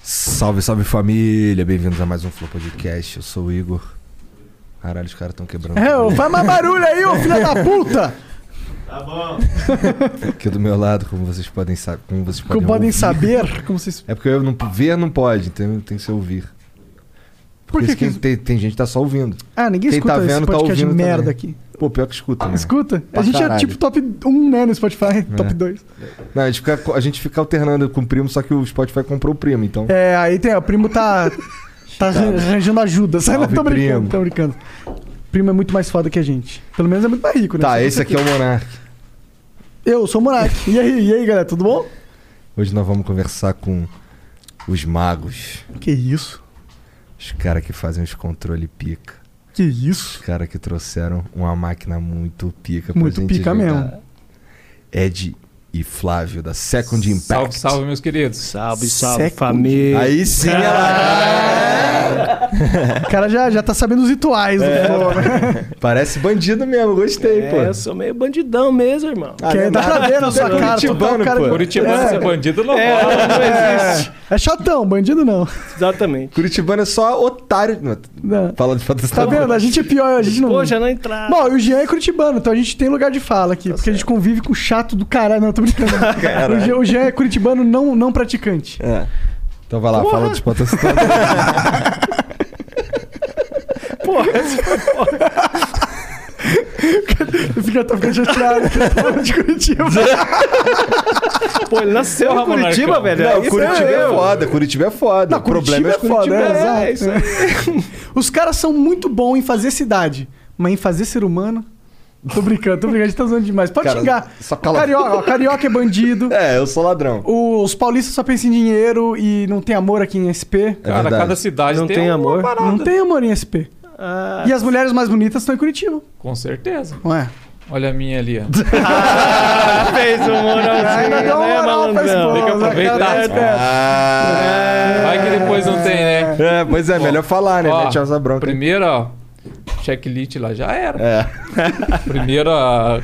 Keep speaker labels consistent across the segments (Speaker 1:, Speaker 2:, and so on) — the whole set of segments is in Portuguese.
Speaker 1: Salve, salve família, bem-vindos a mais um Flow Podcast. Eu sou o Igor. Caralho, os caras estão quebrando.
Speaker 2: É, ô, faz mais barulho aí, ô filha da puta!
Speaker 1: Aqui do meu lado, como vocês podem saber. Como vocês podem,
Speaker 2: Como podem
Speaker 1: ouvir.
Speaker 2: saber, como vocês.
Speaker 1: É porque eu não ver não pode, então tem que ser ouvir.
Speaker 2: Por que,
Speaker 1: isso
Speaker 2: que...
Speaker 1: tem, tem gente que tá só ouvindo.
Speaker 2: Ah, ninguém
Speaker 1: quem
Speaker 2: escuta
Speaker 1: tá
Speaker 2: esse
Speaker 1: vendo, tá
Speaker 2: podcast
Speaker 1: ouvindo
Speaker 2: merda
Speaker 1: também.
Speaker 2: aqui.
Speaker 1: Pô, pior que escuta, né?
Speaker 2: Escuta?
Speaker 1: Pra
Speaker 2: a gente é
Speaker 1: caralho. É.
Speaker 2: tipo top 1, né, no Spotify, top 2.
Speaker 1: Não, a gente, fica, a gente fica alternando com o primo, só que o Spotify comprou o primo, então.
Speaker 2: É, aí tem, ó, o primo tá. tá arranjando ajuda. Sai lá,
Speaker 1: Salve,
Speaker 2: tô
Speaker 1: primo.
Speaker 2: brincando, tô brincando. Primo é muito mais foda que a gente. Pelo menos é muito mais rico, né?
Speaker 1: tá,
Speaker 2: Só
Speaker 1: esse
Speaker 2: isso
Speaker 1: aqui é o Monark.
Speaker 2: Eu sou o Monark. E aí, e aí, galera, tudo bom?
Speaker 1: Hoje nós vamos conversar com os magos.
Speaker 2: Que isso?
Speaker 1: Os caras que fazem os controle pica.
Speaker 2: Que isso?
Speaker 1: Os caras que trouxeram uma máquina muito pica pra
Speaker 2: Muito
Speaker 1: gente jogar.
Speaker 2: pica mesmo.
Speaker 1: Ed e Flávio, da Second Impact.
Speaker 3: Salve, salve, meus queridos.
Speaker 4: Salve, salve,
Speaker 2: Second.
Speaker 4: família.
Speaker 1: Aí sim, ela...
Speaker 2: O cara já, já tá sabendo os rituais
Speaker 1: É.
Speaker 2: do Flow, né?
Speaker 1: Parece bandido mesmo, gostei, pô.
Speaker 4: É, eu sou meio bandidão mesmo, irmão.
Speaker 2: Que
Speaker 1: é
Speaker 2: aí dá pra ver na sua
Speaker 1: zoando.
Speaker 2: cara. total
Speaker 1: Curitibano,
Speaker 2: cara-
Speaker 1: Tá pô.
Speaker 3: Curitibano, ser bandido não
Speaker 4: É,
Speaker 3: rola.
Speaker 4: não existe.
Speaker 2: É chatão, bandido não.
Speaker 4: Exatamente.
Speaker 1: Curitibano é só otário. Não,
Speaker 2: Não.
Speaker 1: Fala de
Speaker 2: Tá
Speaker 1: patrocinador.
Speaker 2: vendo? A gente é pior, a gente não.
Speaker 4: Pô, já na entrada.
Speaker 2: Bom, e o Jean é curitibano, então a gente tem lugar de fala aqui. porque a gente convive com o chato do caralho. Não, tô brincando. O Jean, o Jean é curitibano não, não praticante.
Speaker 1: Então vai lá, fala dos patrocinadores.
Speaker 2: Eu fico, tô ficando chateado que eu tô falando de Curitiba.
Speaker 4: Pô, ele nasceu
Speaker 3: Porra,
Speaker 4: em Curitiba,
Speaker 3: monarcão.
Speaker 4: velho.
Speaker 1: Não,
Speaker 4: Isso
Speaker 1: Curitiba é
Speaker 4: eu.
Speaker 1: foda, Curitiba é foda.
Speaker 2: Não,
Speaker 1: o problema
Speaker 2: Curitiba é
Speaker 1: é
Speaker 2: foda,
Speaker 1: Curitiba.
Speaker 2: né?
Speaker 4: É,
Speaker 2: Exato.
Speaker 4: isso aí.
Speaker 2: Os caras são muito bons em fazer cidade, mas em fazer ser humano. Tô brincando, tô brincando, a gente tá zoando demais. Pode
Speaker 1: Cara,
Speaker 2: xingar.
Speaker 1: só cala-
Speaker 2: O Carioca, ó, carioca é bandido.
Speaker 1: É, eu sou ladrão.
Speaker 2: o- Os paulistas só pensam em dinheiro e não tem amor aqui em SP.
Speaker 1: É
Speaker 3: Cara,
Speaker 1: verdade.
Speaker 3: cada cidade
Speaker 4: Não
Speaker 3: tem, um.
Speaker 4: tem
Speaker 3: uma
Speaker 4: amor.
Speaker 3: parada.
Speaker 2: Não tem amor em SP.
Speaker 4: Ah,
Speaker 2: E as mulheres mais bonitas estão em Curitiba. é?
Speaker 3: Com certeza.
Speaker 2: Ué.
Speaker 3: Olha a minha ali, ó.
Speaker 4: fez um
Speaker 3: Ah,
Speaker 4: moralzinho,
Speaker 2: Ainda
Speaker 4: né,
Speaker 2: deu uma é moral pra
Speaker 4: malandrão?
Speaker 2: esposa,
Speaker 3: Tem que aproveitar.
Speaker 2: cara, né? É.
Speaker 1: Ah,
Speaker 3: Vai que depois não tem, né?
Speaker 1: É, pois é, melhor
Speaker 2: Ah,
Speaker 1: falar, né?
Speaker 3: Ó,
Speaker 1: Mete essa bronca.
Speaker 3: Primeiro, ó. Checklist lá já era.
Speaker 1: É.
Speaker 3: Primeiro, ó.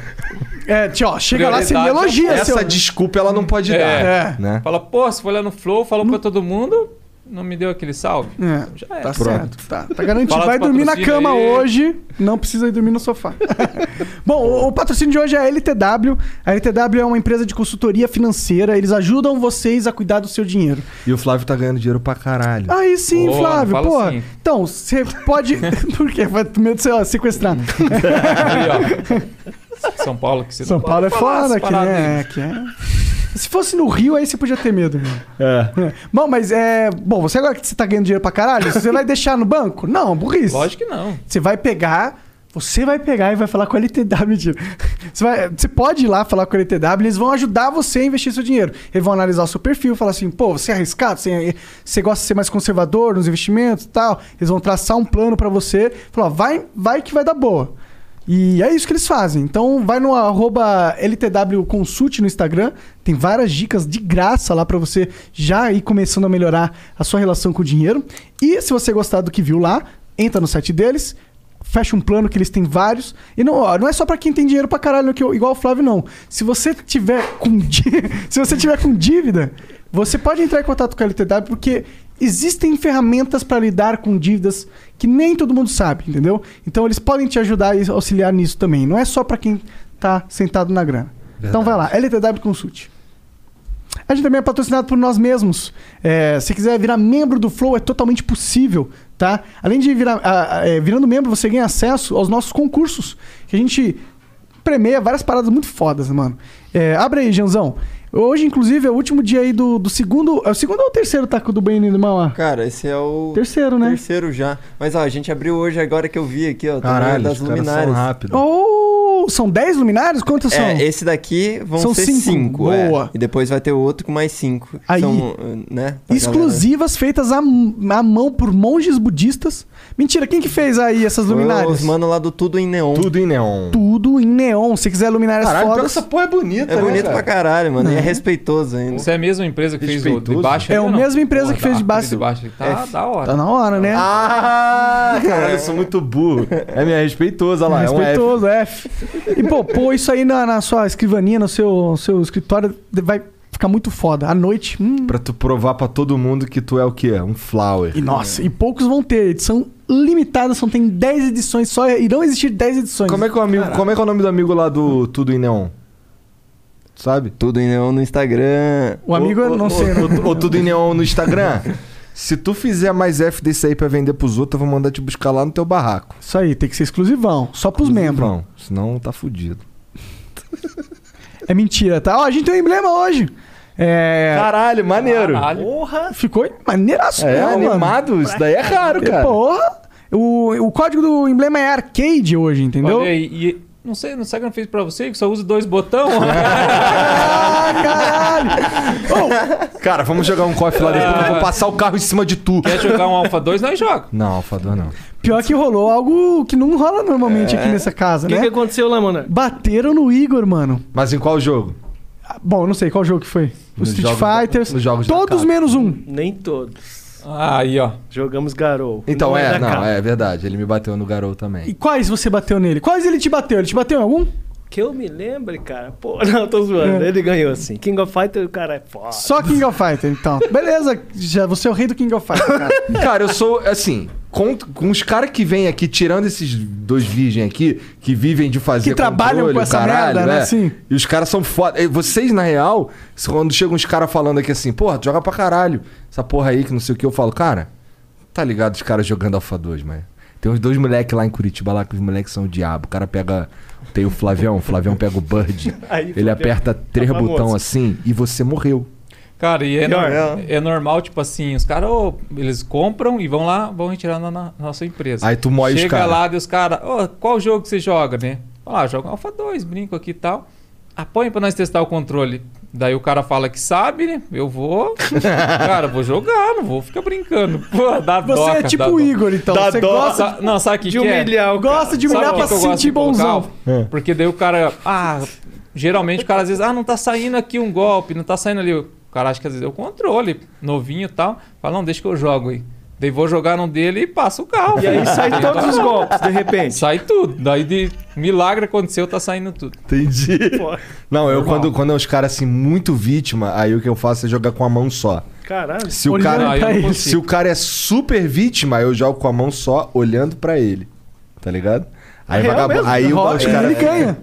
Speaker 2: É, tio, ó, chega lá, você me
Speaker 3: Prioridade.
Speaker 2: elogia,
Speaker 1: Essa
Speaker 2: seu...
Speaker 1: desculpa ela não pode
Speaker 3: É.
Speaker 1: dar. Né?
Speaker 3: Fala, pô, você foi lá no Flow, falou pra todo mundo, não me deu aquele salve.
Speaker 2: É,
Speaker 3: Já era.
Speaker 2: tá
Speaker 1: Pronto.
Speaker 2: certo, tá, tá garantido.
Speaker 3: Fala
Speaker 2: Vai
Speaker 3: do
Speaker 2: dormir na
Speaker 3: patrocínio
Speaker 2: cama
Speaker 3: aí.
Speaker 2: hoje, não precisa ir dormir no sofá. Bom, o, o patrocínio de hoje é a LTW. A LTW é uma empresa de consultoria financeira, eles ajudam vocês a cuidar do seu dinheiro.
Speaker 1: E o Flávio tá ganhando dinheiro pra caralho.
Speaker 5: Ah,
Speaker 2: Aí sim,
Speaker 3: Boa,
Speaker 2: Flávio,
Speaker 3: fala assim.
Speaker 2: pô.
Speaker 3: sim.
Speaker 2: Então, você pode... Por quê? Vai ter medo de ser ó, sequestrado.
Speaker 3: Ali, ó. São Paulo que você
Speaker 2: São
Speaker 3: não
Speaker 2: Paulo é
Speaker 3: pode falar
Speaker 2: foda
Speaker 3: essas
Speaker 2: aqui,
Speaker 3: paradas
Speaker 2: né? É, que é. Se fosse no Rio, aí você podia ter medo, mano. É. Bom, mas é. Bom, você agora que você tá ganhando dinheiro pra caralho, você vai deixar no banco? Não, burrice.
Speaker 3: Lógico que não.
Speaker 2: Você vai pegar. Você vai pegar e vai falar com a LTW, tio. Você, vai- você pode ir lá falar com a LTW, eles vão ajudar você a investir seu dinheiro. Eles vão analisar o seu perfil, falar assim, pô, você é arriscado, você, você gosta de ser mais conservador nos investimentos e tal. Eles vão traçar um plano pra você, falar, ó, vai, vai que vai dar boa. E é isso que eles fazem. Então vai no arroba LTW Consult no Instagram, tem várias dicas de graça lá pra você já ir começando a melhorar a sua relação com o dinheiro. E se você gostar do que viu lá, entra no site deles, fecha um plano que eles têm vários. E não, ó, não é só pra quem tem dinheiro pra caralho, que eu- igual o Flávio, não. Se você tiver com dí- se você tiver com dívida, você pode entrar em contato com a LTW porque existem ferramentas pra lidar com dívidas que nem todo mundo sabe, entendeu? Então eles podem te ajudar e auxiliar nisso também. Não é só pra quem tá sentado na grana. Então vai lá, LTW Consult. A gente também é patrocinado por nós mesmos. É, se quiser virar membro do Flow, é totalmente possível, tá? Além de virar, a- a- é, virando membro, você ganha acesso aos nossos concursos, que a gente premeia várias paradas muito fodas, mano. É, abre aí, Janzão. Hoje, inclusive, é o último dia aí do, do segundo... É o segundo ou o terceiro taco do banho do Mauá?
Speaker 5: Cara, esse é o
Speaker 2: Terceiro, né?
Speaker 5: terceiro já. Mas ó, a gente abriu hoje agora que eu vi aqui, ó, tamanho
Speaker 1: Caralho, os
Speaker 5: das
Speaker 1: caras são
Speaker 5: luminárias.
Speaker 1: rápidos.
Speaker 2: Oh, são 10 luminários? Quantas são?
Speaker 5: É, esse daqui vão
Speaker 2: São
Speaker 5: ser
Speaker 2: cinco.
Speaker 5: cinco. é.
Speaker 2: Boa.
Speaker 5: E depois vai ter outro com mais cinco. que
Speaker 2: Aí.
Speaker 5: São, né?
Speaker 1: tá
Speaker 5: pra
Speaker 2: Exclusivas feitas à, à mão por monges budistas. Mentira, quem que fez aí essas
Speaker 5: galera. Foi
Speaker 2: luminárias?
Speaker 5: Os mano lá do Tudo em Neon.
Speaker 1: Tudo em neon.
Speaker 2: Tudo em neon. Se quiser luminárias
Speaker 1: Caralho, pior que
Speaker 2: fodas.
Speaker 1: essa porra é bonita,
Speaker 5: É
Speaker 1: né,
Speaker 5: bonito
Speaker 1: cara?
Speaker 5: pra caralho, mano. E é respeitoso ainda.
Speaker 3: Isso é a mesma empresa que fez o de
Speaker 1: Respeitoso.
Speaker 3: baixo?
Speaker 2: É
Speaker 3: ali,
Speaker 2: a
Speaker 3: ou não?
Speaker 2: mesma empresa que
Speaker 3: da
Speaker 2: fez de
Speaker 3: árvore
Speaker 2: baixo.
Speaker 3: De baixo. Tá da hora.
Speaker 2: Tá na hora, né?
Speaker 1: Ah, caralho, eu sou muito burro. É minha respeitosa lá, é um F.
Speaker 2: Respeitoso, F. E, pô, pô isso aí na, na sua escrivaninha, no seu, seu escritório, vai ficar muito foda. À noite. hum.
Speaker 1: Pra tu provar pra todo mundo que tu é o quê? Um flower.
Speaker 2: E nossa, e poucos vão ter. Edição limitada, só tem 10 edições só. Irão existir 10 edições.
Speaker 1: Como é, que o amigo, como é que é o nome do amigo lá do Tudo em Neon? Sabe?
Speaker 5: Tudo em Neon no Instagram.
Speaker 2: O amigo, eu
Speaker 1: ou,
Speaker 2: não
Speaker 1: ou-
Speaker 2: sei. né?
Speaker 1: Ou, ou Tudo em Neon no Instagram? Se tu fizer mais F desse aí pra vender pros outros, eu vou mandar te buscar lá no teu barraco.
Speaker 2: Isso aí, tem que ser exclusivão. Só pros membros.
Speaker 1: Não, senão tá fudido.
Speaker 2: É mentira, tá? Ó, a gente tem um emblema hoje. É.
Speaker 1: Caralho, maneiro.
Speaker 3: Caralho.
Speaker 4: Porra!
Speaker 2: Ficou maneiraço,
Speaker 1: É,
Speaker 2: né, mano?
Speaker 1: animado? Isso daí é raro, cara.
Speaker 2: Porra! O, o código do emblema é arcade hoje, entendeu?
Speaker 3: Olha aí, e não sei, não sei que não fez pra você, que só usa dois botões.
Speaker 2: Ah, caralho!
Speaker 1: Cara, vamos jogar um coffee lá depois que eu vou passar o carro em cima de tu.
Speaker 3: Quer jogar um Alpha 2, nós joga.
Speaker 1: Não, Alfador não.
Speaker 2: Pior que rolou algo que não rola
Speaker 1: É.
Speaker 2: normalmente aqui nessa casa,
Speaker 4: O que, é que
Speaker 2: né?
Speaker 4: aconteceu lá, mano?
Speaker 2: Bateram no Igor, mano.
Speaker 1: Mas em qual jogo?
Speaker 2: Ah, Bom, eu não sei qual jogo que foi. Os
Speaker 1: Nos
Speaker 2: Street
Speaker 1: jogos da-
Speaker 2: Fighters.
Speaker 1: nos jogos da
Speaker 2: todos
Speaker 1: casa.
Speaker 2: menos um.
Speaker 4: Nem todos.
Speaker 3: Ah, Aí, ó.
Speaker 4: Jogamos Garou.
Speaker 1: Então,
Speaker 4: Não
Speaker 1: é,
Speaker 4: da
Speaker 1: não,
Speaker 4: capa.
Speaker 1: é verdade. Ele me bateu no Garou também.
Speaker 2: E quais você bateu nele? Quais ele te bateu? Ele te bateu em algum?
Speaker 4: Que eu me lembre, cara. Pô, não, tô zoando.
Speaker 2: É.
Speaker 4: Ele ganhou assim. King of Fighter, o cara é foda.
Speaker 2: Só King of Fighter, então. Beleza, já você é o rei do King of Fighter, cara.
Speaker 1: Cara, eu sou, assim, com, com os caras que vêm aqui, tirando esses dois virgens aqui, que vivem de fazer
Speaker 2: Que trabalham
Speaker 1: controle,
Speaker 2: com essa
Speaker 1: caralho,
Speaker 2: merda, né,
Speaker 1: é.
Speaker 2: assim?
Speaker 1: E os caras são foda. E Vocês, na real, quando chegam uns caras falando aqui assim, porra, tu joga pra caralho, essa porra aí que não sei o que, eu falo, cara, tá ligado os caras jogando Alpha 2, mas... Tem uns dois moleques lá em Curitiba, lá que os moleques são o diabo. O cara pega... Tem o Flavião, o Flavião pega o Bird.
Speaker 4: Aí,
Speaker 1: ele
Speaker 4: Flavião,
Speaker 1: aperta três
Speaker 4: famoso.
Speaker 1: botões assim e você morreu.
Speaker 3: Cara, e é,
Speaker 4: Pior, né?
Speaker 3: nor- é normal, tipo assim, os caras, ô, eles compram e vão lá, vão retirar na, na nossa empresa.
Speaker 1: Aí tu moe os
Speaker 3: Chega
Speaker 1: cara.
Speaker 3: lá, e os caras, ô, qual jogo que você joga, né? Fala, ah, joga Alpha 2, brinco aqui e tal. Apanha pra nós testar o controle. Daí o cara fala que sabe, né? Eu vou. cara, vou jogar, não vou ficar brincando. Pô, dá
Speaker 2: Você
Speaker 3: dó,
Speaker 2: é
Speaker 3: cara,
Speaker 2: tipo
Speaker 3: dá dó.
Speaker 2: o Igor, então.
Speaker 4: Dá
Speaker 2: Você
Speaker 4: dó.
Speaker 2: gosta
Speaker 3: Sa- não, sabe o que
Speaker 4: de
Speaker 3: que é?
Speaker 4: humilhar o cara.
Speaker 2: Gosta de
Speaker 3: Sabe
Speaker 2: humilhar
Speaker 3: o que
Speaker 2: Tipo, pra
Speaker 3: que eu
Speaker 2: se
Speaker 3: gosto de
Speaker 2: sentir bonzão.
Speaker 3: colocar? Porque daí o cara. Ah, geralmente o cara às vezes. Ah, não tá saindo aqui um golpe, não tá saindo ali. O cara acha que às vezes é o controle, novinho e tal. Fala, não, deixa que eu jogo aí. Daí vou jogar num dele e passa o carro.
Speaker 4: E aí sai todos os golpes, de repente.
Speaker 3: Sai tudo. Daí de milagre aconteceu, tá saindo tudo.
Speaker 1: Entendi.
Speaker 4: Pô,
Speaker 1: Não, eu quando, quando é os caras assim muito vítima, aí o que eu faço é jogar com a mão só.
Speaker 4: Caralho.
Speaker 1: Se o,
Speaker 2: Olhando
Speaker 1: cara,
Speaker 2: pra
Speaker 3: Ah, eu não
Speaker 2: ele.
Speaker 1: se o cara é super vítima, eu jogo com a mão só olhando pra ele. Tá ligado? Aí,
Speaker 4: É
Speaker 1: vagabu-
Speaker 4: mesmo?
Speaker 1: aí
Speaker 2: Rola,
Speaker 1: os
Speaker 2: e
Speaker 1: caras.
Speaker 2: ele ganha.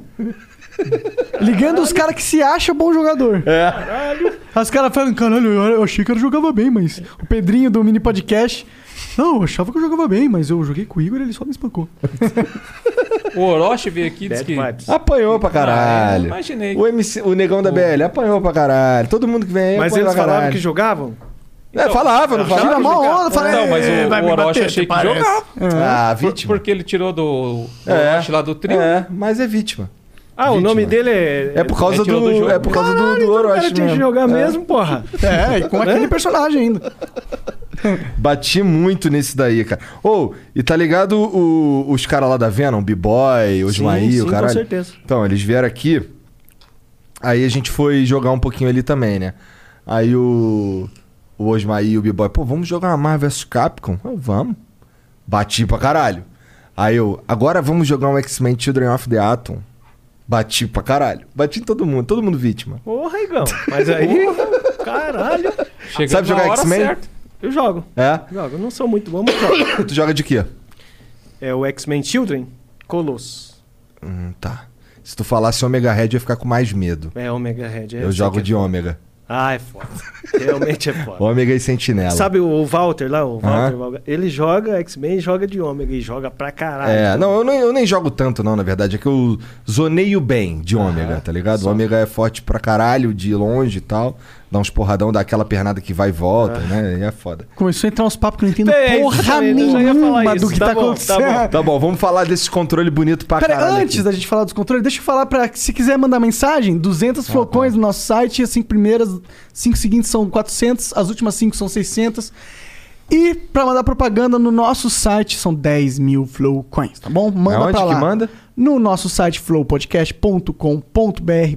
Speaker 2: Ligando os caras que se acham bom jogador. É. Caralho. Os caras falam, caralho, eu eu achei que eu jogava bem, mas. O Pedrinho do mini podcast. Não, eu achava que eu jogava bem, mas eu joguei com o Igor e ele só me espancou.
Speaker 3: O Orochi veio aqui e disse
Speaker 4: Bad
Speaker 3: que.
Speaker 4: vibes.
Speaker 1: Apanhou pra
Speaker 3: Ah, eu
Speaker 1: caralho.
Speaker 3: imaginei.
Speaker 1: o, MC, o negão da BL apanhou pra caralho. Todo mundo que vem aí
Speaker 4: Mas
Speaker 1: apanhou
Speaker 4: eles
Speaker 1: pra
Speaker 4: falavam
Speaker 1: caralho.
Speaker 4: que jogavam?
Speaker 1: É, falava, não
Speaker 2: Tira a
Speaker 1: falava?
Speaker 2: mó onda, fala,
Speaker 3: Não, mas
Speaker 2: "É,
Speaker 3: o,
Speaker 2: vai
Speaker 3: o
Speaker 2: me
Speaker 3: Orochi
Speaker 2: bater,
Speaker 3: achei
Speaker 2: te
Speaker 3: que
Speaker 2: parece."
Speaker 3: jogava.
Speaker 1: Ah,
Speaker 3: Por-
Speaker 1: vítima.
Speaker 3: Porque ele tirou do o
Speaker 1: É.
Speaker 3: Orochi lá do trio.
Speaker 1: É, mas é vítima.
Speaker 4: Ah, o nome
Speaker 1: Vítima.
Speaker 4: dele é.
Speaker 1: É por causa
Speaker 3: é, tirou do
Speaker 1: do.
Speaker 3: jogo.
Speaker 1: é por causa do, do
Speaker 4: O cara
Speaker 1: Orochi
Speaker 4: tinha que
Speaker 1: mesmo.
Speaker 4: jogar mesmo, porra.
Speaker 2: É, e com aquele personagem ainda.
Speaker 1: Bati muito nesse daí, cara. Ou, e tá ligado o- os caras lá da Venom, B-Boy, os
Speaker 4: Sim,
Speaker 1: Maí,
Speaker 4: sim,
Speaker 1: o
Speaker 4: com
Speaker 1: caralho?
Speaker 4: certeza.
Speaker 1: Então, eles vieram aqui. Aí a gente foi jogar um pouquinho ali também, né? Aí o. O Osmaí e o B-Boy, pô, vamos jogar uma Marvel vs Capcom? Eu, vamos. Bati pra caralho. Aí eu, agora vamos jogar um X-Men Children of the Atom. Bati pra caralho. Bati em todo mundo, todo mundo vítima.
Speaker 4: Porra, Igão. Mas aí. Caralho.
Speaker 3: Chegando
Speaker 1: Sabe jogar
Speaker 3: na hora
Speaker 1: X-Men?
Speaker 3: certa.
Speaker 4: Eu jogo.
Speaker 1: É?
Speaker 4: Jogo. Eu não sou muito bom, mas jogo.
Speaker 1: Tu joga de quê?
Speaker 4: É o X-Men Children? Colossus.
Speaker 1: Hum, tá. Se tu falasse Omega Red, eu ia ficar com mais medo.
Speaker 4: É Omega Red. é
Speaker 1: Eu
Speaker 4: esse
Speaker 1: jogo
Speaker 4: aqui.
Speaker 1: de ômega.
Speaker 4: Ah, é foda. Realmente é foda.
Speaker 1: Ômega e Sentinela.
Speaker 4: Sabe o Walter lá, o Walter,
Speaker 1: Aham.
Speaker 4: Valga- ele joga X-Men e joga de ômega e joga pra caralho.
Speaker 1: É, não, eu, nem- eu nem jogo tanto, não, na verdade. É que eu zoneio bem de ômega, tá ligado? O ômega é forte pra caralho, de longe e tal. Dá uns porradão, dá aquela pernada que vai e
Speaker 2: Ah.
Speaker 1: volta, né? E é foda.
Speaker 2: Começou a entrar uns papos que eu não entendo
Speaker 4: É, isso
Speaker 2: porra
Speaker 4: também, eu já ia falar
Speaker 2: nenhuma
Speaker 4: isso.
Speaker 2: do que tá,
Speaker 4: Tá bom, tá
Speaker 2: acontecendo.
Speaker 1: Tá bom, vamos falar desse controle bonito pra
Speaker 2: Pera,
Speaker 1: caralho.
Speaker 2: antes
Speaker 1: aqui.
Speaker 2: da gente falar dos controles, deixa eu falar pra. Se quiser mandar mensagem, 200
Speaker 1: Ah, tá.
Speaker 2: flocões no nosso site, as 5 primeiras, 5 seguintes são 400, as últimas 5 são 600. E pra mandar propaganda no nosso site são 10 mil flowcoins, tá bom? Manda
Speaker 1: Aonde
Speaker 2: pra lá.
Speaker 1: que manda?
Speaker 2: No nosso site flowpodcast.com.br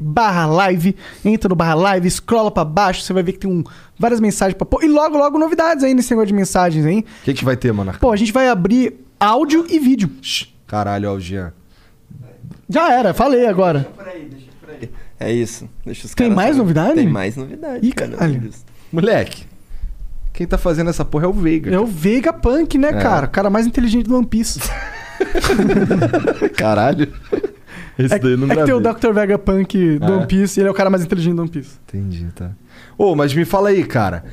Speaker 2: barra live. Entra no barra live, scrolla pra baixo, você vai ver que tem um, várias mensagens pra pôr. E logo, logo novidades aí nesse negócio de mensagens, hein?
Speaker 1: O que, que vai ter, mano?
Speaker 2: Pô, a gente vai abrir áudio e vídeo.
Speaker 1: Caralho, ó, o Jean.
Speaker 2: Já era, falei agora.
Speaker 5: É isso. Deixa os
Speaker 2: Tem
Speaker 5: caras
Speaker 2: mais
Speaker 5: saberem.
Speaker 2: novidade?
Speaker 5: Tem mais novidade.
Speaker 2: Ih, caralho.
Speaker 1: Moleque, quem tá fazendo essa porra é o Veiga.
Speaker 2: É o Veiga Punk, né,
Speaker 1: É.
Speaker 2: cara? O cara mais inteligente do One Piece.
Speaker 1: Caralho. Esse
Speaker 2: é
Speaker 1: daí eu não
Speaker 2: é que tem o
Speaker 1: gravei.
Speaker 2: Dr. Vega Punk do
Speaker 1: Ah, é?
Speaker 2: One Piece e ele é o cara mais inteligente do One Piece.
Speaker 1: Entendi, tá. Ô, mas me fala aí, cara.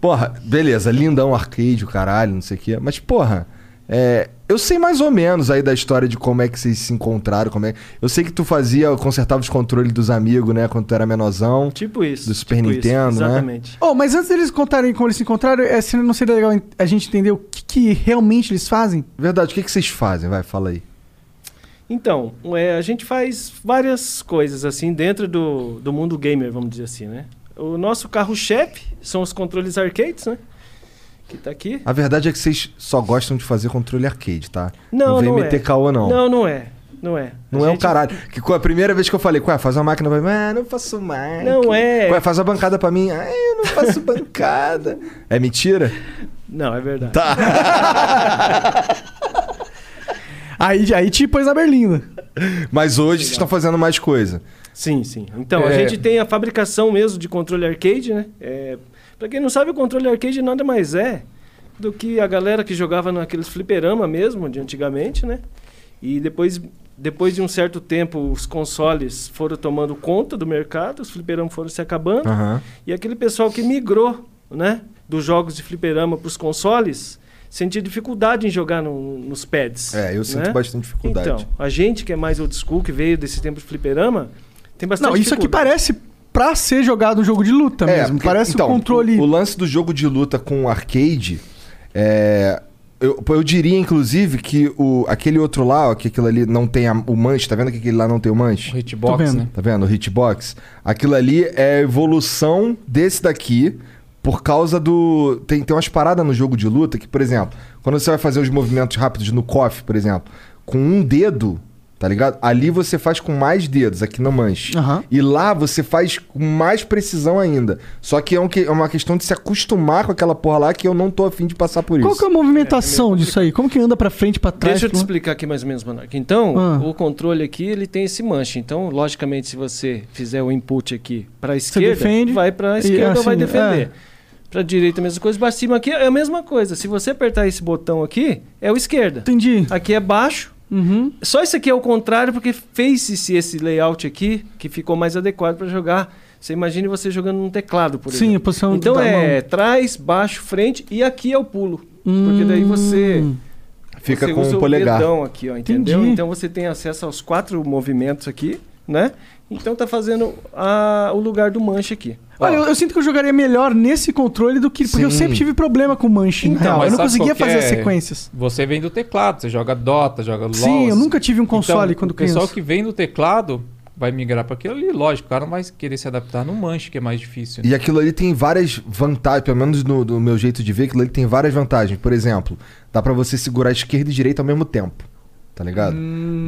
Speaker 1: Porra, beleza, lindão arcade, o caralho, não sei o quê. Mas, porra, é, eu sei mais ou menos aí da história de como é que vocês se encontraram, como é Eu sei que tu fazia, consertava os controles dos amigos, né, quando tu era menorzão.
Speaker 4: Tipo isso.
Speaker 1: Do Super
Speaker 4: tipo isso,
Speaker 1: Nintendo, né?
Speaker 4: Exatamente.
Speaker 2: Oh, mas antes deles contarem como eles se encontraram, é, se não seria legal a gente entender o que, que realmente eles fazem?
Speaker 1: Verdade, o que, que vocês fazem? Vai, fala aí.
Speaker 4: Então, é, a gente faz várias coisas assim dentro do, do mundo gamer, vamos dizer assim, né? O nosso carro-chefe são os controles arcades, né? Que tá aqui.
Speaker 1: A verdade é que vocês só gostam de fazer controle arcade, tá?
Speaker 4: Não,
Speaker 1: vem
Speaker 4: não é.
Speaker 1: meter caô, não.
Speaker 4: Não, não é. Não é.
Speaker 1: Não
Speaker 4: A
Speaker 1: é um
Speaker 4: gente-
Speaker 1: caralho. Que com a primeira vez que eu falei, "Ué, faz uma máquina pra mim. Ah, não faço máquina.
Speaker 4: Não é.
Speaker 1: Ué, faz a bancada pra mim. Ah, eu não faço bancada. É mentira?
Speaker 4: Não, é verdade.
Speaker 2: Aí, aí te pôs na berlinda.
Speaker 1: Mas hoje vocês estão fazendo mais coisa.
Speaker 4: Sim, sim. Então, a
Speaker 3: É.
Speaker 4: gente tem a fabricação mesmo de controle arcade, né? É, pra quem não sabe, o controle arcade nada mais é do que a galera que jogava naqueles fliperama mesmo, de antigamente, né? E depois, depois de um certo tempo, os consoles foram tomando conta do mercado, os fliperamas foram se acabando.
Speaker 1: Aham.
Speaker 4: E aquele pessoal que migrou, né? Dos jogos de fliperama para os consoles, sentia dificuldade em jogar no- nos pads.
Speaker 1: É, eu sinto
Speaker 4: né?
Speaker 1: bastante dificuldade.
Speaker 4: Então, a gente que é mais old school, que veio desse tempo de fliperama, tem bastante
Speaker 2: Não, isso aqui
Speaker 4: dificuldade.
Speaker 2: parece pra ser jogado um jogo de luta mesmo.
Speaker 1: porque-
Speaker 2: parece
Speaker 1: então,
Speaker 2: um controle.
Speaker 1: O lance do jogo de luta com arcade é. Eu, pô, eu diria, inclusive, que o, aquele outro lá, ó, que aquilo ali não tem a- o manche, tá vendo que aquele lá não tem o manche?
Speaker 3: O hitbox,
Speaker 2: vendo.
Speaker 3: né?
Speaker 1: Tá vendo? O hitbox. Aquilo ali é a evolução desse daqui por causa do. Tem, tem umas paradas no jogo de luta que, por exemplo, quando você vai fazer os movimentos rápidos no KOF, por exemplo, com um dedo, tá ligado? Ali você faz com mais dedos, aqui no manche.
Speaker 2: Aham.
Speaker 1: E lá você faz com mais precisão ainda. Só que é, um que é uma questão de se acostumar com aquela porra lá que eu não tô afim de passar por
Speaker 2: Qual
Speaker 1: isso.
Speaker 2: que é a movimentação disso aí? Como que anda pra frente, pra trás?
Speaker 4: Deixa eu te
Speaker 2: pra-
Speaker 4: explicar aqui mais ou menos, Monark. Então,
Speaker 2: né? Ah.
Speaker 4: o controle aqui, ele tem esse manche. Então, logicamente, se você fizer o input aqui para a
Speaker 2: Você
Speaker 4: esquerda,
Speaker 2: defende,
Speaker 4: vai para
Speaker 2: e
Speaker 4: a esquerda ou vai
Speaker 2: assim,
Speaker 4: defender.
Speaker 2: é.
Speaker 4: Para a direita, a mesma coisa. Para cima aqui é a mesma coisa. Se você apertar esse botão aqui, é o esquerda.
Speaker 2: Entendi.
Speaker 4: Aqui é baixo.
Speaker 2: Uhum.
Speaker 4: Só isso aqui é o contrário, porque fez-se esse layout aqui, que ficou mais adequado para jogar. Você imagine você jogando num teclado, por
Speaker 2: Sim, a
Speaker 4: exemplo.
Speaker 2: posição
Speaker 4: Então
Speaker 2: da
Speaker 4: é
Speaker 2: mão.
Speaker 4: trás, baixo, frente e aqui é o pulo.
Speaker 2: Hum.
Speaker 4: Porque daí você
Speaker 1: Fica
Speaker 4: você
Speaker 1: com
Speaker 4: usa
Speaker 1: o polegar.
Speaker 4: dedão aqui, ó, entendeu?
Speaker 2: Entendi.
Speaker 4: Então você tem acesso aos quatro movimentos aqui, né? Então tá fazendo a- o lugar do manche aqui. Ó,
Speaker 2: Olha, eu, eu sinto que eu jogaria melhor nesse controle do que. Porque eu
Speaker 1: Sim.
Speaker 2: sempre tive problema com manche, na
Speaker 4: Então,
Speaker 2: real.
Speaker 3: mas
Speaker 2: Eu não
Speaker 3: sabe
Speaker 2: conseguia
Speaker 3: qual que
Speaker 2: fazer as
Speaker 3: é?
Speaker 2: sequências.
Speaker 3: Você vem do teclado, você joga Dota, joga LoL.
Speaker 2: Sim, eu
Speaker 3: assim.
Speaker 2: nunca tive um console
Speaker 3: Então,
Speaker 2: quando
Speaker 3: o pessoal
Speaker 2: criança.
Speaker 3: que vem do teclado vai migrar para aquilo ali, lógico, o cara não vai querer se adaptar no manche, que é mais difícil. né?
Speaker 1: E aquilo ali tem várias vantagens, pelo menos no, do meu jeito de ver, aquilo ali tem várias vantagens. Por exemplo, dá pra você segurar esquerda e direita ao mesmo tempo. Tá ligado?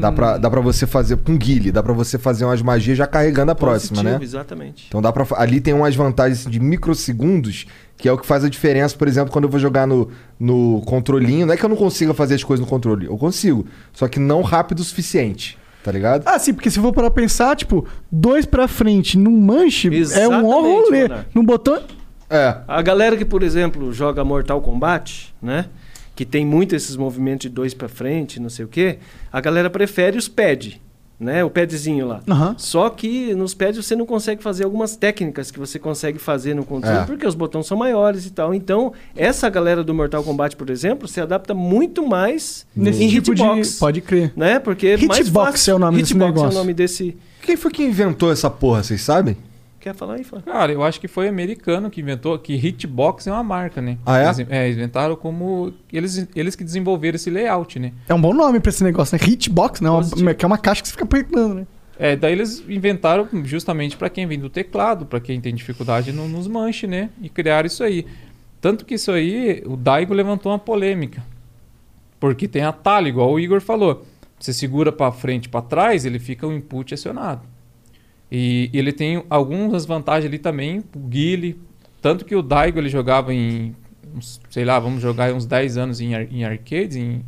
Speaker 1: Dá, pra, dá pra você fazer com guile, dá pra você fazer umas magias já carregando a próxima, né?
Speaker 4: positivo, Exatamente.
Speaker 1: Então dá pra. fa- Ali tem umas vantagens assim, de microsegundos, que é o que faz a diferença, por exemplo, quando eu vou jogar no, no controlinho. Não é que eu não consiga fazer as coisas no controle, eu consigo. Só que não rápido o suficiente, tá ligado?
Speaker 2: Ah, sim, porque se for para pensar, tipo, dois pra frente num manche é um
Speaker 4: Exatamente,
Speaker 2: ó rolê.
Speaker 4: Monark.
Speaker 2: Num botão.
Speaker 1: É.
Speaker 4: A galera que, por exemplo, joga Mortal Kombat, né? Que tem muito esses movimentos de dois pra frente, não sei o quê. A galera prefere os pad. né? O padzinho lá.
Speaker 2: Aham.
Speaker 4: Só que nos pads você não consegue fazer algumas técnicas que você consegue fazer no controle,
Speaker 1: É.
Speaker 4: porque os botões são maiores e tal. Então, essa galera do Mortal Kombat, por exemplo, se adapta muito mais
Speaker 2: Nesse
Speaker 4: em
Speaker 2: tipo
Speaker 4: hitbox.
Speaker 2: de. Pode crer.
Speaker 4: Né? Porque é mais
Speaker 2: Hitbox
Speaker 4: fácil.
Speaker 2: é o nome desse
Speaker 4: hitbox
Speaker 2: negócio.
Speaker 4: é o nome desse...
Speaker 1: Quem foi que inventou essa porra, vocês sabem?
Speaker 4: Quer falar aí, Flávio?
Speaker 3: Cara, eu acho que foi americano que inventou, que Hitbox é uma marca, né?
Speaker 1: Ah, é?
Speaker 3: Eles, é, inventaram como. Eles, eles que desenvolveram esse layout, né?
Speaker 2: É um bom nome pra esse negócio, né? Hitbox, né? Uma-
Speaker 4: Positivo.
Speaker 2: que é uma caixa que você fica apertando, né?
Speaker 3: É, daí eles inventaram justamente pra quem vem do teclado, pra quem tem dificuldade no- nos manches, né? E criaram isso aí. Tanto que isso aí, o Daigo levantou uma polêmica. Porque tem atalho, igual o Igor falou. Você segura pra frente, pra trás, ele fica o input acionado. E ele tem algumas vantagens ali também, o Guile. Tanto que o Daigo ele jogava em, uns- sei lá, vamos jogar aí uns 10 anos em, ar- em arcades, em,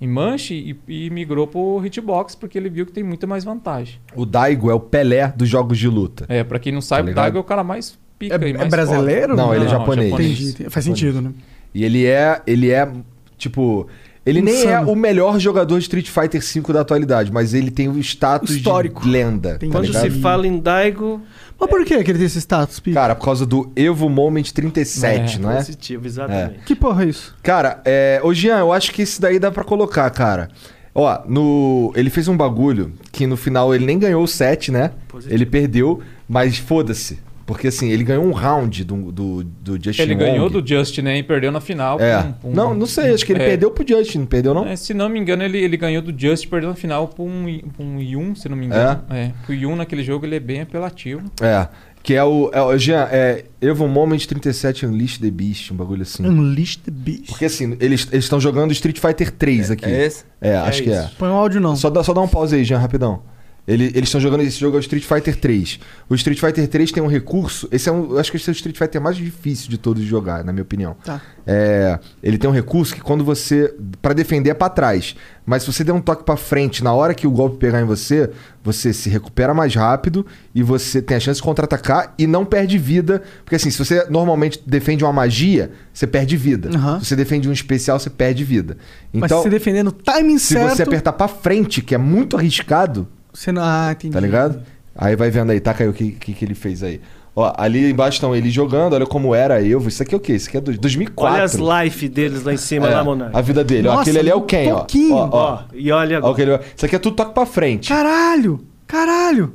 Speaker 3: em manche, e, e migrou pro hitbox, porque ele viu que tem muita mais vantagem.
Speaker 1: O Daigo é o Pelé dos jogos de luta.
Speaker 3: É, pra quem não sabe, o
Speaker 1: Tá ligado?
Speaker 3: Daigo é o cara mais pica
Speaker 2: É-
Speaker 3: e
Speaker 2: é
Speaker 3: mais
Speaker 2: brasileiro?
Speaker 3: foda.
Speaker 1: Não, ele é
Speaker 2: Não,
Speaker 1: japonês.
Speaker 2: Entendi. entendi. Faz sentido, né?
Speaker 1: E ele é. Ele é. Tipo. Ele nem é
Speaker 2: Insano.
Speaker 1: o melhor jogador de Street Fighter V da atualidade, mas ele tem o status
Speaker 2: Histórico.
Speaker 1: de lenda. Tá
Speaker 4: Quando
Speaker 1: ligado?
Speaker 4: se fala em Daigo,
Speaker 2: Mas por que que ele tem esse status, Pi?
Speaker 1: Cara, por causa do Evo Moment 37,
Speaker 3: É.
Speaker 1: não é?
Speaker 4: positivo, exatamente.
Speaker 2: Que porra é isso?
Speaker 1: Cara, é, ô Jean, eu acho que esse daí dá pra colocar, cara. Ó, no, ele fez um bagulho que no final ele nem ganhou o set, né?
Speaker 4: Positivo.
Speaker 1: Ele perdeu, mas foda-se. Porque assim, ele ganhou um round do, do, do Justin
Speaker 3: Ele ganhou
Speaker 1: Wong.
Speaker 3: do Justin, né? E perdeu na final.
Speaker 1: É.
Speaker 3: pra um- pra um-
Speaker 1: Não, não sei, acho que ele
Speaker 3: É.
Speaker 1: perdeu um. pro Justin, não perdeu não?
Speaker 3: É, se não me engano, ele, ele ganhou do Just e perdeu na final pra um, pra um Yun, se não me engano. É. porque O Yun naquele jogo ele é bem apelativo.
Speaker 1: É. Que é o. É, o- Jean, é Evo Moment 37 Unleash the Beast, um bagulho assim.
Speaker 2: Unleash the Beast.
Speaker 1: Porque assim, eles estão jogando Street Fighter 3 aqui.
Speaker 5: É esse?
Speaker 1: É, acho que é.
Speaker 2: Põe um áudio não.
Speaker 1: Só dá, só dá um pause aí, Jean, rapidão. Ele- eles estão jogando esse jogo é o Street Fighter 3. O Street Fighter 3 tem um recurso. Esse é um. Eu acho que esse é o Street Fighter mais difícil de todos de jogar, na minha opinião.
Speaker 2: Tá.
Speaker 1: É, ele tem um recurso que quando você. Pra defender é pra trás. Mas se você der um toque pra frente, na hora que o golpe pegar em você, você se recupera mais rápido e você tem a chance de contra-atacar e não perde vida. Porque assim, se você normalmente defende uma magia, você perde vida.
Speaker 2: Aham.
Speaker 1: Se você defende um especial, você perde vida.
Speaker 2: Mas
Speaker 1: Então,
Speaker 2: se defendendo o timing
Speaker 1: se
Speaker 2: certo...
Speaker 1: você apertar pra frente, que é muito arriscado,
Speaker 2: você não- Ah, entendi.
Speaker 4: Uhum.
Speaker 1: tá ligado? Aí vai vendo aí, tá, Caio, o que, que, que ele fez aí. Ó, ali embaixo estão ele jogando, olha como era eu. Isso aqui é o quê? Isso aqui é do- 2004.
Speaker 4: Olha as life deles lá em cima,
Speaker 1: É,
Speaker 4: lá, Monark.
Speaker 1: a vida dele. ó,
Speaker 2: Nossa,
Speaker 1: aquele ali é o
Speaker 2: um
Speaker 1: Ken, ó.
Speaker 2: pouquinho.
Speaker 1: Ó, ó.
Speaker 4: Ó, e olha
Speaker 1: Ó,
Speaker 4: agora.
Speaker 1: aquele... Isso aqui é tudo toque pra frente.
Speaker 2: Caralho! Caralho!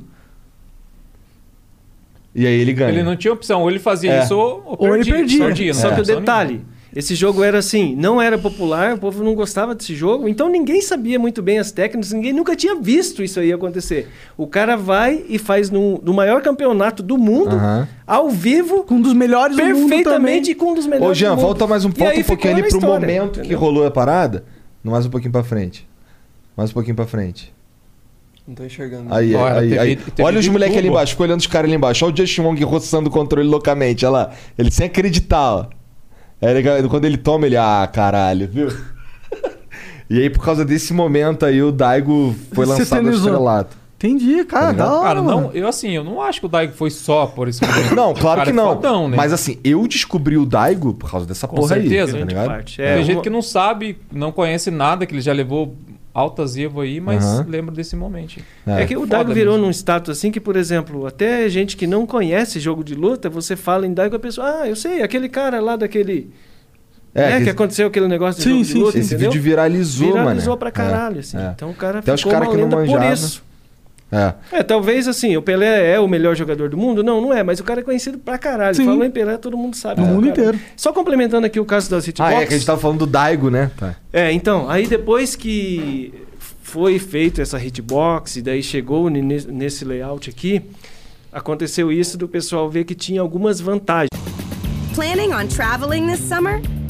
Speaker 1: E aí ele ganha.
Speaker 3: Ele não tinha opção, ou ele fazia
Speaker 1: É.
Speaker 3: isso ou, ou
Speaker 2: Ou ele
Speaker 3: perdia.
Speaker 2: perdia.
Speaker 3: perdia, não
Speaker 4: Só
Speaker 3: tinha
Speaker 4: que o
Speaker 3: opção
Speaker 1: né?
Speaker 4: detalhe, esse jogo era assim, não era popular, o povo não gostava desse jogo, então ninguém sabia muito bem as técnicas, ninguém nunca tinha visto isso aí acontecer. O cara vai e faz no, no maior campeonato do mundo,
Speaker 1: Aham.
Speaker 4: ao vivo,
Speaker 2: Com um dos melhores do mundo também.
Speaker 4: perfeitamente com um dos melhores
Speaker 1: Ô, Jean,
Speaker 4: do mundo.
Speaker 1: volta mais um
Speaker 4: E
Speaker 1: ponto
Speaker 4: aí
Speaker 1: um pouquinho
Speaker 4: ficou
Speaker 1: ali
Speaker 4: na
Speaker 1: pro
Speaker 4: história,
Speaker 1: momento que
Speaker 4: entendeu?
Speaker 1: rolou a parada. No Mais um pouquinho pra frente. Mais um pouquinho pra frente.
Speaker 5: Não tô enxergando.
Speaker 1: Aí,
Speaker 3: Ó, era
Speaker 1: aí,
Speaker 3: TV
Speaker 1: aí.
Speaker 3: TV
Speaker 1: Olha os
Speaker 3: de
Speaker 1: moleques ali
Speaker 3: tubo.
Speaker 1: embaixo, ficou olhando os caras ali embaixo. Olha o Justin Wong roçando o controle loucamente, olha lá. Ele sem acreditar, ó. É legal, quando ele toma, ele, ah, caralho, viu? e aí, por causa desse momento aí, o Daigo foi
Speaker 2: Se
Speaker 1: lançado ao
Speaker 2: eternizou.
Speaker 1: estrelato.
Speaker 2: Entendi, cara.
Speaker 1: ligado?
Speaker 2: da hora,
Speaker 3: Cara,
Speaker 2: mano.
Speaker 3: não, eu assim, eu não acho que o Daigo foi só por esse momento.
Speaker 1: Não,
Speaker 3: O
Speaker 1: claro
Speaker 3: cara
Speaker 1: que
Speaker 3: é
Speaker 1: não.
Speaker 3: fodão, né?
Speaker 1: Mas assim, eu descobri o Daigo por causa dessa
Speaker 3: Com
Speaker 1: porra aí.
Speaker 3: certeza.
Speaker 1: tá
Speaker 4: Grande
Speaker 1: ligado?
Speaker 4: parte.
Speaker 3: Tem
Speaker 4: É,
Speaker 3: gente
Speaker 4: uma-
Speaker 3: que não sabe, não conhece nada, que ele já levou altas Evo aí, mas
Speaker 1: Aham.
Speaker 3: lembra desse momento.
Speaker 1: É.
Speaker 4: É que o
Speaker 3: Foda
Speaker 4: Daigo virou
Speaker 3: mesmo.
Speaker 4: num status assim que, por exemplo, até gente que não conhece jogo de luta, você fala em Daigo, a pessoa, ah, eu sei, aquele cara lá daquele.
Speaker 1: É,
Speaker 4: né,
Speaker 1: que-
Speaker 4: que, aconteceu aquele negócio de
Speaker 2: Sim,
Speaker 4: jogo
Speaker 2: sim,
Speaker 4: de luta,
Speaker 2: sim.
Speaker 1: Esse
Speaker 4: entendeu?
Speaker 1: vídeo viralizou, mano.
Speaker 4: viralizou pra caralho, assim.
Speaker 1: é.
Speaker 4: Então o cara
Speaker 1: Até os
Speaker 4: ficou
Speaker 1: cara
Speaker 4: uma
Speaker 1: que não
Speaker 4: lenda por
Speaker 1: manjava.
Speaker 4: isso.
Speaker 1: É.
Speaker 4: É, talvez assim, o Pelé é o melhor jogador do mundo? Não, não é, mas o cara é conhecido pra caralho.
Speaker 2: Sim.
Speaker 4: Falou em Pelé, todo mundo sabe.
Speaker 2: No
Speaker 4: né,
Speaker 2: mundo
Speaker 4: cara?
Speaker 2: inteiro.
Speaker 4: Só complementando aqui o caso das hitbox.
Speaker 1: Ah, é que a gente tava falando do Daigo, né? Tá.
Speaker 4: É, então, aí depois que foi feito essa hitbox e daí chegou ne- ne- nesse layout aqui, aconteceu isso do pessoal ver que tinha algumas vantagens.
Speaker 6: Planning on traveling this summer?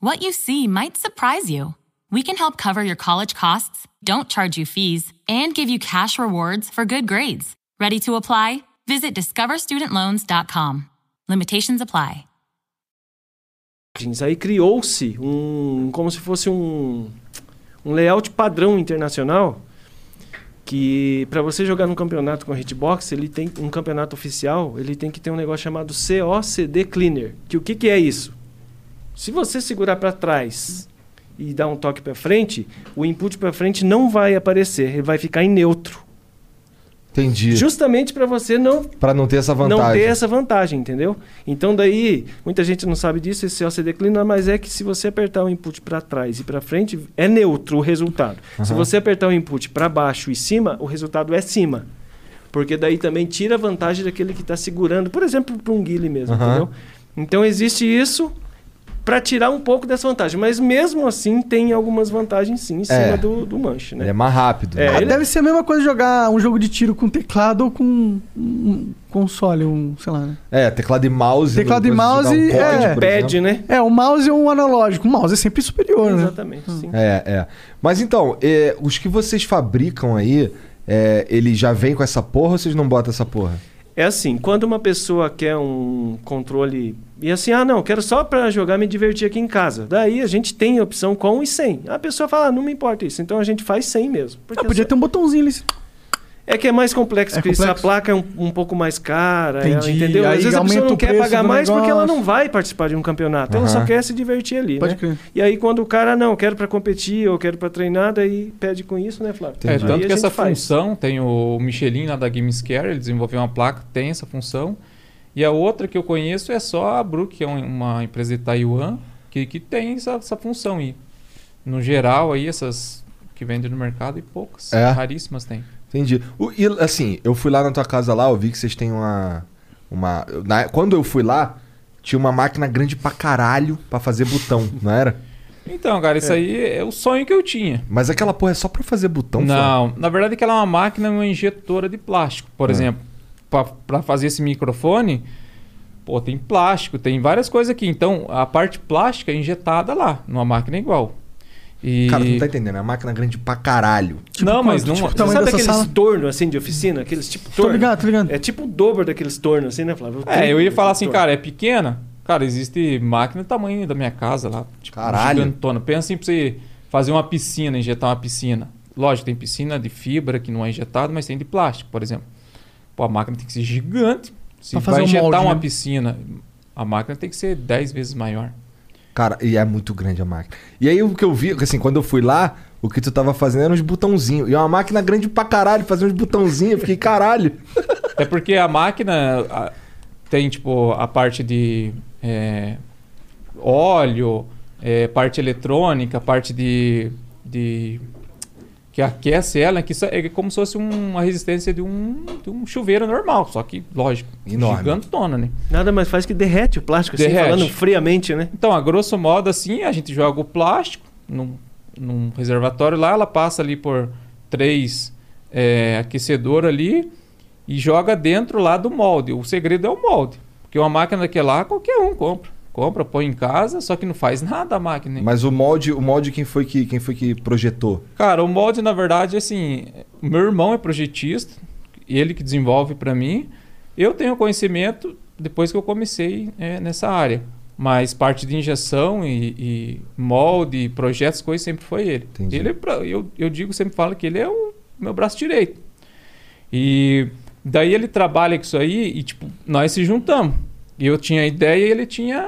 Speaker 7: what you see might surprise you. We can help cover your college costs, don't charge you fees, and give you cash rewards for good grades. Ready to apply? Visit discoverstudentloans.com. Limitations apply.
Speaker 4: Jeans. Aí criou-se um, como se fosse um, um layout padrão internacional que para você jogar num campeonato com a Hitbox, ele tem um campeonato oficial, ele tem que ter um negócio chamado COCD Cleaner. Que o que, que é isso? Se você segurar para trás e dar um toque para frente, o input para frente não vai aparecer, ele vai ficar em neutro.
Speaker 1: Entendi.
Speaker 4: Justamente para você não
Speaker 1: Pra não ter essa vantagem.
Speaker 4: não ter essa vantagem, entendeu? Então daí, muita gente não sabe disso, esse OC declina, mas é que se você apertar o input para trás e para frente, é neutro o resultado. Se você apertar o input para baixo e cima, o resultado é cima. Porque daí também tira a vantagem daquele que está segurando, por exemplo, para um guile mesmo,
Speaker 1: Aham.
Speaker 4: entendeu? Então existe isso para tirar um pouco dessa vantagem. Mas mesmo assim, tem algumas vantagens sim em cima
Speaker 1: É.
Speaker 4: do, do manche, né?
Speaker 1: Ele é mais rápido.
Speaker 4: É,
Speaker 2: Ah,
Speaker 4: ele-
Speaker 2: Deve ser a mesma coisa jogar um jogo de tiro com teclado ou com um console, um, sei lá, né?
Speaker 1: É, teclado e mouse.
Speaker 2: Teclado e
Speaker 1: coisa de dar
Speaker 2: mouse, é.
Speaker 1: um código, por
Speaker 4: Pad,
Speaker 1: exemplo.
Speaker 4: né?
Speaker 2: É, o mouse é um analógico. O mouse é sempre superior, né?
Speaker 4: Exatamente, sim.
Speaker 1: É, é. Mas então, é, os que vocês fabricam aí, é, ele já vem com essa porra ou vocês não botam essa porra?
Speaker 4: É assim, quando uma pessoa quer um controle e assim, ah, não, quero só pra jogar e me divertir aqui em casa. Daí a gente tem a opção com e sem. A pessoa fala, ah, não me importa isso. Então a gente faz sem mesmo. Porque
Speaker 2: Ah, podia
Speaker 4: só-
Speaker 2: ter um botãozinho ali.
Speaker 4: É que é mais complexo,
Speaker 2: É
Speaker 4: porque se a
Speaker 2: complexo.
Speaker 4: placa é um, um pouco mais cara, ela-
Speaker 2: Entendi.
Speaker 4: entendeu?
Speaker 2: Aí
Speaker 4: Às vezes a pessoa
Speaker 2: aumenta
Speaker 4: não
Speaker 2: o
Speaker 4: quer
Speaker 2: preço
Speaker 4: pagar
Speaker 2: do
Speaker 4: mais porque ela
Speaker 2: negócio.
Speaker 4: não vai participar de um campeonato. Ela só
Speaker 1: Aham.
Speaker 4: quer se divertir ali,
Speaker 2: Pode
Speaker 4: né?
Speaker 2: crer.
Speaker 4: E aí quando o cara, não, quero pra competir, ou quero pra treinar, daí pede com isso, né, Flávio?
Speaker 3: É,
Speaker 1: Entendi.
Speaker 4: Aí
Speaker 3: tanto
Speaker 4: a
Speaker 3: que essa
Speaker 4: gente faz.
Speaker 3: função, tem o Michelin lá da Gamescare, ele desenvolveu uma placa, tem essa função. E a outra que eu conheço é só a Brook, que é um- uma empresa de Taiwan, que, que tem essa, essa função. E, no geral, aí essas que vendem no mercado, e poucas,
Speaker 1: É.
Speaker 3: raríssimas tem.
Speaker 1: Entendi. O- e, assim, eu fui lá na tua casa lá, eu vi que vocês têm uma. uma na- quando eu fui lá, tinha uma máquina grande pra caralho pra fazer botão, não era?
Speaker 3: Então, cara, isso aí é o sonho que eu tinha.
Speaker 1: Mas aquela porra é só pra fazer botão, Flávio?
Speaker 3: Não, na verdade é que ela é uma máquina, uma injetora de plástico, por exemplo. Pra- Pra fazer esse microfone, pô, tem plástico, tem várias coisas aqui. Então, a parte plástica é injetada lá, numa máquina igual. E...
Speaker 1: Cara, tu não tá entendendo, é uma máquina grande pra caralho.
Speaker 3: não, mas não... é.
Speaker 2: Tipo,
Speaker 4: Você
Speaker 2: tamanho
Speaker 4: sabe
Speaker 2: dessa
Speaker 4: aqueles
Speaker 2: sala?
Speaker 4: tornos assim de oficina? Aqueles tipo torno?
Speaker 2: ligado, tô ligado.
Speaker 4: É tipo o dobro daqueles tornos assim, né, Flávio?
Speaker 3: É, eu ia falar assim,
Speaker 4: Torno.
Speaker 3: cara, é pequena. Cara, existe máquina do tamanho da minha casa lá. Tipo,
Speaker 1: Caralho.
Speaker 3: Gigantona. Pensa assim pra você fazer uma piscina, injetar uma piscina. Lógico, tem piscina de fibra que não é injetada, mas tem de plástico, por exemplo. Pô, a máquina tem que ser gigante. Se
Speaker 2: Pra fazer
Speaker 3: vai
Speaker 2: um
Speaker 3: injetar
Speaker 2: molde,
Speaker 3: uma
Speaker 2: né?
Speaker 3: piscina, a máquina tem que ser 10 vezes maior.
Speaker 1: Cara, e é muito grande a máquina. E aí o que eu vi, assim, quando eu fui lá, o que tu tava fazendo era uns botãozinhos. E é uma máquina grande pra caralho, fazer uns botãozinhos. Eu fiquei, caralho.
Speaker 3: Até É porque a máquina a- tem, tipo, a parte de é, óleo, é, parte eletrônica, parte de, de- que aquece ela, que isso é como se fosse um- uma resistência de um, de um chuveiro normal, só que, lógico,
Speaker 1: Enorme.
Speaker 3: gigantona, né?
Speaker 4: Nada mais faz que derrete o plástico,
Speaker 3: Derrete.
Speaker 4: assim, falando friamente, né?
Speaker 3: Então, a grosso modo, assim, a gente joga o plástico num, num reservatório lá, ela passa ali por três é, aquecedor ali e joga dentro lá do molde. O segredo é o molde. Porque uma máquina daquela lá, qualquer um compra. Compra, põe em casa, só que não faz nada a máquina. né?
Speaker 1: Mas o molde, o molde quem foi que, quem foi que projetou?
Speaker 3: Cara, o molde, na verdade, assim, meu irmão é projetista, ele que desenvolve pra mim. Eu tenho conhecimento depois que eu comecei é, nessa área. Mas parte de injeção e, e molde, projetos, coisas, sempre foi ele.
Speaker 1: Entendi.
Speaker 3: Ele é pra- eu, eu digo, sempre falo que ele é o meu braço direito. E daí ele trabalha com isso aí e, tipo, nós se juntamos. E eu tinha a ideia e ele tinha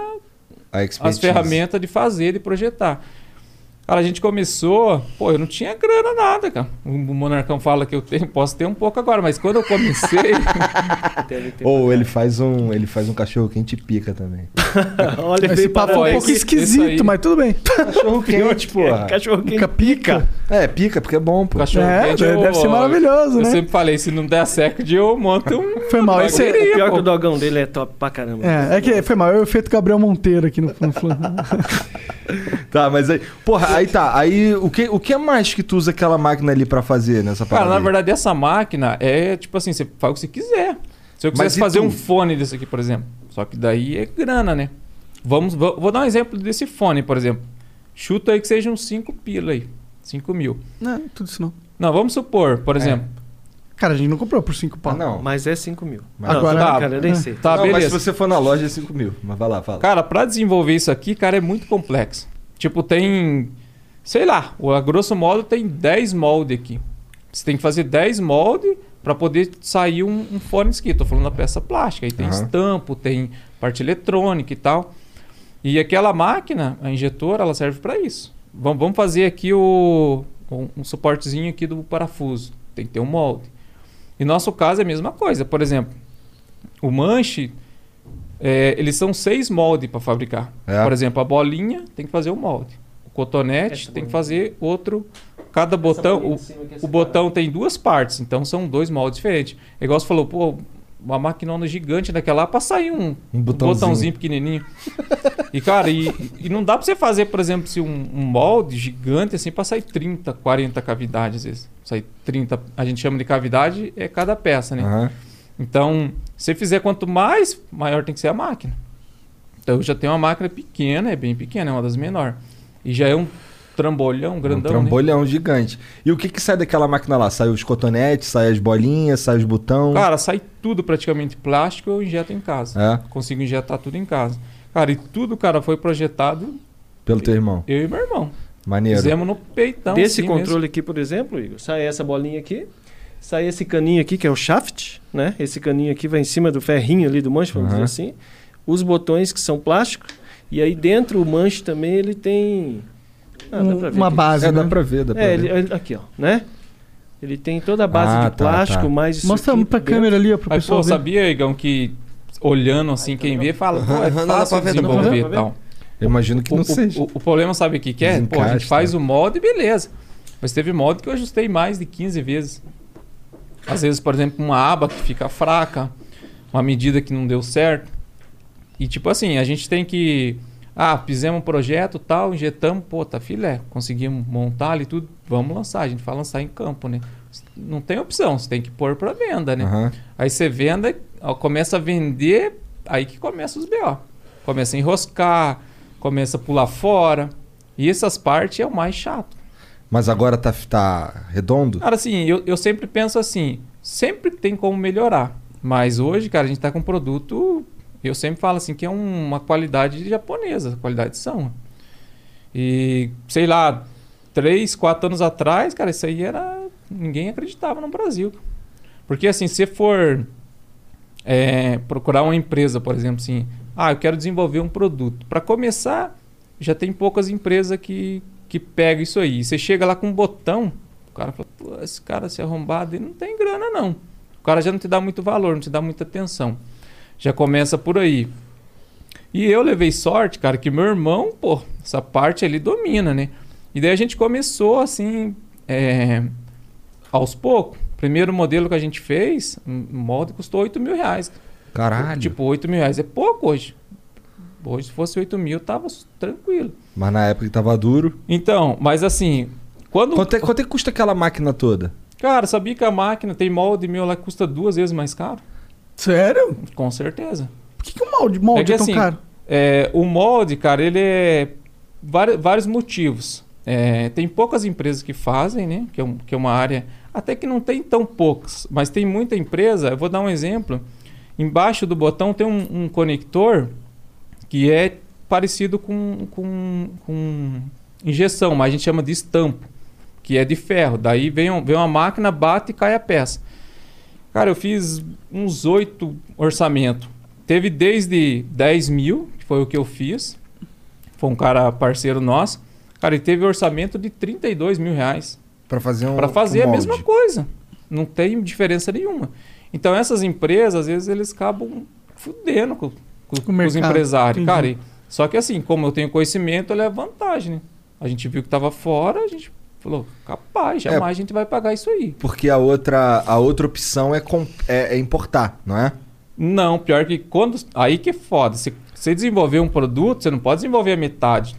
Speaker 1: A
Speaker 3: as
Speaker 1: expertise.
Speaker 3: ferramentas de fazer, de projetar. Cara, a gente começou, pô, eu não tinha grana nada, cara. O Monarcão fala que eu tenho, posso ter um pouco agora, mas quando eu comecei, né?
Speaker 1: Ou ele faz um, ele faz um cachorro quente e pica também.
Speaker 4: Olha,
Speaker 2: Esse
Speaker 4: veio
Speaker 2: papo
Speaker 4: para
Speaker 2: é um
Speaker 4: tipo,
Speaker 3: esse-
Speaker 2: pouco
Speaker 3: esse
Speaker 2: esquisito,
Speaker 3: aí-
Speaker 2: mas tudo bem.
Speaker 1: Cachorro quente, porra.
Speaker 4: Cachorro
Speaker 2: Fica
Speaker 4: quente.
Speaker 2: pica.
Speaker 1: É, pica porque é bom, pô.
Speaker 3: cachorro
Speaker 2: É,
Speaker 3: quente, eu-
Speaker 2: deve ser maravilhoso,
Speaker 3: Eu
Speaker 2: né?
Speaker 3: sempre falei, se não der second, eu monto um.
Speaker 2: Foi mal.
Speaker 3: uma
Speaker 2: Esse é,
Speaker 3: guria,
Speaker 4: Pior
Speaker 3: pô.
Speaker 4: que o dogão dele é top pra caramba.
Speaker 2: é, é que foi mal. É o efeito Gabriel Monteiro aqui no, no
Speaker 1: Tá, mas aí, porra, aí tá. Aí o que, o que é mais que tu usa aquela máquina ali pra fazer nessa
Speaker 3: Cara,
Speaker 1: parada?
Speaker 3: na
Speaker 1: aí?
Speaker 3: verdade, essa máquina é tipo assim, você faz o que você quiser. Se eu
Speaker 1: Mas
Speaker 3: quisesse
Speaker 1: e
Speaker 3: fazer
Speaker 1: tu?
Speaker 3: um fone desse aqui, por exemplo. Só que daí é grana, né? Vamos, va- vou dar um exemplo desse fone, por exemplo. Chuta aí que seja uns 5 pila aí. 5 mil.
Speaker 2: Não, é tudo isso não.
Speaker 3: Não, vamos supor,
Speaker 2: É.
Speaker 3: por exemplo.
Speaker 2: Cara, a gente não comprou por 5 pau.
Speaker 1: Ah, não.
Speaker 4: Mas é 5 mil.
Speaker 1: Mas-
Speaker 4: Não,
Speaker 2: Agora- é.
Speaker 4: cara, eu nem sei.
Speaker 3: Tá,
Speaker 1: não, mas se
Speaker 3: beleza.
Speaker 1: você for na loja é 5 mil. Mas vai lá, fala.
Speaker 3: Cara, pra desenvolver isso aqui, cara, é muito complexo. Tipo, tem. Sei lá, a grosso modo tem 10 moldes aqui. Você tem que fazer 10 moldes pra poder sair um, um fone escrito. Tô falando da peça plástica. Aí tem
Speaker 1: Aham.
Speaker 3: estampo, tem parte eletrônica e tal. E aquela máquina, a injetora, ela serve pra isso. Vamos, vamos fazer aqui o, um, um suportezinho aqui do parafuso. Tem que ter um molde. E nosso caso é a mesma coisa. Por exemplo, o manche, é, eles são seis moldes para fabricar.
Speaker 1: É.
Speaker 3: Por exemplo, a bolinha tem que fazer um molde. O cotonete tem que fazer outro. Cada botão, o, o botão tem duas partes, então são dois moldes diferentes. É igual você falou, pô, uma maquinona gigante daquela lá pra sair um,
Speaker 1: Um
Speaker 3: um
Speaker 1: botãozinho.
Speaker 3: botãozinho. pequenininho. e cara, e, e não dá pra você fazer, por exemplo, se um, um molde gigante assim pra sair 30, 40 cavidades às vezes. Sai 30, a gente chama de cavidade é cada peça, né?
Speaker 1: Aham.
Speaker 3: Então, se você fizer quanto mais, maior tem que ser a máquina. Então, eu já tenho uma máquina pequena, é bem pequena, é uma das menores. E já é um trambolhão
Speaker 1: Um
Speaker 3: grandão, né?
Speaker 1: trambolhão gigante. E o que que sai daquela máquina lá? Sai os cotonetes, sai as bolinhas, sai os botão.
Speaker 3: Cara, sai tudo praticamente plástico, eu injeto em casa.
Speaker 1: É,
Speaker 3: Consigo injetar tudo em casa. Cara, e tudo, cara, foi projetado
Speaker 1: pelo teu irmão.
Speaker 3: eu e meu irmão.
Speaker 1: Maneiro.
Speaker 3: Fizemos no peitão.
Speaker 4: Desse
Speaker 3: assim
Speaker 4: controle
Speaker 3: mesmo.
Speaker 4: aqui, por exemplo, Igor, sai essa bolinha aqui, sai esse caninho aqui, que é o shaft, né? Esse caninho aqui vai em cima do ferrinho ali do manche, vamos
Speaker 1: Aham.
Speaker 4: dizer assim. Os botões que são plástico. E aí dentro o manche também ele tem... Ah, dá pra ver
Speaker 2: uma
Speaker 4: aqui.
Speaker 2: base,
Speaker 1: É,
Speaker 2: né?
Speaker 1: dá pra ver, dá pra
Speaker 4: É,
Speaker 1: ver.
Speaker 4: ele, ele- aqui, ó, né? Ele tem toda a base
Speaker 1: Ah,
Speaker 4: de
Speaker 1: tá,
Speaker 4: plástico,
Speaker 1: tá.
Speaker 4: mais isso
Speaker 2: Mostra
Speaker 4: aqui
Speaker 2: pra
Speaker 4: dentro.
Speaker 2: câmera ali, ó, pro
Speaker 3: Mas,
Speaker 2: pessoal
Speaker 3: pô,
Speaker 2: ver.
Speaker 3: sabia, Igão, que olhando assim, quem vê, fala, pô, é
Speaker 5: Aham, não dá
Speaker 3: fácil
Speaker 5: pra ver, não.
Speaker 3: desenvolver
Speaker 4: Tá
Speaker 3: e
Speaker 4: vendo?
Speaker 3: tal.
Speaker 1: Eu imagino que
Speaker 3: O,
Speaker 1: não
Speaker 3: o-
Speaker 1: seja.
Speaker 3: o- o problema sabe o que, que é? Pô, a
Speaker 1: Desencaixe,
Speaker 3: gente faz
Speaker 1: né?
Speaker 3: o molde e beleza. Mas teve molde que eu ajustei mais de 15 vezes. Às vezes, por exemplo, uma aba que fica fraca, uma medida que não deu certo. E tipo assim, a gente tem que. Ah, fizemos um projeto tal, injetamos, pô, tá filé, conseguimos montar ali tudo, vamos lançar. A gente fala lançar em campo, né? Não tem opção, você tem que pôr pra venda, né?
Speaker 1: Aham.
Speaker 3: Aí você venda, ó, começa a vender, aí que começa os BO. Começa a enroscar, começa a pular fora. E essas partes é o mais chato.
Speaker 1: Mas agora tá, tá redondo?
Speaker 3: Cara, assim, eu, eu sempre penso assim, sempre tem como melhorar. Mas hoje, cara, a gente tá com um produto, eu sempre falo assim, que é um- uma qualidade japonesa, qualidade são. E, sei lá, três, quatro anos atrás, cara, isso aí era. ninguém acreditava no Brasil. Porque assim, se for é, procurar uma empresa, por exemplo, assim, ah, eu quero desenvolver um produto. Para começar, já tem poucas empresas que, que pegam isso aí. E você chega lá com um botão, o cara fala, pô, esse cara se arrombado, ele não tem grana não. O cara já não te dá muito valor, não te dá muita atenção. Já começa por aí. E eu levei sorte, cara, que meu irmão, pô, essa parte ele domina, né? E daí a gente começou assim, é, aos poucos. Primeiro modelo que a gente fez, um molde custou 8 mil reais.
Speaker 1: Caralho.
Speaker 3: Tipo, 8 mil reais é pouco hoje. Hoje, se fosse 8 mil, tava s- tranquilo.
Speaker 1: Mas na época que tava duro.
Speaker 3: Então, mas assim, quando.
Speaker 1: Quanto é, quanto é que custa aquela máquina toda?
Speaker 3: Cara, sabia que a máquina tem molde meu lá que custa duas vezes mais caro?
Speaker 2: Sério?
Speaker 3: Com certeza.
Speaker 2: Por que, que o molde, molde é,
Speaker 3: É que
Speaker 2: tão
Speaker 3: assim,
Speaker 2: caro?
Speaker 3: É, o molde, cara, ele é vari- vários motivos. É, tem poucas empresas que fazem, né? Que é, um- que é uma área. Até que não tem tão poucas, mas tem muita empresa. Eu vou dar um exemplo. Embaixo do botão tem um, um conector que é parecido com, com, com injeção, mas a gente chama de estampo, que é de ferro. Daí vem, um- vem uma máquina, bate e cai a peça. Cara, eu fiz uns oito orçamentos. Teve desde 10 mil, que foi o que eu fiz. Foi um cara parceiro nosso. Cara, ele teve orçamento de 32 mil reais.
Speaker 1: Pra fazer um.
Speaker 3: Pra fazer é
Speaker 1: um
Speaker 3: a
Speaker 1: molde.
Speaker 3: mesma coisa. Não tem diferença nenhuma. Então, essas empresas, às vezes, eles acabam fudendo com, com- com os
Speaker 2: mercado.
Speaker 3: empresários.
Speaker 2: Uhum.
Speaker 3: Cara, e- só que assim, como eu tenho conhecimento, ele é vantagem, né? A gente viu que tava fora, a gente falou, capaz, jamais a gente vai pagar isso aí.
Speaker 1: Porque a outra, a outra opção é, com- é- é importar, não é?
Speaker 3: Não, pior que quando. Aí que é foda. Se você desenvolver um produto, você não pode desenvolver a metade.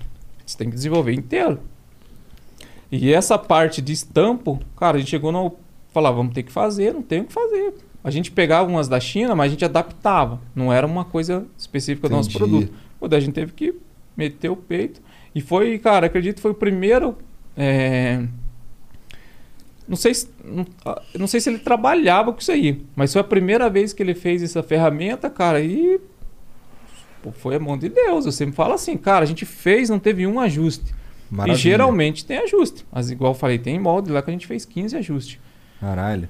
Speaker 3: Você tem que desenvolver inteiro. E essa parte de estampo, cara, a gente chegou no. Falar, vamos ter que fazer, não tem o que fazer. A gente pegava umas da China, mas a gente adaptava. Não era uma coisa específica do nosso
Speaker 1: Entendi.
Speaker 3: produto. Pô, daí a gente teve que meter o peito. E foi, cara, acredito que foi o primeiro. é, Não sei, se, não, ah, não sei se ele trabalhava com isso aí, mas foi a primeira vez que ele fez essa ferramenta, cara, e pô, foi a mão de Deus. Eu sempre falo assim, cara, a gente fez, não teve um ajuste.
Speaker 1: Maravilha.
Speaker 3: E geralmente tem ajuste. Mas igual eu falei, tem molde lá que a gente fez 15 ajustes.
Speaker 1: Caralho.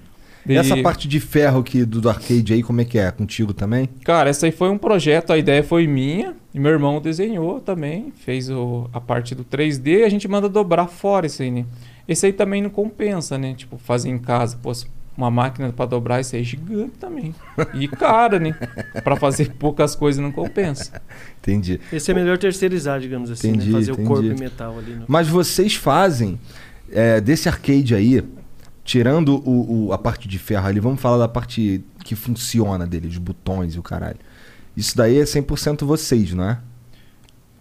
Speaker 1: E essa
Speaker 3: E-
Speaker 1: parte de ferro aqui do, do arcade aí, como é que é? Contigo também?
Speaker 3: Cara, essa aí foi um projeto, a ideia foi minha, e meu irmão desenhou também, fez o- a parte do 3D, e a gente manda dobrar fora isso aí, né? Esse aí também não compensa, né? Tipo, fazer em casa, pô, se- uma máquina pra dobrar isso aí é gigante também. E cara, né? Pra fazer poucas coisas não compensa.
Speaker 1: Entendi.
Speaker 4: Esse é melhor terceirizar, digamos assim, né?
Speaker 1: Entendi,
Speaker 4: fazer
Speaker 1: entendi.
Speaker 4: o corpo e metal ali. né? No...
Speaker 1: Mas vocês fazem é, desse arcade aí, tirando o, o- a parte de ferro ali, vamos falar da parte que funciona dele, os botões e o caralho. Isso daí é 100% vocês, não é?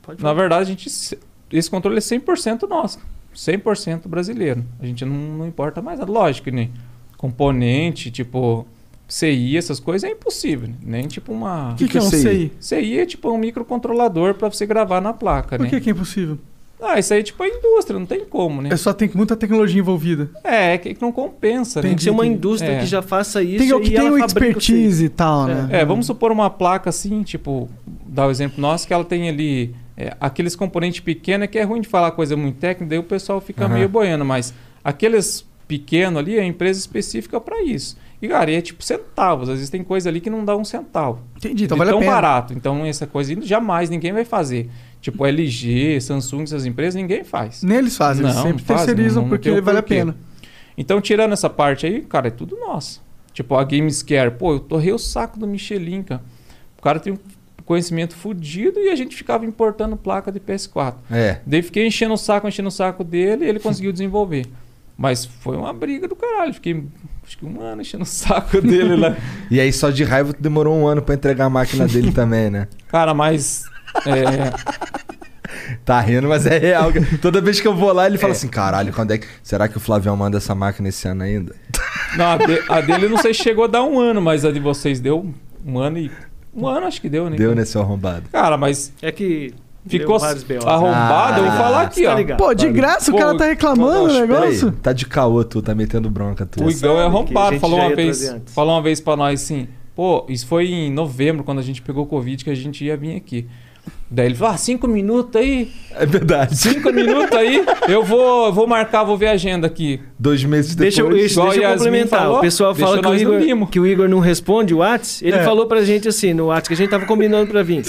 Speaker 4: Pode
Speaker 3: Na
Speaker 4: falar.
Speaker 3: verdade, a gente se- esse controle é 100% nosso, 100% brasileiro. A gente não, não importa mais, nada. lógico, né? Componente, tipo, CI, essas coisas é impossível, né? nem tipo uma
Speaker 2: O que,
Speaker 1: que
Speaker 2: que é um
Speaker 1: é isso aí?
Speaker 2: CI?
Speaker 3: CI é tipo um microcontrolador pra você gravar na placa,
Speaker 2: Por
Speaker 3: né?
Speaker 2: que, que é impossível?
Speaker 3: Ah, isso aí é tipo a indústria, não tem como, né?
Speaker 2: É só tem muita tecnologia envolvida.
Speaker 3: É, é que que não compensa,
Speaker 4: Tem
Speaker 3: né?
Speaker 4: que ser uma indústria
Speaker 3: É.
Speaker 4: que já faça isso.
Speaker 2: Tem o que
Speaker 4: e
Speaker 2: tem
Speaker 4: ela
Speaker 2: o
Speaker 4: fabrica o seu.
Speaker 2: expertise e tal, né?
Speaker 3: É, vamos supor uma placa assim, tipo, dar o exemplo nosso, que ela tem ali é, aqueles componentes pequenos, que é ruim de falar coisa muito técnica, daí o pessoal fica
Speaker 1: Aham.
Speaker 3: meio boiando, mas aqueles pequenos ali é empresa específica pra isso. E, cara, e é tipo centavos, às vezes tem coisa ali que não dá um centavo.
Speaker 2: Entendi, então
Speaker 3: de
Speaker 2: vale a
Speaker 3: tão
Speaker 2: pena.
Speaker 3: barato. Então, essa coisa jamais ninguém vai fazer. Tipo, LG, Samsung, essas empresas, ninguém faz.
Speaker 2: Nem eles fazem, eles
Speaker 3: Não,
Speaker 2: sempre
Speaker 3: não fazem,
Speaker 2: terceirizam
Speaker 3: não- não
Speaker 2: porque
Speaker 3: tem o
Speaker 2: vale a
Speaker 3: porquê.
Speaker 2: pena.
Speaker 3: Então, tirando essa parte aí, cara, é tudo nosso. Tipo, a Gamescare, pô, eu torrei o saco do Michelin, cara. O cara tem um conhecimento fudido e a gente ficava importando placa de PS4.
Speaker 1: É.
Speaker 3: Daí fiquei enchendo o saco, enchendo o saco dele e ele conseguiu desenvolver. Mas foi uma briga do caralho. Fiquei acho que um ano enchendo o saco dele lá.
Speaker 1: E aí só de raiva tu demorou um ano pra entregar a máquina dele também, né?
Speaker 3: Cara, mas. é,
Speaker 1: Tá rindo, mas é real. Toda vez que eu vou lá, ele fala assim: caralho, quando é que. Será que o Flavião manda essa máquina esse ano ainda?
Speaker 3: Não, a, de- a dele não sei se chegou a dar um ano, mas a de vocês deu um ano e. Um ano acho que deu, né?
Speaker 1: Deu, né, seu arrombado?
Speaker 3: Cara, mas
Speaker 4: É que
Speaker 3: ficou
Speaker 4: deu vários B.O.
Speaker 3: arrombado, eu vou falar aqui,
Speaker 4: Você tá
Speaker 3: ó.
Speaker 4: ligado?
Speaker 2: Pô, de
Speaker 4: Tá ligado.
Speaker 2: graça o
Speaker 3: Pô,
Speaker 2: cara tá reclamando do
Speaker 3: não,
Speaker 1: Pera aí,
Speaker 2: negócio.
Speaker 1: tá de caô, tu tá metendo bronca, tu.
Speaker 3: O Igão é
Speaker 4: sabe que a
Speaker 3: arrombado.
Speaker 4: gente
Speaker 3: Falou
Speaker 4: já
Speaker 3: uma,
Speaker 4: ia
Speaker 3: vez,
Speaker 4: trazer antes.
Speaker 3: falou uma vez pra nós assim, pô, isso foi em novembro, quando a gente pegou Covid, que a gente ia vir aqui. Daí ele falou, ah, cinco minutos aí,
Speaker 1: É verdade.
Speaker 3: cinco minutos aí, eu vou, vou marcar, vou ver a agenda aqui.
Speaker 1: Dois meses depois.
Speaker 4: Deixa, eu- isso,
Speaker 3: igual
Speaker 4: deixa eu
Speaker 3: Yasmin
Speaker 4: complementar.
Speaker 3: falou,
Speaker 4: o pessoal
Speaker 3: deixou
Speaker 4: fala que o,
Speaker 3: nós no
Speaker 4: Igor,
Speaker 3: limo.
Speaker 4: que o Igor não responde o Whats. Ele
Speaker 2: É.
Speaker 4: falou pra gente assim no Whats, que a gente tava combinando pra vir.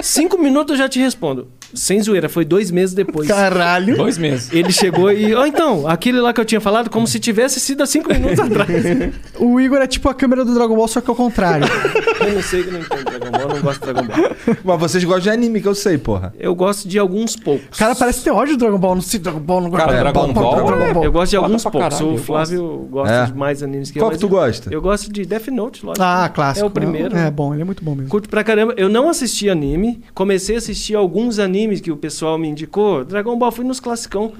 Speaker 4: Cinco minutos eu já te respondo. Sem zoeira, foi dois meses depois.
Speaker 2: Caralho.
Speaker 3: Dois meses.
Speaker 4: Ele chegou e. Ó, então, aquele lá que eu tinha falado, como se tivesse sido há cinco minutos atrás.
Speaker 2: O Igor é tipo a câmera do Dragon Ball, só que ao contrário.
Speaker 4: Eu não sei que não entendo Dragon Ball, não gosto de Dragon Ball.
Speaker 1: Mas vocês gostam de anime, que eu sei, porra.
Speaker 4: Eu gosto de alguns
Speaker 2: O
Speaker 4: poucos.
Speaker 2: cara parece ter ódio do Dragon Ball, não sei Dragon Ball, não gosto
Speaker 3: Cara,
Speaker 2: de
Speaker 3: Dragon Ball,
Speaker 2: Dragon
Speaker 3: é,
Speaker 2: Ball.
Speaker 4: Eu gosto de
Speaker 3: Foda
Speaker 4: alguns
Speaker 3: pra
Speaker 4: poucos.
Speaker 3: caralho,
Speaker 4: o
Speaker 3: eu
Speaker 4: Flávio gosta
Speaker 1: É.
Speaker 4: de mais animes que eu,
Speaker 1: Qual que
Speaker 4: mas
Speaker 1: tu
Speaker 2: um.
Speaker 4: eu-
Speaker 1: gosta?
Speaker 4: Eu gosto de Death Note, lógico.
Speaker 2: Ah, clássico.
Speaker 4: É o primeiro.
Speaker 3: né?
Speaker 2: É bom, ele é muito bom mesmo.
Speaker 4: Curto pra caramba. Eu não assisti anime. Comecei a assistir alguns animes que o pessoal me indicou. Dragon Ball fui nos classicão.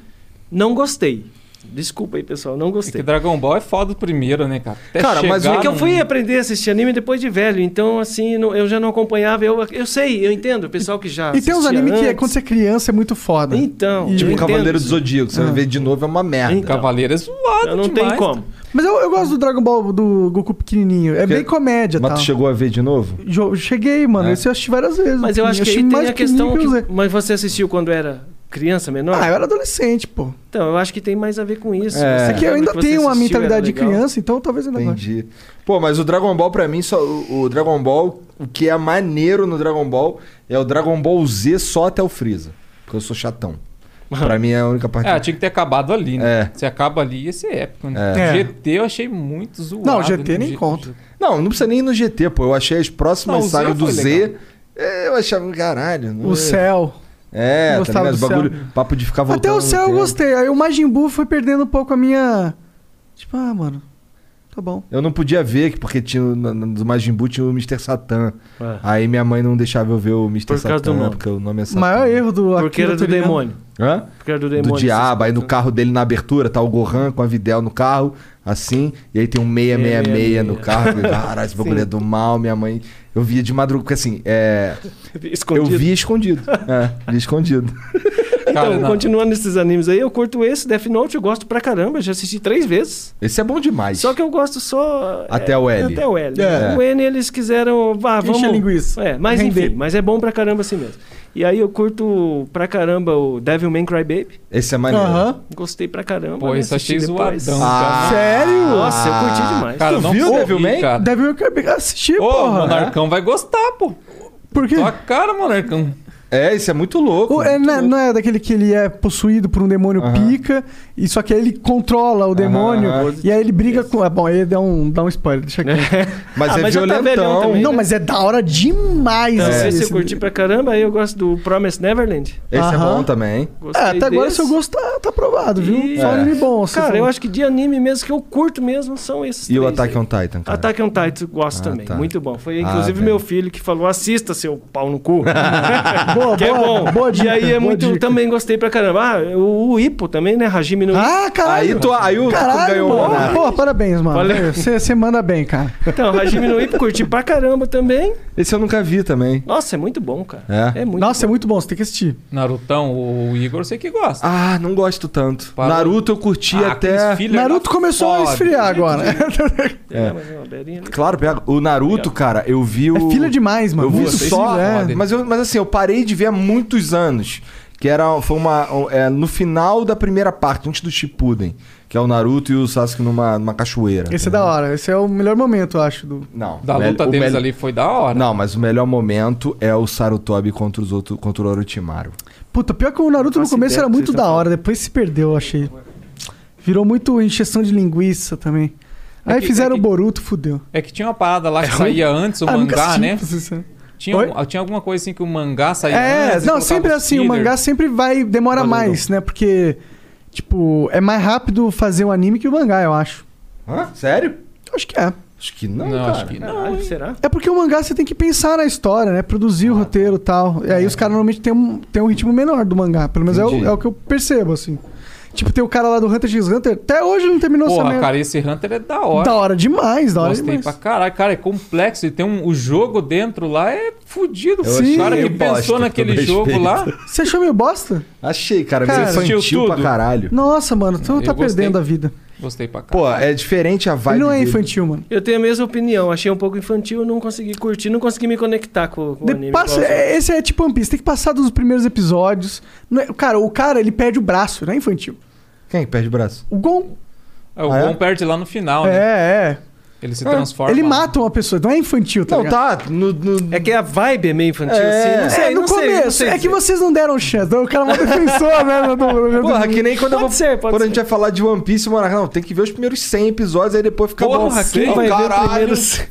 Speaker 4: Não gostei. Desculpa aí, pessoal. Não
Speaker 3: Porque
Speaker 4: gostei.
Speaker 3: Dragon Ball é foda do primeiro, né, cara? Até
Speaker 1: Cara, mas o
Speaker 3: chegar
Speaker 4: É que eu
Speaker 3: num-
Speaker 4: fui aprender a assistir anime depois de velho. Então, assim, não- eu já não acompanhava. Eu, eu sei, eu entendo. O pessoal que já
Speaker 2: E tem uns
Speaker 4: assistia
Speaker 2: animes que é,
Speaker 4: antes.
Speaker 2: quando você é criança é muito foda.
Speaker 4: Então,
Speaker 1: Tipo,
Speaker 4: eu
Speaker 1: o Cavaleiro
Speaker 4: entendo.
Speaker 1: do Zodíaco, você vai ver de novo, é uma merda.
Speaker 4: Então.
Speaker 3: Cavaleiro é zoado
Speaker 4: Eu não
Speaker 3: demais.
Speaker 4: tem como.
Speaker 2: Mas eu, eu gosto do Dragon Ball do Goku pequenininho. É bem comédia,
Speaker 1: Mas
Speaker 2: tá?
Speaker 1: tu chegou a ver de novo?
Speaker 2: Cheguei, mano.
Speaker 1: É.
Speaker 2: Esse eu assisti várias vezes. assim,
Speaker 4: Mas eu acho que
Speaker 2: Achei
Speaker 4: aí tem
Speaker 2: mais
Speaker 4: a questão.
Speaker 2: pequenininho
Speaker 4: que-
Speaker 2: que eu usei.
Speaker 4: Mas você assistiu quando era criança menor?
Speaker 2: Ah, eu era adolescente, pô.
Speaker 4: Então, eu acho que tem mais a ver com isso.
Speaker 1: É.
Speaker 2: É, que eu ainda tenho uma mentalidade de criança, então talvez ainda goste.
Speaker 1: Entendi. Pô, mas o Dragon Ball, pra mim, só, o, o Dragon Ball, o que é maneiro no Dragon Ball é o Dragon Ball Z só até o Freeza. Porque eu sou chatão. pra mim é a única parte.
Speaker 3: É, tinha que ter acabado ali,
Speaker 1: É.
Speaker 3: né? Você acaba ali e esse é épico, né?
Speaker 2: É.
Speaker 3: GT eu achei muito zoado.
Speaker 2: Não, GT nem
Speaker 3: G-
Speaker 2: conta.
Speaker 1: Não, não precisa nem ir no GT, pô. Eu achei as próximas
Speaker 3: Não, o Z
Speaker 1: sagas do
Speaker 3: foi
Speaker 1: Z. é, Eu achava, caralho. não
Speaker 2: O
Speaker 1: é.
Speaker 2: céu.
Speaker 1: É, tá
Speaker 2: Gostava
Speaker 1: ligado?
Speaker 2: do
Speaker 1: bagulho, papo de ficar voltando.
Speaker 2: Até o
Speaker 1: no
Speaker 2: céu eu
Speaker 1: tempo.
Speaker 2: gostei. Aí o Majin Buu foi perdendo um pouco a minha. Tipo, ah, mano. Tá bom.
Speaker 1: Eu não podia ver, que- porque tinha, o- no, no, do Majin Buu tinha o Mr. Satan.
Speaker 4: É.
Speaker 1: Aí minha mãe não deixava eu ver o Mr.
Speaker 4: Por causa do
Speaker 1: Satan,
Speaker 4: nome.
Speaker 1: porque o nome é
Speaker 2: O
Speaker 1: Satan.
Speaker 2: maior erro do
Speaker 4: Porque
Speaker 2: Akira tá
Speaker 4: era do
Speaker 2: Toriyama.
Speaker 4: demônio.
Speaker 1: Hã?
Speaker 4: Porque era do
Speaker 1: Do
Speaker 4: demônio.
Speaker 1: diabo, aí no carro dele na abertura tá o Gohan com a Videl no carro, assim, e aí tem um 666 no
Speaker 4: 666.
Speaker 1: carro. Eu, Caralho, esse bagulho é do mal, minha mãe. Eu via de madrugada, porque assim, é, eu
Speaker 4: Escondido.
Speaker 1: via escondido. É, via escondido.
Speaker 3: cara,
Speaker 4: então,
Speaker 3: não.
Speaker 4: continuando esses animes aí, eu curto esse, Death Note, eu gosto pra caramba, já assisti três vezes.
Speaker 1: Esse é bom demais.
Speaker 4: Só que eu gosto só.
Speaker 1: Até
Speaker 4: é,
Speaker 1: o L.
Speaker 4: Até o L.
Speaker 1: É.
Speaker 4: O N eles quiseram. Ah,
Speaker 2: Enche
Speaker 4: vamos.
Speaker 2: a linguiça.
Speaker 4: É, mas
Speaker 2: Render.
Speaker 4: enfim, mas é bom pra caramba assim mesmo. E aí eu curto pra caramba o Devil May Cry Baby.
Speaker 1: Esse é maneiro.
Speaker 2: Aham.
Speaker 4: Gostei pra caramba.
Speaker 3: Pô,
Speaker 4: né?
Speaker 3: isso
Speaker 4: Assisti
Speaker 3: achei
Speaker 4: depois.
Speaker 3: zoadão.
Speaker 1: Ah,
Speaker 2: Sério?
Speaker 4: Nossa, eu curti demais.
Speaker 3: Cara,
Speaker 1: Tu
Speaker 3: não
Speaker 1: viu,
Speaker 3: ouvi,
Speaker 1: Devil May?
Speaker 3: cara.
Speaker 2: Deve eu quero assistir,
Speaker 3: Ô, o
Speaker 2: porra.
Speaker 3: Monarcão vai gostar, pô.
Speaker 2: Por quê?
Speaker 3: Tua cara, Monarcão.
Speaker 1: É, esse é muito
Speaker 2: O-
Speaker 1: louco.
Speaker 2: é, não, é, não é daquele que ele é possuído por um demônio
Speaker 1: Aham.
Speaker 2: pica, e só que aí ele controla o demônio,
Speaker 1: aham.
Speaker 2: e aí ele briga com. Ah, bom, aí dá um, dá um spoiler, deixa aqui.
Speaker 1: Mas
Speaker 4: Ah,
Speaker 1: é
Speaker 4: mas já tá velhão
Speaker 1: violentão.
Speaker 4: também.
Speaker 2: Não, mas é da hora demais
Speaker 4: Então,
Speaker 2: esse-
Speaker 4: esse eu
Speaker 2: esse-
Speaker 4: curti pra caramba, aí eu gosto do Promised Neverland.
Speaker 1: esse é
Speaker 2: Aham.
Speaker 1: bom também.
Speaker 4: Gostei
Speaker 2: É, até agora
Speaker 4: desse.
Speaker 2: seu gosto tá, tá aprovado, viu?
Speaker 4: E-
Speaker 2: Só
Speaker 1: É.
Speaker 2: anime bom. assim, você
Speaker 4: Cara,
Speaker 2: falou.
Speaker 4: eu acho que de anime mesmo que eu curto mesmo são esses.
Speaker 1: E o
Speaker 4: três
Speaker 1: Attack
Speaker 4: aí.
Speaker 1: on Titan, cara.
Speaker 4: Ataque on Titan, eu gosto
Speaker 1: Ah,
Speaker 4: também.
Speaker 1: tá.
Speaker 4: Muito bom. Foi
Speaker 1: Ah,
Speaker 4: inclusive
Speaker 1: velho.
Speaker 4: meu filho que falou: assista, seu pau no cu.
Speaker 2: Boa,
Speaker 4: que é
Speaker 2: boa,
Speaker 4: bom.
Speaker 2: boa dica,
Speaker 4: e aí é
Speaker 2: boa
Speaker 4: muito.
Speaker 2: dica.
Speaker 4: Também gostei pra caramba. Ah, o, o Ipo também, né? Hajime no
Speaker 2: Ah, caralho!
Speaker 1: Aí tu- aí o Taco
Speaker 2: caralho,
Speaker 1: ganhou né? o
Speaker 2: mano.
Speaker 1: Monark.
Speaker 2: Pô, parabéns, mano.
Speaker 4: Valeu.
Speaker 2: Você você manda bem, cara.
Speaker 4: Então, Hajime no Ipo, curti pra caramba também.
Speaker 1: Esse eu nunca vi também.
Speaker 4: Nossa, é muito bom, cara.
Speaker 1: É?
Speaker 4: muito
Speaker 2: Nossa, é muito bom, você tem que assistir.
Speaker 3: Narutão, o o Igor, eu sei que gosta.
Speaker 1: Ah, não gosto tanto.
Speaker 3: Parou.
Speaker 1: Naruto eu curti
Speaker 3: Ah,
Speaker 1: até.
Speaker 3: aqueles filler
Speaker 2: Naruto
Speaker 3: lá
Speaker 2: começou a
Speaker 3: foda.
Speaker 2: esfriar agora.
Speaker 4: bom. É, mas é uma beirinha ali.
Speaker 1: Claro, pega. O Naruto, cara, eu vi o.
Speaker 2: É filha demais, mano.
Speaker 1: Eu vi
Speaker 2: Puta,
Speaker 3: isso
Speaker 1: só.
Speaker 3: é
Speaker 1: é. Mas, eu- mas assim, eu parei de ver há muitos anos. Que era. Foi uma. é, no final da primeira parte, antes do Shippuden. Que é o Naruto e o Sasuke numa, numa cachoeira.
Speaker 2: Esse é da hora, esse é o melhor momento, eu acho. Do...
Speaker 1: Não.
Speaker 3: Da
Speaker 1: o mel-
Speaker 3: luta
Speaker 1: o
Speaker 3: deles
Speaker 1: mel-
Speaker 3: ali foi da hora.
Speaker 1: Não, mas o melhor momento é o Sarutobi contra os outros. Contra o Orochimaru.
Speaker 2: Puta, pior que o Naruto no
Speaker 4: faço
Speaker 2: começo
Speaker 4: ideia
Speaker 2: era
Speaker 4: do que
Speaker 2: muito
Speaker 4: vocês tão
Speaker 2: da hora, depois se perdeu, eu achei. Virou muito encheção de linguiça também. Aí
Speaker 3: É que-
Speaker 2: fizeram
Speaker 3: é que-
Speaker 2: o Boruto, fudeu.
Speaker 3: É que tinha uma parada lá que saía antes, o
Speaker 2: Ah, nunca
Speaker 3: mangá,
Speaker 2: assisti,
Speaker 3: né?
Speaker 2: pra ser sincero.
Speaker 3: Tinha,
Speaker 2: Oi?
Speaker 3: um- tinha alguma coisa assim que o mangá saía
Speaker 2: É,
Speaker 3: antes.
Speaker 2: não,
Speaker 3: colocava
Speaker 2: sempre
Speaker 3: os
Speaker 2: assim, o
Speaker 3: filler.
Speaker 2: mangá sempre vai demora
Speaker 3: Valeu,
Speaker 2: mais, né? Porque tipo, é mais rápido fazer o anime que o mangá, eu acho.
Speaker 1: Hã? Sério?
Speaker 2: Eu Acho que é.
Speaker 1: Acho que não,
Speaker 3: Não,
Speaker 1: cara.
Speaker 3: acho que não.
Speaker 4: Caralho,
Speaker 3: hein?
Speaker 4: será?
Speaker 2: É porque o mangá você tem que pensar na história, né? Produzir
Speaker 3: Ah.
Speaker 2: o roteiro e tal. E aí
Speaker 3: É.
Speaker 2: os caras normalmente têm um, têm um ritmo menor do mangá. Pelo menos é o,
Speaker 1: Entendi.
Speaker 2: é o que eu percebo, assim. Tipo, tem o cara lá do Hunter x Hunter. Até hoje não terminou essa
Speaker 3: Porra,
Speaker 2: merda.
Speaker 3: cara, esse Hunter é da hora.
Speaker 2: Da hora demais, da hora
Speaker 3: Gostei
Speaker 2: demais.
Speaker 3: pra caralho. Cara, é complexo. E tem um, o jogo dentro lá é fudido.
Speaker 1: Eu
Speaker 3: o
Speaker 1: achei
Speaker 3: cara que
Speaker 1: meio bosta,
Speaker 3: pensou
Speaker 1: com
Speaker 3: naquele
Speaker 1: todo
Speaker 3: jogo
Speaker 1: respeito.
Speaker 3: lá.
Speaker 2: Você achou meio bosta?
Speaker 1: Achei, cara,
Speaker 2: Cara,
Speaker 1: meio
Speaker 3: assistiu
Speaker 1: infantil pra
Speaker 3: tudo?
Speaker 1: caralho.
Speaker 2: Nossa, mano, tu
Speaker 3: Eu
Speaker 2: tá
Speaker 3: gostei.
Speaker 2: perdendo a vida.
Speaker 3: Gostei pra caralho.
Speaker 1: Pô, é diferente a vibe.
Speaker 2: Ele não é
Speaker 1: dele.
Speaker 2: infantil, mano.
Speaker 4: Eu tenho a mesma opinião. Achei um pouco infantil, não consegui curtir, não consegui me conectar com, com o
Speaker 2: De-
Speaker 4: anime.
Speaker 2: passa-
Speaker 4: igual os outros.
Speaker 2: é- esse é tipo One Piece, tem que passar dos primeiros episódios. Não é- cara, o cara, ele perde o braço, não é infantil.
Speaker 1: Quem que perde o braço?
Speaker 2: O Gon,
Speaker 3: É, o
Speaker 1: Ah, é?
Speaker 3: Gon perde lá no final, né?
Speaker 2: é, é.
Speaker 3: Ele se transforma.
Speaker 2: Ele
Speaker 3: lá.
Speaker 2: mata uma pessoa, não é infantil, tá
Speaker 1: Não,
Speaker 2: ligado?
Speaker 1: tá. No, no-
Speaker 4: É que a vibe é meio infantil,
Speaker 1: É.
Speaker 4: assim. Não sei,
Speaker 2: é, no
Speaker 4: não sei, não
Speaker 2: começo.
Speaker 4: sei
Speaker 2: é que
Speaker 4: dizer.
Speaker 2: vocês não deram chance. O cara é uma defensor, né? Do, do-
Speaker 1: Porra, que nem quando, eu
Speaker 4: Pode
Speaker 1: vou-
Speaker 4: ser, pode
Speaker 1: quando a
Speaker 4: ser.
Speaker 1: gente vai falar de One Piece, mano. Não, tem que ver os primeiros 100 episódios, aí depois fica bom.
Speaker 3: Porra, quem
Speaker 1: Não,
Speaker 4: vai ver o
Speaker 1: caralho,
Speaker 4: primeiro-
Speaker 1: 100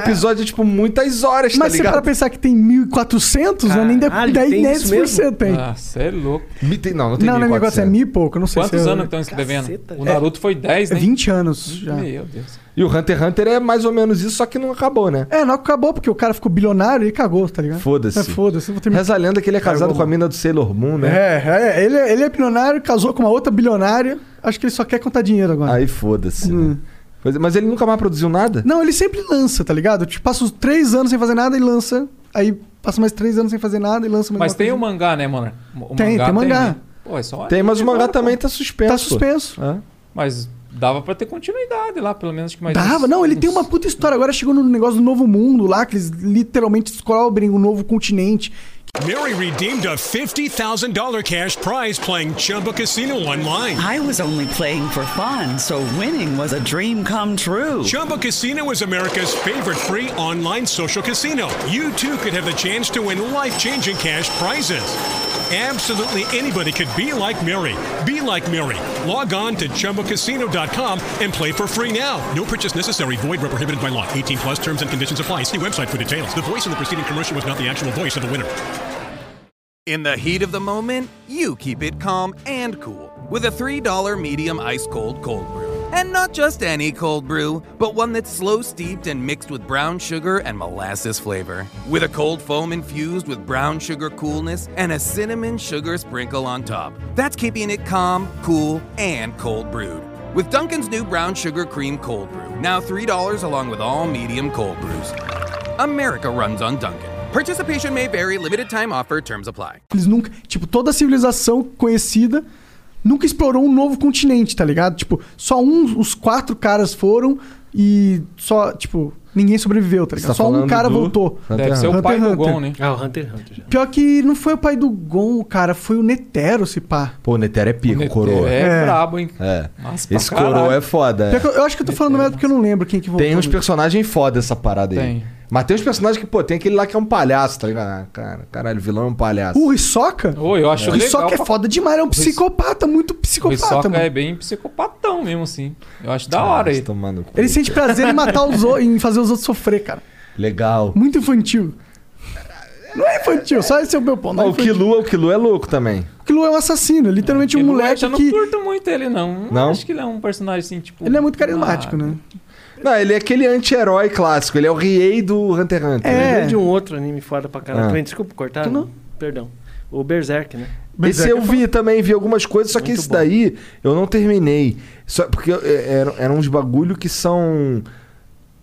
Speaker 1: episódios é tipo muitas horas,
Speaker 2: Ah. Mas
Speaker 1: tá
Speaker 2: se para
Speaker 1: ligado?
Speaker 2: pensar que tem 1.400, não é nem de-
Speaker 4: Caralho,
Speaker 2: dez-
Speaker 4: tem
Speaker 2: nem
Speaker 4: isso mesmo?
Speaker 2: 10% tem.
Speaker 3: Ah, cê é louco.
Speaker 1: Me tem- Não, não tem
Speaker 2: não, não, o negócio é
Speaker 1: 1400.
Speaker 2: mil e pouco, não sei
Speaker 3: Quantos
Speaker 2: se...
Speaker 3: anos estão escrevendo?
Speaker 4: Caceta,
Speaker 3: o
Speaker 4: velho.
Speaker 3: Naruto foi 10,
Speaker 2: É
Speaker 3: né?
Speaker 2: 20 anos já.
Speaker 3: Meu Deus.
Speaker 1: E o Hunter x Hunter é mais ou menos isso, só que não acabou, né?
Speaker 2: É, não acabou porque o cara ficou bilionário e cagou, tá ligado?
Speaker 1: Foda-se.
Speaker 2: É, foda-se, eu vou terminar.
Speaker 1: Reza a lenda que ele é casado com a mina do Sailor Moon, né?
Speaker 2: É, é, ele, ele é bilionário, casou com uma outra bilionária. Acho que ele só quer contar dinheiro agora.
Speaker 1: Aí foda-se. né?
Speaker 2: Hum.
Speaker 1: Pois é, Mas ele nunca mais produziu nada?
Speaker 2: Não, ele sempre lança, tá ligado? Tipo, passa uns três anos sem fazer nada e lança. Aí passa mais três anos sem fazer nada e lança mais
Speaker 3: Mas
Speaker 2: uma
Speaker 3: tem o
Speaker 2: coisa.
Speaker 3: mangá, né, mano? O
Speaker 2: Tem, tem mangá.
Speaker 3: né? Pô, é só
Speaker 1: Tem, mas o mangá
Speaker 3: agora, pô.
Speaker 1: também tá suspenso. pô.
Speaker 2: Tá suspenso.
Speaker 1: É.
Speaker 3: Mas dava pra ter continuidade lá, pelo menos acho que mais.
Speaker 2: Dava,
Speaker 3: uns-
Speaker 2: não, ele
Speaker 3: uns-
Speaker 2: tem uma puta história. Agora chegou no negócio do novo mundo lá, que eles literalmente descobrem um novo continente.
Speaker 8: Mary redeemed a $50,000 cash prize playing Chumba Casino online.
Speaker 9: I was only playing for fun, so winning was a dream come true.
Speaker 8: Chumba Casino is America's favorite free online social casino. You too could have the chance to win life changing cash prizes. Absolutely anybody could be like Mary. Be like Mary. Log on to chumbacasino.com and play for free now. No purchase necessary. Void where prohibited by law. 18 plus terms and conditions apply. See website for details. The voice in the preceding commercial was not the actual voice of the winner.
Speaker 10: In the heat of the moment, you keep it calm and cool with a $3 medium ice cold cold brew. And not just any cold brew, but one that's slow steeped and mixed with brown sugar and molasses flavor. With a cold foam infused with brown sugar coolness and a cinnamon sugar sprinkle on top. That's keeping it calm, cool, and cold brewed. With Dunkin's new brown sugar cream cold brew, now $3 along with all medium cold brews. America runs on Dunkin'. Participation may vary, limited time offer, terms apply.
Speaker 2: Eles nunca. Tipo, toda civilização conhecida nunca explorou um novo continente, tá ligado? Tipo, só um, os quatro caras foram e só, tipo, ninguém sobreviveu, tá ligado?
Speaker 4: tá
Speaker 2: só um
Speaker 4: falando
Speaker 2: cara
Speaker 4: do
Speaker 2: voltou.
Speaker 1: É.
Speaker 4: Hunter Deve ser o
Speaker 2: Hunter
Speaker 4: pai do
Speaker 2: Hunter.
Speaker 4: Gon, né? Ah, o Hunter x Hunter.
Speaker 2: Pior que não foi o pai do Gon, cara, foi o Netero, se pá.
Speaker 1: Pô, o Netero é pico, coroa.
Speaker 2: é É. brabo, hein?
Speaker 1: É.
Speaker 2: Nossa, pra
Speaker 1: Esse coroa
Speaker 2: caralho.
Speaker 1: é foda.
Speaker 2: Pior
Speaker 1: é.
Speaker 2: que eu, eu acho que eu tô falando merda porque eu não lembro quem que voltou.
Speaker 1: Tem uns
Speaker 2: né?
Speaker 1: personagens foda essa parada aí.
Speaker 2: Tem.
Speaker 1: Mas tem uns personagens que, pô, tem aquele lá que é um palhaço, tá ligado? Ah, cara, caralho, o vilão é um palhaço.
Speaker 2: O Hisoka?
Speaker 3: Oi, eu acho
Speaker 2: o
Speaker 3: legal.
Speaker 2: Hisoka é foda demais, ele é um psicopata, muito
Speaker 3: O
Speaker 2: psicopata,
Speaker 3: Hisoka
Speaker 2: mano.
Speaker 3: é bem psicopatão mesmo, assim. Eu acho da
Speaker 4: Ah,
Speaker 3: hora ele.
Speaker 2: Ele sente prazer em matar os outros, em fazer os outros sofrer, cara.
Speaker 1: Legal.
Speaker 2: Muito infantil. Não é infantil, só esse é o meu ponto.
Speaker 1: Ó, o Killua, o Killua é louco também.
Speaker 2: O Kilo é um assassino, é literalmente um
Speaker 3: Ele não é-
Speaker 2: moleque
Speaker 3: eu não
Speaker 2: que.
Speaker 3: curto muito ele, não.
Speaker 1: Não?
Speaker 3: Acho que ele é um personagem assim, tipo.
Speaker 2: Ele é muito carismático,
Speaker 1: Ah,
Speaker 2: né?
Speaker 1: Não, ele é aquele anti-herói clássico. Ele é o Riei do Hunter x Hunter.
Speaker 4: É.
Speaker 1: né?
Speaker 4: de um outro anime foda pra caralho.
Speaker 1: Ah.
Speaker 4: também. Desculpa cortar. Não. Perdão. O Berserk, né?
Speaker 1: Esse eu vi também, vi algumas coisas, só que esse daí eu não terminei. Só porque eu- é- era- eram uns bagulho que são.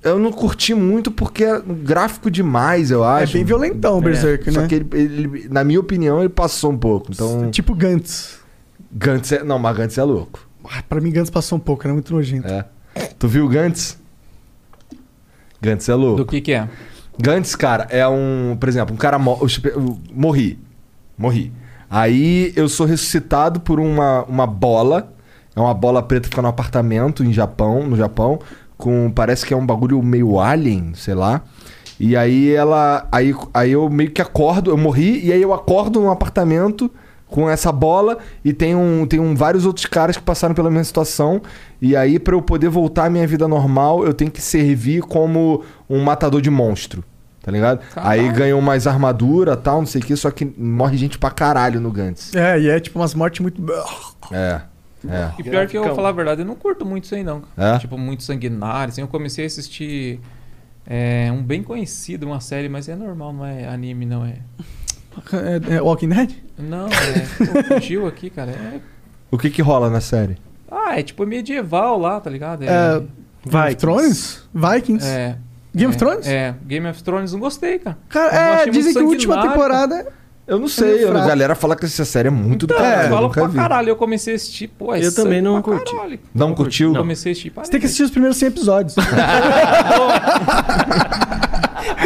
Speaker 1: Eu não curti muito porque é gráfico demais, eu acho. É bem
Speaker 2: violentão o Berserk,
Speaker 1: Só
Speaker 2: né?
Speaker 1: que ele, ele- na minha opinião, ele passou um pouco. Então...
Speaker 2: Tipo Gantz.
Speaker 1: Gantz é. Não, mas Gantz é louco.
Speaker 2: Ah, pra mim, Gantz passou um pouco, era muito nojento.
Speaker 1: É. Tu viu o Gantz? Gantz é louco. Do
Speaker 3: que que é?
Speaker 1: Gantz, cara, é um... Por exemplo, um cara... mo- eu espe- eu morri. Morri. Aí eu sou ressuscitado por uma, uma bola. É uma bola preta que fica no apartamento em Japão, no Japão. Com... Parece que é um bagulho meio alien, sei lá. E aí ela... Aí, aí eu meio que acordo, eu morri. E aí eu acordo num apartamento com essa bola e tem, um, tem um, vários outros caras que passaram pela mesma situação. E aí, pra eu poder voltar à minha vida normal, eu tenho que servir como um matador de monstro. Tá ligado? Aí ganhou mais armadura tal, não sei o que, só que morre gente pra caralho no Gantz.
Speaker 2: É, e é tipo umas mortes muito.
Speaker 1: É. É.
Speaker 3: E pior que eu vou
Speaker 2: Graficão.
Speaker 3: falar a verdade, eu não curto muito isso aí, não.
Speaker 1: É?
Speaker 3: Tipo, muito sanguinário. Assim, eu comecei a assistir é, um bem conhecido, uma série, mas é normal, não é anime, não é.
Speaker 2: É, é Walking Dead?
Speaker 3: Não, é. pô, Fugiu aqui, cara. É-
Speaker 1: O que que rola na série?
Speaker 3: ah, é tipo medieval lá, tá ligado?
Speaker 2: É, Game of Thrones? Vikings?
Speaker 3: É.
Speaker 2: Game
Speaker 3: é,
Speaker 2: of Thrones?
Speaker 3: É, Game of Thrones não gostei, cara.
Speaker 2: Cara, é,
Speaker 3: Eu achei muito
Speaker 2: dizem que a última
Speaker 3: sanguinário,
Speaker 2: temporada.
Speaker 1: Eu não
Speaker 3: meio
Speaker 4: É
Speaker 1: sei, eu- a
Speaker 3: fraco.
Speaker 1: galera fala que essa série é muito do
Speaker 3: Então,
Speaker 1: caralho.
Speaker 3: é,
Speaker 1: eu
Speaker 3: falam
Speaker 1: nunca
Speaker 3: pra
Speaker 1: vi.
Speaker 3: caralho. Eu comecei a assistir, pô, é
Speaker 4: Eu também
Speaker 3: sangue
Speaker 4: não
Speaker 3: pra
Speaker 4: curti.
Speaker 3: caralho.
Speaker 1: Não curtiu?
Speaker 3: Eu comecei a assistir,
Speaker 2: Você tem que assistir os primeiros 100 episódios.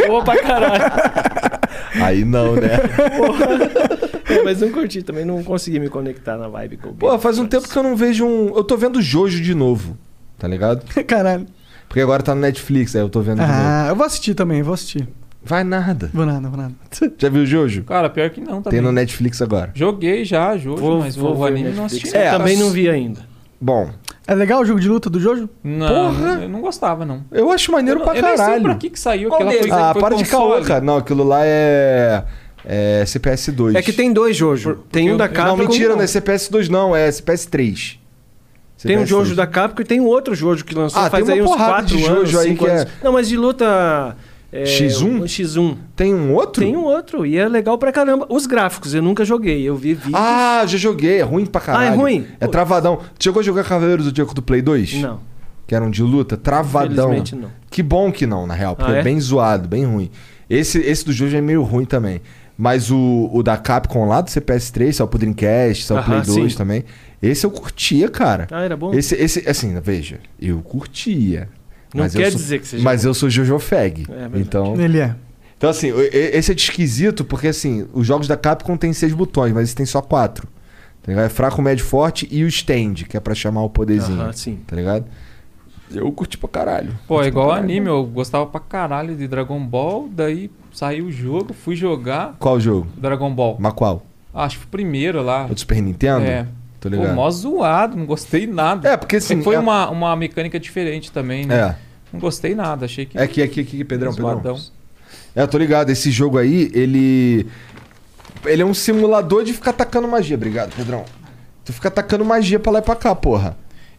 Speaker 4: Boa pra caralho.
Speaker 1: Aí não, né?
Speaker 4: É, mas não curti também, não consegui me conectar na vibe com o
Speaker 1: Pô, faz um tempo que eu não vejo um. Eu tô vendo Jojo de novo, tá ligado?
Speaker 2: Caralho.
Speaker 1: Porque agora tá no Netflix, aí eu tô vendo de novo.
Speaker 2: ah, eu vou assistir também, vou assistir.
Speaker 1: Vai nada.
Speaker 2: Vou nada, vou nada.
Speaker 1: Já viu Jojo?
Speaker 3: Cara, pior que não tá também.
Speaker 1: Tem no Netflix agora.
Speaker 3: Joguei já, Jojo, mas o- o anime não assisti.
Speaker 1: É,
Speaker 3: cara.
Speaker 1: mas-
Speaker 4: ainda.
Speaker 1: Bom.
Speaker 2: É legal o jogo de luta do Jojo?
Speaker 3: Não, eu não gostava, não.
Speaker 1: Eu acho É, maneiro
Speaker 3: eu,
Speaker 1: pra
Speaker 3: eu nem sei
Speaker 1: caralho.
Speaker 3: pra que que saiu
Speaker 1: Qual
Speaker 3: aquela
Speaker 1: deles?
Speaker 3: coisa
Speaker 1: ah,
Speaker 3: que foi
Speaker 1: para de
Speaker 3: console.
Speaker 1: caô, cara. Não, aquilo lá é. É CPS2.
Speaker 3: É que
Speaker 4: tem dois Jojo. Tem um da
Speaker 1: Não,
Speaker 4: Capcom.
Speaker 1: mentira,
Speaker 4: Não.
Speaker 1: não é CPS2, não, é CPS3.
Speaker 4: Tem um
Speaker 1: CPS3.
Speaker 4: Jojo da Capcom e tem um outro Jojo que lançou
Speaker 1: Ah,
Speaker 4: faz
Speaker 1: tem uma
Speaker 4: aí uns
Speaker 1: porrada
Speaker 4: 4
Speaker 1: de
Speaker 4: anos,
Speaker 1: Jojo aí
Speaker 4: cinco
Speaker 1: que é-
Speaker 4: anos. Não, mas de luta... é,
Speaker 1: X1?
Speaker 4: um X1.
Speaker 1: Tem um outro?
Speaker 4: Tem um outro, e é legal pra caramba. Os gráficos, eu nunca joguei, eu vi vídeos.
Speaker 1: Ah, já joguei, é ruim pra caralho.
Speaker 4: Ah, é ruim?
Speaker 1: É travadão. Tu chegou a jogar Cavaleiros do Zodíaco do Play 2?
Speaker 4: Não.
Speaker 1: Que eram de luta? Travadão.
Speaker 4: Infelizmente, não.
Speaker 1: Que bom que não, na real, porque
Speaker 4: Ah,
Speaker 1: é?
Speaker 4: é?
Speaker 1: bem zoado, bem ruim. Esse, esse do Jojo é meio ruim também. Mas o, o da Capcom lá do CPS3, saiu pro Dreamcast, saiu pro
Speaker 4: Aham,
Speaker 1: Play 2
Speaker 4: sim.
Speaker 1: também. Esse eu curtia, cara.
Speaker 4: Ah, era bom?
Speaker 1: Esse, esse assim, veja, eu curtia.
Speaker 4: Não
Speaker 1: eu
Speaker 4: quer
Speaker 1: sou-
Speaker 4: dizer que você
Speaker 1: Mas eu sou Jojo Fag.
Speaker 4: verdade.
Speaker 1: então.
Speaker 2: Ele é.
Speaker 1: Então, assim, o- e- esse é de esquisito, porque, assim, os jogos da Capcom tem seis botões, mas esse tem só quatro. Tá ligado? É fraco, médio, forte e o stand, que é pra chamar o poderzinho.
Speaker 4: Aham, sim.
Speaker 1: Tá ligado? Eu curti pra caralho.
Speaker 3: Pô, é
Speaker 1: Curti pra
Speaker 3: igual
Speaker 1: caralho.
Speaker 3: anime, eu gostava pra caralho de Dragon Ball, daí saiu o jogo, fui jogar.
Speaker 1: Qual jogo?
Speaker 3: Dragon Ball.
Speaker 1: Mas qual?
Speaker 3: Acho que foi o primeiro lá.
Speaker 1: O do Super Nintendo?
Speaker 3: É.
Speaker 1: Tô ligado.
Speaker 3: Pô, mó zoado, não gostei nada.
Speaker 1: É, porque assim,
Speaker 3: Foi
Speaker 1: é-
Speaker 3: uma, uma mecânica diferente também, né?
Speaker 1: É.
Speaker 3: Não gostei nada, achei que.
Speaker 1: É aqui, aqui, aqui, Pedrão,
Speaker 3: Zoadão.
Speaker 1: Pedrão. É, tô ligado. Esse jogo aí, ele. Ele é um simulador de ficar atacando magia. Obrigado, Pedrão. Tu fica atacando magia pra lá e pra cá, porra.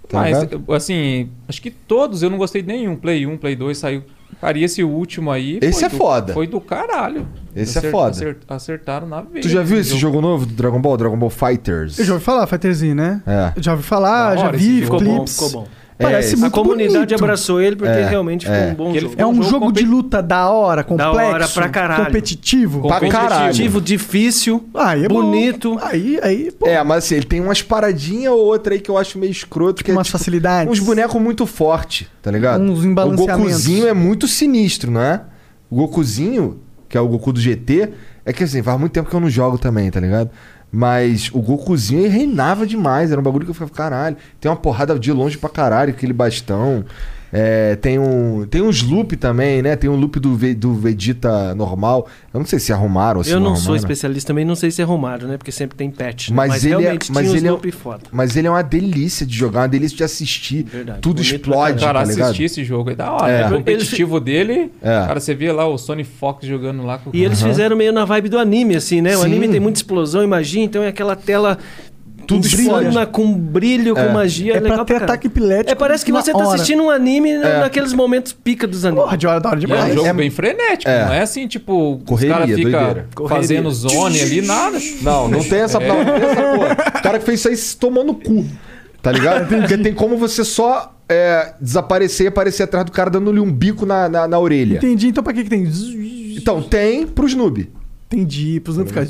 Speaker 1: Tá
Speaker 3: Mas,
Speaker 1: ligado?
Speaker 3: assim, acho que todos eu não gostei de nenhum. Play 1, Play 2 saiu. Cara, e esse último aí.
Speaker 1: Esse
Speaker 3: foi
Speaker 1: é
Speaker 3: do-
Speaker 1: foda.
Speaker 3: Foi do caralho.
Speaker 1: Esse é foda.
Speaker 3: acertaram na vez.
Speaker 1: Tu já viu esse jogo novo do Dragon Ball? Dragon Ball Fighters?
Speaker 2: Eu já ouvi falar, Fighterzinho, né?
Speaker 1: É.
Speaker 2: Eu já ouvi falar,
Speaker 3: Da
Speaker 2: já
Speaker 3: hora esse
Speaker 2: vi
Speaker 3: jogo. Ficou bom,
Speaker 2: clips.
Speaker 3: ficou bom.
Speaker 2: Parece
Speaker 4: a
Speaker 2: muito
Speaker 4: comunidade
Speaker 2: bonito.
Speaker 4: abraçou ele porque
Speaker 2: É,
Speaker 4: realmente ficou
Speaker 2: é.
Speaker 4: um bom
Speaker 2: Ele
Speaker 4: jogo.
Speaker 2: ficou um É um jogo jogo compe- de luta da hora, complexo.
Speaker 4: hora pra caralho.
Speaker 2: Competitivo.
Speaker 4: Pra
Speaker 1: caralho.
Speaker 4: difícil,
Speaker 2: Aí é bom.
Speaker 4: bonito.
Speaker 2: Aí, aí, pô.
Speaker 1: É, mas assim, ele tem umas paradinhas ou outra aí que eu acho meio escroto. que é,
Speaker 2: umas facilidades.
Speaker 1: Uns bonecos muito fortes, tá ligado?
Speaker 2: Uns
Speaker 1: O
Speaker 2: embalanceamentos.
Speaker 1: Gokuzinho é muito sinistro, né? O Gokuzinho, que é o Goku do GT, é que assim, faz muito tempo que eu não jogo também, tá ligado? Mas o Gokuzinho ele reinava demais, era um bagulho que eu ficava, caralho, tem uma porrada de longe pra caralho, aquele bastão. É, tem um. Tem uns loop também, né? Tem um loop do, Ve- do Vegeta normal. Eu não sei se arrumaram ou se
Speaker 4: Eu não
Speaker 1: não
Speaker 4: sou
Speaker 1: arrumaram.
Speaker 4: especialista também, não sei se é arrumado, né? Porque sempre tem patch. né?
Speaker 1: Mas, ele é,
Speaker 4: realmente
Speaker 1: mas
Speaker 4: tinha
Speaker 1: ele
Speaker 4: uns
Speaker 1: é,
Speaker 4: loop foda.
Speaker 1: mas ele é uma delícia de jogar, uma delícia de assistir. Tudo
Speaker 4: bonito
Speaker 1: explode,
Speaker 3: Cara,
Speaker 1: tá ligado?
Speaker 3: assistir esse jogo aí da hora.
Speaker 1: É.
Speaker 3: né? O competitivo dele.
Speaker 1: É.
Speaker 3: Cara, você via lá o Sony Fox jogando lá com o
Speaker 4: E eles
Speaker 3: Aham.
Speaker 4: fizeram meio na vibe do anime, assim, né? O
Speaker 3: Sim.
Speaker 4: anime tem muita explosão, imagina, então é aquela tela.
Speaker 1: Tudo
Speaker 4: brilha,
Speaker 1: explode.
Speaker 4: com brilho, com
Speaker 1: É.
Speaker 4: magia.
Speaker 2: É pra
Speaker 4: legal
Speaker 2: ter
Speaker 4: caralho.
Speaker 2: ataque epilético
Speaker 4: É, parece que
Speaker 2: na
Speaker 4: você tá
Speaker 2: hora.
Speaker 4: assistindo um anime
Speaker 1: É.
Speaker 4: naqueles momentos pica dos animes.
Speaker 2: Porra, de hora da hora
Speaker 3: E é
Speaker 2: demais.
Speaker 3: um jogo bem frenético,
Speaker 1: É.
Speaker 3: não é assim, tipo,
Speaker 1: Correria,
Speaker 3: os caras
Speaker 1: doideira.
Speaker 3: ficam
Speaker 4: Correria.
Speaker 3: fazendo zone ali, nada.
Speaker 1: Não, não tem essa, não, não tem essa porra. O cara que fez isso aí se tomou no cu. Tá ligado? Porque tem como você só é, desaparecer e aparecer atrás do cara dando-lhe um bico na, na, na orelha.
Speaker 2: Entendi. Então pra que que tem?
Speaker 1: Então, tem pros noob.
Speaker 2: Entendi. Pros não ficar...
Speaker 1: É.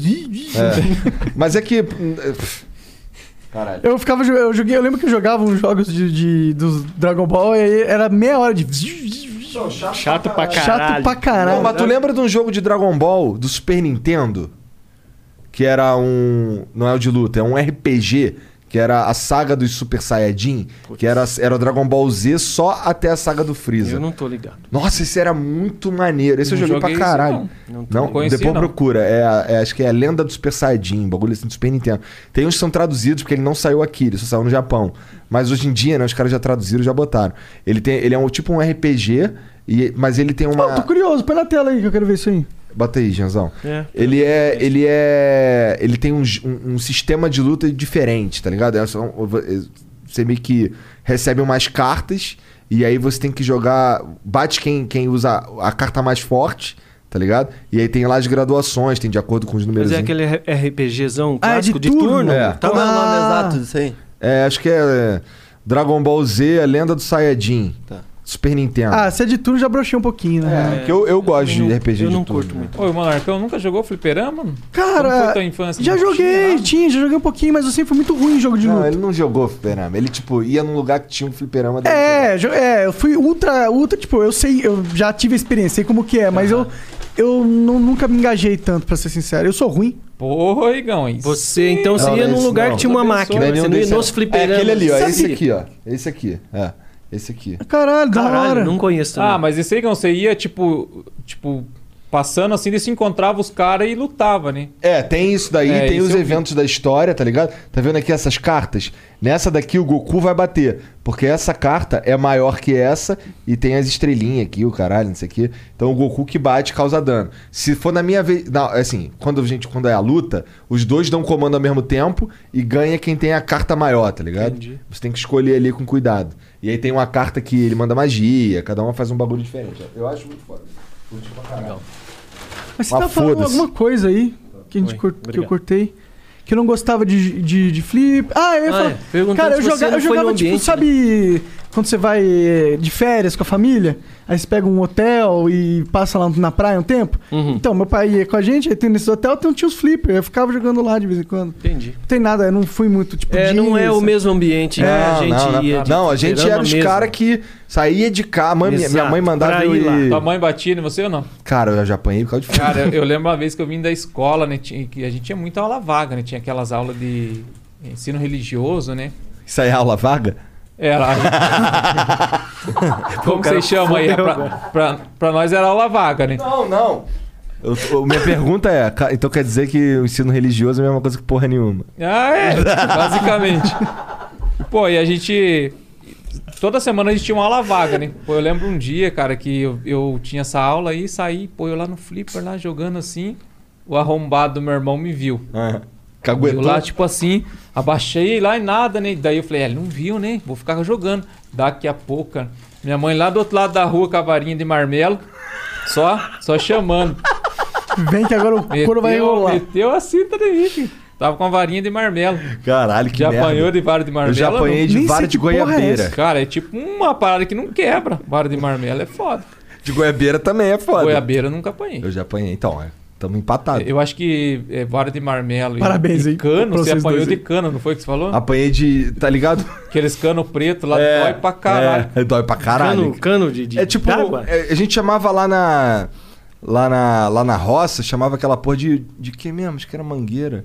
Speaker 1: Mas é que. pff, Caralho.
Speaker 2: Eu ficava... jo- Eu, joguei, eu lembro que eu jogava uns jogos de, de- dos Dragon Ball e aí era meia hora de...
Speaker 1: é,
Speaker 4: Chato pra
Speaker 2: Chato pra
Speaker 1: Não,
Speaker 2: caralho.
Speaker 1: mas tu lembra de um jogo de Dragon Ball do Super Nintendo? Que era um. Não é o de luta, é um RPG. Que era a saga dos Super Saiyajin. Que era, era o Dragon Ball Z só até a saga do Freeza.
Speaker 4: Eu não tô ligado.
Speaker 1: Nossa, esse era muito maneiro. Esse eu
Speaker 3: Não
Speaker 1: joguei pra
Speaker 3: joguei esse,
Speaker 1: caralho.
Speaker 4: não.
Speaker 1: Não,
Speaker 4: Não
Speaker 3: conheci,
Speaker 1: depois
Speaker 3: não.
Speaker 1: procura. É, a- é- acho que é a lenda do Super Saiyajin, bagulho assim do Super Nintendo. Tem uns que são traduzidos, porque ele não saiu aqui, ele só saiu no Japão. Mas hoje em dia, né, os caras já traduziram, já botaram. Ele, tem, ele é um tipo um RPG, e, mas ele tem uma.
Speaker 2: Tô curioso. Põe na tela aí que eu quero ver isso aí.
Speaker 1: Bota aí, Janzão.
Speaker 4: É.
Speaker 1: Ele é. Ele é. Ele tem um, j- um- um sistema de luta diferente, tá ligado? É só um- Você meio que recebe umas cartas e aí você tem que jogar. Bate quem, quem usa a carta mais forte, tá ligado? E aí tem lá as graduações, tem de acordo com os números.
Speaker 4: Mas é aquele RPGzão
Speaker 2: Ah, é
Speaker 4: clássico
Speaker 2: de
Speaker 4: de,
Speaker 2: turno?
Speaker 4: turno.
Speaker 1: É.
Speaker 4: Tá
Speaker 5: Como é o nome
Speaker 2: Ah.
Speaker 5: exato disso aí?
Speaker 1: É, acho que é. Dragon Ball Z, a lenda do Saiyajin.
Speaker 5: Tá.
Speaker 1: Super Nintendo.
Speaker 2: Ah, se é de turno, já brochei um pouquinho, né?
Speaker 1: É, que eu, eu gosto
Speaker 4: Eu
Speaker 1: de
Speaker 4: não-
Speaker 1: RPG
Speaker 4: eu
Speaker 1: de
Speaker 4: não
Speaker 1: turno,
Speaker 4: curto
Speaker 1: né?
Speaker 4: muito.
Speaker 3: Oi, Monarcão, nunca jogou fliperama? mano? Como
Speaker 2: Cara,
Speaker 3: foi tua infância?
Speaker 2: já
Speaker 3: Não tinha
Speaker 2: joguei,
Speaker 3: nada?
Speaker 2: tinha, já joguei um pouquinho, mas eu sempre fui muito ruim em jogo de
Speaker 1: um né? Não,
Speaker 2: luta.
Speaker 1: ele não jogou fliperama. Ele, tipo, ia num lugar que tinha um fliperama. daí ele
Speaker 2: É, jo- é, eu fui ultra, ultra, tipo, eu sei, eu já tive a experiência, sei como que é, mas eu, eu nu- nunca me engajei tanto, pra ser sincero. Eu sou ruim.
Speaker 3: Porra, Igão, isso.
Speaker 4: Você, então, você
Speaker 1: Não, não
Speaker 4: ia
Speaker 1: é
Speaker 4: num
Speaker 1: esse
Speaker 4: lugar
Speaker 1: não.
Speaker 4: que tinha uma
Speaker 3: Outra pessoa.
Speaker 4: máquina.
Speaker 1: Não é
Speaker 4: Você
Speaker 1: nenhum
Speaker 4: não ia
Speaker 1: desse,
Speaker 4: nos
Speaker 1: não.
Speaker 4: fliperamas.
Speaker 1: É aquele ali, ó.
Speaker 4: Sabe?
Speaker 1: Esse aqui, ó. Esse aqui. É. Esse aqui.
Speaker 2: Caralho, da hora.
Speaker 4: Caralho, não conheço também.
Speaker 3: Ah, mas esse aí, Igão, você ia, tipo, tipo, passando assim, eles se encontrava os caras e lutava, né?
Speaker 1: É, tem isso daí,
Speaker 3: É,
Speaker 1: tem
Speaker 3: isso
Speaker 1: os
Speaker 3: eu vi.
Speaker 1: eventos da história, tá ligado? Tá vendo aqui essas cartas? Nessa daqui o Goku vai bater. Porque essa carta é maior que essa e tem as estrelinhas aqui, o caralho, não sei o quê. Então o Goku que bate causa dano. Se for na minha vez. não, Assim, quando a gente. Quando é a luta, os dois dão comando ao mesmo tempo e ganha quem tem a carta maior, tá ligado?
Speaker 4: Entendi.
Speaker 1: Você tem que escolher ali com cuidado. E aí tem uma carta que ele manda magia, cada uma faz um bagulho diferente. Eu acho muito foda. Curti pra caralho.
Speaker 2: Mas você
Speaker 1: Ah,
Speaker 2: tá falando
Speaker 1: foda-se.
Speaker 2: alguma coisa aí que, a gente
Speaker 4: Oi,
Speaker 2: cor- que eu
Speaker 4: obrigado.
Speaker 2: cortei. Que eu não gostava de, de, de flip. Ah, eu ia
Speaker 4: Ah,
Speaker 2: falar.
Speaker 4: é. Perguntando
Speaker 2: Cara, eu,
Speaker 4: se você
Speaker 2: joga-
Speaker 4: não
Speaker 2: eu
Speaker 4: foi no
Speaker 2: jogava, tipo,
Speaker 4: ambiente, né?
Speaker 2: sabe, quando você vai eh, de férias com a família, aí você pega um hotel e passa lá na praia um tempo.
Speaker 4: Uhum.
Speaker 2: Então, meu pai ia com a gente, aí tem nesse hotel, tem um tio flipper. Eu ficava jogando lá de vez em quando.
Speaker 4: Entendi.
Speaker 2: Não tem nada, eu não fui muito, tipo,
Speaker 4: É, não é o
Speaker 2: disso.
Speaker 4: mesmo ambiente. né? a gente
Speaker 1: não,
Speaker 4: ia
Speaker 1: não,
Speaker 4: de
Speaker 1: não, a gente
Speaker 4: fliperama
Speaker 1: era os
Speaker 4: mesmo.
Speaker 1: caras que saía de cá. a mãe- minha, minha
Speaker 4: Exato,
Speaker 1: mãe mandava
Speaker 4: pra
Speaker 1: eu
Speaker 4: ir lá.
Speaker 1: ir.
Speaker 3: Tua mãe batia em você ou não?
Speaker 1: Cara, eu já apanhei por causa de
Speaker 3: Cara, eu, eu lembro uma vez que eu vim da escola, né? tinha- que a gente tinha muita aula vaga, né? Tinha aquelas aulas de ensino religioso, né?
Speaker 1: Isso aí é aula vaga?
Speaker 3: Era. Como vocês chamam aí? É Pra, pra, pra nós era aula vaga, né?
Speaker 1: Não, não. minha pergunta é: ca- então quer dizer que o ensino religioso é a mesma coisa que porra nenhuma?
Speaker 3: Ah, é, basicamente. Pô, e a gente. Toda semana a gente tinha uma aula vaga, né? Pô, eu lembro um dia, cara, que eu, eu tinha essa aula aí, saí, pô, eu lá no Flipper, lá jogando assim. O arrombado do meu irmão me viu. Eu
Speaker 1: Caguetou.
Speaker 3: lá, tipo assim, abaixei lá e nada, né? Daí eu falei, é, ele não viu, né? Vou ficar jogando. Daqui a pouco, cara, minha mãe lá do outro lado da rua com a varinha de marmelo, só, só chamando.
Speaker 2: Vem que agora o couro vai
Speaker 3: Meteu-
Speaker 2: enrolar.
Speaker 3: Meteu a cinta de mim, filho. Tava com a varinha de marmelo.
Speaker 1: Caralho, que
Speaker 3: Já
Speaker 1: merda.
Speaker 3: apanhou de vara de marmelo?
Speaker 1: Eu já apanhei de
Speaker 3: Nem
Speaker 1: vara
Speaker 3: sei
Speaker 1: de
Speaker 3: que porra é
Speaker 1: goiabeira.
Speaker 3: essa. Cara, é tipo uma parada que não quebra. Vara de marmelo é foda.
Speaker 1: De goiabeira também é foda.
Speaker 3: Goiabeira eu nunca apanhei.
Speaker 1: Eu já apanhei, então. é, Tamo empatados.
Speaker 3: Eu acho que é, vara de marmelo e-
Speaker 1: Parabéns,
Speaker 3: e
Speaker 1: hein,
Speaker 3: cano,
Speaker 1: pra
Speaker 3: você
Speaker 1: vocês
Speaker 3: apanhou
Speaker 1: dois,
Speaker 3: de
Speaker 1: hein.
Speaker 3: cano, não foi que você falou?
Speaker 1: Apanhei de. Tá ligado?
Speaker 3: Aqueles cano preto lá dói pra caralho.
Speaker 1: É, dói pra caralho.
Speaker 3: Cano-
Speaker 4: cano de,
Speaker 1: É tipo.
Speaker 3: d'água?
Speaker 1: é, a gente chamava lá na. Lá na, lá na roça, chamava aquela porra de. De que mesmo? Acho que era mangueira.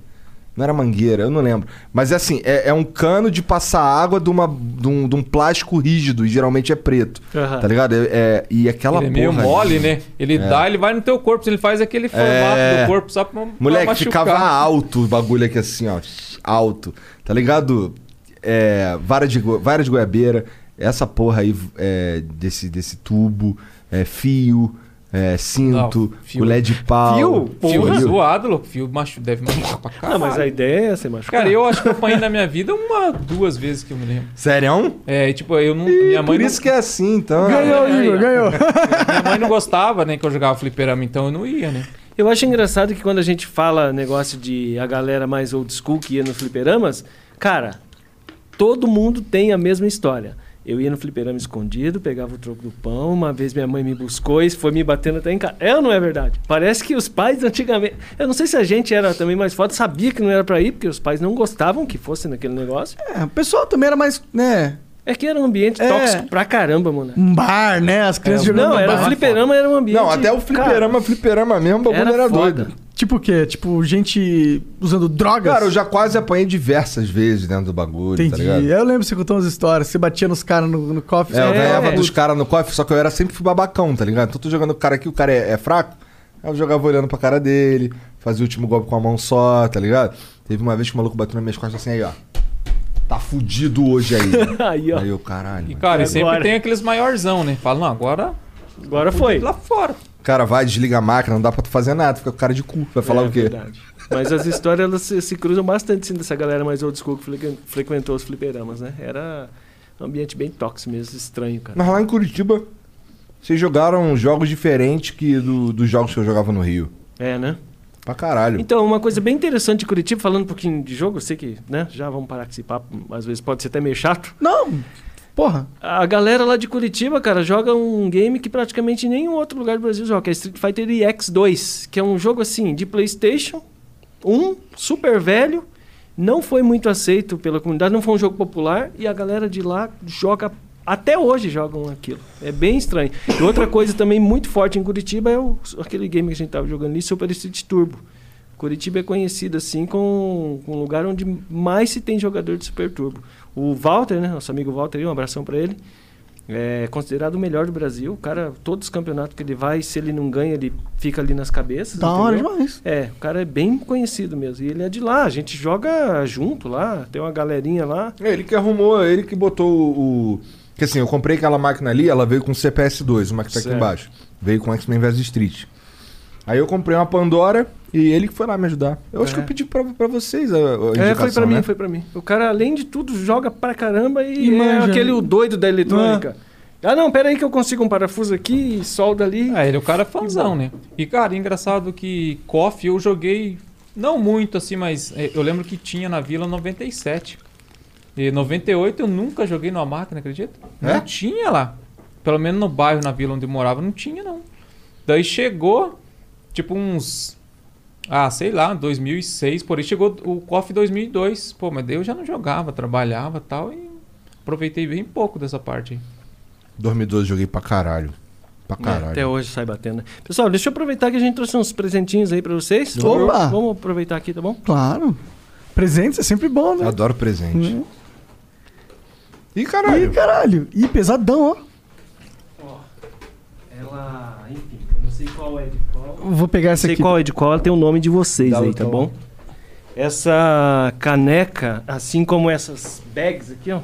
Speaker 1: Não era mangueira, eu não lembro. Mas é assim, é, é um cano de passar água de, uma, de, um, de um plástico rígido, e geralmente é preto.
Speaker 3: Aham.
Speaker 1: Tá ligado? É- é- e aquela
Speaker 3: ele é
Speaker 1: porra.
Speaker 3: meio mole, né? Ele
Speaker 1: É.
Speaker 3: dá, ele vai no teu corpo, ele faz aquele formato
Speaker 1: É.
Speaker 3: do corpo só pra pra
Speaker 1: Moleque,
Speaker 3: machucar.
Speaker 1: ficava alto o bagulho aqui assim, ó. Alto. Tá ligado? É, vara, de, go- vara de goiabeira, essa porra aí é, desse, desse tubo, é, fio, é, cinto,
Speaker 3: Não, fio.
Speaker 1: colher de pau.
Speaker 3: Fio é
Speaker 1: Entendeu?
Speaker 3: zoado, louco. Fio machu... deve machucar pra caralho.
Speaker 4: Não, mas a ideia é você machucar.
Speaker 3: Cara, eu acho que eu apanhei na minha vida uma, duas vezes que eu me lembro.
Speaker 1: Sério?
Speaker 3: É, e, tipo, eu não. minha mãe
Speaker 1: Por isso que é assim, então.
Speaker 3: não... Aí, ó.
Speaker 2: ganhou.
Speaker 3: Minha mãe não gostava, né, que eu jogava fliperama, então eu não ia, né?
Speaker 4: Eu acho engraçado que quando a gente fala negócio de a galera mais old school que ia nos fliperamas, cara, todo mundo tem a mesma história. Eu ia no fliperama escondido, pegava o troco do pão, uma vez minha mãe me buscou e foi me batendo até em casa. É ou não é verdade? Parece que os pais antigamente... Eu não sei se a gente era também mais foda, sabia que não era pra ir, porque os pais não gostavam que fosse naquele negócio.
Speaker 2: É, o pessoal também era mais, né?
Speaker 4: É que era um ambiente
Speaker 2: É.
Speaker 4: tóxico pra caramba, mano.
Speaker 2: Um bar, né? As crianças jogando
Speaker 4: É, Não,
Speaker 2: no
Speaker 4: era
Speaker 2: bar.
Speaker 4: fliperama, era um ambiente...
Speaker 2: Não, até o
Speaker 1: Fliperama, fliperama mesmo, o bagulho
Speaker 4: Era
Speaker 1: era,
Speaker 4: foda.
Speaker 1: doido.
Speaker 2: Tipo o quê? Tipo, gente usando drogas?
Speaker 1: Cara, eu já quase apanhei diversas vezes dentro do bagulho, tá
Speaker 2: Entendi.
Speaker 1: ligado?
Speaker 2: eu lembro que você contou umas histórias. Você batia nos caras no, no cofre.
Speaker 1: É, eu
Speaker 2: você
Speaker 1: ganhava
Speaker 2: ficava
Speaker 1: dos
Speaker 2: puto.
Speaker 1: caras no cofre, só que eu era sempre fui babacão, tá ligado? Então eu tô jogando o cara aqui, o cara é, é fraco, aí eu jogava olhando pra cara dele, fazia o último golpe com a mão só, tá ligado? Teve uma vez que o maluco bateu nas minhas costas assim, aí, ó. Tá fudido hoje aí.
Speaker 4: Aí, ó.
Speaker 1: Aí eu, caralho. mano.
Speaker 3: Cara, e sempre
Speaker 4: Agora.
Speaker 3: tem aqueles maiorzão, né? Fala, não, agora.
Speaker 4: Agora foi.
Speaker 3: Lá fora.
Speaker 1: Cara, vai, desliga a máquina, não dá pra tu fazer nada, fica com cara de cu. Vai falar
Speaker 4: É
Speaker 1: o quê?
Speaker 4: verdade. Mas as histórias elas se, se cruzam bastante sim, dessa galera mais old school que fre- frequentou os fliperamas, né? Era um ambiente bem tóxico mesmo, estranho, cara.
Speaker 1: Mas lá em Curitiba, vocês jogaram jogos diferentes que do- dos jogos que eu jogava no Rio.
Speaker 4: É, né?
Speaker 1: Pra caralho.
Speaker 4: Então, uma coisa bem interessante de Curitiba, falando um pouquinho de jogo, eu sei que, né? Já vamos parar com esse papo, às vezes pode ser até meio chato.
Speaker 2: Não, porra.
Speaker 4: A galera lá de Curitiba, cara, joga um game que praticamente nenhum outro lugar do Brasil joga, que é Street Fighter EX2, que é um jogo assim de PlayStation 1, super velho, não foi muito aceito pela comunidade, não foi um jogo popular e a galera de lá joga até hoje jogam aquilo. É bem estranho. E outra coisa também muito forte em Curitiba é o- aquele game que a gente tava jogando ali, Super Street Turbo. Curitiba é conhecido assim com, com o lugar onde mais se tem jogador de Super Turbo. O Walter, né, nosso amigo Walter, aí, um abração para ele. É considerado o melhor do Brasil. O cara, todos os campeonatos que ele vai, se ele não ganha, ele fica ali nas cabeças.
Speaker 2: Da tá hora
Speaker 4: entendeu?
Speaker 2: demais.
Speaker 4: É, o cara é bem conhecido mesmo. E ele é de lá, a gente joga junto lá, tem uma galerinha lá.
Speaker 1: É, ele que arrumou, ele que botou o. o- Que assim, eu comprei aquela máquina ali, ela veio com CPS2, uma que tá aqui
Speaker 4: Certo.
Speaker 1: embaixo. Veio com X-Men vs Street. Aí eu comprei uma Pandora e ele que foi lá me ajudar. Eu acho
Speaker 4: É.
Speaker 1: que eu pedi pra, pra vocês a, a indicação,
Speaker 4: É, foi pra
Speaker 1: né?
Speaker 4: mim, foi pra mim. O cara, além de tudo, joga pra caramba e,
Speaker 2: E
Speaker 4: é
Speaker 2: manja.
Speaker 4: aquele o doido da eletrônica. Ah, não, pera aí que eu consigo um parafuso aqui e solda ali.
Speaker 3: Ah, ele é o cara fãzão, né? E, cara, engraçado que KOF eu joguei, não muito assim, mas eh, eu lembro que tinha na Vila 97. E 98 eu nunca joguei numa máquina, acredita?
Speaker 1: É?
Speaker 3: Não tinha lá. Pelo menos no bairro, na vila onde eu morava, não tinha, não. Daí chegou, tipo uns... Ah, sei lá, 2006, por aí chegou o KOF 2002. Pô, mas daí eu já não jogava, trabalhava e tal, e aproveitei bem pouco dessa parte aí.
Speaker 1: 2012 joguei pra caralho. Pra
Speaker 4: É,
Speaker 1: caralho.
Speaker 4: até hoje sai batendo. né? Pessoal, deixa eu aproveitar que a gente trouxe uns presentinhos aí pra vocês.
Speaker 2: Opa!
Speaker 4: Vamos aproveitar aqui, tá bom?
Speaker 2: Claro. Presentes é sempre bom, né?
Speaker 1: Adoro presente.
Speaker 4: Uhum.
Speaker 1: Ih,
Speaker 2: Ih,
Speaker 1: caralho.
Speaker 2: caralho. Ih, pesadão, ó.
Speaker 4: Ela, enfim, eu não sei qual é de qual.
Speaker 2: Vou pegar essa
Speaker 4: sei
Speaker 2: aqui.
Speaker 1: tá
Speaker 4: qual é de qual, ela tem o nome de vocês
Speaker 2: Dá
Speaker 4: aí,
Speaker 2: o
Speaker 4: tá
Speaker 2: tom.
Speaker 4: bom? Essa caneca, assim como essas bags aqui, ó.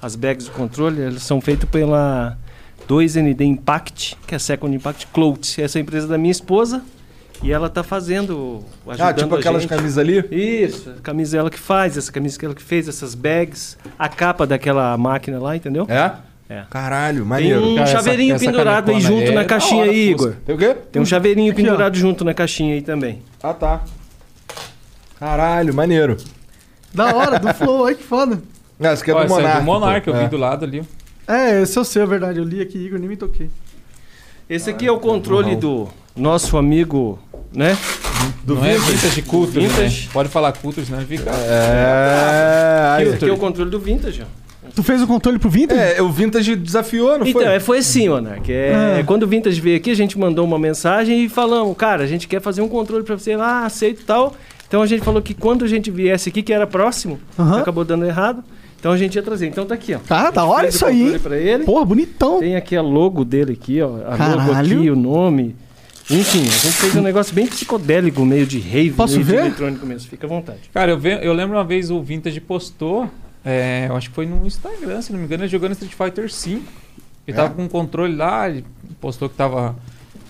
Speaker 4: As bags do controle, elas são feitas pela 2ND Impact, que é Second Impact Clothes. Essa é a empresa da minha esposa e ela tá fazendo, ajudando
Speaker 1: Ah, tipo
Speaker 4: a
Speaker 1: aquelas
Speaker 4: gente.
Speaker 1: camisas ali?
Speaker 4: Isso, a camisa ela que faz, essa camisa que ela que fez, essas bags, a capa daquela máquina lá, entendeu?
Speaker 1: É?
Speaker 4: É.
Speaker 1: Caralho, maneiro.
Speaker 4: Tem um
Speaker 1: Cara, essa-
Speaker 4: chaveirinho
Speaker 1: essa
Speaker 4: pendurado aí
Speaker 1: canecona
Speaker 4: junto
Speaker 1: é
Speaker 4: na
Speaker 1: da
Speaker 4: caixinha
Speaker 1: hora,
Speaker 4: aí,
Speaker 1: moço.
Speaker 4: Igor.
Speaker 1: Tem o quê?
Speaker 4: Tem um chaveirinho pendurado junto na caixinha aí também.
Speaker 1: Ah, tá. Caralho, maneiro.
Speaker 2: Da hora, do Flow, ai que foda.
Speaker 1: Ah, isso aqui é
Speaker 3: Ó,
Speaker 1: do
Speaker 3: essa é do
Speaker 1: Monark.
Speaker 3: Monark,
Speaker 1: pô.
Speaker 3: eu vi
Speaker 1: É.
Speaker 3: do lado ali.
Speaker 2: É, esse é o seu, é verdade. Eu li aqui, Igor, nem me toquei.
Speaker 4: Esse aqui é o controle do nosso amigo, né?
Speaker 1: Do
Speaker 3: Não é vintage culture,
Speaker 4: Vintage.
Speaker 3: né? Pode falar culture, né? Fica...
Speaker 2: Ah,
Speaker 1: É.
Speaker 4: Aqui, aqui é o controle do Vintage. ó.
Speaker 2: Tu fez o controle pro Vintage?
Speaker 1: É, o Vintage desafiou, não
Speaker 4: Então,
Speaker 1: foi?
Speaker 4: é, foi assim, Monark. É,
Speaker 2: Ah.
Speaker 4: Quando o Vintage veio aqui, a gente mandou uma mensagem e falamos, cara, a gente quer fazer um controle pra você, ah, aceito e tal. Então a gente falou que quando a gente viesse aqui, que era próximo,
Speaker 2: Aham.
Speaker 4: acabou dando errado, então a gente ia trazer. Então tá aqui, ó.
Speaker 2: Tá, da hora
Speaker 4: Fez o
Speaker 2: isso aí,
Speaker 4: controle
Speaker 2: hein?
Speaker 4: Pra ele.
Speaker 2: Porra, bonitão.
Speaker 4: Tem aqui a logo dele aqui, ó. A logo
Speaker 2: Caralho.
Speaker 4: aqui, o nome. Enfim, a gente fez um negócio bem psicodélico, meio de rave,
Speaker 2: Posso
Speaker 4: meio
Speaker 2: ver?
Speaker 4: de eletrônico mesmo. Fica à vontade.
Speaker 3: Cara, eu, ve- eu lembro uma vez o Vintage postou, é, eu acho que foi no Instagram, se não me engano, ele jogando Street Fighter V. Ele tava com um controle lá, ele postou que tava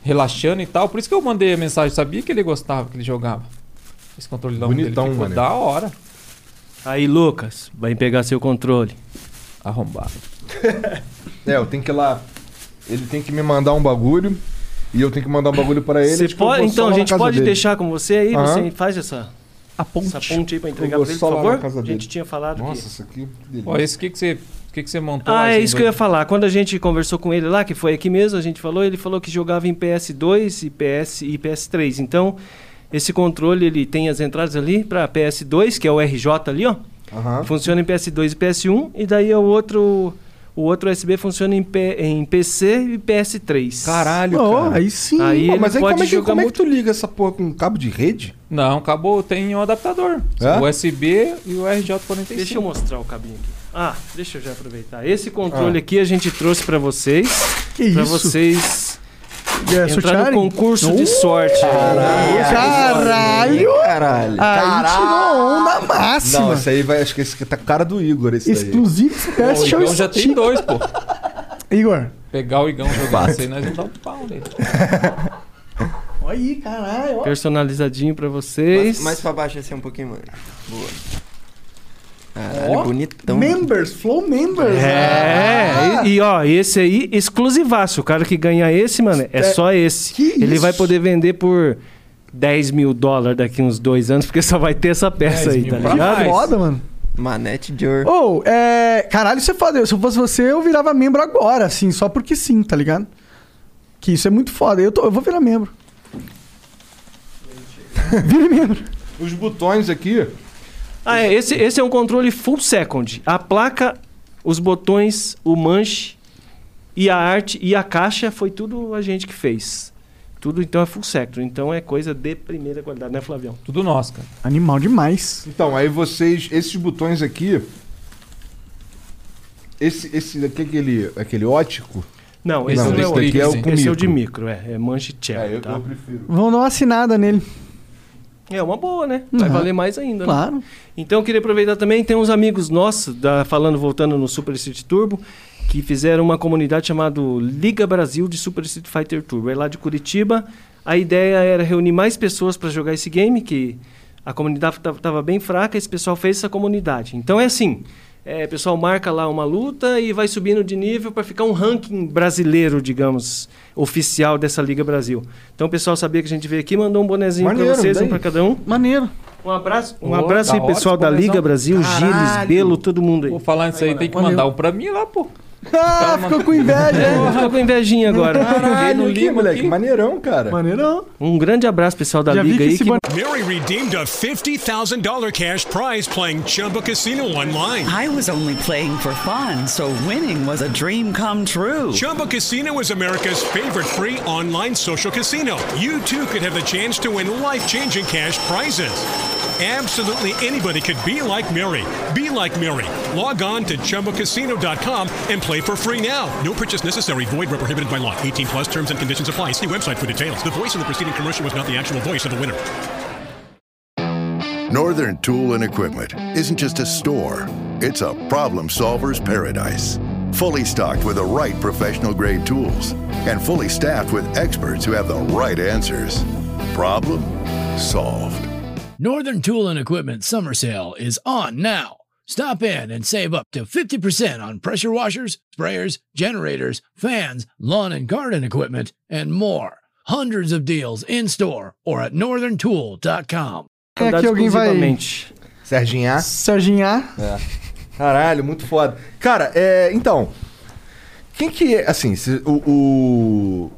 Speaker 3: relaxando e tal. Por isso que eu mandei a mensagem, sabia que ele gostava, que ele jogava. Esse controle lá dele
Speaker 1: Bonitão,
Speaker 3: ficou
Speaker 1: mano.
Speaker 3: da hora.
Speaker 4: Aí, Lucas, vai pegar seu controle.
Speaker 3: Arrombado.
Speaker 1: É, eu tenho que ir lá. Ele tem que me mandar um bagulho. E eu tenho que mandar um bagulho pra ele.
Speaker 4: Você
Speaker 1: acho que eu
Speaker 4: pode-
Speaker 1: vou só
Speaker 4: então,
Speaker 1: lá
Speaker 4: a
Speaker 1: na
Speaker 4: gente
Speaker 1: casa
Speaker 4: pode
Speaker 1: dele.
Speaker 4: deixar com você aí?
Speaker 1: Aham.
Speaker 4: Você faz essa,
Speaker 2: A ponte.
Speaker 4: essa ponte aí pra entregar
Speaker 1: vou
Speaker 4: pra ele,
Speaker 1: só
Speaker 4: por
Speaker 1: lá
Speaker 4: favor?
Speaker 1: na casa
Speaker 4: a
Speaker 1: dele.
Speaker 4: gente tinha falado
Speaker 1: Nossa,
Speaker 4: que...
Speaker 1: isso aqui. que delícia.
Speaker 3: Ó, esse que que você, que que você montou lá,
Speaker 4: Ah, é
Speaker 3: esse
Speaker 4: isso que eu ia
Speaker 3: dois-
Speaker 4: falar. Quando a gente conversou com ele lá, que foi aqui mesmo, a gente falou, ele falou que jogava em PS2 e PS e PS3. Então, esse controle ele tem as entradas ali pra PS2, que é o RJ ali, ó.
Speaker 1: Aham.
Speaker 4: Funciona em PS2 e PS1 e daí é o outro o outro USB funciona em, P- em PC e PS3.
Speaker 1: Caralho,
Speaker 2: Pô,
Speaker 1: cara.
Speaker 2: aí sim.
Speaker 4: Aí
Speaker 1: Pô,
Speaker 4: ele
Speaker 1: mas aí
Speaker 4: pode
Speaker 1: como, é que,
Speaker 4: jogar
Speaker 1: como é que
Speaker 4: muito-
Speaker 1: tu liga essa porra com um cabo de rede?
Speaker 3: Não, acabou, tem um adaptador.
Speaker 1: É?
Speaker 3: O USB e o RJ45.
Speaker 4: Deixa eu mostrar o cabinho aqui. Ah, deixa eu já aproveitar. Esse controle aqui a gente trouxe pra vocês,
Speaker 2: Ah. Que é
Speaker 4: Pra
Speaker 2: isso?
Speaker 4: vocês
Speaker 2: É,
Speaker 4: entrar
Speaker 2: sortearem?
Speaker 4: no concurso de sorte.
Speaker 2: Caralho!
Speaker 5: Caralho.
Speaker 2: Aí tirou onda máxima.
Speaker 1: Não, esse aí vai. Acho que esse aqui tá com a cara do Igor, esse daí.
Speaker 2: Exclusivo
Speaker 3: Pô,
Speaker 2: Express
Speaker 3: o
Speaker 2: Show
Speaker 3: Igão Então já tem dois, pô.
Speaker 2: Igor.
Speaker 3: Pegar o Igão jogando isso aí, nós vamos dar um pau nele.
Speaker 2: Olha aí, caralho.
Speaker 4: Personalizadinho pra
Speaker 5: Mais,
Speaker 4: vocês.
Speaker 5: mais pra baixo assim um pouquinho, mano. Boa. Caralho,
Speaker 2: Ó,
Speaker 5: bonitão.
Speaker 2: Members, Flow Members.
Speaker 4: É, e, e, ó, esse aí, exclusivaço. O cara que ganhar esse, mano, é, só esse.
Speaker 2: que
Speaker 4: Ele
Speaker 2: isso?
Speaker 4: vai poder vender por 10 mil dólares daqui uns dois anos, porque só vai ter essa peça
Speaker 3: 10
Speaker 4: aí,
Speaker 3: mil
Speaker 4: tá
Speaker 3: pra
Speaker 4: ligado?
Speaker 3: mais.
Speaker 2: Foda, mano.
Speaker 5: Manete de ouro.
Speaker 2: Ou, é. Caralho, você é foda. Eu, Se eu fosse você, eu virava membro agora, assim, só porque sim, tá ligado? Que isso é muito foda. Eu, tô- eu vou virar membro. Vira membro.
Speaker 1: Os botões aqui.
Speaker 4: Ah, é, esse, esse é um controle full second. A placa, os botões, o manche e a arte e a caixa foi tudo a gente que fez. Tudo então é full second. Então é coisa de primeira qualidade, né, Flavião?
Speaker 3: Tudo nosso, cara.
Speaker 2: Animal demais.
Speaker 1: Então, aí vocês. Esses botões aqui. Esse, esse daqui é aquele, aquele ótico.
Speaker 4: Não, esse
Speaker 1: não,
Speaker 4: não, é
Speaker 1: esse
Speaker 4: o
Speaker 1: daqui é o
Speaker 4: esse
Speaker 1: com
Speaker 4: é
Speaker 1: micro.
Speaker 4: o de micro, é, é manche cello,
Speaker 1: É, eu,
Speaker 4: tá?
Speaker 1: eu prefiro.
Speaker 2: Vão dar uma assinada nele.
Speaker 4: É uma boa, né? Vai
Speaker 2: Uhum.
Speaker 4: valer mais ainda. né?
Speaker 2: Claro.
Speaker 4: Então eu queria aproveitar também, tem uns amigos nossos, da, falando, voltando no Super Street Turbo, que fizeram uma comunidade chamada Liga Brasil de Super Street Fighter Turbo. É lá de Curitiba. A ideia era reunir mais pessoas para jogar esse game, que a comunidade estava bem fraca, esse pessoal fez essa comunidade. Então é assim, é, o pessoal marca lá uma luta e vai subindo de nível para ficar um ranking brasileiro, digamos, oficial dessa Liga Brasil. Então o pessoal sabia que a gente veio aqui, mandou um bonezinho para
Speaker 1: Maneiro,
Speaker 4: vocês, um
Speaker 1: daí.
Speaker 4: para cada um.
Speaker 2: Maneiro.
Speaker 4: Um abraço, um
Speaker 3: Ô,
Speaker 4: abraço
Speaker 3: da
Speaker 4: aí,
Speaker 3: hora
Speaker 4: pessoal
Speaker 3: esse
Speaker 4: da Liga
Speaker 3: começão.
Speaker 4: Brasil, Gilles, Belo, todo mundo aí.
Speaker 3: Vou falar nisso aí, tem que
Speaker 2: Valeu.
Speaker 3: mandar um pra mim lá, pô.
Speaker 2: Ah, ficou com inveja.
Speaker 4: É, ficou com invejinha agora.
Speaker 3: Caralho,
Speaker 1: Olha aqui, moleque. Maneirão, cara.
Speaker 2: Maneirão.
Speaker 4: Um grande abraço, pessoal da
Speaker 2: Já vi
Speaker 4: Liga
Speaker 2: que
Speaker 4: aí.
Speaker 2: esse
Speaker 4: Que...
Speaker 2: boné
Speaker 8: Mary redeemed a $50,000 cash prize playing Chumba Casino online.
Speaker 9: I was only playing for fun, so winning was a dream come true.
Speaker 8: Chumba Casino is America's favorite free online social casino. You too could have the chance to win life changing cash prizes. Absolutely anybody could be like Mary. Be like Mary. Log on to chumbacasino.com and play for free now. No purchase necessary. Void where prohibited by law. 18 plus terms and conditions apply. See website for details. The voice in the preceding commercial was not the actual voice of the winner.
Speaker 11: Northern Tool and Equipment isn't just a store, it's a problem solver's paradise. Fully stocked with the right professional grade tools and fully staffed with experts who have the right answers. Problem solved.
Speaker 12: Northern Tool and Equipment summer sale is on now. Stop in and save up to 50% on pressure washers, sprayers, generators, fans, lawn and garden equipment, and more. Hundreds of deals in store or at northerntool.com.
Speaker 2: É que alguém vai-
Speaker 1: Serginho A?
Speaker 2: Serginho A.
Speaker 1: É. Caralho, muito foda. Cara, é, então. Quem que é. Assim, se- o.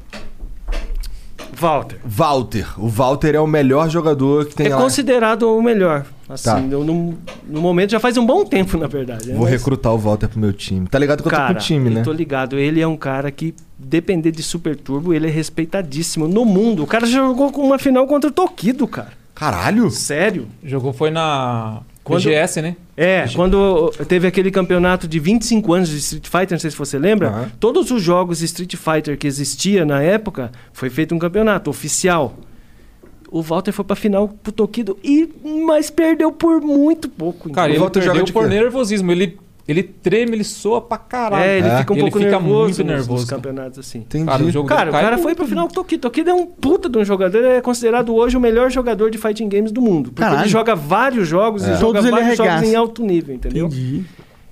Speaker 4: Walter.
Speaker 1: Walter. O Walter é o melhor jogador que tem
Speaker 4: É
Speaker 1: lá.
Speaker 4: considerado o melhor. Assim,
Speaker 1: Tá.
Speaker 4: no, no- no momento já faz um bom tempo, na verdade. né?
Speaker 1: Vou
Speaker 4: Mas,
Speaker 1: recrutar o Walter pro meu time. Tá ligado que eu tô
Speaker 4: cara,
Speaker 1: com o time,
Speaker 4: eu
Speaker 1: né?
Speaker 4: tô ligado. Ele é um cara que, depender de Super Turbo, ele é respeitadíssimo no mundo. O cara já jogou com uma final contra o Tokido, cara.
Speaker 1: Caralho!
Speaker 4: Sério?
Speaker 3: Jogou foi na
Speaker 4: Quando-
Speaker 3: BGS, né?
Speaker 4: É, quando teve aquele campeonato de 25 anos de Street Fighter, não sei se você lembra, todos os jogos Street Fighter que existia na época, foi feito um campeonato oficial. O Walter foi pra final pro Tokido e mas perdeu por muito pouco.
Speaker 3: Cara,
Speaker 4: entendeu?
Speaker 3: ele perdeu por nervosismo. Ele, ele treme, ele soa pra caralho.
Speaker 4: É, ele fica um pouco
Speaker 3: fica
Speaker 4: nervoso
Speaker 3: muito
Speaker 4: nos- nos
Speaker 3: nervoso. um
Speaker 4: campeonatos assim.
Speaker 3: Cara, o jogo é
Speaker 4: Cara,
Speaker 3: dele
Speaker 4: o
Speaker 3: cai
Speaker 4: cara
Speaker 3: muito.
Speaker 4: foi pro final do Tokido. Tokido é um puta de um jogador, ele é considerado hoje o melhor jogador de fighting games do mundo. Porque
Speaker 2: Caralho.
Speaker 4: ele joga vários jogos
Speaker 2: É.
Speaker 4: e joga
Speaker 2: Todos ele
Speaker 4: vários jogos
Speaker 2: arregaça.
Speaker 4: em alto nível, entendeu?
Speaker 2: Entendi.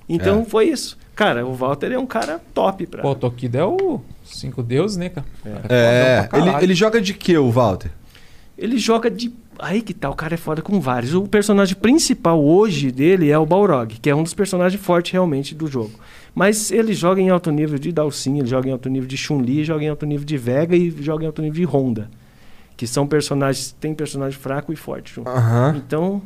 Speaker 4: Então
Speaker 3: É.
Speaker 4: foi isso. Cara, o Walter é um cara top pra.
Speaker 3: Pô, o Tokido é o cinco deuses, né, cara?
Speaker 1: É,
Speaker 3: pra caralho.
Speaker 1: ele, ele joga de que, o Walter?
Speaker 4: Ele joga de. Aí que tá, o cara é foda com vários. O personagem principal hoje dele é o Balrog, que é um dos personagens fortes realmente do jogo. Mas ele joga em alto nível de Dalsin, ele joga em alto nível de Chun-Li, joga em alto nível de Vega e joga em alto nível de Honda. Que são personagens. Tem personagem fraco e forte junto.
Speaker 1: Aham.
Speaker 4: Então.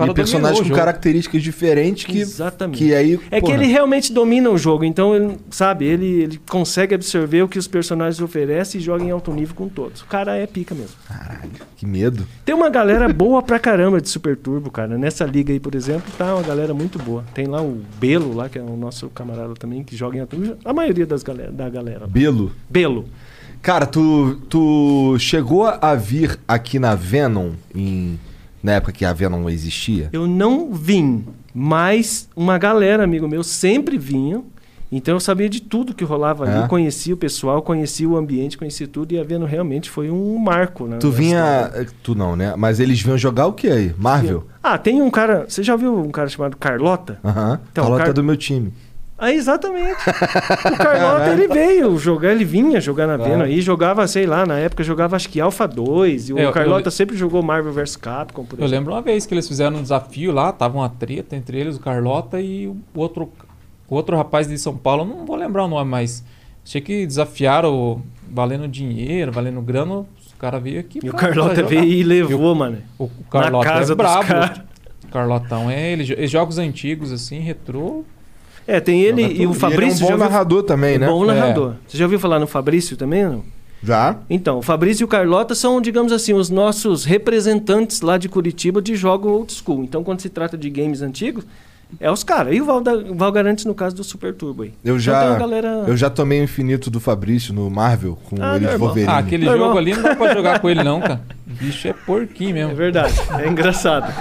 Speaker 1: e personagens com características diferentes que.
Speaker 4: Exatamente.
Speaker 1: Que aí,
Speaker 4: É que
Speaker 1: porra,
Speaker 4: ele realmente domina o jogo, então ele, sabe, ele, ele consegue absorver o que os personagens oferecem e joga em alto nível com todos. O cara é pica mesmo.
Speaker 1: Que medo.
Speaker 4: Tem uma galera boa pra caramba de Super Turbo, cara. Nessa liga aí, por exemplo, tá uma galera muito boa. Tem lá o Belo, lá, que é o nosso camarada também, que joga em alto nível. A maioria das galera, da galera.
Speaker 1: Belo.
Speaker 4: Belo.
Speaker 1: Cara, tu, tu chegou a vir aqui na Venom em, na época que a Venom existia?
Speaker 4: Eu não vim, mas uma galera, amigo meu, sempre vinha. Então eu sabia de tudo que rolava ali,
Speaker 1: É?
Speaker 4: Eu conhecia o pessoal, conhecia o ambiente, conhecia tudo, e a Venom realmente foi um marco, né?
Speaker 1: Tu vinha. Tu não, né? Mas eles vinham jogar o que aí? Marvel?
Speaker 4: Ah, tem um cara. Você já viu um cara chamado Carlota?
Speaker 1: Aham.
Speaker 4: Então,
Speaker 1: Carlota
Speaker 4: Car-
Speaker 1: do meu time.
Speaker 4: Ah, exatamente. o Carlota, ele veio jogar, ele vinha jogar na Venom aí, jogava, sei lá, na época jogava acho que Alpha 2, e o
Speaker 3: É, eu-
Speaker 4: Carlota sempre jogou Marvel vs Capcom, por
Speaker 3: Eu
Speaker 4: exemplo.
Speaker 3: lembro uma vez que eles fizeram um desafio lá, tava uma treta entre eles, o Carlota e o outro, o outro rapaz de São Paulo, não vou lembrar o nome, mas achei que desafiaram valendo dinheiro, valendo grana, os caras veio aqui.
Speaker 4: E o Carlota veio e levou, mano.
Speaker 3: O Carlota
Speaker 4: na casa
Speaker 3: é
Speaker 4: dos
Speaker 3: brabo.
Speaker 4: caras.
Speaker 3: Carlotão é, ele, jo- e jogos antigos assim, retrô.
Speaker 4: É, tem ele
Speaker 3: Joga tudo.
Speaker 4: e o Fabrício.
Speaker 1: um é bom
Speaker 4: já ouviu-
Speaker 1: narrador também,
Speaker 4: um
Speaker 1: né?
Speaker 4: Bom
Speaker 1: É.
Speaker 4: narrador. Você já ouviu falar no Fabrício também, não?
Speaker 1: Já?
Speaker 4: Então, o Fabrício e o Carlota são, digamos assim, os nossos representantes lá de Curitiba de jogo old school. Então, quando se trata de games antigos, é os caras. E o Val, da- Val Garantes, no caso do Super Turbo aí.
Speaker 1: Eu
Speaker 4: Então,
Speaker 1: já,
Speaker 4: tem uma galera-
Speaker 1: eu já tomei o infinito do Fabrício no Marvel com
Speaker 4: Ah,
Speaker 1: ele de
Speaker 4: normal.
Speaker 1: Wolverine.
Speaker 3: Ah, aquele
Speaker 4: Normal.
Speaker 3: jogo ali não dá pra jogar com ele não, cara. O bicho é porquinho mesmo. É
Speaker 4: verdade, é engraçado.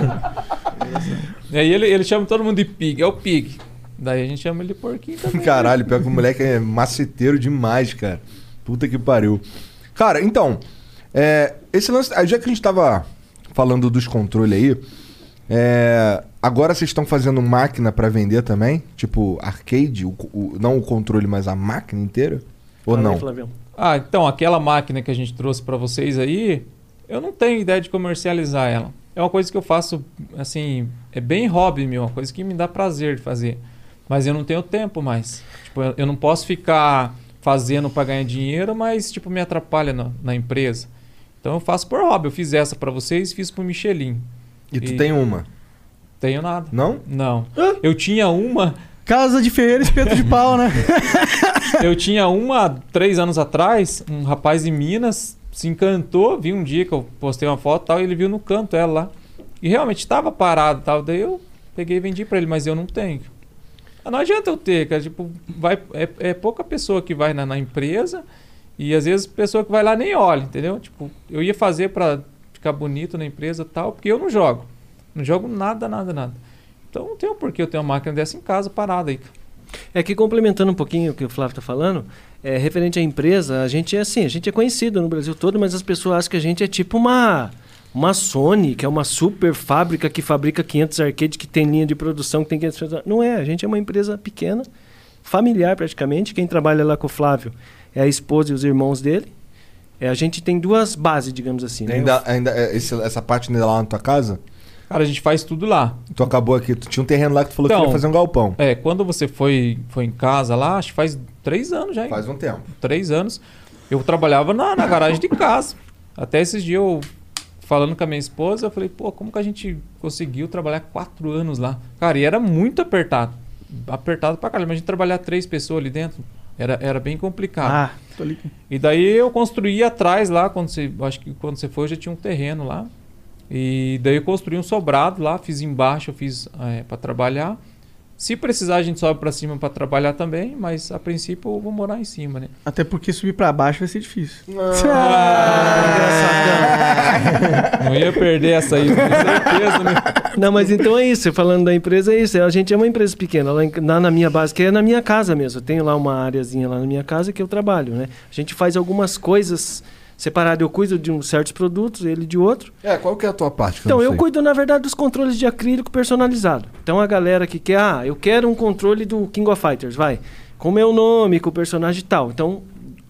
Speaker 3: e aí ele, ele chama todo mundo de pig, é o pig. Daí a gente chama ele de porquinho também.
Speaker 1: Caralho, pior que o moleque é maceteiro demais, cara. Puta que pariu. Cara, então, é, esse lance. ah, Já que a gente tava falando dos controles aí, é, agora vocês estão fazendo máquina pra vender também? Tipo, arcade? o- o- não o controle, mas a máquina inteira? Ou não?
Speaker 3: Ah, então, aquela máquina que a gente trouxe pra vocês aí, eu não tenho ideia de comercializar ela. É uma coisa que eu faço, assim, é bem hobby meu, uma coisa que me dá prazer de fazer. Mas eu não tenho tempo mais. Tipo, eu eu não posso ficar fazendo pra ganhar dinheiro, mas, tipo, me atrapalha na, na empresa. Então eu faço por hobby. Eu fiz essa pra vocês, fiz pro Michelin.
Speaker 1: E tu tem Hum? uma?
Speaker 3: Tenho nada.
Speaker 1: Não?
Speaker 3: Não. Eu tinha uma,
Speaker 2: Casa de Ferreira, espeto de pau, né?
Speaker 3: eu tinha uma três anos atrás, um rapaz de Minas se encantou, viu um dia que eu postei uma foto e tal, e ele viu no canto ela lá. E realmente estava parado e tal, daí eu peguei e vendi para ele, mas eu não tenho. Ah, Não adianta eu ter, cara, tipo, vai, é, é pouca pessoa que vai na, na empresa e às vezes pessoa que vai lá nem olha, entendeu? Tipo, eu ia fazer para ficar bonito na empresa e tal, porque eu não jogo. Não jogo nada, nada, nada. Então não tem um porquê eu ter uma máquina dessa em casa parada aí.
Speaker 4: É que complementando um pouquinho o que o Flávio está falando, é, referente à empresa, a gente é assim, a gente é conhecido no Brasil todo, mas as pessoas acham que a gente é tipo uma uma Sony, que é uma super fábrica que fabrica 500 arcade, que tem linha de produção, que tem 500... pessoas. Não é, a gente é uma empresa pequena, familiar praticamente. Quem trabalha lá com o Flávio é a esposa e os irmãos dele. É, a gente tem duas bases, digamos assim. né?
Speaker 1: Ainda, ainda, é, esse- essa parte ainda é lá na tua casa?
Speaker 3: Cara, a gente faz tudo lá.
Speaker 1: Tu acabou aqui, tu tinha um terreno lá que tu falou que
Speaker 3: Então,
Speaker 1: queria fazer um galpão.
Speaker 3: É, quando você foi, foi em casa lá, acho que faz três anos já. hein?
Speaker 1: Faz um tempo.
Speaker 3: Três anos. Eu trabalhava na, na garagem de casa. Até esses dias eu, falando com a minha esposa, eu falei, pô, como que a gente conseguiu trabalhar quatro anos lá? Cara, e era muito apertado. Apertado pra caralho. Mas a gente trabalhar três pessoas ali dentro era, era bem complicado.
Speaker 2: Ah, tô ligado.
Speaker 3: E daí eu construí atrás lá, quando você, acho que quando você foi já tinha um terreno lá. E daí eu construí um sobrado lá, fiz embaixo, eu fiz é, para trabalhar. Se precisar a gente sobe para cima para trabalhar também, mas a princípio eu vou morar em cima, né?
Speaker 2: Até porque subir pra baixo vai ser difícil.
Speaker 3: Ah. Não ia perder essa aí, com certeza, né?
Speaker 4: Não, mas então é isso. Você Falando da empresa, é isso. A gente é uma empresa pequena. Lá, em- lá na minha base, que é na minha casa mesmo. Eu tenho lá uma áreazinha lá na minha casa que eu trabalho, né? A gente faz algumas coisas separadas. Eu cuido de um, certos produtos, ele de outro.
Speaker 1: É, qual que é a tua parte?
Speaker 4: Então, eu cuido, na verdade, dos controles de acrílico personalizado. Então, a galera que quer, ah, eu quero um controle do King of Fighters, vai, com meu nome, com o personagem e tal. Então,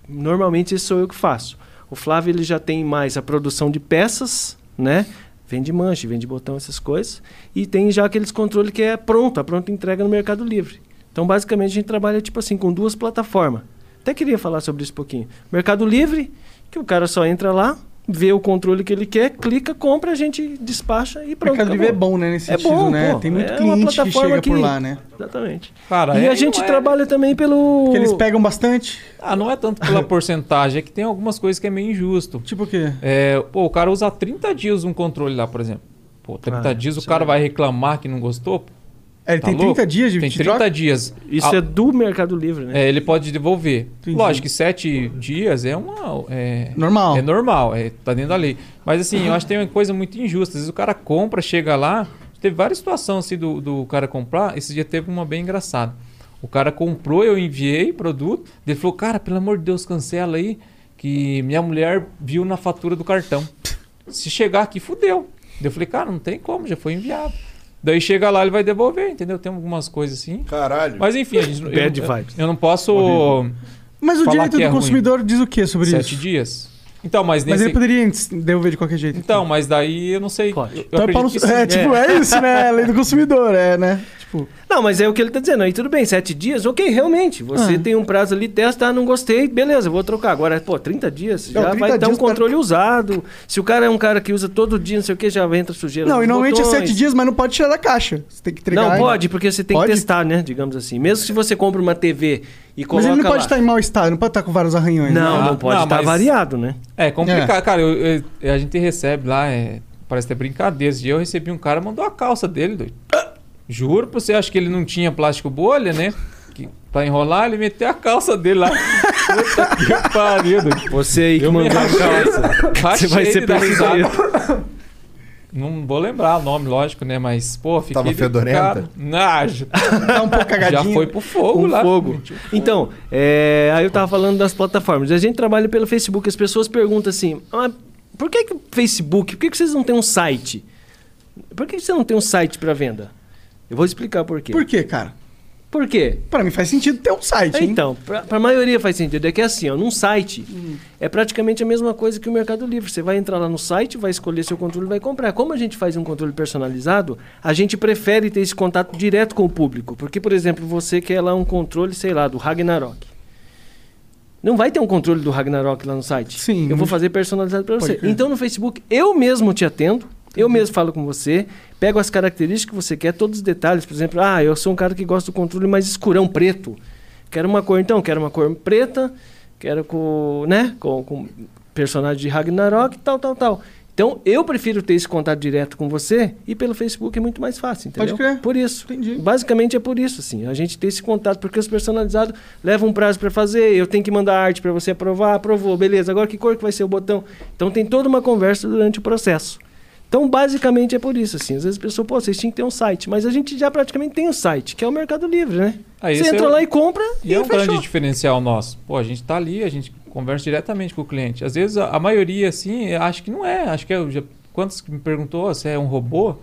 Speaker 4: normalmente, isso sou eu que faço. O Flávio, ele já tem mais a produção de peças, né? Vende manche, vende botão, essas coisas. E tem já aqueles controles que é pronto, a pronta entrega no Mercado Livre. Então, basicamente, a gente trabalha, tipo assim, com duas plataformas. Até queria falar sobre isso um pouquinho. Mercado Livre, que o cara só entra lá, vê o controle que ele quer, clica, compra, a gente despacha e pronto.
Speaker 2: Mercado Livre é bom, né, nesse sentido, né? Tem muito
Speaker 4: É
Speaker 2: cliente que chega por lá, né?
Speaker 4: Exatamente.
Speaker 3: Cara,
Speaker 4: e
Speaker 3: é-
Speaker 4: a gente
Speaker 3: não é-
Speaker 4: trabalha também pelo...
Speaker 2: Porque eles pegam bastante.
Speaker 3: Ah, não é tanto pela porcentagem, é que tem algumas coisas que é meio injusto.
Speaker 2: Tipo o quê?
Speaker 3: É, pô, o cara usa 30 dias um controle lá, por exemplo. Pô, 30
Speaker 4: Ah,
Speaker 3: dias o cara vai reclamar que não gostou? pô? tá
Speaker 2: É, ele é tem 30 dias de-
Speaker 3: Tem
Speaker 2: de
Speaker 3: 30
Speaker 2: troca?
Speaker 3: dias. Ah,
Speaker 4: Isso é do Mercado Livre, né?
Speaker 3: É, ele pode devolver. Lógico que sete dias é uma. É,
Speaker 2: normal.
Speaker 3: É normal, é, tá dentro da lei. Mas assim, eu acho que tem uma coisa muito injusta. Às vezes o cara compra, chega lá. Teve várias situações assim do, do cara comprar. Esse dia teve uma bem engraçada. O cara comprou, eu enviei produto. Ele falou, cara, pelo amor de Deus, cancela aí. Que minha mulher viu na fatura do cartão. Se chegar aqui, fudeu. Daí Eu falei, cara, não tem como, já foi enviado. Daí chega lá, ele vai devolver, entendeu? Tem algumas coisas assim.
Speaker 1: Caralho.
Speaker 3: Mas enfim, a gente, eu,
Speaker 4: Bad
Speaker 3: eu,
Speaker 4: vibes.
Speaker 3: eu não posso.
Speaker 2: Mas o
Speaker 3: falar
Speaker 2: direito
Speaker 3: que
Speaker 2: do
Speaker 3: é ruim.
Speaker 2: consumidor diz o quê sobre
Speaker 3: Sete
Speaker 2: isso?
Speaker 3: dias. Então, mas
Speaker 2: Mas
Speaker 3: nesse.
Speaker 2: ele poderia ens- devolver de qualquer jeito.
Speaker 3: Então, mas daí eu não sei. Eu, eu
Speaker 2: Então é,
Speaker 3: acredito
Speaker 2: pau no-
Speaker 3: que sim.
Speaker 2: é, tipo, é. isso, né? A lei do consumidor, é, né? Tipo,
Speaker 4: Não, mas é o que ele tá dizendo. Aí tudo bem, sete dias, ok, realmente. Você
Speaker 2: Ah.
Speaker 4: tem um prazo ali, testa, ah, não gostei, beleza, vou trocar. Agora, pô, 30 dias,
Speaker 2: Não,
Speaker 4: já
Speaker 2: 30
Speaker 4: vai ter um
Speaker 2: dias,
Speaker 4: controle usado. Se o cara é um cara que usa todo dia, não sei o que, já entra sujeira
Speaker 2: não,
Speaker 4: nos
Speaker 2: e normalmente é
Speaker 4: botões.
Speaker 2: sete dias, mas não pode tirar da caixa. Você tem que entregar.
Speaker 4: Não, pode, porque você tem
Speaker 2: Pode?
Speaker 4: que testar, né? Digamos assim. Mesmo se você compra uma TV e
Speaker 2: Mas
Speaker 4: coloca
Speaker 2: ele não pode
Speaker 4: lá.
Speaker 2: estar em mau estado, não pode estar com vários arranhões.
Speaker 4: Não,
Speaker 2: né?
Speaker 4: não pode
Speaker 3: Ah, não,
Speaker 4: estar
Speaker 3: mas-
Speaker 4: variado, né?
Speaker 3: É complicado, cara. eu- eu- a gente recebe lá, é, parece até brincadeira. Esse dia eu recebi um cara, mandou a calça dele, doido. Juro pra você, acho que ele não tinha plástico bolha, né? Que, pra enrolar, ele meteu a calça dele lá. Puta que pariu, doido.
Speaker 4: Você aí que mandou a calça.
Speaker 3: Você
Speaker 4: Você vai ser perseguido.
Speaker 3: Não vou lembrar o nome, lógico, né? Mas, pô, fiquei...
Speaker 4: Tava
Speaker 3: de
Speaker 4: fedorenta?
Speaker 3: cara- Não, já-
Speaker 2: Tá um pouco
Speaker 3: já
Speaker 4: cagadinho.
Speaker 3: foi pro fogo
Speaker 4: Um
Speaker 3: lá.
Speaker 4: fogo. Então, é, aí eu tava falando das plataformas. A gente trabalha pelo Facebook. As pessoas perguntam assim: "Ah, por que, que o Facebook? Por que, que vocês não têm um site? Por que, que você não tem um site para venda? Eu vou explicar por quê.
Speaker 2: Por quê, cara?
Speaker 4: Por quê?
Speaker 2: Pra mim faz sentido ter um site, hein?
Speaker 4: Então, pra, pra maioria faz sentido. É que é assim, ó, num site
Speaker 2: Hum.
Speaker 4: é praticamente a mesma coisa que o Mercado Livre. Você vai entrar lá no site, vai escolher seu controle e vai comprar. Como a gente faz um controle personalizado, a gente prefere ter esse contato direto com o público. Porque, por exemplo, você quer lá um controle, sei lá, do Ragnarok. Não vai ter um controle do Ragnarok lá no site. Sim. Eu vou fazer personalizado para
Speaker 2: Pode
Speaker 4: você.
Speaker 2: crer.
Speaker 4: Então no Facebook eu mesmo te atendo, eu mesmo falo com você, pego as características que você quer, todos os detalhes. Por exemplo, ah, eu sou um cara que gosta do controle mais escurão, preto. Quero uma cor então, quero uma cor preta, quero com, né, com, com personagem de Ragnarok, tal, tal, tal. Então eu prefiro ter esse contato direto com você e pelo Facebook é muito mais fácil, entendeu?
Speaker 2: Pode crer.
Speaker 4: Por isso. Basicamente é por isso, assim. A gente tem esse contato, porque os personalizados levam um prazo para fazer, eu tenho que mandar arte para você aprovar, aprovou, beleza. Agora que cor que vai ser o botão? Então tem toda uma conversa durante o processo. Então, basicamente é por isso, assim. Às vezes a pessoa, pô, vocês tinham que ter um site. Mas a gente já praticamente tem um site, que é o Mercado Livre, né?
Speaker 3: Ah,
Speaker 4: você
Speaker 3: esse
Speaker 4: entra
Speaker 3: é o-
Speaker 4: lá e compra
Speaker 3: E
Speaker 4: e,
Speaker 3: é um
Speaker 4: fechou.
Speaker 3: grande diferencial nosso. Pô, a gente tá ali, a gente conversa diretamente com o cliente. Às vezes a, a maioria, assim, acho que não é. Acho que é. Já, quantos que me perguntou se é um robô?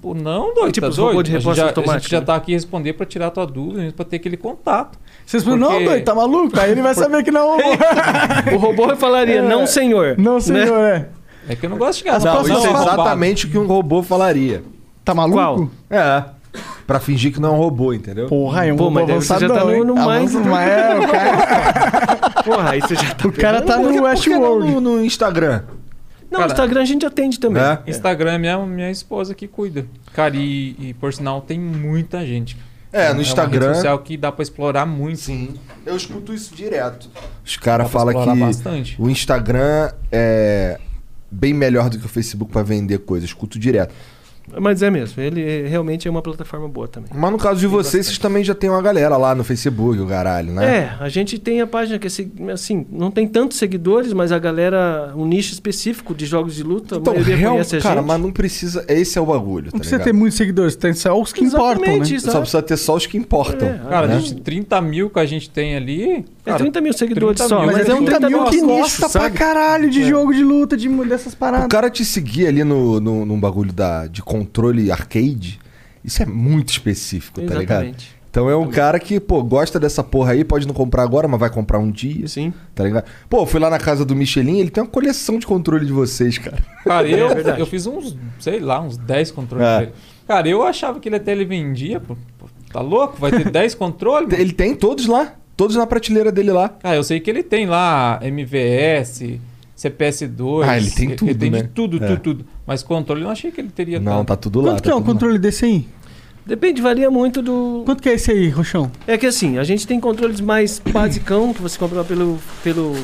Speaker 3: Pô, não, doido.
Speaker 4: Tipo
Speaker 3: tá
Speaker 4: os robôs
Speaker 3: doido?
Speaker 4: de
Speaker 3: A gente
Speaker 4: resposta
Speaker 3: já- A
Speaker 4: automática,
Speaker 3: gente já
Speaker 4: né?
Speaker 3: tá aqui responder pra tirar tua dúvida, pra ter aquele contato.
Speaker 2: Vocês falam, não, doido, tá maluco? Aí ele vai saber que não.
Speaker 3: tipo.
Speaker 4: O robô falaria, não, senhor.
Speaker 2: Não, senhor, é.
Speaker 3: É que eu não gosto de
Speaker 1: Não, isso é exatamente o que um robô falaria.
Speaker 2: Tá maluco? Qual?
Speaker 1: É. Pra fingir que não é um robô, entendeu?
Speaker 2: Porra, é um Pô, mas robô daí você já tá avançadão, no- no hein? mais- Avançado, mas é, o
Speaker 4: Porra, aí você já tá
Speaker 1: O cara tá no Westworld. No, no Instagram.
Speaker 4: Não, o Instagram a gente atende também.
Speaker 1: É?
Speaker 3: Instagram é minha, minha esposa que cuida. Cara, e, e por sinal tem muita gente.
Speaker 1: É, no
Speaker 3: É uma
Speaker 1: Instagram-
Speaker 3: rede social que dá pra explorar muito.
Speaker 1: Sim. Eu escuto isso direto. Os
Speaker 3: Dá
Speaker 1: caras
Speaker 3: pra
Speaker 1: falam
Speaker 3: explorar
Speaker 1: que
Speaker 3: bastante.
Speaker 1: o Instagram é bem melhor do que o Facebook pra vender coisas. Escuto direto.
Speaker 4: Mas é mesmo, ele é- realmente é uma plataforma boa também.
Speaker 1: Mas no caso de vocês, vocês também já tem uma galera lá no Facebook, o caralho, né?
Speaker 4: É, a gente tem a página que é segui- assim, não tem tantos seguidores, mas a galera, um nicho específico de jogos de luta,
Speaker 1: Então,
Speaker 4: a maioria
Speaker 1: real,
Speaker 4: conhece a
Speaker 1: cara,
Speaker 4: gente.
Speaker 1: mas não precisa. Esse é o bagulho, tá
Speaker 2: Não precisa
Speaker 1: ligado?
Speaker 2: ter muitos seguidores, tem só os que importam, né?
Speaker 1: Só
Speaker 4: é.
Speaker 1: precisa ter só os que importam.
Speaker 3: Cara,
Speaker 1: né?
Speaker 3: a gente, 30 mil que a gente tem ali.
Speaker 4: É 30 mil seguidores só,
Speaker 2: mas é 30 mil que gosta pra caralho de jogo de luta, de, dessas paradas.
Speaker 1: O cara te seguir ali no, no, num bagulho da, de controle arcade, isso é muito específico, tá ligado?
Speaker 4: Exatamente.
Speaker 1: Então é um cara que, pô, gosta dessa porra aí, pode não comprar agora, mas vai comprar um dia.
Speaker 4: Sim.
Speaker 1: Tá ligado? Pô, fui lá na casa do Michelin, ele tem uma coleção de controle de vocês, cara.
Speaker 3: Cara, eu,
Speaker 1: É verdade.
Speaker 3: eu fiz uns, sei lá, uns 10 controles
Speaker 1: É.
Speaker 3: dele. Cara, eu achava que ele até ele vendia, pô. Pô, Tá louco? Vai ter 10 controles? mano?
Speaker 1: Ele tem todos lá, todos na prateleira dele lá.
Speaker 3: Ah, eu sei que ele tem lá MVS, CPS2.
Speaker 1: Ah, ele tem tudo,
Speaker 3: Ele tem
Speaker 1: né?
Speaker 3: de tudo,
Speaker 1: É.
Speaker 3: tudo, tudo. Mas controle eu não achei que ele teria
Speaker 1: Não,
Speaker 3: tanto.
Speaker 1: tá tudo lá.
Speaker 2: Quanto que é um controle desse aí?
Speaker 4: Depende, varia muito do.
Speaker 2: Quanto que é esse aí, Roxão?
Speaker 4: É que assim, a gente tem controles mais basicão, que você compra lá pelo, pelo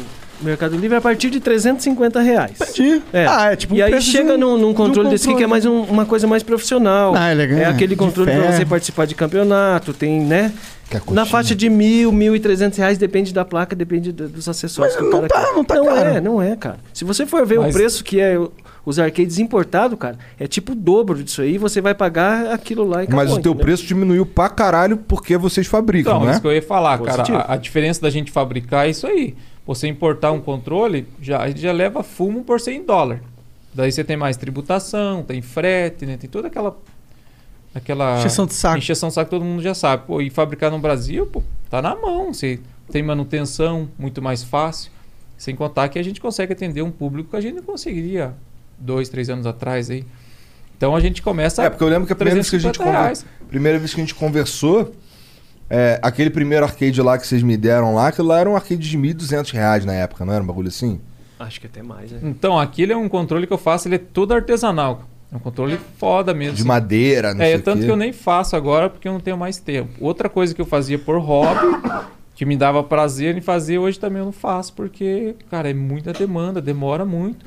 Speaker 4: Mercado Livre, a partir de 350 reais.
Speaker 2: Entendi.
Speaker 4: É.
Speaker 2: Ah, é tipo
Speaker 4: E
Speaker 2: um
Speaker 4: aí
Speaker 2: preço
Speaker 4: chega
Speaker 2: de um-
Speaker 4: num, num
Speaker 2: de um
Speaker 4: controle desse aqui que é
Speaker 2: controle.
Speaker 4: mais um- uma coisa mais profissional.
Speaker 2: Ah, é legal.
Speaker 4: aquele
Speaker 2: De
Speaker 4: controle pra
Speaker 2: ferro.
Speaker 4: você participar de campeonato, tem, né?
Speaker 2: é
Speaker 4: Na faixa de mil, mil e trezentos reais, depende da placa, depende do- dos acessórios que o cara quer. não tá, não é, não é, cara. Se você for ver
Speaker 3: Mas-
Speaker 4: o preço que é o- os arcades importados, cara, é tipo o dobro disso aí, você vai pagar aquilo lá e acabou,
Speaker 1: Mas o teu
Speaker 4: entendeu?
Speaker 1: preço diminuiu pra caralho porque vocês fabricam,
Speaker 3: Então,
Speaker 1: né?
Speaker 3: isso que eu ia falar,
Speaker 1: Positivo.
Speaker 3: cara. A, a diferença da gente fabricar é isso aí. Você importar um controle, já, a gente já leva fumo por 100 dólar. Daí você tem mais tributação, tem frete, né? Tem toda aquela. Aquela.
Speaker 2: Encheção de saco.
Speaker 3: Encheção de saco, todo mundo já sabe. Pô, e fabricar no Brasil, pô, tá na mão. Você tem manutenção, muito mais fácil. Sem contar que a gente consegue atender um público que a gente não conseguiria dois, três anos atrás aí. Então a gente começa.
Speaker 1: É, porque eu lembro que a primeira vez que a gente
Speaker 3: 350 reais.
Speaker 1: conversou, primeira vez que a gente conversou, é, aquele primeiro arcade lá que vocês me deram lá, aquilo lá era um arcade de 1.200 reais na época, não era um bagulho assim?
Speaker 4: Acho que até mais, né?
Speaker 3: Então, aquele é um controle que eu faço, ele é todo artesanal. É um controle foda mesmo.
Speaker 1: De madeira, não
Speaker 3: É,
Speaker 1: sei o
Speaker 3: tanto
Speaker 1: quê.
Speaker 3: que eu nem faço agora porque eu não tenho mais tempo. Outra coisa que eu fazia por hobby, que me dava prazer em fazer, hoje também eu não faço porque, cara, é muita demanda, demora muito.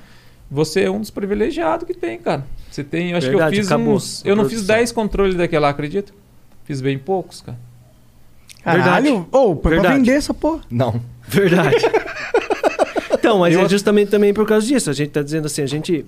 Speaker 3: Você é um dos privilegiados que tem, cara. Você tem, eu acho
Speaker 4: Verdade,
Speaker 3: que eu fiz
Speaker 4: acabou
Speaker 3: uns,
Speaker 4: a
Speaker 3: eu não fiz
Speaker 4: produção.
Speaker 3: 10 controles daquela, acredito? Fiz bem poucos, cara.
Speaker 2: Caralho, ou pra pra
Speaker 4: um- Verdade.
Speaker 2: vender essa porra.
Speaker 1: Não.
Speaker 4: Verdade. então, mas é justamente também por causa disso. A gente está dizendo assim, a gente.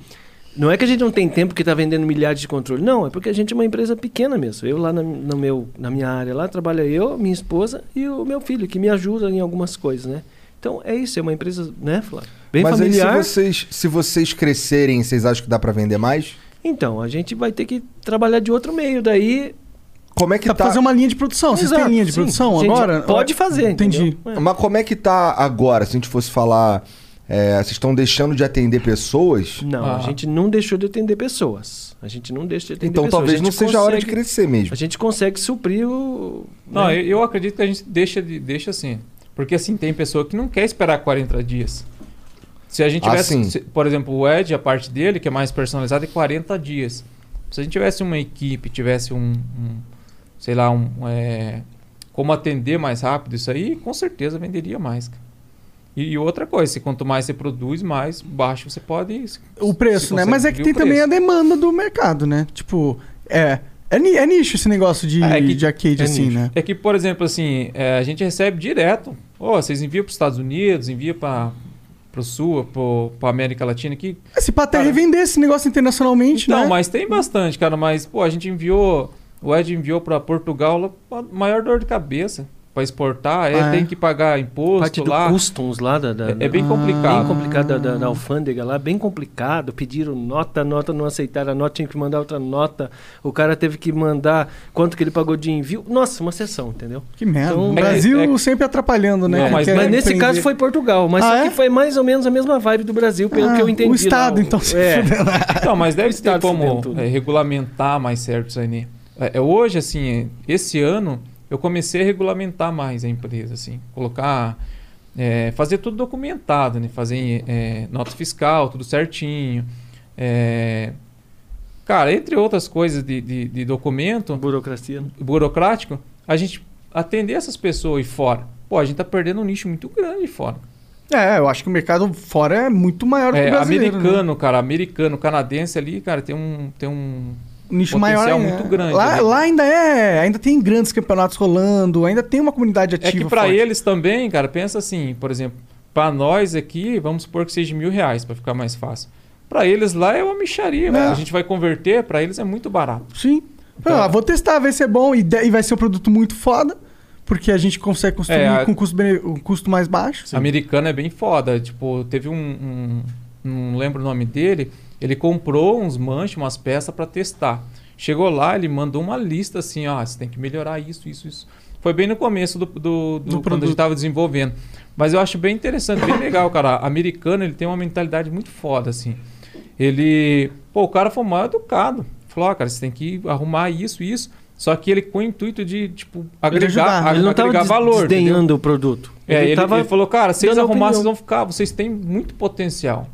Speaker 4: Não é que a gente não tem tempo que está vendendo milhares de controle. Não, é porque a gente é uma empresa pequena mesmo. Eu lá na, no meu, na minha área lá, trabalha eu, minha esposa e o meu filho, que me ajuda em algumas coisas, né? Então é isso, é uma empresa, né, Flávio? Bem
Speaker 1: Mas
Speaker 4: familiar.
Speaker 1: aí se vocês, se vocês crescerem, vocês acham que dá pra vender mais?
Speaker 4: Então, a gente vai ter que trabalhar de outro meio. Daí.
Speaker 1: Como é que
Speaker 2: Dá pra fazer uma linha de produção. Vocês têm
Speaker 4: Tá. Exato,
Speaker 2: linha de
Speaker 4: sim.
Speaker 2: produção
Speaker 4: A gente
Speaker 2: agora?
Speaker 1: Ah,
Speaker 4: pode fazer,
Speaker 2: Entendi.
Speaker 4: entendeu? É.
Speaker 1: Mas como é que tá agora, se a gente fosse falar, é, vocês estão deixando de atender pessoas?
Speaker 4: Não, a gente não deixou de atender pessoas. A gente não deixa de atender
Speaker 1: Então
Speaker 4: pessoas.
Speaker 1: talvez
Speaker 4: A
Speaker 1: não
Speaker 4: gente
Speaker 1: seja a hora de
Speaker 4: consegue-
Speaker 1: crescer mesmo.
Speaker 4: A gente consegue suprir o.
Speaker 3: Não,
Speaker 4: né?
Speaker 3: eu, eu acredito que a gente deixa, de, deixa assim. Porque assim, tem pessoa que não quer esperar 40 dias. Se a gente
Speaker 1: Ah,
Speaker 3: tivesse,
Speaker 1: sim.
Speaker 3: se- por exemplo, o Ed, a parte dele, que é mais personalizada, é 40 dias. Se a gente tivesse uma equipe, tivesse um, um, sei lá, um, é, como atender mais rápido isso aí, com certeza venderia mais. cara. E, e outra coisa, se quanto mais você produz, mais baixo você pode.
Speaker 2: O preço,
Speaker 3: se
Speaker 2: né?
Speaker 3: consegue
Speaker 2: Mas é que tem
Speaker 3: subir o
Speaker 2: também
Speaker 3: preço.
Speaker 2: a demanda do mercado, né? Tipo, é. É, ni- é nicho esse negócio de,
Speaker 4: Ah,
Speaker 2: de arcade,
Speaker 3: é
Speaker 2: assim,
Speaker 3: nicho.
Speaker 2: né?
Speaker 3: É que, por exemplo, assim, é, a gente recebe direto. Ó, vocês enviam para os Estados Unidos, envia para o Sul, para América Latina aqui.
Speaker 2: Se pra até revender esse negócio internacionalmente,
Speaker 4: Então,
Speaker 3: Não,
Speaker 2: né?
Speaker 3: mas tem bastante, cara. Mas, pô, a gente enviou. O Ed enviou para Portugal, lá, a maior dor de cabeça. Pra exportar, é,
Speaker 4: Ah, é?
Speaker 3: tem que pagar imposto
Speaker 4: Parte do
Speaker 3: lá.
Speaker 4: customs lá da, da-
Speaker 3: é, é bem
Speaker 4: da-
Speaker 3: complicado.
Speaker 4: Bem complicado da, da- da alfândega lá, bem complicado. Pediram nota, nota, não aceitaram a nota, tinha que mandar outra nota. O cara teve que mandar quanto que ele pagou de envio. Nossa, uma sessão, entendeu?
Speaker 2: Que merda.
Speaker 4: Então,
Speaker 2: o
Speaker 4: é-
Speaker 2: Brasil
Speaker 4: é-
Speaker 2: sempre atrapalhando, né?
Speaker 4: Não, mas,
Speaker 2: Querendo
Speaker 4: mas nesse
Speaker 2: empreender.
Speaker 4: caso foi Portugal, mas
Speaker 2: Ah,
Speaker 4: só
Speaker 2: é?
Speaker 4: que foi mais ou menos a mesma vibe do Brasil, pelo
Speaker 2: Ah,
Speaker 4: que eu entendi.
Speaker 2: o Estado,
Speaker 4: lá, é,
Speaker 2: então, se fudeu lá.
Speaker 3: Não, mas deve
Speaker 2: tá
Speaker 3: ter
Speaker 4: fudendo
Speaker 3: como
Speaker 4: tudo.
Speaker 3: é, regulamentar mais certo isso aí. né? É, é hoje, assim, é, esse ano, eu comecei a regulamentar mais a empresa, assim. Colocar... é, fazer tudo documentado, né? Fazer é, nota fiscal, tudo certinho. É, cara, entre outras coisas de, de, de documento...
Speaker 4: Burocracia. né?
Speaker 3: Burocrático. A gente atender essas pessoas aí fora. Pô, a gente tá perdendo um nicho muito grande fora.
Speaker 2: É, eu acho que o mercado fora é muito maior que
Speaker 3: É,
Speaker 2: o brasileiro. né?
Speaker 3: americano, cara, americano, canadense ali, cara, tem um tem um
Speaker 2: Um nicho
Speaker 3: potencial
Speaker 2: maior ainda.
Speaker 3: muito grande.
Speaker 2: Lá,
Speaker 3: né?
Speaker 2: lá ainda é, ainda tem grandes campeonatos rolando, ainda tem uma comunidade ativa.
Speaker 3: é que pra
Speaker 2: forte.
Speaker 3: eles também, cara, pensa assim, por exemplo, pra nós aqui, vamos supor que seja mil reais pra ficar mais fácil. Pra eles lá é uma micharia, velho. a gente vai converter, pra eles é muito barato.
Speaker 2: Sim.
Speaker 3: Tá.
Speaker 2: ah, vou testar, ver se é bom e, de- e vai ser um produto muito foda, porque a gente consegue construir
Speaker 3: É, a-
Speaker 2: com um custo, bene- um custo mais baixo.
Speaker 3: Americano é bem foda. Tipo, teve um, um- Não lembro o nome dele. Ele comprou uns manches, umas peças pra testar. Chegou lá, ele mandou uma lista assim: ó, você tem que melhorar isso, isso, isso. Foi bem no começo do, do, do- quando a
Speaker 2: produto.
Speaker 3: gente tava desenvolvendo. Mas eu acho bem interessante, bem legal, cara. Americano, ele tem uma mentalidade muito foda, assim. Ele. Pô, o cara foi mal educado. Falou, ó, cara, você tem que arrumar isso, isso. Só que ele com o intuito de, tipo, agregar,
Speaker 4: ajudar. né? Ele não tava
Speaker 3: agregar
Speaker 4: des-
Speaker 3: valor.
Speaker 4: desdenhando
Speaker 3: entendeu?
Speaker 4: o produto.
Speaker 3: É,
Speaker 4: Ele
Speaker 3: ele,
Speaker 4: tava
Speaker 3: ele falou, cara, vocês
Speaker 4: dando
Speaker 3: arrumar,
Speaker 4: opinião.
Speaker 3: vocês vão ficar, vocês têm muito potencial.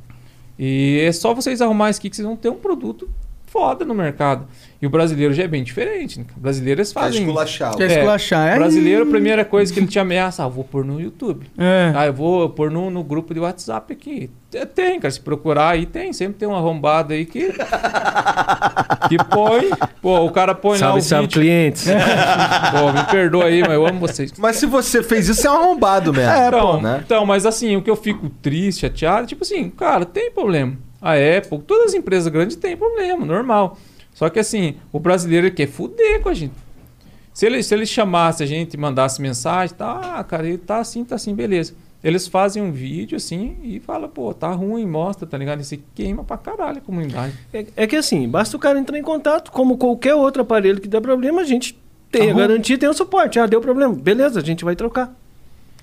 Speaker 3: E é só vocês arrumarem isso aqui que vocês vão ter um produto foda no mercado. E o brasileiro já é bem diferente. Né? O brasileiro eles fazem.
Speaker 1: esculachar.
Speaker 3: É,
Speaker 1: Quer esculachar, é.
Speaker 3: O brasileiro, a primeira coisa que ele te ameaça, ah, eu vou pôr no YouTube.
Speaker 4: É.
Speaker 3: Ah, eu vou pôr no, no grupo de WhatsApp aqui. Te- Tem, cara. Se procurar aí, tem. Sempre tem um arrombado aí que. que põe. Pô, o cara põe lá é o
Speaker 4: Salve, salve,
Speaker 3: vídeo.
Speaker 4: clientes.
Speaker 2: É.
Speaker 3: Pô, me perdoa aí, mas eu amo vocês.
Speaker 1: Mas se você fez isso, você é um arrombado mesmo.
Speaker 3: então,
Speaker 1: né?
Speaker 3: então, mas assim, o que eu fico triste, chateado, tipo assim, cara, tem problema. A Apple, todas as empresas grandes têm problema, normal. Só que assim, o brasileiro ele quer fuder com a gente. Se ele, se ele chamasse a gente, mandasse mensagem, tá, ah, cara, ele tá assim, tá assim, beleza. Eles fazem um vídeo assim e fala, pô, tá ruim, mostra, tá ligado? E se queima pra caralho a comunidade.
Speaker 4: É, é que assim, basta o cara entrar em contato, como qualquer outro aparelho que dá problema, a gente tem a
Speaker 3: Arruma.
Speaker 4: garantia, tem o suporte. Ah, deu problema. Beleza, a gente vai trocar.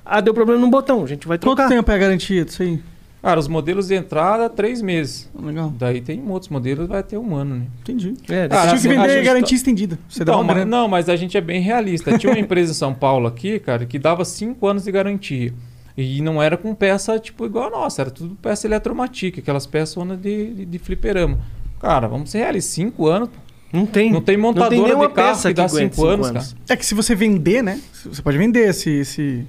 Speaker 4: Ah, deu problema no botão, a gente vai trocar.
Speaker 2: Quanto tempo é a garantia disso aí?
Speaker 3: Cara, os modelos de entrada, três meses.
Speaker 2: Legal.
Speaker 3: Daí tem outros modelos, vai ter um ano, né?
Speaker 2: Entendi.
Speaker 3: É,
Speaker 2: Você tinha que vender
Speaker 3: a gente
Speaker 2: garantia
Speaker 3: tá-
Speaker 2: estendida. Você dá
Speaker 3: Então,
Speaker 2: uma
Speaker 3: mas-
Speaker 2: grana.
Speaker 3: não, mas a gente é bem realista. Tinha uma empresa em São Paulo aqui, cara, que dava 5 anos de garantia. E não era com peça, tipo, igual a nossa. Era tudo peça eletromatica, aquelas peças de, de, de fliperama. Cara, vamos ser realistas. 5 anos...
Speaker 4: Não tem.
Speaker 3: Não tem montadora
Speaker 4: nenhuma
Speaker 3: de carro
Speaker 4: peça
Speaker 3: que
Speaker 4: que
Speaker 3: dá
Speaker 4: aguente
Speaker 3: 5 anos,
Speaker 4: cinco anos. Tipo
Speaker 3: cara.
Speaker 2: É que se você vender, né? Você pode vender esse. esse...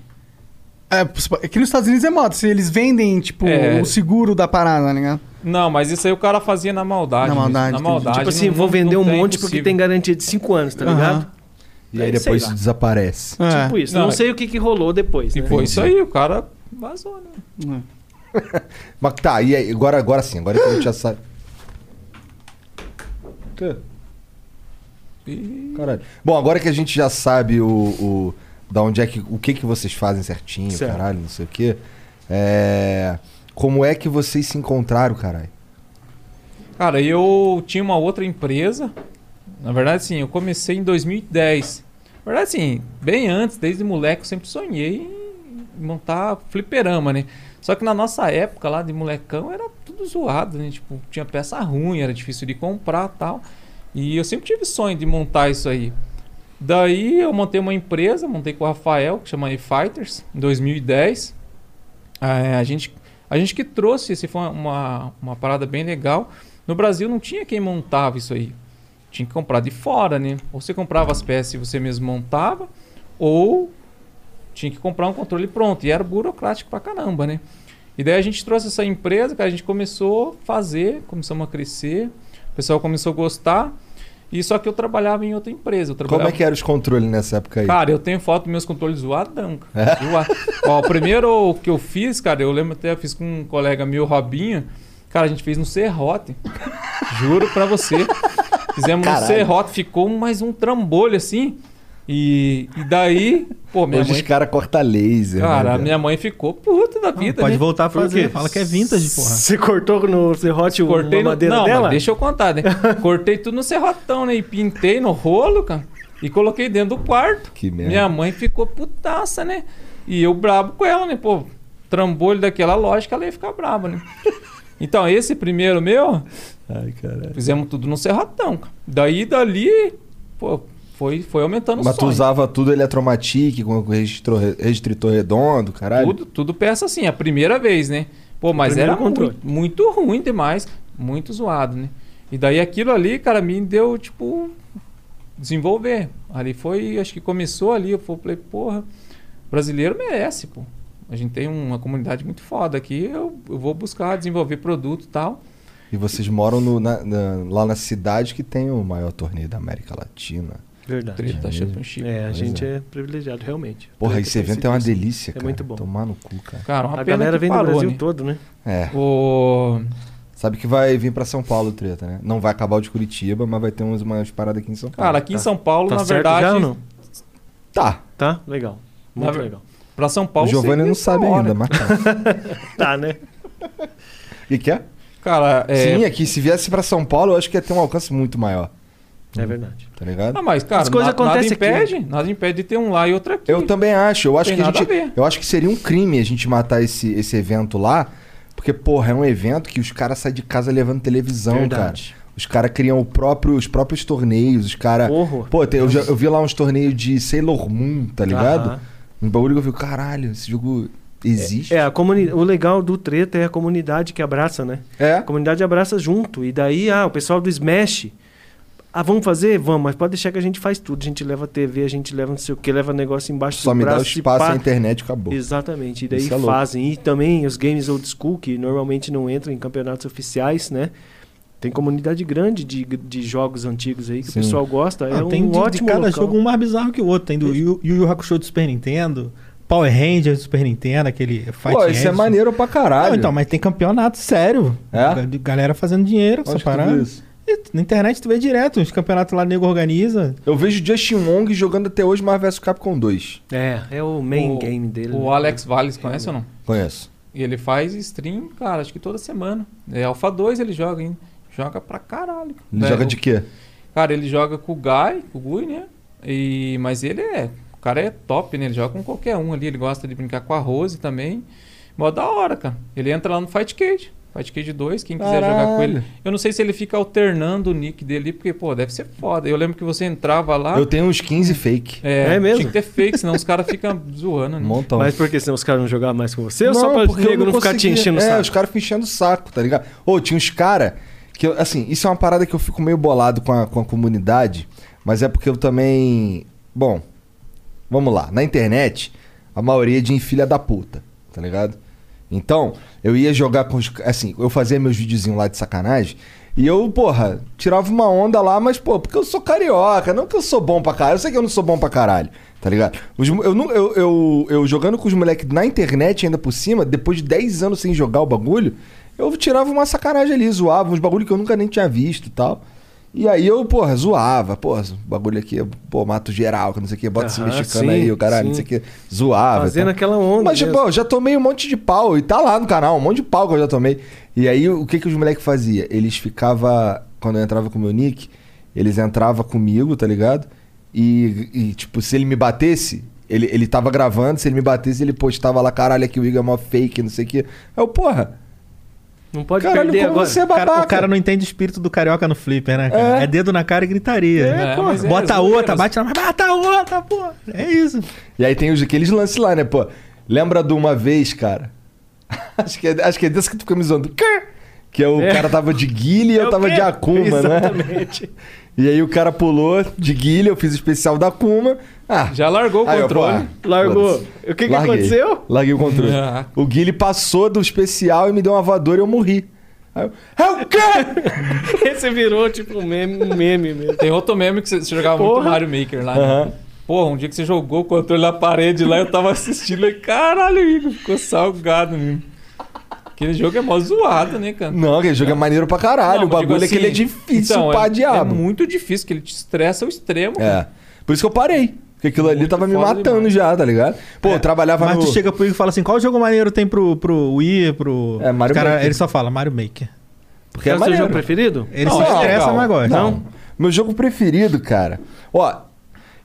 Speaker 2: É, você pode- aqui nos Estados Unidos é moda. Se eles vendem, tipo,
Speaker 3: É.
Speaker 2: o seguro da parada, né? ligado?
Speaker 3: Não, mas isso aí o cara fazia na maldade.
Speaker 2: Na
Speaker 3: mesmo,
Speaker 2: maldade,
Speaker 3: Na
Speaker 2: entendi.
Speaker 3: maldade.
Speaker 4: Tipo assim,
Speaker 3: não-
Speaker 4: vou
Speaker 3: não-
Speaker 4: vender
Speaker 3: não
Speaker 4: um
Speaker 3: tem,
Speaker 4: monte porque
Speaker 3: impossível.
Speaker 4: tem garantia de 5 anos, tá
Speaker 3: Aham.
Speaker 4: ligado?
Speaker 1: E aí
Speaker 4: Sei
Speaker 1: depois
Speaker 4: lá.
Speaker 1: desaparece.
Speaker 4: Tipo isso. Não, sei o que, que rolou depois.
Speaker 3: É. E
Speaker 4: né?
Speaker 3: foi isso aí, o cara vazou, né?
Speaker 1: Mas tá, e aí, agora, agora sim, agora que a gente já sabe. Caralho. Bom, agora que a gente já sabe o, o da onde é que o que que vocês fazem certinho,
Speaker 4: Certo.
Speaker 1: caralho, não sei o quê. É, como é que vocês se encontraram, caralho?
Speaker 3: Cara, eu tinha uma outra empresa. Na verdade, sim, eu comecei em 2010. Na verdade, sim, bem antes, desde moleque, eu sempre sonhei em montar fliperama, né? Só que na nossa época lá de molecão era tudo zoado, né? Tipo, tinha peça ruim, era difícil de comprar tal. E eu sempre tive sonho de montar isso aí. Daí eu montei uma empresa, montei com o Rafael, que chama E-Fighters, em 2010. É, a, gente, a gente que trouxe, se foi uma, uma parada bem legal. No Brasil não tinha quem montava isso aí. Tinha que comprar de fora, né? Ou você comprava as peças e você mesmo montava, ou tinha que comprar um controle pronto. E era burocrático pra caramba, né? E daí a gente trouxe essa empresa, cara, a gente começou a fazer, começamos a crescer, o pessoal começou a gostar. E só que eu trabalhava em outra empresa. Eu
Speaker 1: Como é
Speaker 3: trabalhava
Speaker 1: que eram os controles nessa época aí?
Speaker 3: Cara, eu tenho foto dos meus controles zoadão, cara.
Speaker 1: É?
Speaker 3: Zoa- Ó, o primeiro que eu fiz, cara, eu lembro até, eu fiz com um colega meu, Robinho. Cara, a gente fez no serrote. Juro pra você. Fizemos
Speaker 1: Caralho.
Speaker 3: no serrote, ficou mais um trambolho assim. E, e daí, pô, minha
Speaker 1: Hoje
Speaker 3: mãe.
Speaker 1: os caras cortam laser. né, Ah,
Speaker 3: Cara,
Speaker 1: velho?
Speaker 3: minha mãe ficou puta da vida.
Speaker 4: Pode
Speaker 3: né?
Speaker 4: voltar a
Speaker 3: Por
Speaker 4: fazer,
Speaker 3: quê?
Speaker 4: fala que é vintage, porra.
Speaker 3: Você
Speaker 4: cortou no serrote uma
Speaker 3: Cortei no-
Speaker 4: madeira
Speaker 3: não, mas
Speaker 4: dela?
Speaker 3: deixa eu contar, né? Cortei tudo no serrotão, né? E pintei no rolo, cara. E coloquei dentro do quarto.
Speaker 1: Que merda.
Speaker 3: Minha mãe ficou putaça, né? E eu brabo com ela, né? Pô, trambolho daquela lógica, ela ia ficar braba, né? Então, esse primeiro meu,
Speaker 1: Ai, caralho.
Speaker 3: fizemos tudo no serrotão, cara. Daí, dali, pô, foi, foi aumentando o
Speaker 1: Mas tu
Speaker 3: é um sonho.
Speaker 1: usava tudo eletromatic, com com registro- restritor redondo, caralho.
Speaker 3: Tudo, tudo peça assim, a primeira vez, né? Pô, mas
Speaker 1: primeiro
Speaker 3: era
Speaker 1: controle.
Speaker 3: muito, muito ruim demais, muito zoado, né? E daí aquilo ali, cara, me deu, tipo, desenvolver. Ali foi, acho que começou ali, eu falei, porra, brasileiro merece, pô. A gente tem uma comunidade muito foda aqui, eu, eu vou buscar desenvolver produto e tal.
Speaker 1: E vocês moram no- na- na- lá na cidade que tem o maior torneio da América Latina.
Speaker 4: Verdade.
Speaker 1: Não
Speaker 3: Treta
Speaker 1: é mesmo?
Speaker 3: Championship.
Speaker 4: É, a
Speaker 1: Pois
Speaker 4: gente
Speaker 1: é.
Speaker 4: é, privilegiado, realmente.
Speaker 1: Porra,
Speaker 4: Treta
Speaker 1: esse evento é
Speaker 4: Championship.
Speaker 1: uma delícia,
Speaker 4: É
Speaker 1: cara.
Speaker 4: muito bom.
Speaker 1: Tomar no cu, cara.
Speaker 3: Cara, uma
Speaker 4: A
Speaker 3: pena
Speaker 4: galera
Speaker 3: que
Speaker 4: vem do
Speaker 3: parou,
Speaker 4: Brasil
Speaker 3: né?
Speaker 4: todo, né?
Speaker 1: É.
Speaker 3: O...
Speaker 1: Sabe que vai vir pra São Paulo, treta, né? Não vai acabar o de Curitiba, mas vai ter umas, umas paradas aqui em São Paulo.
Speaker 3: Cara, aqui em São Paulo, na verdade.
Speaker 1: Tá.
Speaker 4: Tá, legal. Muito
Speaker 3: Na-
Speaker 4: legal.
Speaker 3: Pra São Paulo.
Speaker 1: O Giovanni
Speaker 3: seria
Speaker 1: não sabe
Speaker 3: da hora.
Speaker 1: ainda, mas
Speaker 4: tá, né?
Speaker 1: O que, que é?
Speaker 3: Cara, é-
Speaker 1: Sim, aqui se viesse pra São Paulo, eu acho que ia ter um alcance muito maior.
Speaker 4: É verdade.
Speaker 1: Tá ligado?
Speaker 3: Ah, mas, cara,
Speaker 1: As coisas
Speaker 3: na- nada
Speaker 1: acontecem aqui,
Speaker 3: impede, nada impede de ter um lá e outro aqui.
Speaker 1: Eu também acho. Eu acho
Speaker 3: Tem
Speaker 1: que a
Speaker 3: nada
Speaker 1: gente,
Speaker 3: a ver.
Speaker 1: eu acho que seria um crime a gente matar esse, esse evento lá, porque porra, é um evento que os caras saem de casa levando televisão, Então,
Speaker 4: Verdade.
Speaker 1: cara. Os caras criam o próprio, os próprios torneios, os caras. é, Pô, tem- eu, já- eu vi lá uns torneios de Sailor Moon, tá ligado?
Speaker 4: Aham.
Speaker 1: Um bagulho que eu fico, caralho, esse jogo existe.
Speaker 4: É, a comuni... o legal do treta é a comunidade que abraça, né?
Speaker 1: É.
Speaker 4: A comunidade abraça junto. E daí, ah, o pessoal do Smash. Ah, vamos fazer? Vamos, mas pode deixar que a gente faz tudo. A gente leva a TV, a gente leva não sei o que, leva negócio embaixo
Speaker 1: Só
Speaker 4: do
Speaker 1: me dá
Speaker 4: braço.
Speaker 1: o
Speaker 4: se
Speaker 1: espaço,
Speaker 4: pá.
Speaker 1: a internet acabou.
Speaker 4: Exatamente. E daí
Speaker 1: Isso é louco.
Speaker 4: fazem. E também os games old school, que normalmente não entram em campeonatos oficiais, né? Tem comunidade grande de, de jogos antigos aí que
Speaker 13: Sim.
Speaker 4: o pessoal gosta.
Speaker 13: Ah,
Speaker 4: é um
Speaker 13: tem de- de,
Speaker 4: ótimo
Speaker 13: cada
Speaker 4: local.
Speaker 13: jogo um mais bizarro que o outro. Tem do Yu Yu Yu Hakusho do Super Nintendo, Power Rangers do Super Nintendo, aquele Fight
Speaker 1: Pô, isso é maneiro pra caralho.
Speaker 13: Não, então, mas tem campeonato sério.
Speaker 1: É?
Speaker 13: De Galera fazendo dinheiro com
Speaker 1: Onde
Speaker 13: essa
Speaker 1: que tu
Speaker 13: parada.
Speaker 1: viu isso?
Speaker 13: E tu- na internet tu vê direto, os campeonatos lá nego organiza.
Speaker 1: Eu vejo Justin Wong jogando até hoje Marvel vs Capcom 2.
Speaker 4: É, é o main game dele.
Speaker 3: O
Speaker 4: né?
Speaker 3: Alex Valles, conhece ou não?
Speaker 1: Conheço.
Speaker 3: E ele faz stream, cara, acho que toda semana. É Alpha 2 ele joga, hein? Joga pra caralho.
Speaker 1: Ele
Speaker 3: É,
Speaker 1: joga
Speaker 3: o-
Speaker 1: de quê?
Speaker 3: Cara, ele joga com o Guy, com o Gui, né? E, mas ele é. O cara é top, né? Ele joga com qualquer um ali. Ele gosta de brincar com a Rose também. Mó da hora, cara. Ele entra lá no Fight Cage. Fight Cage 2, quem quiser jogar com ele.
Speaker 1: Caralho.
Speaker 3: Eu não sei se ele fica alternando o nick dele, porque, pô, deve ser foda. Eu lembro que você entrava lá.
Speaker 1: Eu tenho uns 15 fake. Um
Speaker 3: É,
Speaker 4: Ah. É mesmo?
Speaker 3: Tinha que ter fake, senão os caras ficam zoando, né?
Speaker 1: Montão.
Speaker 4: Mas por que senão os caras não jogavam mais com você? ou só pra
Speaker 1: porque eu
Speaker 4: nego não ficar te
Speaker 1: conseguia.
Speaker 4: enchendo o
Speaker 1: é,
Speaker 4: saco?
Speaker 1: os caras ficam enchendo o saco, tá ligado? Ô, tinha uns caras que, eu- assim, isso é uma parada que eu fico meio bolado com a, com a comunidade, mas é porque eu também. Bom, vamos lá. Na internet, a maioria é de filha da puta, tá ligado? Então, eu ia jogar com os. Assim, eu fazia meus videozinhos lá de sacanagem. E eu, porra, tirava uma onda lá, mas, pô, porque eu sou carioca, não que eu sou bom pra caralho. Eu sei que eu não sou bom pra caralho, tá ligado? Os mo- eu, não- eu, eu, eu jogando com os moleques na internet ainda por cima, depois de 10 anos sem jogar o bagulho, eu tirava uma sacanagem ali, zoava, uns bagulho que eu nunca nem tinha visto e tal. E aí eu, porra, zoava, porra, esse bagulho aqui, é, pô, mato geral, que não sei o que, bota esse
Speaker 4: Aham,
Speaker 1: mexicano
Speaker 4: sim,
Speaker 1: aí, o caralho,
Speaker 4: sim.
Speaker 1: não sei o que, zoava. e
Speaker 4: Fazendo
Speaker 1: tal.
Speaker 4: aquela onda
Speaker 1: Mas,
Speaker 4: mesmo.
Speaker 1: pô, eu já tomei um monte de pau e tá lá no canal, um monte de pau que eu já tomei. E aí, o que que os moleques faziam? Eles ficavam, quando eu entrava com o meu nick, eles entravam comigo, tá ligado? E, e, tipo, se ele me batesse, ele, ele tava gravando, se ele me batesse, ele postava lá, caralho, aqui o Igor é mó fake, não sei o que. Aí eu, porra,
Speaker 4: Não pode
Speaker 1: tipo, Caralho,
Speaker 4: perder
Speaker 1: como
Speaker 4: agora.
Speaker 1: você é
Speaker 13: O cara,
Speaker 1: babaca.
Speaker 13: o cara não entende o espírito do carioca no flipper, né? Cara? É, dedo na cara e gritaria.
Speaker 1: É, É, pô. mas é,
Speaker 13: Bota a
Speaker 1: zoeira,
Speaker 13: outra,
Speaker 1: mas-
Speaker 13: bate na bata a outra, pô. É isso.
Speaker 1: E aí tem os- aqueles lances lá, né, pô? Lembra de uma vez, cara? acho, que é, acho que é desse que tu ficou me zoando. Quê? Que é o
Speaker 3: É.
Speaker 1: cara tava de guile e eu tava de Akuma, né?
Speaker 4: Exatamente.
Speaker 1: E aí o cara pulou de guile, eu fiz o especial da Akuma. Ah,
Speaker 3: Já largou o
Speaker 1: Aí, ó,
Speaker 3: controle.
Speaker 1: pô, ah, Largou. foda-se. O que que Larguei. aconteceu? Larguei o controle.
Speaker 3: Ah.
Speaker 1: o guile passou do especial e me deu uma voadora e eu morri. Aí eu, é o quê?
Speaker 4: Esse virou tipo um meme, um meme mesmo.
Speaker 3: Tem outro meme que você você jogava muito
Speaker 4: Porra.
Speaker 3: Mario Maker lá, né? Porra, um dia que você jogou o controle na parede lá, eu tava assistindo e caralho, Igor, ficou salgado mesmo. Aquele jogo é mó zoado, né, cara?
Speaker 1: Não, aquele jogo é maneiro pra caralho.
Speaker 3: Não,
Speaker 1: o
Speaker 3: mas
Speaker 1: bagulho
Speaker 3: digo
Speaker 1: é que ele é
Speaker 3: assim,
Speaker 1: difícil
Speaker 3: então,
Speaker 1: pra
Speaker 3: é-
Speaker 1: diabo.
Speaker 3: É muito difícil, que ele te estressa ao extremo.
Speaker 1: É. Por isso que eu parei. Porque aquilo ali tava me
Speaker 13: foda É,
Speaker 1: matando já, tá ligado? Pô, eu trabalhava
Speaker 13: Mas
Speaker 1: no...
Speaker 13: tu chega pro Igor e fala assim: qual jogo maneiro tem pro, pro Wii, pro. É,
Speaker 1: Mario Maker.
Speaker 13: Ele só fala Mario Maker.
Speaker 1: Porque é maneiro.
Speaker 13: Ele não, se estressa, mas gosta.
Speaker 1: Não. Meu jogo preferido, cara. Ó,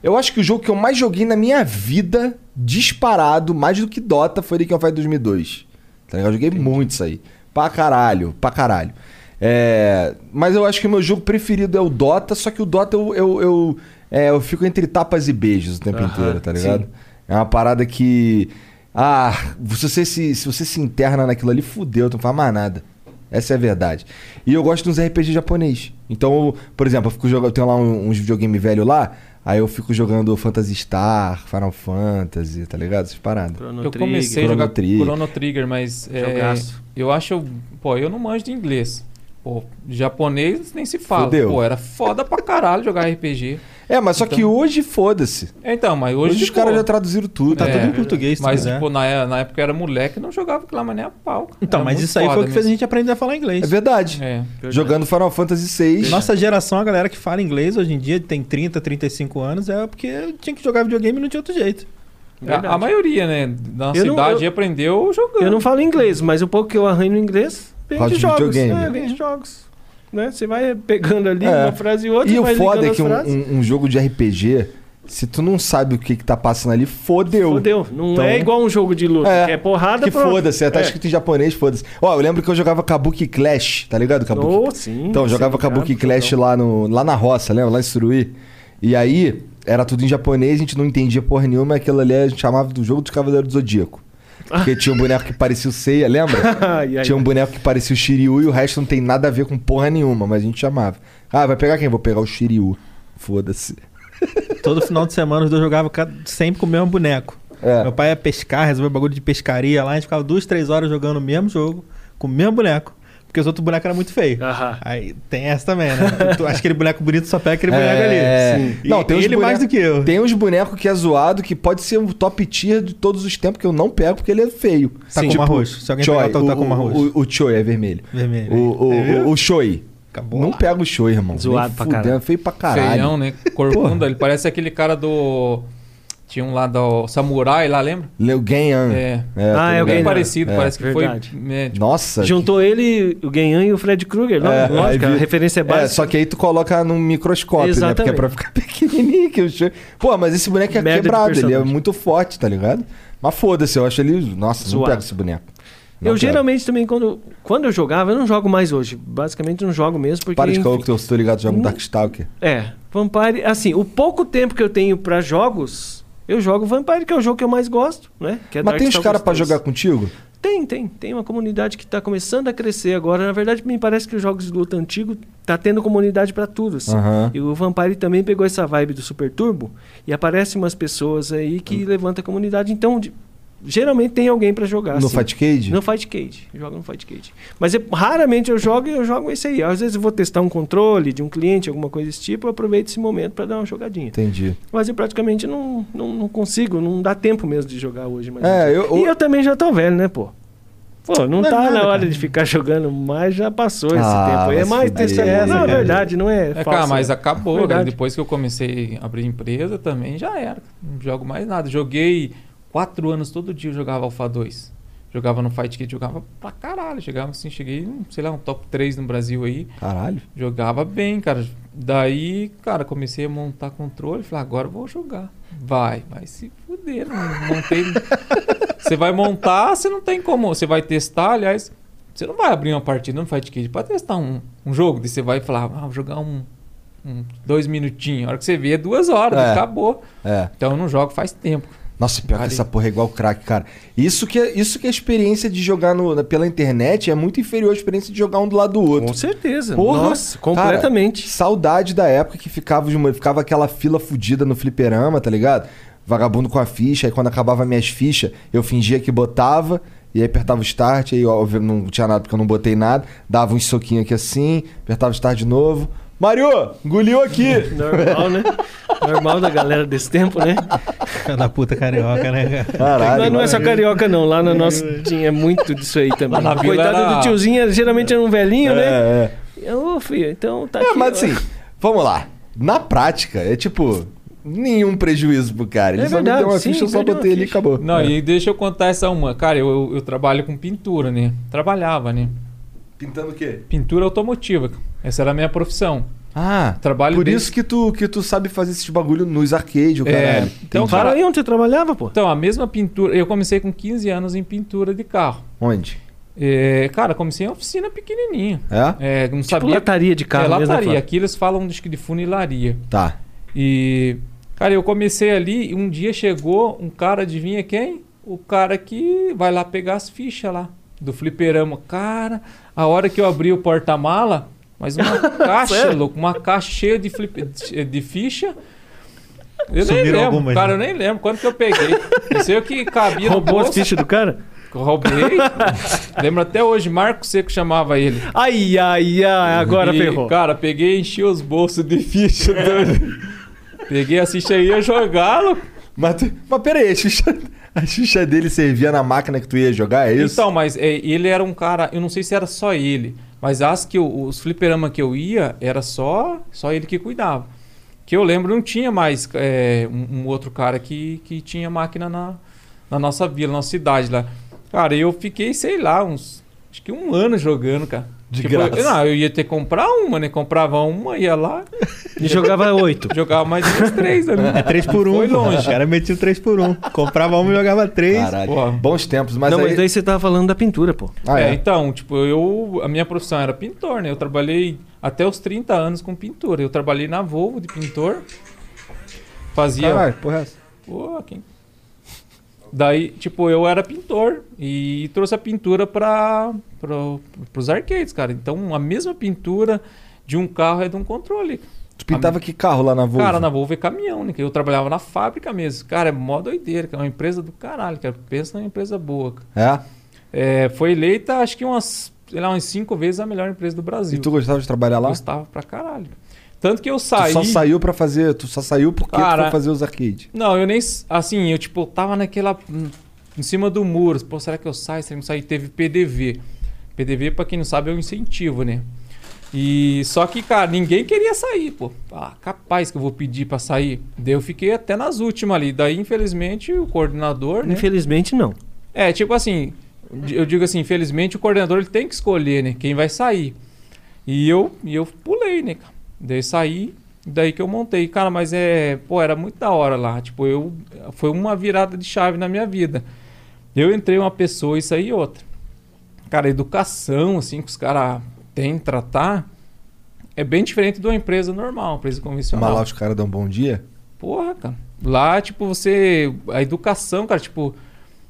Speaker 1: eu acho que o jogo que eu mais joguei na minha vida, disparado, mais do que Dota, foi League of Legends 2002. Tá ligado? Eu joguei muito isso aí. Pra caralho, pra caralho. É, mas eu acho que o meu jogo preferido é o Dota, só que o Dota eu, eu, eu, é, eu fico entre tapas e beijos o tempo
Speaker 14: Aham,
Speaker 1: inteiro, tá ligado?
Speaker 14: sim.
Speaker 1: É uma parada que. Ah, se você se, se você se interna naquilo ali, fudeu, tu não faz mais nada. Essa é a verdade. E eu gosto dos RPG japonês. Então, eu, por exemplo, eu fico jogando. Eu tenho lá um- uns videogame velho lá, aí eu fico jogando Phantasy Star, Final Fantasy, tá ligado? Essas paradas.
Speaker 3: Eu comecei a
Speaker 1: Chrono
Speaker 3: jogar
Speaker 1: Trigger.
Speaker 3: Chrono Trigger, mas é,
Speaker 1: Jogaço.
Speaker 3: eu acho. Pô, eu não manjo de inglês. Pô, japonês nem se fala.
Speaker 1: Fudeu.
Speaker 3: Pô, era foda pra caralho jogar RPG.
Speaker 1: É, mas só que
Speaker 3: Então-
Speaker 1: hoje foda-se.
Speaker 3: É, Então, mas hoje.
Speaker 1: Hoje os caras já traduziram tudo, tá tudo em português, se
Speaker 3: Mas,
Speaker 1: quiser.
Speaker 3: tipo, na, na época eu era moleque não jogava aquilo lá, mas nem a pau. cara.
Speaker 13: né? Então,
Speaker 3: Era
Speaker 13: mas
Speaker 3: muito
Speaker 13: isso aí foi o
Speaker 3: foda
Speaker 13: que fez a
Speaker 3: mesmo.
Speaker 13: gente aprender a falar inglês.
Speaker 1: É verdade. Jogando Final Fantasy VI.
Speaker 13: Nossa geração, a galera que fala inglês hoje em dia, tem 30, 35 anos, é porque tinha que jogar videogame e não tinha outro jeito.
Speaker 3: A- A, maioria, né? Da nossa
Speaker 13: Eu não-
Speaker 3: idade
Speaker 13: eu-
Speaker 3: aprendeu jogando.
Speaker 4: Eu não falo inglês, mas o pouco que eu arranho no inglês vem
Speaker 1: Fala
Speaker 4: de
Speaker 1: de
Speaker 4: jogos.
Speaker 1: videogame. É.
Speaker 4: É, vem de jogos. Né? Você vai pegando ali uma frase e outra,
Speaker 1: E o
Speaker 4: vai
Speaker 1: foda é
Speaker 4: ligando
Speaker 1: que
Speaker 4: as
Speaker 1: um,
Speaker 4: frases.
Speaker 1: um- um jogo de RPG, se tu não sabe o que, que tá passando ali, fodeu.
Speaker 4: Fodeu. Não
Speaker 1: Então-
Speaker 4: é igual um jogo de luta, que é porrada
Speaker 1: Que
Speaker 4: pronto. É.
Speaker 1: foda-se, tá escrito em japonês, foda-se. Ó, eu lembro que eu jogava Kabuki Clash, tá ligado? Kabuki.
Speaker 4: Oh, sim,
Speaker 1: então, eu jogava
Speaker 4: sim,
Speaker 1: Kabuki
Speaker 4: claro,
Speaker 1: Clash lá, no, lá na roça, lembra? Lá em Suruí. E aí, era tudo em japonês, a gente não entendia porra nenhuma, aquilo ali a gente chamava do jogo dos Cavaleiros do Zodíaco. Porque tinha um boneco que parecia o Seiya, lembra?
Speaker 4: Ai, ai,
Speaker 1: tinha um
Speaker 4: ai.
Speaker 1: boneco que parecia o Shiryu e o resto não tem nada a ver com porra nenhuma, mas a gente chamava. Ah, vai pegar quem? Vou pegar o Shiryu. Foda-se.
Speaker 13: Todo final de semana os dois jogavam cada- sempre com o mesmo boneco.
Speaker 1: É.
Speaker 13: Meu pai ia pescar, resolveu bagulho de pescaria lá, a gente ficava duas, três horas jogando o mesmo jogo, com o mesmo boneco. Porque os outros bonecos eram muito feios. Aí tem essa também, né? tu acha aquele boneco bonito, só pega aquele boneco
Speaker 1: É.
Speaker 13: ali. E-
Speaker 1: Não, tem uns
Speaker 13: ele mais do
Speaker 1: boneco-
Speaker 13: que eu.
Speaker 1: Tem uns bonecos que é zoado, que pode ser o top tier de todos os tempos, que eu não pego porque ele é feio.
Speaker 13: Takuma roxo. Se alguém pegar, tá o
Speaker 1: o
Speaker 13: Takuma roxo.
Speaker 1: O, o Choi é vermelho.
Speaker 13: Vermelho. É
Speaker 1: O,
Speaker 13: Aí, viu?
Speaker 1: o, o Choi. não pega o Choi, irmão.
Speaker 3: Zoado
Speaker 1: Nem
Speaker 3: pra
Speaker 1: fudendo,
Speaker 3: caralho.
Speaker 1: Feio pra caralho.
Speaker 3: Feião, né? Corcunda. ele parece aquele cara do. Tinha um lá do Samurai lá, lembra?
Speaker 1: Leu Ganyan.
Speaker 3: É.
Speaker 4: Ah, é o
Speaker 3: Bem
Speaker 4: Ganyan.
Speaker 3: parecido,
Speaker 4: É,
Speaker 3: parece que
Speaker 4: verdade.
Speaker 3: foi. né, tipo,
Speaker 1: tá Nossa.
Speaker 4: Juntou ele, o Ganhan e o Fred Krueger. Não,
Speaker 1: É,
Speaker 4: lógico,
Speaker 1: aí
Speaker 4: a
Speaker 1: vi-
Speaker 4: referência é básica.
Speaker 1: É, só que aí tu coloca num microscópio, né? Porque é
Speaker 4: Exatamente.
Speaker 1: pra ficar pequenininho. Que o Choi- Pô, mas esse boneco é
Speaker 4: Merda de
Speaker 1: quebrado, ele é
Speaker 4: personagem.
Speaker 1: muito forte, tá ligado? Mas foda-se, eu acho ele... Nossa, não
Speaker 4: Zoado.
Speaker 1: pego esse boneco. Não
Speaker 4: Eu
Speaker 1: pego.
Speaker 4: geralmente também, quando, quando eu jogava, eu não jogo mais hoje. Basicamente, não jogo mesmo. Porque,
Speaker 1: Para de
Speaker 4: enfim,
Speaker 1: caô que eu estou ligado, joga um Darkstalker.
Speaker 4: É, Vampire, assim, o pouco tempo que eu tenho pra jogos, eu jogo Vampire, que é o jogo que eu mais gosto, né? Que é
Speaker 1: Mas tem uns
Speaker 4: Darkstalkers
Speaker 1: caras pra
Speaker 4: 3.
Speaker 1: jogar contigo?
Speaker 4: Tem, tem. Tem uma comunidade que tá começando a crescer agora. Na verdade, me parece que os jogos de luta antigo tá tendo comunidade pra tudo, assim.
Speaker 1: Aham.
Speaker 4: E o Vampire também pegou essa vibe do Super Turbo e aparecem umas pessoas aí que
Speaker 1: Hum.
Speaker 4: levanta a comunidade. Então, de- geralmente tem alguém pra jogar,
Speaker 1: No
Speaker 4: assim.
Speaker 1: Fightcade?
Speaker 4: No Fightcade. Joga no Fightcade. Mas eu- raramente eu jogo e eu jogo esse aí. Às vezes eu vou testar um controle de um cliente, alguma coisa desse tipo, eu aproveito esse momento pra dar uma jogadinha.
Speaker 1: Entendi.
Speaker 4: Mas eu praticamente não, não, não consigo, não dá tempo mesmo de jogar hoje. Mas
Speaker 1: É, eu-
Speaker 4: E eu também já tô velho, né, pô? Pô, não,
Speaker 13: Não é
Speaker 4: tá
Speaker 13: nada,
Speaker 4: na hora
Speaker 13: cara.
Speaker 4: de ficar jogando mais, já passou esse
Speaker 1: Ah,
Speaker 4: tempo. aí.
Speaker 1: vai
Speaker 4: É
Speaker 1: se
Speaker 4: mais
Speaker 1: fuder. né?
Speaker 4: testemunho. Não, é
Speaker 1: Cara.
Speaker 4: verdade, não é,
Speaker 3: É,
Speaker 4: falso.
Speaker 3: cara, mas acabou, cara.
Speaker 4: Verdade.
Speaker 3: Depois que eu comecei a abrir empresa também, já era. Não jogo mais nada. Joguei quatro anos todo dia, eu jogava Alpha 2. Jogava no Fight Kid, jogava pra caralho. Chegava assim, cheguei, sei lá, um top 3 no Brasil aí.
Speaker 1: Caralho.
Speaker 3: Jogava bem, cara. Daí, cara, comecei a montar controle. Falei, agora eu vou jogar. Vai, vai se fuder. não Montei. você vai montar, você não tem como. Você vai testar, aliás. Você não vai abrir uma partida no Fight Kid pra testar um, um jogo. Daí você vai falar, ah, vou jogar um, um- dois minutinhos. A hora que você vê é duas horas,
Speaker 1: É.
Speaker 3: acabou.
Speaker 1: É.
Speaker 3: Então eu não jogo faz tempo.
Speaker 1: Nossa, pior
Speaker 3: Parei.
Speaker 1: que essa porra é igual crack, cara. Isso que, é- isso que a experiência de jogar no- na- pela internet é muito inferior à experiência de jogar um do lado do outro. Com
Speaker 4: certeza. Nossa, completamente.
Speaker 1: saudade da época que ficava, os mo- ficava aquela fila fudida no fliperama, tá ligado? Vagabundo com a ficha, aí quando acabava minhas fichas, eu fingia que botava, e aí apertava o start, aí óbvio, não tinha nada porque eu não botei nada, dava uns soquinhos aqui assim, apertava o start de novo. Mario, engoliu aqui!
Speaker 4: Normal, né? Normal da galera desse tempo, né?
Speaker 13: Filha da puta carioca, né, cara?
Speaker 4: mas não é só carioca, não. Lá na nossa tinha muito disso aí também.
Speaker 13: Lá na vila
Speaker 4: Coitado
Speaker 13: era-
Speaker 4: do tiozinho, era- geralmente era um velhinho,
Speaker 1: É,
Speaker 4: né? Ô, filho, então tá
Speaker 1: É,
Speaker 13: assim,
Speaker 4: aqui,
Speaker 1: mas
Speaker 4: ó.
Speaker 1: assim, vamos lá. Na prática, é tipo. nenhum prejuízo pro cara. Ele
Speaker 3: É
Speaker 1: só
Speaker 3: verdade,
Speaker 1: me deu uma
Speaker 3: sim,
Speaker 1: ficha, eu só
Speaker 3: perdeu uma
Speaker 1: botei ali e acabou.
Speaker 3: Não,
Speaker 1: É.
Speaker 3: e deixa eu contar essa uma. Cara, eu, eu- eu trabalho com pintura, né? Trabalhava, né?
Speaker 1: Pintando o quê?
Speaker 3: Pintura automotiva. Essa era a minha profissão.
Speaker 1: Ah,
Speaker 3: trabalho
Speaker 1: Por
Speaker 3: desde-
Speaker 1: isso que tu, que tu sabe fazer esses bagulho nos arcade, o caralho.
Speaker 3: Então,
Speaker 1: Entendi.
Speaker 3: cara,
Speaker 4: aí onde você trabalhava, pô? Tipo
Speaker 3: Então, a mesma pintura. Eu comecei com 15 anos em pintura de carro.
Speaker 1: Onde?
Speaker 3: É, cara, comecei em oficina pequenininha.
Speaker 1: É?
Speaker 3: não
Speaker 1: Tipo
Speaker 3: sabia.
Speaker 1: lataria de carro
Speaker 3: É,
Speaker 1: mesmo, né,
Speaker 3: lataria.
Speaker 1: Flávio?
Speaker 3: Aqui eles falam acho que de funilaria.
Speaker 1: Tá.
Speaker 3: E, cara, eu comecei ali e um dia chegou um cara, adivinha quem? O cara que vai lá pegar as fichas lá do fliperama. Cara, a hora que eu abri o porta-mala, mas uma caixa,
Speaker 14: Sério?
Speaker 3: louco, uma caixa cheia de, flip, de ficha. Eu nem
Speaker 14: Sumiram
Speaker 3: lembro,
Speaker 14: algumas,
Speaker 3: cara,
Speaker 14: né?
Speaker 3: eu nem lembro quanto que eu peguei. Eu sei o que cabia no
Speaker 4: Roubou
Speaker 3: bolso.
Speaker 4: as fichas do cara?
Speaker 3: Roubei. Lembro até hoje, Marco Seco chamava ele.
Speaker 4: Ai, ai, ai, agora
Speaker 3: E,
Speaker 4: ferrou.
Speaker 3: Cara, peguei e enchi os bolsos de ficha.
Speaker 1: É.
Speaker 3: doido. peguei a ficha e ia jogá-lo.
Speaker 1: Mas, tu- mas peraí, a ficha, a ficha dele servia na máquina que tu ia jogar, é isso?
Speaker 3: Então, mas é, ele era um cara, eu não sei se era só ele, mas as que eu, os fliperama que eu ia era só só ele que cuidava. Que eu lembro não tinha mais é, um, um outro cara que, que tinha máquina na, na nossa vila, na nossa cidade lá. Cara, eu fiquei, sei lá, uns acho que um ano jogando, cara. Tipo,
Speaker 1: De
Speaker 3: eu-
Speaker 1: graça.
Speaker 3: não, eu ia ter que comprar uma, né? Comprava uma, ia lá.
Speaker 4: E jogava oito.
Speaker 3: Jogava mais umas três ali.
Speaker 13: É 3 por 1
Speaker 3: Foi
Speaker 13: O
Speaker 3: longe.
Speaker 13: cara metia 3 por 1 Comprava um e jogava 3.
Speaker 3: Caralho, Pô.
Speaker 1: bons tempos,
Speaker 4: não, mas daí você tava falando da pintura, pô.
Speaker 3: é, então, tipo, eu. A minha profissão era pintor, né? Eu trabalhei até os 30 anos com pintura. Eu trabalhei na Volvo de pintor. Fazia.
Speaker 1: Caralho, porra é essa?
Speaker 3: Pô, quem. Daí, tipo, eu era pintor e trouxe a pintura para os arcades, cara. Então, a mesma pintura de um carro é de um controle.
Speaker 1: Tu pintava que carro lá na Volvo?
Speaker 3: Cara, na Volvo é caminhão, né? Que eu trabalhava na fábrica mesmo. Cara, é mó doideira, que é uma empresa do caralho, cara. Pensa numa empresa boa. cara.
Speaker 1: É?
Speaker 3: É, foi eleita, acho que umas, sei lá, umas cinco vezes a melhor empresa do Brasil.
Speaker 1: E tu gostava de trabalhar lá?
Speaker 3: Gostava pra caralho. Tanto que eu
Speaker 1: Tu
Speaker 3: saí.
Speaker 1: só saiu pra fazer... Tu só saiu porque tu
Speaker 3: Cara,
Speaker 1: foi fazer os arcade.
Speaker 3: Não, eu nem. s- Assim, eu tipo, tava naquela. hum, Em cima do muro. Pô, será que eu saio? Será que eu não saio? Teve PDV. PDV, pra quem não sabe, é um incentivo, né? E só que, cara, ninguém queria sair, pô. Ah, capaz que eu vou pedir pra sair. Daí eu fiquei até nas últimas ali. Daí, infelizmente, o coordenador. Né?
Speaker 4: Infelizmente, não.
Speaker 3: É, tipo assim, eu digo assim, infelizmente o coordenador ele tem que escolher, né? Quem vai sair. E eu, e eu pulei, né, cara? Daí saí, daí que eu montei. Cara, mas é. Pô, era muito da hora lá. Tipo, eu. Foi uma virada de chave na minha vida. Eu entrei uma pessoa e saí outra. Cara, a educação, assim, que os caras têm tratar é bem diferente de uma empresa normal, uma empresa convencional.
Speaker 1: Mas lá os caras dão bom dia?
Speaker 3: Porra, cara. Lá, tipo, você. A educação, cara, tipo.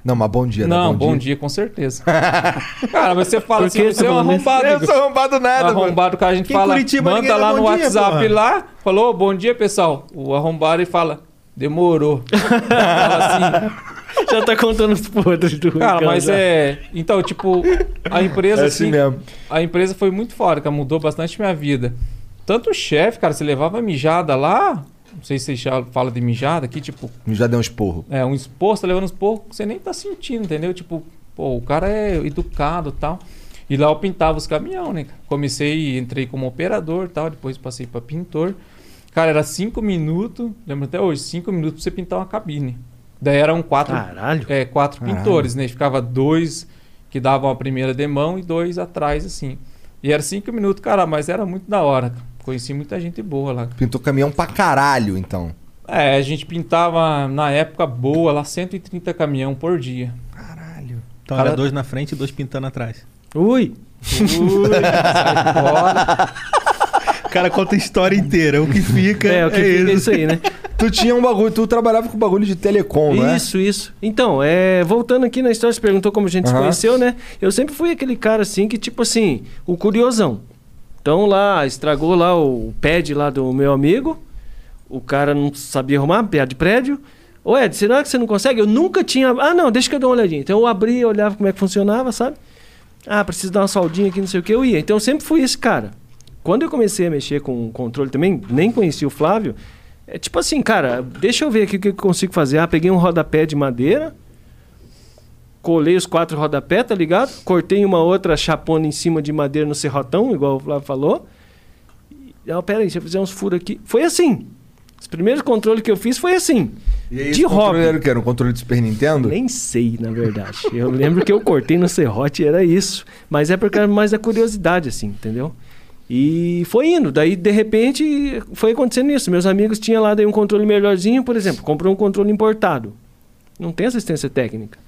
Speaker 1: Não, mas bom dia,
Speaker 3: Não,
Speaker 1: dá
Speaker 3: bom dia, com certeza. cara, mas você fala
Speaker 1: Por
Speaker 3: assim,
Speaker 1: que
Speaker 3: você
Speaker 1: você
Speaker 3: é um
Speaker 1: falou isso?
Speaker 3: arrombado.
Speaker 1: Eu
Speaker 3: Igor.
Speaker 1: sou arrombado nada, mano.
Speaker 3: Arrombado, cara, a gente
Speaker 1: Aqui em
Speaker 3: fala,
Speaker 1: Curitiba ninguém
Speaker 3: manda
Speaker 1: dá
Speaker 3: lá
Speaker 1: bom
Speaker 3: no
Speaker 1: dia,
Speaker 3: WhatsApp
Speaker 1: porra.
Speaker 3: lá, falou, bom dia, pessoal. O arrombado e fala, demorou.
Speaker 4: Já tá contando os podres do
Speaker 3: Cara,
Speaker 4: Ricardo
Speaker 3: mas
Speaker 4: já.
Speaker 3: é. Então, tipo, a empresa.
Speaker 4: É assim
Speaker 3: assim,
Speaker 4: mesmo.
Speaker 3: A empresa foi muito fora, cara, mudou bastante minha vida. Tanto o chefe, cara, você levava mijada lá. Não sei se vocês já falam de mijada aqui, tipo,
Speaker 1: Já deu um esporro.
Speaker 3: é, um esporro, tá levando um esporro que você nem tá sentindo, entendeu? Tipo, pô, o cara é educado e tal. E lá eu pintava os caminhão, né? cara? Comecei, entrei como operador e tal, depois passei pra pintor. Cara, era cinco minutos, lembro até hoje, cinco minutos pra você pintar uma cabine. Daí eram quatro,
Speaker 4: Caralho.
Speaker 3: é, quatro
Speaker 4: Caralho.
Speaker 3: pintores, né? Ficava dois que davam a primeira demão e dois atrás, assim. E era cinco minutos, cara, mas era muito da hora. cara. Conheci muita gente boa lá.
Speaker 1: Pintou caminhão pra caralho, então.
Speaker 3: É, a gente pintava na época boa lá 130 caminhão por dia.
Speaker 13: Então
Speaker 3: Cara-
Speaker 13: era dois na frente e dois pintando atrás.
Speaker 4: Ui!
Speaker 3: Ui, sai fora.
Speaker 13: O cara conta a história inteira. O que fica é,
Speaker 4: o que fica é isso aí, né?
Speaker 1: tu tinha um bagulho, tu trabalhava com bagulho de telecom, né?
Speaker 4: Isso, isso. Então, é, voltando aqui na história, você perguntou como a gente se
Speaker 1: Aham.
Speaker 4: conheceu, né? Eu sempre fui aquele cara assim que, tipo assim, o curiosão. Então lá, estragou lá o pad lá do meu amigo. O cara não sabia arrumar, piada de prédio. Ô Ed, será que você não consegue? Eu nunca tinha. Ah, não, deixa que eu dou uma olhadinha. Então eu abria, olhava como é que funcionava, sabe? Ah, preciso dar uma soldinha aqui, não sei o que, eu ia. Então eu sempre fui esse cara. Quando eu comecei a mexer com o controle também, nem conheci o Flávio. É tipo assim, cara, deixa eu ver aqui o que eu consigo fazer. Ah, peguei um rodapé de madeira, colei os quatro rodapés, tá ligado? Cortei uma outra chapona em cima de madeira no serrotão, igual o Flávio falou. E, Ah, peraí, deixa eu fazer uns furos aqui. Foi assim. Os primeiros controles que eu fiz foi assim. de
Speaker 1: controle
Speaker 4: hobby.
Speaker 1: era o quê? Era um controle de Super Nintendo?
Speaker 4: Nem sei, na verdade. Eu lembro que eu cortei no serrote, era isso. Mas é porque era mais da curiosidade, assim, entendeu? E foi indo. Daí, de repente, foi acontecendo isso. Meus amigos tinham lá daí um controle melhorzinho, por exemplo. Comprou um controle importado. Não tem assistência técnica.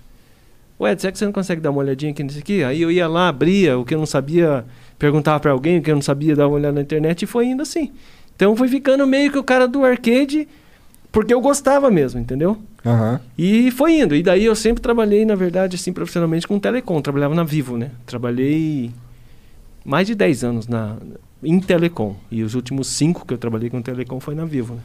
Speaker 4: Ué, será que você não consegue dar uma olhadinha aqui nisso aqui? Aí eu ia lá, abria o que eu não sabia, perguntava pra alguém o que eu não sabia, dava uma olhada na internet e foi indo assim. Então foi ficando meio que o cara do arcade, porque eu gostava mesmo, entendeu?
Speaker 1: Aham.
Speaker 4: E foi indo. E daí eu sempre trabalhei, na verdade, assim, profissionalmente com telecom. Trabalhava na Vivo, né? Trabalhei mais de 10 anos na, em telecom. E os últimos 5 que eu trabalhei com telecom foi na Vivo, né?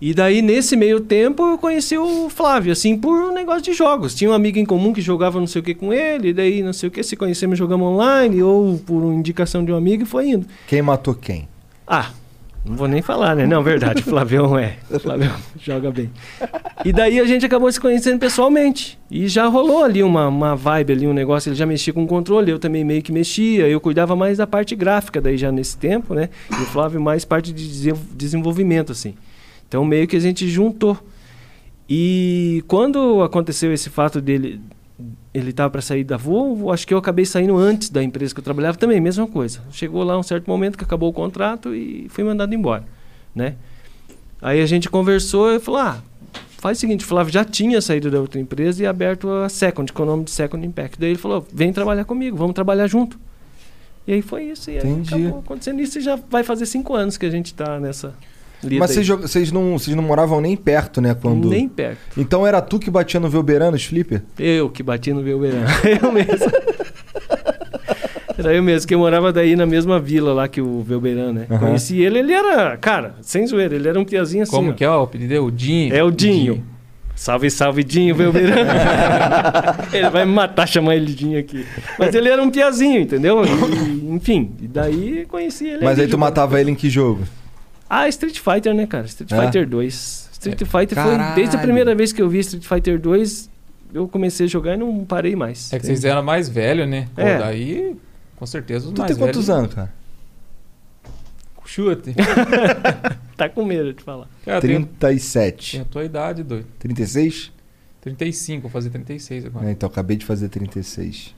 Speaker 4: E daí, nesse meio tempo, eu conheci o Flávio, assim, por um negócio de jogos. Tinha um amigo em comum que jogava não sei o que com ele, e daí não sei o que, se conhecemos jogamos online, ou por indicação de um amigo, e foi indo.
Speaker 1: Quem matou quem?
Speaker 4: Ah, não vou nem falar, né? Não, verdade, o Flavião é. O Flavião joga bem. E daí a gente acabou se conhecendo pessoalmente. E já rolou ali uma, uma vibe ali, um negócio. Ele já mexia com o controle, eu também meio que mexia. Eu cuidava mais da parte gráfica daí já nesse tempo, né? E o Flávio mais parte de desen- desenvolvimento, assim. Então meio que a gente juntou. E quando aconteceu esse fato dele ele estava para sair da Volvo, acho que eu acabei saindo antes da empresa que eu trabalhava também, mesma coisa. Chegou lá um certo momento que acabou o contrato e fui mandado embora, né? Aí a gente conversou e falou: "Ah, faz o seguinte, o Flávio já tinha saído da outra empresa e aberto a Second, com o nome de Second Impact". Daí ele falou: "Vem trabalhar comigo, vamos trabalhar junto". E aí foi isso, e aí
Speaker 1: Entendi.
Speaker 4: acabou acontecendo isso e já vai fazer cinco anos que a gente está nessa lida
Speaker 1: Mas
Speaker 4: aí.
Speaker 1: vocês jo- vocês não, vocês não moravam nem perto, né? Quando...
Speaker 4: Nem perto.
Speaker 1: Então era tu que batia no Velberano, os flipper?
Speaker 4: Eu que bati no Belbeirão. eu mesmo. Era eu mesmo, que eu morava daí na mesma vila lá que o Velbeirão, né?
Speaker 3: Aham.
Speaker 4: Conheci ele, ele era, cara, sem zoeira, ele era um piazinho assim.
Speaker 3: Como
Speaker 4: ó.
Speaker 3: que é o apelido? dele? O Dinho.
Speaker 4: É o Dinho. Salve, salve, Dinho, Velbeirão. ele vai me matar chamar ele de Dinho aqui. Mas ele era um piazinho, entendeu? E, enfim, e daí conheci ele.
Speaker 1: Mas
Speaker 4: ali
Speaker 1: aí tu
Speaker 4: jogando.
Speaker 1: matava ele em que jogo?
Speaker 4: Ah, Street Fighter, né, cara? Street
Speaker 1: É.
Speaker 4: Fighter 2. Street Fighter foi.
Speaker 3: Caralho.
Speaker 4: Desde a primeira vez que eu vi Street Fighter 2, eu comecei a jogar e não parei mais.
Speaker 3: É que vocês eram mais velhos, né? Pô,
Speaker 4: É.
Speaker 3: daí, com certeza, os
Speaker 4: Tu
Speaker 3: mais
Speaker 4: tem quantos
Speaker 3: velhos-
Speaker 4: anos, cara?
Speaker 3: Chute.
Speaker 4: tá com medo de falar.
Speaker 3: Cara, tem
Speaker 1: 37.
Speaker 4: É.
Speaker 3: tem a tua idade, doido.
Speaker 1: 36?
Speaker 3: 35, vou fazer 36
Speaker 4: Ah.
Speaker 3: agora.
Speaker 1: É, então, acabei de fazer 36.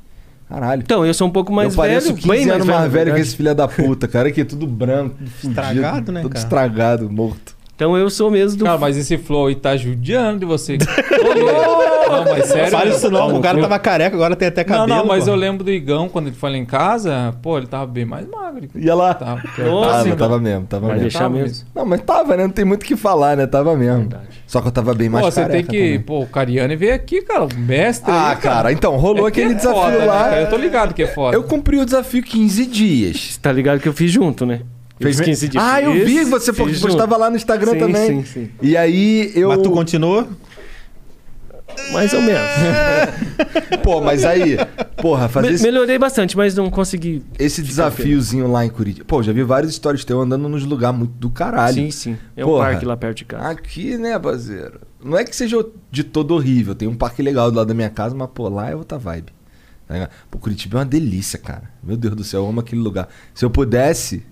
Speaker 1: Caralho.
Speaker 4: Então, eu sou um pouco mais
Speaker 1: eu pareço
Speaker 4: velho, né?
Speaker 1: 15
Speaker 4: bem mais
Speaker 1: anos
Speaker 4: velho, na
Speaker 1: mais velho que
Speaker 4: verdade.
Speaker 1: esse filho da puta, cara. Aqui, tudo branco, tudo fudido,
Speaker 4: Estragado, né,
Speaker 1: Tudo
Speaker 4: cara?
Speaker 1: estragado, morto.
Speaker 4: Então eu sou mesmo do.
Speaker 3: Cara, mas esse flow aí tá judiando de você. não, mas sério.
Speaker 13: Fala isso não,
Speaker 3: mano.
Speaker 13: o cara
Speaker 3: Eu-
Speaker 13: tava careca, agora tem até cabelo.
Speaker 3: Não, não, mas
Speaker 13: pô.
Speaker 3: eu lembro do Igão, quando ele foi lá em casa, pô, ele tava bem mais magro.
Speaker 1: Ia lá.
Speaker 4: Tá
Speaker 3: Tava,
Speaker 1: tava, tava
Speaker 4: então.
Speaker 1: mesmo, tava
Speaker 3: Vai
Speaker 1: mesmo.
Speaker 3: deixar
Speaker 1: Tava
Speaker 3: mesmo?
Speaker 1: Não, mas tava, né? Não tem muito o que falar, né? Tava mesmo. Só que eu tava bem mais
Speaker 3: Pô, você tem
Speaker 1: careca
Speaker 3: que.
Speaker 1: também.
Speaker 3: Pô, o Cariani veio aqui, cara, o mestre.
Speaker 1: Ah, cara, então, rolou
Speaker 3: É que
Speaker 1: aquele
Speaker 3: é
Speaker 1: desafio
Speaker 3: foda, né,
Speaker 1: lá.
Speaker 3: cara? Eu tô ligado que é foda.
Speaker 1: Eu cumpri o desafio 15 dias.
Speaker 4: Tá ligado que eu fiz junto, né? Eu fiz 15 dias.
Speaker 1: Ah, eu vi você
Speaker 4: Fiz junto.
Speaker 1: postava lá no Instagram
Speaker 4: Sim,
Speaker 1: também.
Speaker 4: Sim, sim.
Speaker 1: E aí eu. Mas tu
Speaker 13: continuou?
Speaker 4: Mais ou menos.
Speaker 1: Pô, mas aí. Porra, fazer
Speaker 4: Me-
Speaker 1: esse,
Speaker 4: Melhorei bastante, mas não consegui.
Speaker 1: esse desafiozinho lá em Curitiba. Pô, já vi várias histórias teu andando nos lugares muito do caralho.
Speaker 4: Sim, sim. É um parque lá perto de casa.
Speaker 1: Aqui, né, baseiro? Não é que seja de todo horrível. Tem um parque legal do lado da minha casa, mas, pô, lá é outra vibe. Tá ligado? Pô, Curitiba é uma delícia, cara. Meu Deus do céu, eu amo aquele lugar. Se eu pudesse,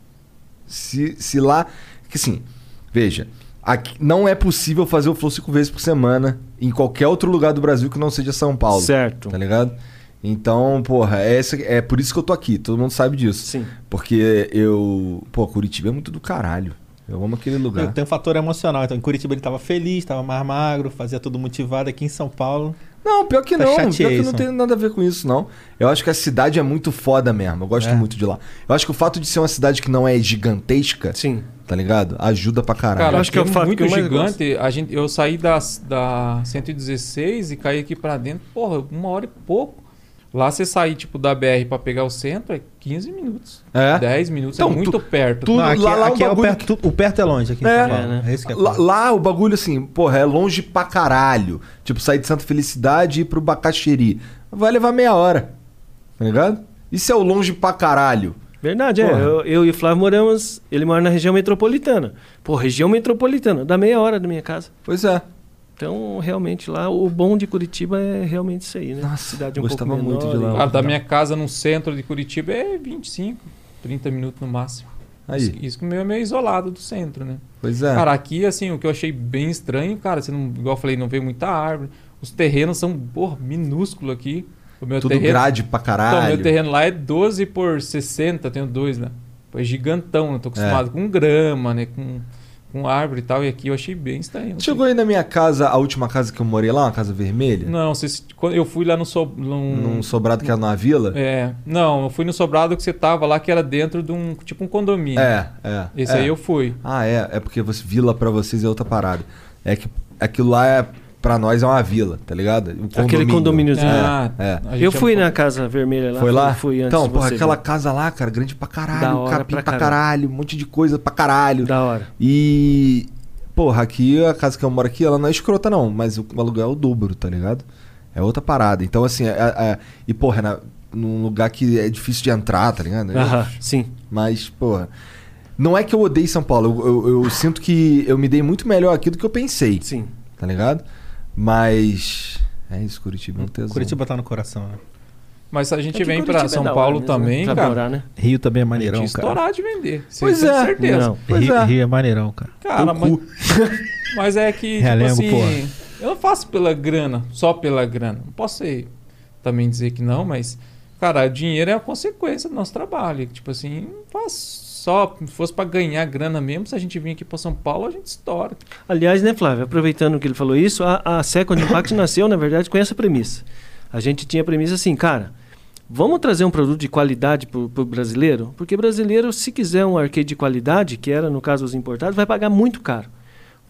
Speaker 1: se, se lá. Que assim, veja, aqui- não é possível fazer o flow cinco vezes por semana em qualquer outro lugar do Brasil que não seja São Paulo.
Speaker 4: Certo.
Speaker 1: Tá ligado? Então, porra, é, essa- é por isso que eu tô aqui, todo mundo sabe disso.
Speaker 4: Sim.
Speaker 1: Porque eu. Pô, Curitiba é muito do caralho. Eu amo aquele lugar.
Speaker 13: Tem um fator emocional. Então, em Curitiba ele tava feliz, tava mais magro, fazia tudo motivado. Aqui em São Paulo.
Speaker 1: Não, pior que
Speaker 13: Tá
Speaker 1: não. pior que
Speaker 13: chateação.
Speaker 1: não tem nada a ver com isso, não. Eu acho que a cidade é muito foda mesmo. Eu
Speaker 13: É.
Speaker 1: gosto muito de lá. Eu acho que o fato de ser uma cidade que não é gigantesca,
Speaker 4: Sim.
Speaker 1: tá ligado? Ajuda pra caralho.
Speaker 3: Cara, acho que é
Speaker 1: fato
Speaker 3: muito gigante. A gente, eu saí das, da 116 e caí aqui pra dentro, porra, uma hora e pouco. Lá você sair, tipo, da BR pra pegar o centro é 15 minutos.
Speaker 1: É?
Speaker 3: 10 minutos,
Speaker 1: Então,
Speaker 3: é muito
Speaker 1: tu-
Speaker 3: perto.
Speaker 1: tudo
Speaker 3: Não, aqui-
Speaker 1: lá, lá o
Speaker 3: aqui é
Speaker 1: bagulho
Speaker 13: perto- O perto é longe aqui em
Speaker 1: É,
Speaker 13: São
Speaker 4: né?
Speaker 13: Paulo. É, isso que é
Speaker 1: lá, lá o bagulho assim, porra, é longe pra caralho. Tipo, sair de Santa Felicidade e ir pro Bacaxeri. Vai levar meia hora. Tá ligado? Isso é o longe pra caralho.
Speaker 4: Verdade, é.
Speaker 1: Porra.
Speaker 4: Eu, eu e o Flávio moramos. Ele mora na região metropolitana. Pô, região metropolitana, dá meia hora da minha casa.
Speaker 1: Pois é.
Speaker 4: Então, realmente lá, o bom de Curitiba é realmente isso aí, né? Nossa, Cidade um pouco
Speaker 3: Ah,
Speaker 4: menor, e-
Speaker 3: Cara, da minha casa no centro de Curitiba é 25, 30 minutos no máximo.
Speaker 1: Aí.
Speaker 3: Isso- Isso que o meu é meio isolado do centro, né?
Speaker 1: Pois é.
Speaker 3: Cara, aqui, assim, o que eu achei bem estranho, cara, você não, igual eu falei, não vê muita árvore. Os terrenos são, porra, minúsculo aqui. O meu
Speaker 1: Tudo grade pra caralho.
Speaker 3: Então, meu terreno lá é 12 por 60, eu tenho dois, né? É gigantão, eu tô
Speaker 1: É.
Speaker 3: acostumado com grama, né? Com, com árvore e tal. E aqui eu achei bem estranho.
Speaker 1: Chegou aí na minha casa, a última casa que eu morei lá, uma casa vermelha?
Speaker 3: Não, vocês- quando eu fui lá no, so, num,
Speaker 1: Num sobrado que era na vila?
Speaker 3: É. Não, eu fui no sobrado que você tava lá, que era dentro de um. Tipo um condomínio.
Speaker 1: É, é.
Speaker 3: Esse
Speaker 1: é.
Speaker 3: aí eu fui.
Speaker 1: Ah, é. É porque você, vila pra vocês é outra parada. É que aquilo lá é, pra nós é uma vila, tá ligado? Um
Speaker 4: Aquele condomíniozinho.
Speaker 3: Ah,
Speaker 1: É, é.
Speaker 4: Eu
Speaker 3: um
Speaker 4: fui na Casa Vermelha lá.
Speaker 1: Foi lá?
Speaker 4: Fui antes
Speaker 1: então,
Speaker 4: de
Speaker 1: porra,
Speaker 4: você,
Speaker 1: aquela
Speaker 4: né?
Speaker 1: casa lá, cara, grande pra caralho,
Speaker 4: Da hora
Speaker 1: capim pra,
Speaker 4: pra
Speaker 1: caralho.
Speaker 4: caralho.
Speaker 1: um monte de coisa pra caralho.
Speaker 4: Da hora.
Speaker 1: E, porra, aqui, a casa que eu moro aqui, ela não é escrota não, mas o aluguel é o dobro, tá ligado? É outra parada. Então, assim, é- é- e porra, é na- num lugar que é difícil de entrar, tá ligado?
Speaker 4: Aham, sim.
Speaker 1: Mas, porra, não é que eu odeio São Paulo, eu, eu- eu sinto que eu me dei muito melhor aqui do que eu pensei.
Speaker 4: Sim.
Speaker 1: Tá ligado? Mas, é isso, Curitiba é um tesão.
Speaker 13: Curitiba tá no coração, né?
Speaker 3: Mas a gente
Speaker 13: É que
Speaker 3: vem
Speaker 13: Curitiba
Speaker 3: pra
Speaker 13: é
Speaker 3: São
Speaker 13: da hora
Speaker 3: Paulo
Speaker 13: mesmo,
Speaker 3: também,
Speaker 13: pra
Speaker 3: cara.
Speaker 13: morar, né? Rio também é maneirão,
Speaker 3: Tinha
Speaker 13: cara.
Speaker 3: estourar de vender. Isso
Speaker 1: Pois
Speaker 3: eu tenho
Speaker 1: é.
Speaker 3: certeza.
Speaker 13: Não, Rio, Rio é maneirão, cara.
Speaker 3: Cara,
Speaker 13: Teu
Speaker 3: mas,
Speaker 13: cu.
Speaker 3: mas é que, tipo
Speaker 13: Relembro,
Speaker 3: assim,
Speaker 13: porra.
Speaker 3: eu não faço pela grana, só pela grana. Não posso ser- também dizer que não, mas, cara, o dinheiro é a consequência do nosso trabalho. Tipo assim, não faço só, se fosse pra ganhar grana mesmo, se a gente vir aqui pra São Paulo, a gente estoura.
Speaker 4: Aliás, né, Flávio, aproveitando que ele falou isso, a, a Second Impact nasceu, na verdade, com essa premissa. A gente tinha a premissa assim, cara, vamos trazer um produto de qualidade pro, pro brasileiro? Porque brasileiro, se quiser um arcade de qualidade, que era, no caso, os importados, vai pagar muito caro.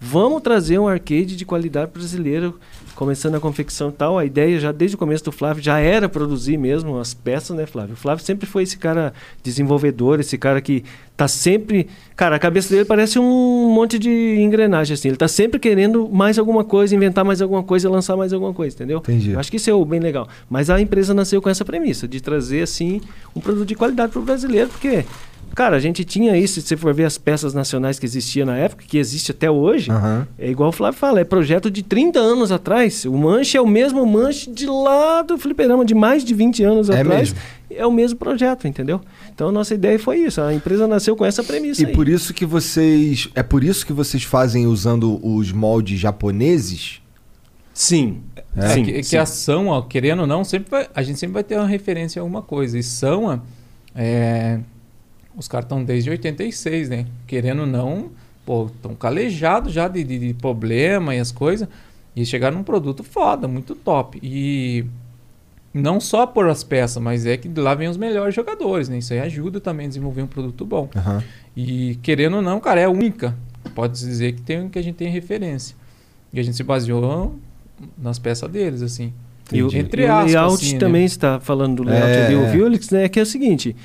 Speaker 4: Vamos trazer um arcade de qualidade brasileira, começando a confecção e tal. A ideia já desde o começo do Flávio já era produzir mesmo as peças, né, Flávio? O Flávio sempre foi esse cara desenvolvedor, esse cara que tá sempre. Cara, a cabeça dele parece um monte de engrenagem, assim. Ele tá sempre querendo mais alguma coisa, inventar mais alguma coisa, lançar mais alguma coisa, entendeu?
Speaker 1: Entendi.
Speaker 4: Eu acho que isso é o bem legal. Mas a empresa nasceu com essa premissa, de trazer, assim, um produto de qualidade para o brasileiro, porque. Cara, a gente tinha isso, se você for ver as peças nacionais que existiam na época, que existe até hoje, é igual o Flávio fala, é projeto de 30 anos atrás. O manche é o mesmo manche de lá do fliperama, de mais de 20 anos
Speaker 1: É
Speaker 4: atrás.
Speaker 1: mesmo.
Speaker 4: É o mesmo projeto, entendeu? Então a nossa ideia foi isso. A empresa nasceu com essa premissa
Speaker 1: E
Speaker 4: É aí.
Speaker 1: por isso que vocês. É por isso que vocês fazem usando os moldes japoneses?
Speaker 4: Sim.
Speaker 3: É, que, que a Sama, querendo ou não, sempre vai- a gente sempre vai ter uma referência a alguma coisa. E Sama, é, os caras estão desde 86, né? Querendo ou não, pô, estão calejados já de, de- de problema e as coisas. E chegaram num produto foda, muito top. E não só por as peças, mas é que lá vem os melhores jogadores, né? Isso aí ajuda também a desenvolver um produto bom.
Speaker 1: Aham.
Speaker 3: E querendo ou não, cara, é a única. Pode dizer que tem que a gente tem referência. E a gente se baseou nas peças deles, assim.
Speaker 4: E o,
Speaker 3: Entre
Speaker 4: e o
Speaker 3: aspas,
Speaker 4: layout
Speaker 3: assim, né?
Speaker 4: também é está falando do layout
Speaker 1: É.
Speaker 4: é. Violix, né? Que é o seguinte.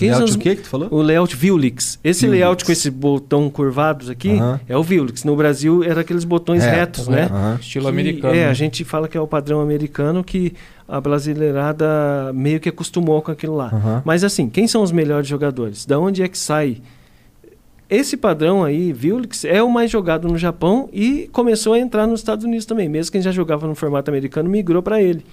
Speaker 1: Layout
Speaker 4: são
Speaker 1: o quê que tu falou?
Speaker 4: O layout Violix. Esse
Speaker 1: Viewlix.
Speaker 4: layout com esses botões curvados aqui
Speaker 1: Aham.
Speaker 4: é o Violix. No Brasil era aqueles botões
Speaker 1: Reto,
Speaker 4: retos,
Speaker 1: né?
Speaker 4: né?
Speaker 1: Aham.
Speaker 3: Então, Estilo
Speaker 4: Que-
Speaker 3: americano,
Speaker 4: É,
Speaker 3: né?
Speaker 4: a gente fala que é o padrão americano que a brasileirada meio que acostumou com aquilo lá.
Speaker 1: Aham.
Speaker 4: Mas assim, quem são os melhores jogadores? Da onde é que sai? Esse padrão aí, Violix, é o mais jogado no Japão e começou a entrar nos Estados Unidos também. Mesmo quem já jogava no formato americano migrou para ele.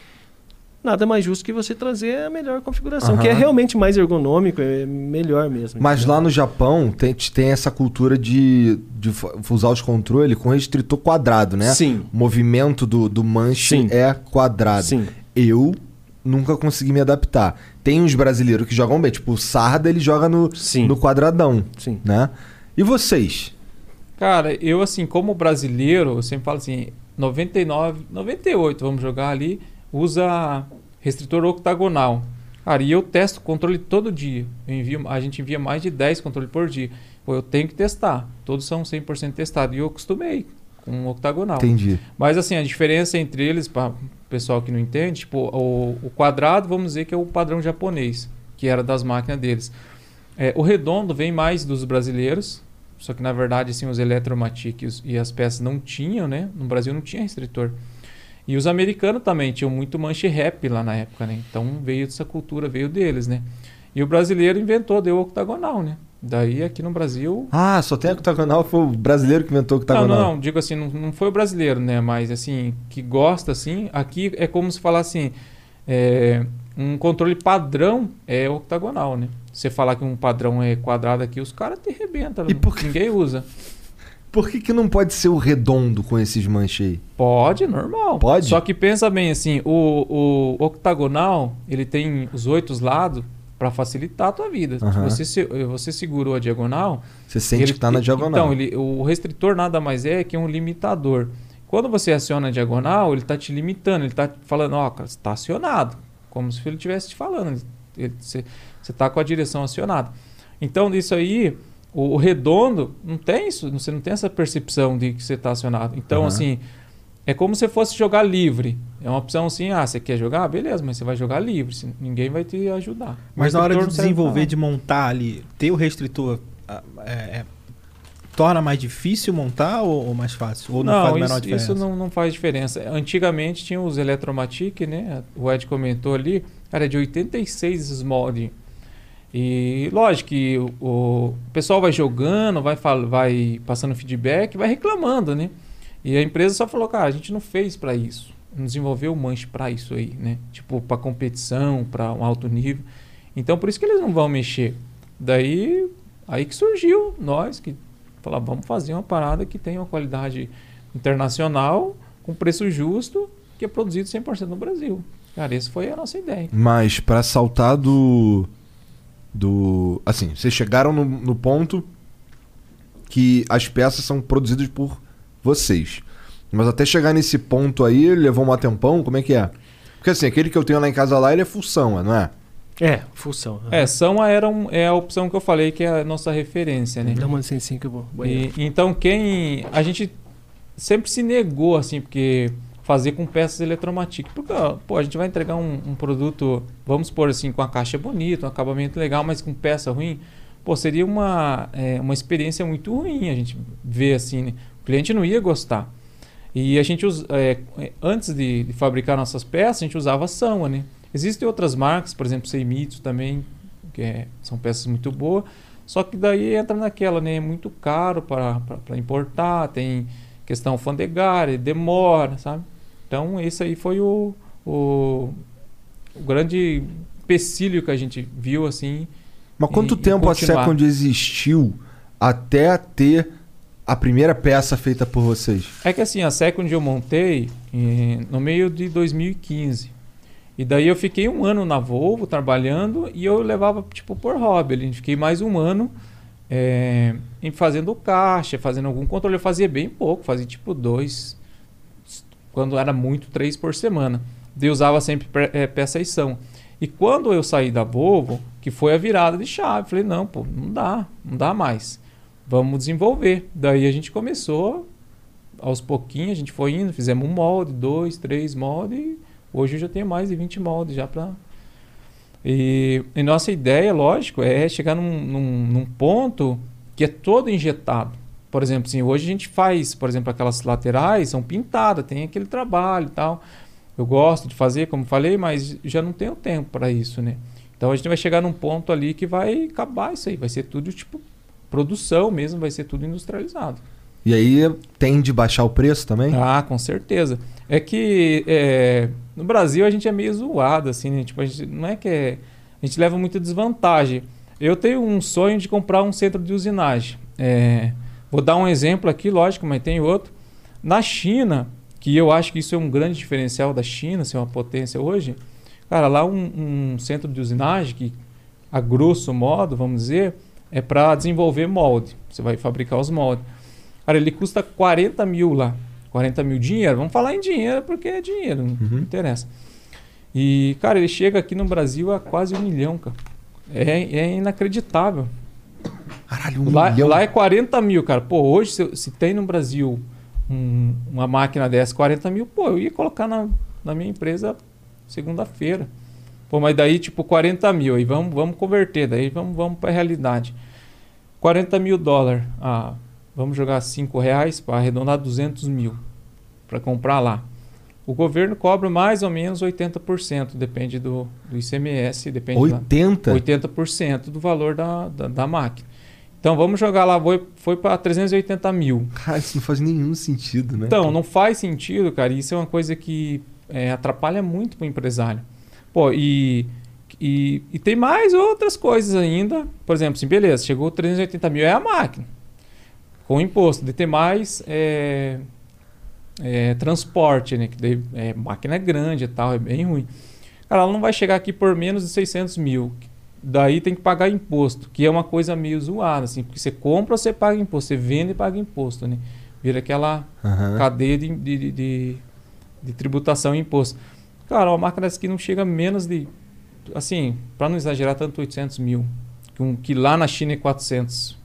Speaker 4: Nada mais justo que você trazer a melhor configuração,
Speaker 1: Aham.
Speaker 4: que é realmente mais ergonômico, é melhor mesmo.
Speaker 1: Mas lá no Japão tem, tem essa cultura de, de fa- usar os controles com restritor quadrado, né?
Speaker 4: Sim.
Speaker 1: O movimento do, do manche é quadrado. Sim. Eu nunca consegui me adaptar. Tem uns brasileiros que jogam bem, tipo o Sarda ele joga no, no quadradão.
Speaker 4: Sim.
Speaker 1: Né? E vocês?
Speaker 3: Cara, eu assim, como brasileiro, eu sempre falo assim, 99, 98, vamos jogar ali, usa restritor octagonal. Cara, e eu testo controle todo dia. Eu envio, a gente envia mais de 10 controles por dia. Pô, eu tenho que testar. Todos são 100% testados. E eu acostumei com o octagonal.
Speaker 1: Entendi.
Speaker 3: Mas assim, a diferença entre eles, para o pessoal que não entende, tipo, o, o quadrado, vamos dizer que é o padrão japonês, que era das máquinas deles. É, o redondo vem mais dos brasileiros, só que na verdade assim, os Electromatic e os- e as peças não tinham, né? No Brasil não tinha restritor. E os americanos também tinham muito manche rap lá na época, né? Então veio essa cultura, veio deles, né? E o brasileiro inventou, deu o octagonal, né? Daí aqui no Brasil
Speaker 1: Ah, só tem octagonal, foi o brasileiro que inventou
Speaker 3: não,
Speaker 1: octagonal.
Speaker 3: não, não, digo assim, não, não foi o brasileiro, né? Mas assim, que gosta assim, aqui é como se falar assim, é, um controle padrão é octagonal, né? Você falar que um padrão é quadrado aqui, os caras te arrebentam. Ninguém usa.
Speaker 1: Por que, que não pode ser o redondo com esses manches aí?
Speaker 3: Pode, normal. Pode. Só que pensa bem assim, o, o octagonal, ele tem os oito lados para facilitar a tua vida. Se
Speaker 1: Aham.
Speaker 3: você, se- você segurou a diagonal,
Speaker 1: Você sente que tá na diagonal.
Speaker 3: Então, ele, o restritor nada mais é que um limitador. Quando você aciona a diagonal, ele tá te limitando, ele tá falando, ó, cara, você tá acionado. Como se ele estivesse te falando. Ele- ele- Você você tá com a direção acionada. Então, disso aí, o, o redondo não tem isso, você não tem essa percepção de que você tá acionado. Então,
Speaker 14: Aham.
Speaker 3: assim, é como se fosse jogar livre. É uma opção assim, ah, você quer jogar? Beleza, mas você vai jogar livre, se- ninguém vai te ajudar. O
Speaker 13: Mas na
Speaker 3: restritor não
Speaker 13: hora de
Speaker 3: serve pra
Speaker 13: desenvolver,
Speaker 3: nada.
Speaker 13: de montar ali, ter o restritor ah, é, é, torna mais difícil montar ou, ou mais fácil? Ou não, faz a
Speaker 3: isso,
Speaker 13: menor diferença?
Speaker 3: isso não, não faz diferença. Antigamente tinha os Electromatic, né? O Ed comentou ali, cara, é de 86 esses moldes. E lógico que o, o pessoal vai jogando, vai, fal- vai passando feedback, vai reclamando, né? E a empresa só falou, cara, a gente não fez pra isso, não desenvolveu manche pra isso aí, né? Tipo, pra competição, pra um alto nível. Então por isso que eles não vão mexer. Daí aí que surgiu nós que falar, vamos fazer uma parada que tenha uma qualidade internacional, com preço justo, que é produzido 100% no Brasil. Cara, essa foi a nossa ideia.
Speaker 1: Mas pra saltar do. Do. Assim, vocês chegaram no, no ponto que as peças são produzidas por vocês. Mas até chegar nesse ponto aí, levou um tempão, como é que é? Porque assim, aquele que eu tenho lá em casa lá, ele é função, não é?
Speaker 4: É, função.
Speaker 3: É, Samba era um- é a opção que eu falei que é a nossa referência, né?
Speaker 4: Dá uma licencinha que eu vou. ao
Speaker 3: E,
Speaker 4: banheiro.
Speaker 3: então quem a gente sempre se negou assim porque fazer com peças eletromatic porque ó, pô a gente vai entregar um, um produto vamos supor assim com a caixa bonita um acabamento legal mas com peça ruim pô seria uma é, uma experiência muito ruim a gente vê assim né? o cliente não ia gostar e a gente usa, é, é, antes de, de fabricar nossas peças a gente usava a Sama, né existem outras marcas por exemplo Seimitsu também que é- são peças muito boas só que daí entra naquela, né? É muito caro para importar, tem questão alfandegária, demora, sabe? Então, esse aí foi o, o, o grande empecilho que a gente viu, assim.
Speaker 1: Mas
Speaker 3: em-
Speaker 1: quanto
Speaker 3: em
Speaker 1: tempo a
Speaker 3: continuar.
Speaker 1: Second existiu até ter a primeira peça feita por vocês?
Speaker 3: É que assim, a Second eu montei eh, no meio de 2015. E daí eu fiquei um ano na Volvo trabalhando e eu levava tipo por hobby. ali. Fiquei mais um ano eh, em fazendo caixa, fazendo algum controle. Eu fazia bem pouco, fazia tipo dois, quando era muito, três por semana. Daí Eu usava sempre pre- eh, peça e são. E quando eu saí da Volvo, que foi a virada de chave, falei, não, pô, não dá, não dá mais. Vamos desenvolver. Daí a gente começou aos pouquinhos a gente foi indo, fizemos um molde, dois, três moldes. e Hoje eu já tenho mais de 20 moldes já para. E, e nossa ideia, lógico, é chegar num, num, num ponto que é todo injetado. Por exemplo, assim, hoje a gente faz, por exemplo, aquelas laterais são pintadas, tem aquele trabalho e tal. Eu gosto de fazer, como falei, mas já não tenho tempo para isso, né? Então a gente vai chegar num ponto ali que vai acabar isso aí, vai ser tudo tipo produção mesmo, vai ser tudo industrializado.
Speaker 1: E aí tende a baixar o preço também?
Speaker 3: Ah, com certeza. É que é, no Brasil a gente é meio zoado, assim, né? Tipo, a gente, não é que é, a gente leva muita desvantagem. Eu tenho um sonho de comprar um centro de usinagem. É, vou dar um exemplo aqui, lógico, mas tem outro. Na China, que eu acho que isso é um grande diferencial da China ser uma potência hoje, cara, lá um, um centro de usinagem que, a grosso modo, vamos dizer, é para desenvolver molde. Você vai fabricar os moldes. Cara, ele custa 40 mil lá. 40 mil dinheiro. Vamos falar em dinheiro porque é dinheiro, não interessa. E, cara, ele chega aqui no Brasil a quase um milhão, cara. É, é inacreditável.
Speaker 1: Caralho,
Speaker 3: um lá, milhão. Lá é 40 mil, cara. Pô, hoje, se, se tem no Brasil um- uma máquina dessa, 40 mil, pô, eu ia colocar na, na minha empresa segunda-feira. Pô, mas daí, tipo, 40 mil, aí vamos, vamos converter, daí vamos, vamos para a realidade. 40 mil dólares, ah, vamos jogar 5 reais para arredondar 200 mil para comprar lá. O governo cobra mais ou menos 80%, depende do, do ICMS, depende da-
Speaker 1: 80?
Speaker 3: 80% do valor da, da, da máquina. Então vamos jogar lá, foi, foi para 380 mil.
Speaker 1: Cara, isso não faz nenhum sentido, né?
Speaker 3: Então, não faz sentido, cara. Isso é uma coisa que é, atrapalha muito pro empresário. Pô, e E, e tem mais outras coisas ainda. Por exemplo, assim, beleza, chegou 380 mil, é a máquina. Com imposto, de ter mais é, é, transporte, né? Que daí, é, máquina é grande e tal, é bem ruim. Cara, ela não vai chegar aqui por menos de 600 mil. Daí tem que pagar imposto, que é uma coisa meio zoada, assim, porque você compra, você paga imposto, você vende e paga imposto, né? Vira aquela
Speaker 1: Aham.
Speaker 3: cadeia de, de, de- de- de tributação e imposto. Cara, uma máquina dessa aqui não chega a menos de, assim, para não exagerar tanto, 800 mil. Que, um, que lá na China é 400.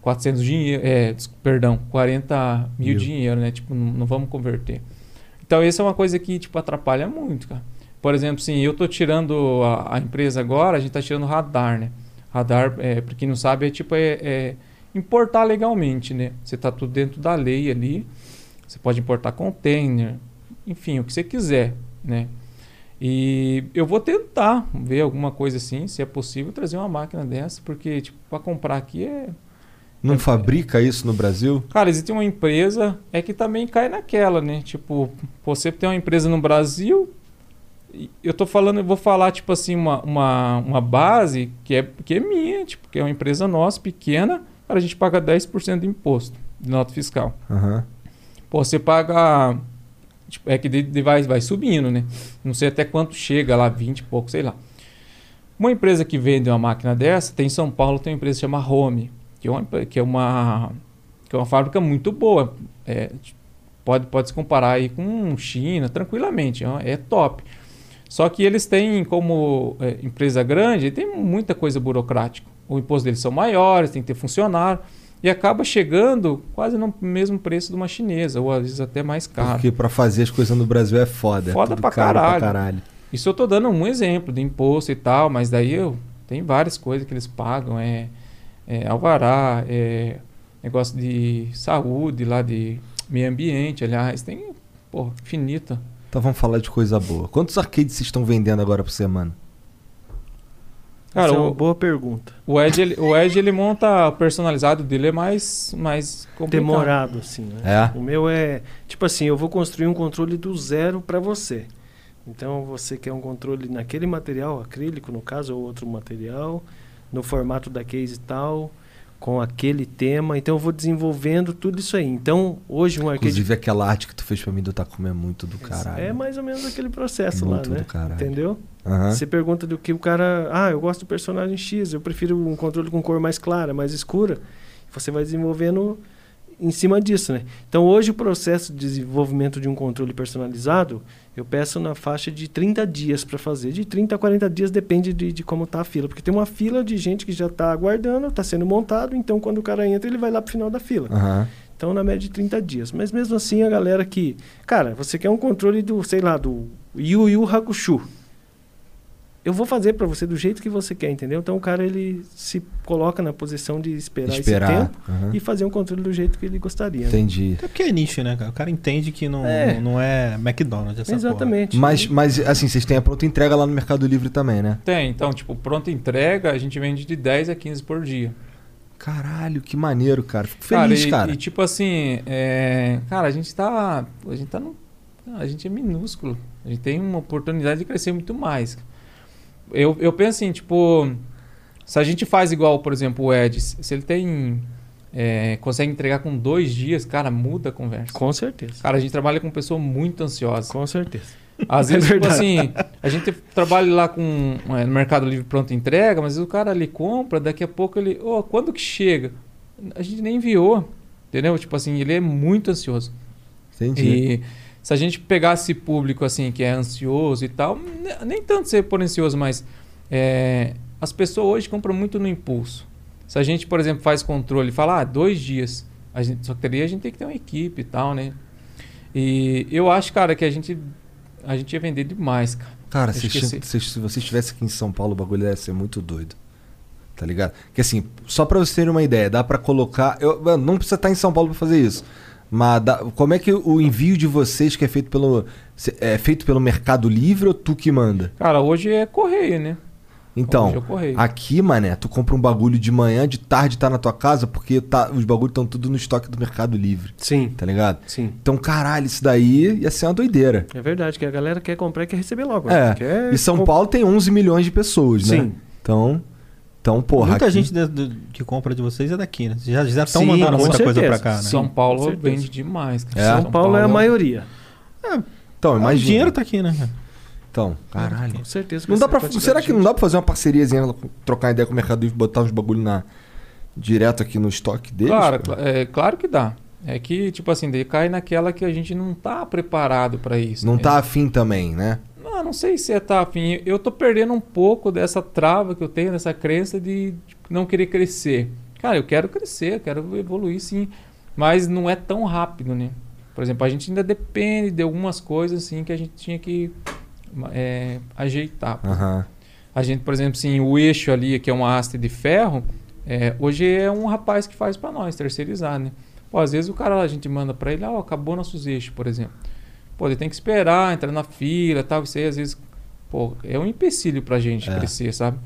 Speaker 3: 400 dinheiro, é, des- perdão, 40 mil,
Speaker 14: Mil.
Speaker 3: dinheiro, né? Tipo, não, não vamos converter. Então, essa é uma coisa que, tipo, atrapalha muito, cara. Por exemplo, assim, eu tô tirando a, a empresa agora, a gente tá tirando radar, né? Radar, é, pra quem não sabe, é tipo, é, é importar legalmente, né? Você tá tudo dentro da lei ali. Você pode importar container, enfim, o que você quiser, né? E eu vou tentar ver alguma coisa assim, se é possível trazer uma máquina dessa, porque tipo, para comprar aqui é
Speaker 1: Não fabrica isso no Brasil?
Speaker 3: Cara, existe uma empresa, é que também cai naquela, né? Tipo, você tem uma empresa no Brasil, e eu tô falando, eu vou falar, tipo assim, uma, uma, uma base que é, que é minha, tipo, que é uma empresa nossa, pequena, cara, a gente paga 10% de imposto de nota fiscal.
Speaker 1: Aham.
Speaker 3: Pô, você paga. tipo, é que de- de- vai, vai subindo, né? Não sei até quanto chega lá, 20 e pouco, sei lá. Uma empresa que vende uma máquina dessa, tem em São Paulo, tem uma empresa que chama Home, que é uma, empre- que é uma, que é uma fábrica muito boa. É, pode, pode se comparar aí com China, tranquilamente, é uma- é top. Só que eles têm, como é, empresa grande, tem muita coisa burocrática. O imposto deles são maiores, tem que ter funcionário. E acaba chegando quase no mesmo preço de uma chinesa, ou às vezes até mais caro.
Speaker 1: Porque pra fazer as coisas no Brasil é foda. é
Speaker 3: Foda
Speaker 1: tudo
Speaker 3: pra
Speaker 1: caro
Speaker 3: caralho.
Speaker 1: Pra caralho.
Speaker 3: Isso eu tô dando um exemplo de imposto e tal, mas daí eu tem várias coisas que eles pagam, é, é alvará, é negócio de saúde lá de meio ambiente, aliás, tem, porra, infinita.
Speaker 1: Então vamos falar de coisa boa. Quantos arcades vocês estão vendendo agora por semana?
Speaker 3: Cara,
Speaker 4: Essa é uma
Speaker 3: o-
Speaker 4: boa pergunta.
Speaker 3: O Edge, ele, o Edge ele monta o personalizado dele é mais mais complicado.
Speaker 4: Demorado, assim, né? O meu é, tipo assim, eu vou construir um controle do zero para você. Então, você quer um controle naquele material, acrílico no caso, ou outro material, no formato da case e tal, com aquele tema. Então, eu vou desenvolvendo tudo isso aí. Então, hoje um arcade
Speaker 1: Inclusive aquela arte que tu fez pra mim do Takumi é muito do caralho.
Speaker 4: É mais ou menos aquele processo
Speaker 1: Muito
Speaker 4: lá, né?
Speaker 1: do caralho.
Speaker 4: Entendeu?
Speaker 1: Aham.
Speaker 4: Você pergunta do que o cara. Ah, eu gosto do personagem X, eu prefiro um controle com cor mais clara, mais escura. Você vai desenvolvendo em cima disso, né? Então hoje o processo de desenvolvimento de um controle personalizado, eu peço na faixa de 30 dias para fazer. De 30 a 40 dias depende de, de como tá a fila. Porque tem uma fila de gente que já está aguardando, está sendo montado, então quando o cara entra, ele vai lá pro final da
Speaker 3: é
Speaker 4: fila.
Speaker 1: Aham.
Speaker 4: Então, na média de 30 dias. Mas mesmo assim, a galera que. Cara, você quer um controle do, sei lá, do Yu Yu Hakusho. Eu vou fazer pra você do jeito que você quer, entendeu? Então, o cara ele se coloca na posição de esperar,
Speaker 1: Esperar,
Speaker 4: esse tempo
Speaker 1: aham.
Speaker 4: e fazer um controle do jeito que ele gostaria. né?
Speaker 1: Entendi.
Speaker 13: Até porque é nicho, né, cara? O cara entende que não
Speaker 4: É.
Speaker 13: não, não é McDonald's essa
Speaker 4: Exatamente.
Speaker 1: Mas, mas assim, vocês têm a pronta entrega lá no Mercado Livre também, né?
Speaker 3: Tem, então, tipo, pronta entrega, a gente vende de 10 a 15 por dia.
Speaker 1: Caralho, que maneiro, cara. Fico
Speaker 3: cara,
Speaker 1: feliz,
Speaker 3: e,
Speaker 1: cara.
Speaker 3: e tipo assim, é, cara, a gente tá. A gente tá no. A gente é minúsculo. A gente tem uma oportunidade de crescer muito mais. Eu, eu penso assim, tipo. Se a gente faz igual, por exemplo, o Ed, se se ele tem. é, consegue entregar com dois dias, cara, muda a conversa.
Speaker 4: Com certeza.
Speaker 3: Cara, a gente trabalha com pessoa muito ansiosa.
Speaker 4: Com certeza.
Speaker 3: Às
Speaker 4: É
Speaker 3: vezes, tipo
Speaker 4: verdade.
Speaker 3: assim, a gente trabalha lá com é, no Mercado Livre pronto entrega, mas o cara ali compra, daqui a pouco ele, ô, quando que chega? A gente nem enviou, entendeu? Tipo assim, ele é muito ansioso.
Speaker 1: Entendi.
Speaker 3: E se a gente pegasse público assim que é ansioso e tal, ne- nem tanto ser por ansioso, mas é, as pessoas hoje compram muito no impulso. Se a gente, por exemplo, faz controle e fala, ah, dois dias, a gente, só que teria, a gente tem que ter uma equipe e tal, né? E eu acho, cara, que a gente, a gente ia vender demais, cara.
Speaker 1: Cara,
Speaker 3: Eu
Speaker 1: vocês
Speaker 3: esqueci.
Speaker 1: tinham- vocês- se você estivesse aqui em São Paulo, o bagulho ia ser muito doido. Tá ligado? Que assim, só pra vocês terem uma ideia, dá pra colocar. Eu, mano, não precisa estar em São Paulo pra fazer isso. Mas dá- como é que o envio de vocês que é feito pelo. cê- É feito pelo Mercado Livre ou tu que manda?
Speaker 3: Cara, hoje é correio, né?
Speaker 1: Então,
Speaker 3: Hoje eu corri.
Speaker 1: aqui, mané, tu compra um bagulho de manhã, de tarde tá na tua casa, porque tá, os bagulhos estão tudo no estoque do Mercado Livre.
Speaker 4: Sim.
Speaker 1: Tá ligado?
Speaker 4: Sim.
Speaker 1: Então, caralho, isso daí ia ser uma doideira.
Speaker 4: É verdade, que a galera quer comprar e quer receber logo. né?
Speaker 1: É.
Speaker 4: Quer-
Speaker 1: E São Paulo tem 11 milhões de pessoas, né?
Speaker 4: Sim.
Speaker 1: Então, então porra.
Speaker 13: Muita
Speaker 1: aqui-
Speaker 13: gente de- do- que compra de vocês é daqui, né? Vocês já já estão
Speaker 4: Sim,
Speaker 13: mandando
Speaker 4: com
Speaker 13: muita coisa
Speaker 4: certeza.
Speaker 13: pra cá, né?
Speaker 4: São
Speaker 13: Sim,
Speaker 3: Paulo
Speaker 13: com certeza.
Speaker 3: vende demais, cara.
Speaker 13: É. São
Speaker 4: São Paulo é
Speaker 1: um
Speaker 4: a maioria.
Speaker 1: Então, imagina.
Speaker 13: O dinheiro tá aqui, né? cara?
Speaker 1: Então, caralho. Com
Speaker 4: certeza.
Speaker 1: Não dá pra, será que não dá pra fazer uma parceriazinha, trocar ideia com o Mercado Livre, botar uns bagulho na, direto aqui no estoque deles?
Speaker 3: Claro,
Speaker 1: pô?
Speaker 3: cla- é, claro que dá. É que, tipo assim, daí cai naquela que a gente não tá preparado pra isso.
Speaker 1: Não
Speaker 3: né?
Speaker 1: tá afim também, né?
Speaker 3: Não, não sei se é tá afim. Eu tô perdendo um pouco dessa trava que eu tenho, dessa crença de tipo, não querer crescer. Cara, eu quero crescer, eu quero evoluir sim, mas não é tão rápido, né? Por exemplo, a gente ainda depende de algumas coisas assim que a gente tinha que é, ajeitar.
Speaker 1: Aham.
Speaker 3: A gente, por exemplo, assim, o eixo ali, que é uma haste de ferro, é, hoje é um rapaz que faz pra nós, terceirizado, né? Pô, às vezes o cara lá, a gente manda pra ele, ó, acabou nossos eixos, por exemplo. Pô, ele tem que esperar, entrar na fila tal, isso aí às vezes, pô, é um empecilho pra gente
Speaker 1: É.
Speaker 3: crescer, sabe?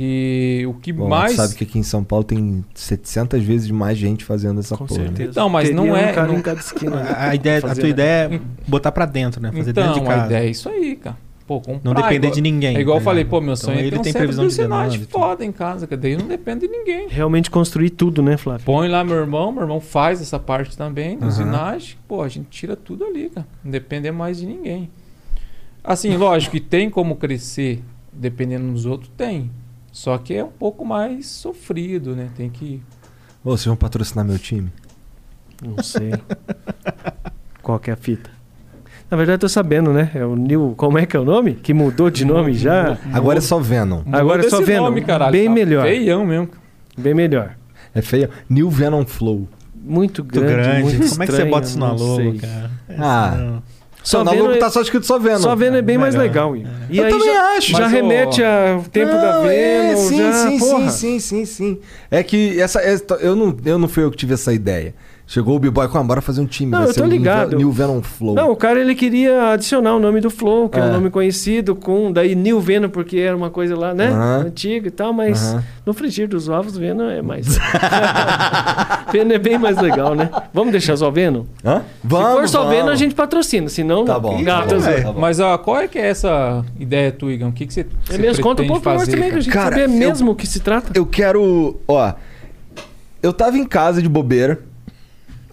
Speaker 3: E o que
Speaker 1: Bom,
Speaker 3: mais...
Speaker 1: sabe que aqui em São Paulo tem 700 vezes mais gente fazendo essa porra. né?
Speaker 3: Então, mas não
Speaker 4: Teria um
Speaker 3: é...
Speaker 4: cara
Speaker 3: não-
Speaker 4: em cada esquina.
Speaker 13: A, a ideia, a
Speaker 3: Fazer,
Speaker 13: tua
Speaker 3: né?
Speaker 13: ideia é botar pra dentro, né? Fazer
Speaker 3: Então,
Speaker 13: dentro de
Speaker 3: a
Speaker 13: casa.
Speaker 3: ideia é isso aí, cara. Pô, comprar,
Speaker 13: Não depender
Speaker 3: igual-
Speaker 13: de ninguém,
Speaker 3: É igual eu
Speaker 13: tá
Speaker 3: falei,
Speaker 13: ligado?
Speaker 3: pô, meu
Speaker 13: Então,
Speaker 3: sonho é
Speaker 13: ele
Speaker 3: ter um
Speaker 13: tem
Speaker 3: centro
Speaker 13: previsão de
Speaker 3: bilionário
Speaker 13: demanda então. e
Speaker 3: foda em casa, que daí não depende de ninguém.
Speaker 4: Realmente construir tudo, né, Flávio?
Speaker 3: Põe lá meu irmão, meu irmão faz essa parte também,
Speaker 4: Aham.
Speaker 3: usinagem, pô, a gente tira tudo ali, cara. Não depender mais de ninguém. Assim, lógico que tem como crescer, dependendo dos outros, tem. Só que é um pouco mais sofrido, né? Tem que.
Speaker 1: Ô, vocês vão patrocinar meu time?
Speaker 4: Não sei. Qual que é a fita? Na verdade, eu tô sabendo, né? É o New. Como é que é o nome? Que mudou de nome já?
Speaker 1: Agora é só Venom.
Speaker 4: Agora é
Speaker 3: Muda
Speaker 4: só
Speaker 3: esse
Speaker 4: Venom.
Speaker 3: nome, caralho,
Speaker 4: Bem
Speaker 3: tá
Speaker 4: melhor.
Speaker 3: feião mesmo.
Speaker 4: Bem melhor.
Speaker 1: É feio. New Venom Flow.
Speaker 4: Muito grande, grande. muito
Speaker 13: Como é que você
Speaker 4: estranho,
Speaker 13: bota isso na
Speaker 4: não
Speaker 13: logo,
Speaker 4: sei.
Speaker 13: cara? É,
Speaker 1: Ah.
Speaker 4: Só
Speaker 1: Só na
Speaker 4: Venom
Speaker 1: logo
Speaker 4: é-
Speaker 1: tá só escrito só Venom.
Speaker 4: Só Venom é bem mais
Speaker 1: Melhor. É.
Speaker 4: legal. Igor. E
Speaker 1: Eu
Speaker 4: aí
Speaker 1: também
Speaker 4: já,
Speaker 1: acho.
Speaker 4: já
Speaker 1: Mas, ó,
Speaker 4: remete ao tempo da
Speaker 1: Não, é,
Speaker 4: Venom.
Speaker 1: sim,
Speaker 4: já,
Speaker 1: sim,
Speaker 4: porra.
Speaker 1: sim, sim, sim, sim. É que essa, essa- eu, não, eu não fui eu que tive essa ideia. Chegou o B-Boy, com bora fazer um time.
Speaker 4: Não,
Speaker 1: vai
Speaker 4: eu
Speaker 1: ser
Speaker 4: tô
Speaker 1: o New
Speaker 4: ligado.
Speaker 1: Ven- New Venom Flow.
Speaker 4: Não, o cara ele queria adicionar o nome do Flow, que é,
Speaker 1: É.
Speaker 4: um nome conhecido, com daí New Venom, porque era uma coisa lá, né?
Speaker 1: Aham.
Speaker 4: Antiga e tal, mas
Speaker 1: Aham.
Speaker 4: no frigir dos ovos, Venom é mais. Venom é bem mais legal, né? Vamos deixar só Venom?
Speaker 1: Hã?
Speaker 4: Se for
Speaker 3: Vamos,
Speaker 4: só Venom,
Speaker 3: vamos.
Speaker 4: a gente patrocina, senão. Tá bom. Gatos,
Speaker 3: Tá bom. Mas ó, qual é que é essa ideia tua, Igão? O que, que você.
Speaker 4: É mesmo, conta um pouco pra nós também, que a gente Cara, saber eu- mesmo o que se trata.
Speaker 1: Eu quero. Ó. Eu tava em casa de bobeira.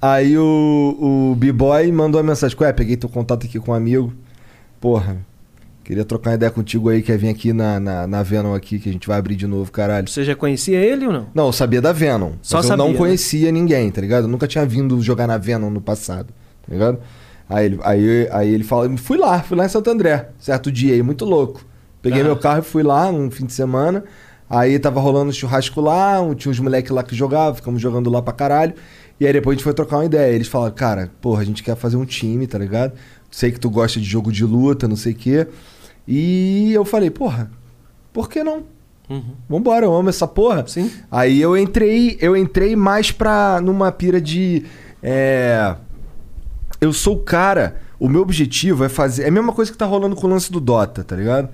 Speaker 1: Aí o, o B-Boy mandou uma mensagem: Ué, peguei teu contato aqui com um amigo. Porra, queria trocar uma ideia contigo aí. Quer vir aqui na, na, na Venom aqui, que a gente vai abrir de novo, caralho.
Speaker 4: Você já conhecia ele ou não?
Speaker 1: Não, eu sabia da Venom.
Speaker 4: Só
Speaker 1: mas eu
Speaker 4: sabia,
Speaker 1: não
Speaker 4: né?
Speaker 1: conhecia ninguém, tá ligado? Eu nunca tinha vindo jogar na Venom no passado, tá ligado? Aí ele, aí, aí ele fala, fui lá, fui lá em Santo André, certo dia aí, muito louco. Peguei
Speaker 4: Tá.
Speaker 1: meu carro e fui lá um fim de semana. Aí tava rolando um churrasco lá, um- tinha uns moleques lá que jogavam, ficamos jogando lá pra caralho. E aí depois a gente foi trocar uma ideia. Eles falaram, cara, porra, a gente quer fazer um time, tá ligado? Sei que tu gosta de jogo de luta, não sei o quê. E eu falei, porra, por que não? Vambora, eu amo essa porra. Sim. Aí eu entrei, eu entrei mais pra numa pira de. É, eu sou o cara. O meu objetivo é fazer. É a mesma coisa que tá rolando com o lance do Dota, tá ligado?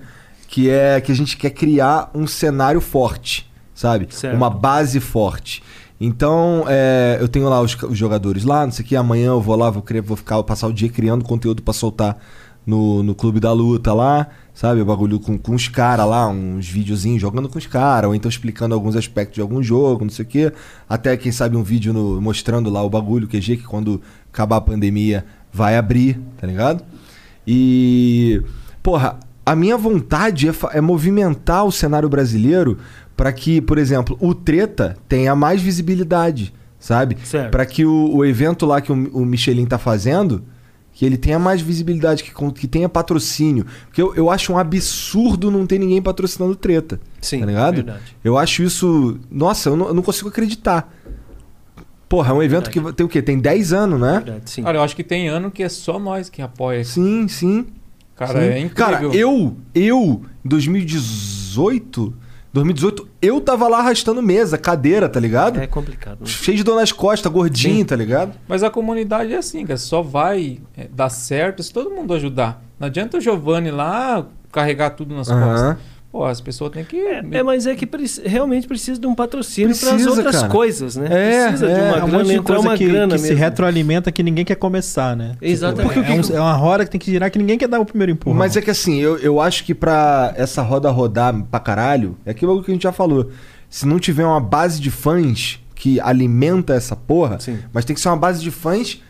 Speaker 1: Que é que a gente quer criar um cenário forte, sabe? Uma base forte. Então, é, eu tenho lá os, ca- os jogadores lá, não sei o que. Amanhã eu vou lá, vou, criar, vou ficar, vou passar o dia criando conteúdo pra soltar no, no Clube da Luta lá, sabe? O bagulho com, com os caras lá, uns videozinhos jogando com os caras, ou então explicando alguns aspectos de algum jogo, não sei o quê. Até, quem sabe, um vídeo no- mostrando lá o bagulho, QG, que quando acabar a pandemia vai abrir, tá ligado? E. Porra, a minha vontade é, fa- é movimentar o cenário brasileiro pra que, por exemplo, o Treta tenha mais visibilidade, sabe?
Speaker 4: Certo.
Speaker 1: Pra que o, o evento lá que o, o Michelin tá fazendo, que ele tenha mais visibilidade, que, con- que tenha patrocínio. Porque eu, eu acho um absurdo não ter ninguém patrocinando Treta. Sim, tá ligado?
Speaker 4: verdade.
Speaker 1: Eu acho isso. Nossa, eu não, eu não consigo acreditar. Porra, é um evento que tem o quê? Tem 10 anos, né?
Speaker 3: Cara, eu acho que tem ano que é só nós que apoia.
Speaker 1: Sim, sim.
Speaker 3: Cara,
Speaker 1: Sim.
Speaker 3: é incrível.
Speaker 1: Cara, eu, eu, em 2018, 2018, eu tava lá arrastando mesa, cadeira, tá ligado? É
Speaker 4: complicado. né?
Speaker 1: Cheio de dor nas costas, gordinho,
Speaker 3: Sim.
Speaker 1: tá ligado?
Speaker 3: Mas a comunidade é assim, cara. Só vai é, dar certo se todo mundo ajudar. Não adianta o Giovanni lá carregar tudo nas
Speaker 1: Aham.
Speaker 3: costas. Pô, as pessoas têm que.
Speaker 4: É, mas é que preci- realmente precisa de um patrocínio para as
Speaker 3: Precisa,
Speaker 4: outras
Speaker 3: cara.
Speaker 4: coisas, né?
Speaker 13: É,
Speaker 4: precisa
Speaker 13: é,
Speaker 4: de uma
Speaker 13: é um
Speaker 4: grana,
Speaker 13: monte de
Speaker 4: entrar
Speaker 13: coisa
Speaker 4: uma
Speaker 13: que,
Speaker 4: grana
Speaker 13: que se
Speaker 4: mesmo.
Speaker 13: retroalimenta que ninguém quer começar, né? Tipo,
Speaker 4: Exatamente.
Speaker 13: é, um- é uma roda que tem que girar que ninguém quer dar o primeiro empurrão.
Speaker 1: Mas é que assim, eu, eu acho que pra essa roda rodar pra caralho, é aquilo que a gente já falou. Se não tiver uma base de fãs que alimenta essa porra, mas tem que ser uma base de fãs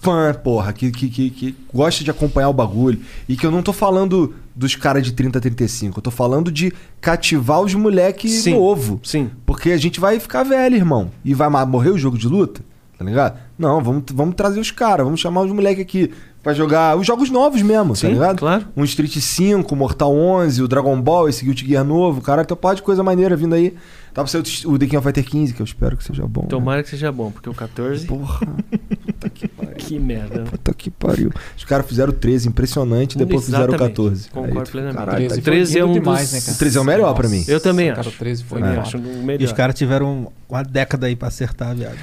Speaker 1: fã, porra, que, que, que, que gosta de acompanhar o bagulho. E que eu não tô falando dos caras de 30 a 35, eu tô falando de cativar os moleques
Speaker 4: Sim,
Speaker 1: novo. Sim. Porque a gente vai ficar velho, irmão. E vai ma- morrer o jogo de luta, tá ligado? Não, vamos, vamos trazer os caras, vamos chamar os moleques aqui pra jogar os jogos novos mesmo, tá ligado? Claro. Um Street 5, Mortal 11, o Dragon Ball, esse Guilty Gear novo, cara, tem um par de coisa maneira vindo aí. Tá pra ser o, o The King of Fighter 15, que eu espero que seja bom. né?
Speaker 4: Tomara que seja bom, porque o 14.
Speaker 1: Porra.
Speaker 4: que merda.
Speaker 1: Puta que pariu. Os caras fizeram o 13, impressionante, depois fizeram o
Speaker 4: Exatamente.
Speaker 1: 14.
Speaker 4: Concordo
Speaker 1: tu-
Speaker 4: plenamente.
Speaker 1: caralho, tá
Speaker 4: 13 foi lindo demais, né, cara?
Speaker 1: O 13 é o melhor pra mim.
Speaker 4: Eu também
Speaker 3: cara,
Speaker 4: acho.
Speaker 3: o 13 foi
Speaker 4: Eu
Speaker 3: melhor.
Speaker 4: acho o
Speaker 13: E os
Speaker 4: melhor.
Speaker 13: caras tiveram uma década aí pra acertar, viado.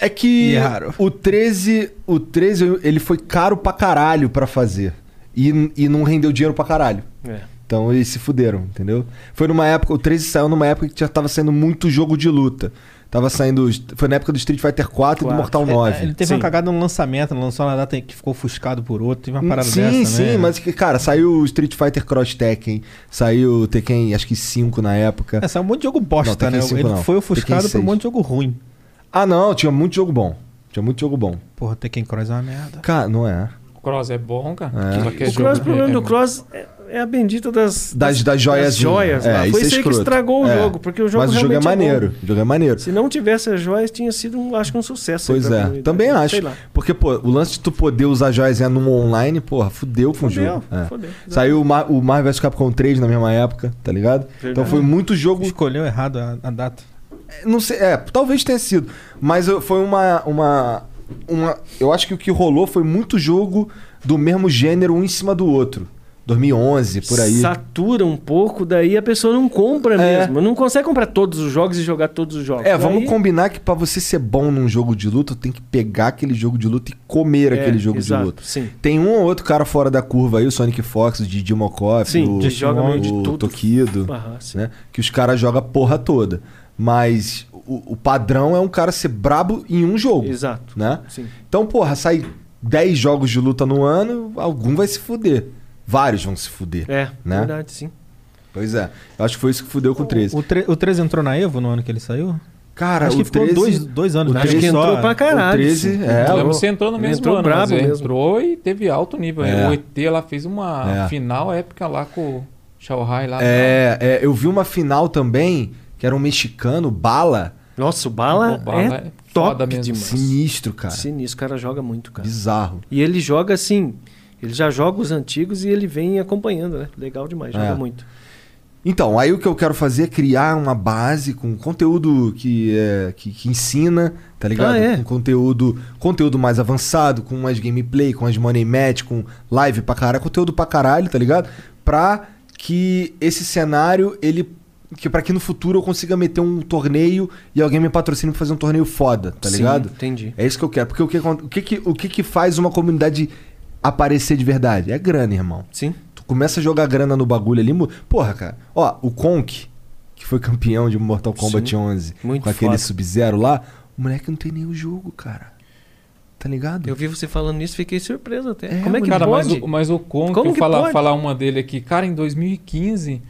Speaker 1: É que
Speaker 13: E é raro.
Speaker 1: o 13, o 13 ele foi caro pra caralho pra fazer. E, e não rendeu dinheiro pra caralho.
Speaker 4: É.
Speaker 1: Então eles se fuderam, entendeu? Foi numa época, o 13 saiu numa época que já tava saindo muito jogo de luta. Tava saindo, foi na época do Street Fighter 4 e do Mortal
Speaker 13: É,
Speaker 1: 9.
Speaker 13: Ele teve uma cagada no lançamento, lançou na data que ficou ofuscado por outro, teve uma parada
Speaker 1: Hum, sim,
Speaker 13: dessa,
Speaker 1: Sim,
Speaker 13: né?
Speaker 1: mas, que, cara, saiu o Street Fighter Cross Tekken, saiu o Tekken, acho que 5 na época.
Speaker 13: É, saiu um monte de jogo bosta,
Speaker 1: Não, Tekken
Speaker 13: né?
Speaker 1: 5
Speaker 13: ele
Speaker 1: não.
Speaker 13: foi ofuscado
Speaker 1: Tekken
Speaker 13: por um
Speaker 1: 6.
Speaker 13: monte de jogo ruim.
Speaker 1: Ah, não, tinha muito jogo bom. Tinha muito jogo bom.
Speaker 13: Porra, Tekken Cross é uma merda.
Speaker 1: Cara, não é.
Speaker 3: O Cross é bom, cara.
Speaker 1: É.
Speaker 3: Só que
Speaker 4: O,
Speaker 3: jogo
Speaker 4: cross,
Speaker 3: de-
Speaker 4: o problema
Speaker 3: é
Speaker 4: do
Speaker 3: bom.
Speaker 4: Cross é, é a bendita das,
Speaker 1: Das, das joias.
Speaker 13: né?
Speaker 4: das joias
Speaker 1: é,
Speaker 4: lá.
Speaker 1: isso
Speaker 4: Foi
Speaker 1: é
Speaker 4: isso aí que
Speaker 1: escroto.
Speaker 4: estragou o
Speaker 1: É.
Speaker 4: jogo, porque o jogo
Speaker 1: Mas o jogo é
Speaker 4: realmente é bom.
Speaker 1: maneiro. o jogo é maneiro.
Speaker 4: Se não tivesse as joias, tinha sido, um- acho que, um sucesso. aí
Speaker 1: Pois
Speaker 4: pra
Speaker 1: é,
Speaker 4: comunidade.
Speaker 1: também
Speaker 4: Sei
Speaker 1: acho.
Speaker 4: lá.
Speaker 1: Porque, pô, o lance de tu poder usar joias no online, porra, fudeu com
Speaker 4: Fudeu,
Speaker 1: o jogo. É.
Speaker 4: fudeu.
Speaker 1: Saiu o, Mar o Marvel vs Capcom 3 na mesma época, tá ligado? Então
Speaker 13: Verdade.
Speaker 1: foi muito jogo.
Speaker 13: Escolheu errado a, a data.
Speaker 1: Não sei, é, talvez tenha sido. Mas eu- foi uma, uma, uma. Eu acho que o que rolou foi muito jogo do mesmo gênero, um em cima do outro. 2011, por aí.
Speaker 4: Satura um pouco, daí a pessoa não compra mesmo. Não consegue comprar todos os jogos e jogar todos os jogos.
Speaker 1: É, vamos
Speaker 4: Daí-
Speaker 1: combinar que pra você ser bom num jogo de luta, tu tem que pegar aquele jogo de luta e comer
Speaker 4: É,
Speaker 1: aquele jogo
Speaker 4: exato,
Speaker 1: de luta.
Speaker 4: sim.
Speaker 1: Tem um ou outro cara fora da curva aí, o Sonic Fox, o Didi Mokoff,
Speaker 4: Sim,
Speaker 1: o,
Speaker 4: que joga meio de
Speaker 1: o
Speaker 4: tudo.
Speaker 1: Tokido,
Speaker 4: Aham,
Speaker 1: né? Que os caras jogam a porra toda. Mas o, o padrão é um cara ser brabo em um jogo.
Speaker 4: Exato.
Speaker 1: Né?
Speaker 4: Sim.
Speaker 1: Então, porra, sai 10 jogos de luta no ano, algum vai se fuder. Vários vão se fuder.
Speaker 4: É,
Speaker 1: né?
Speaker 4: verdade, sim.
Speaker 1: Pois é. Eu acho que foi isso que fudeu com o 13.
Speaker 13: O, tre- o 13 entrou na Evo no ano que ele saiu?
Speaker 1: Cara,
Speaker 13: acho
Speaker 1: o
Speaker 13: que ficou
Speaker 1: 13
Speaker 13: dois, dois anos.
Speaker 1: o
Speaker 13: né?
Speaker 1: 13
Speaker 13: Acho que
Speaker 1: entrou pra caralho. O 13, é,
Speaker 3: Eu
Speaker 1: o-
Speaker 3: lembro que você entrou no
Speaker 1: ele
Speaker 3: mesmo
Speaker 1: entrou
Speaker 3: ano, mas
Speaker 1: brabo
Speaker 3: ele
Speaker 1: mesmo.
Speaker 3: entrou e teve alto nível. né?
Speaker 1: É.
Speaker 3: O ET lá fez uma
Speaker 1: É.
Speaker 3: final épica lá com o Shanghai
Speaker 4: Ah,
Speaker 3: lá.
Speaker 1: É, é, eu vi uma final também, que era um mexicano, Bala.
Speaker 4: Nossa, o Bala,
Speaker 1: O
Speaker 4: é,
Speaker 1: Bala é
Speaker 4: top
Speaker 1: mesmo.
Speaker 4: demais.
Speaker 1: Sinistro, cara.
Speaker 4: Sinistro, o cara joga muito, cara.
Speaker 1: Bizarro.
Speaker 4: E ele joga assim, ele já joga os antigos e ele vem acompanhando, né? Legal demais, joga
Speaker 1: É.
Speaker 4: muito.
Speaker 1: Então, aí o que eu quero fazer é criar uma base com conteúdo que, é, que, que ensina, tá ligado?
Speaker 4: Ah, é?
Speaker 1: Com conteúdo, conteúdo mais avançado, com mais gameplay, com as money match, com live pra caralho, conteúdo pra caralho, tá ligado? Pra que esse cenário, ele. Que pra que no futuro eu consiga meter um torneio e alguém me patrocine pra fazer um torneio foda, tá
Speaker 4: Sim,
Speaker 1: ligado?
Speaker 4: entendi.
Speaker 1: É isso que eu quero. Porque o que, acon- o que, que- o que, que faz uma comunidade aparecer de verdade? É grana, irmão.
Speaker 4: Sim.
Speaker 1: Tu começa a jogar grana no bagulho ali. mu- Porra, cara. Ó, o Conk, que foi campeão de Mortal Kombat
Speaker 4: Sim.
Speaker 1: 11,
Speaker 4: Muito
Speaker 1: com aquele
Speaker 4: foda.
Speaker 1: Sub-Zero lá, o moleque não tem nem o jogo, cara. Tá ligado?
Speaker 4: Eu vi você falando nisso, fiquei surpreso até.
Speaker 1: É,
Speaker 4: Como é que
Speaker 3: cara,
Speaker 4: pode?
Speaker 3: Mas o, mas o Kong,
Speaker 4: Como
Speaker 3: eu
Speaker 4: que
Speaker 3: falar,
Speaker 4: pode?
Speaker 3: falar uma dele aqui. Cara, em 2015,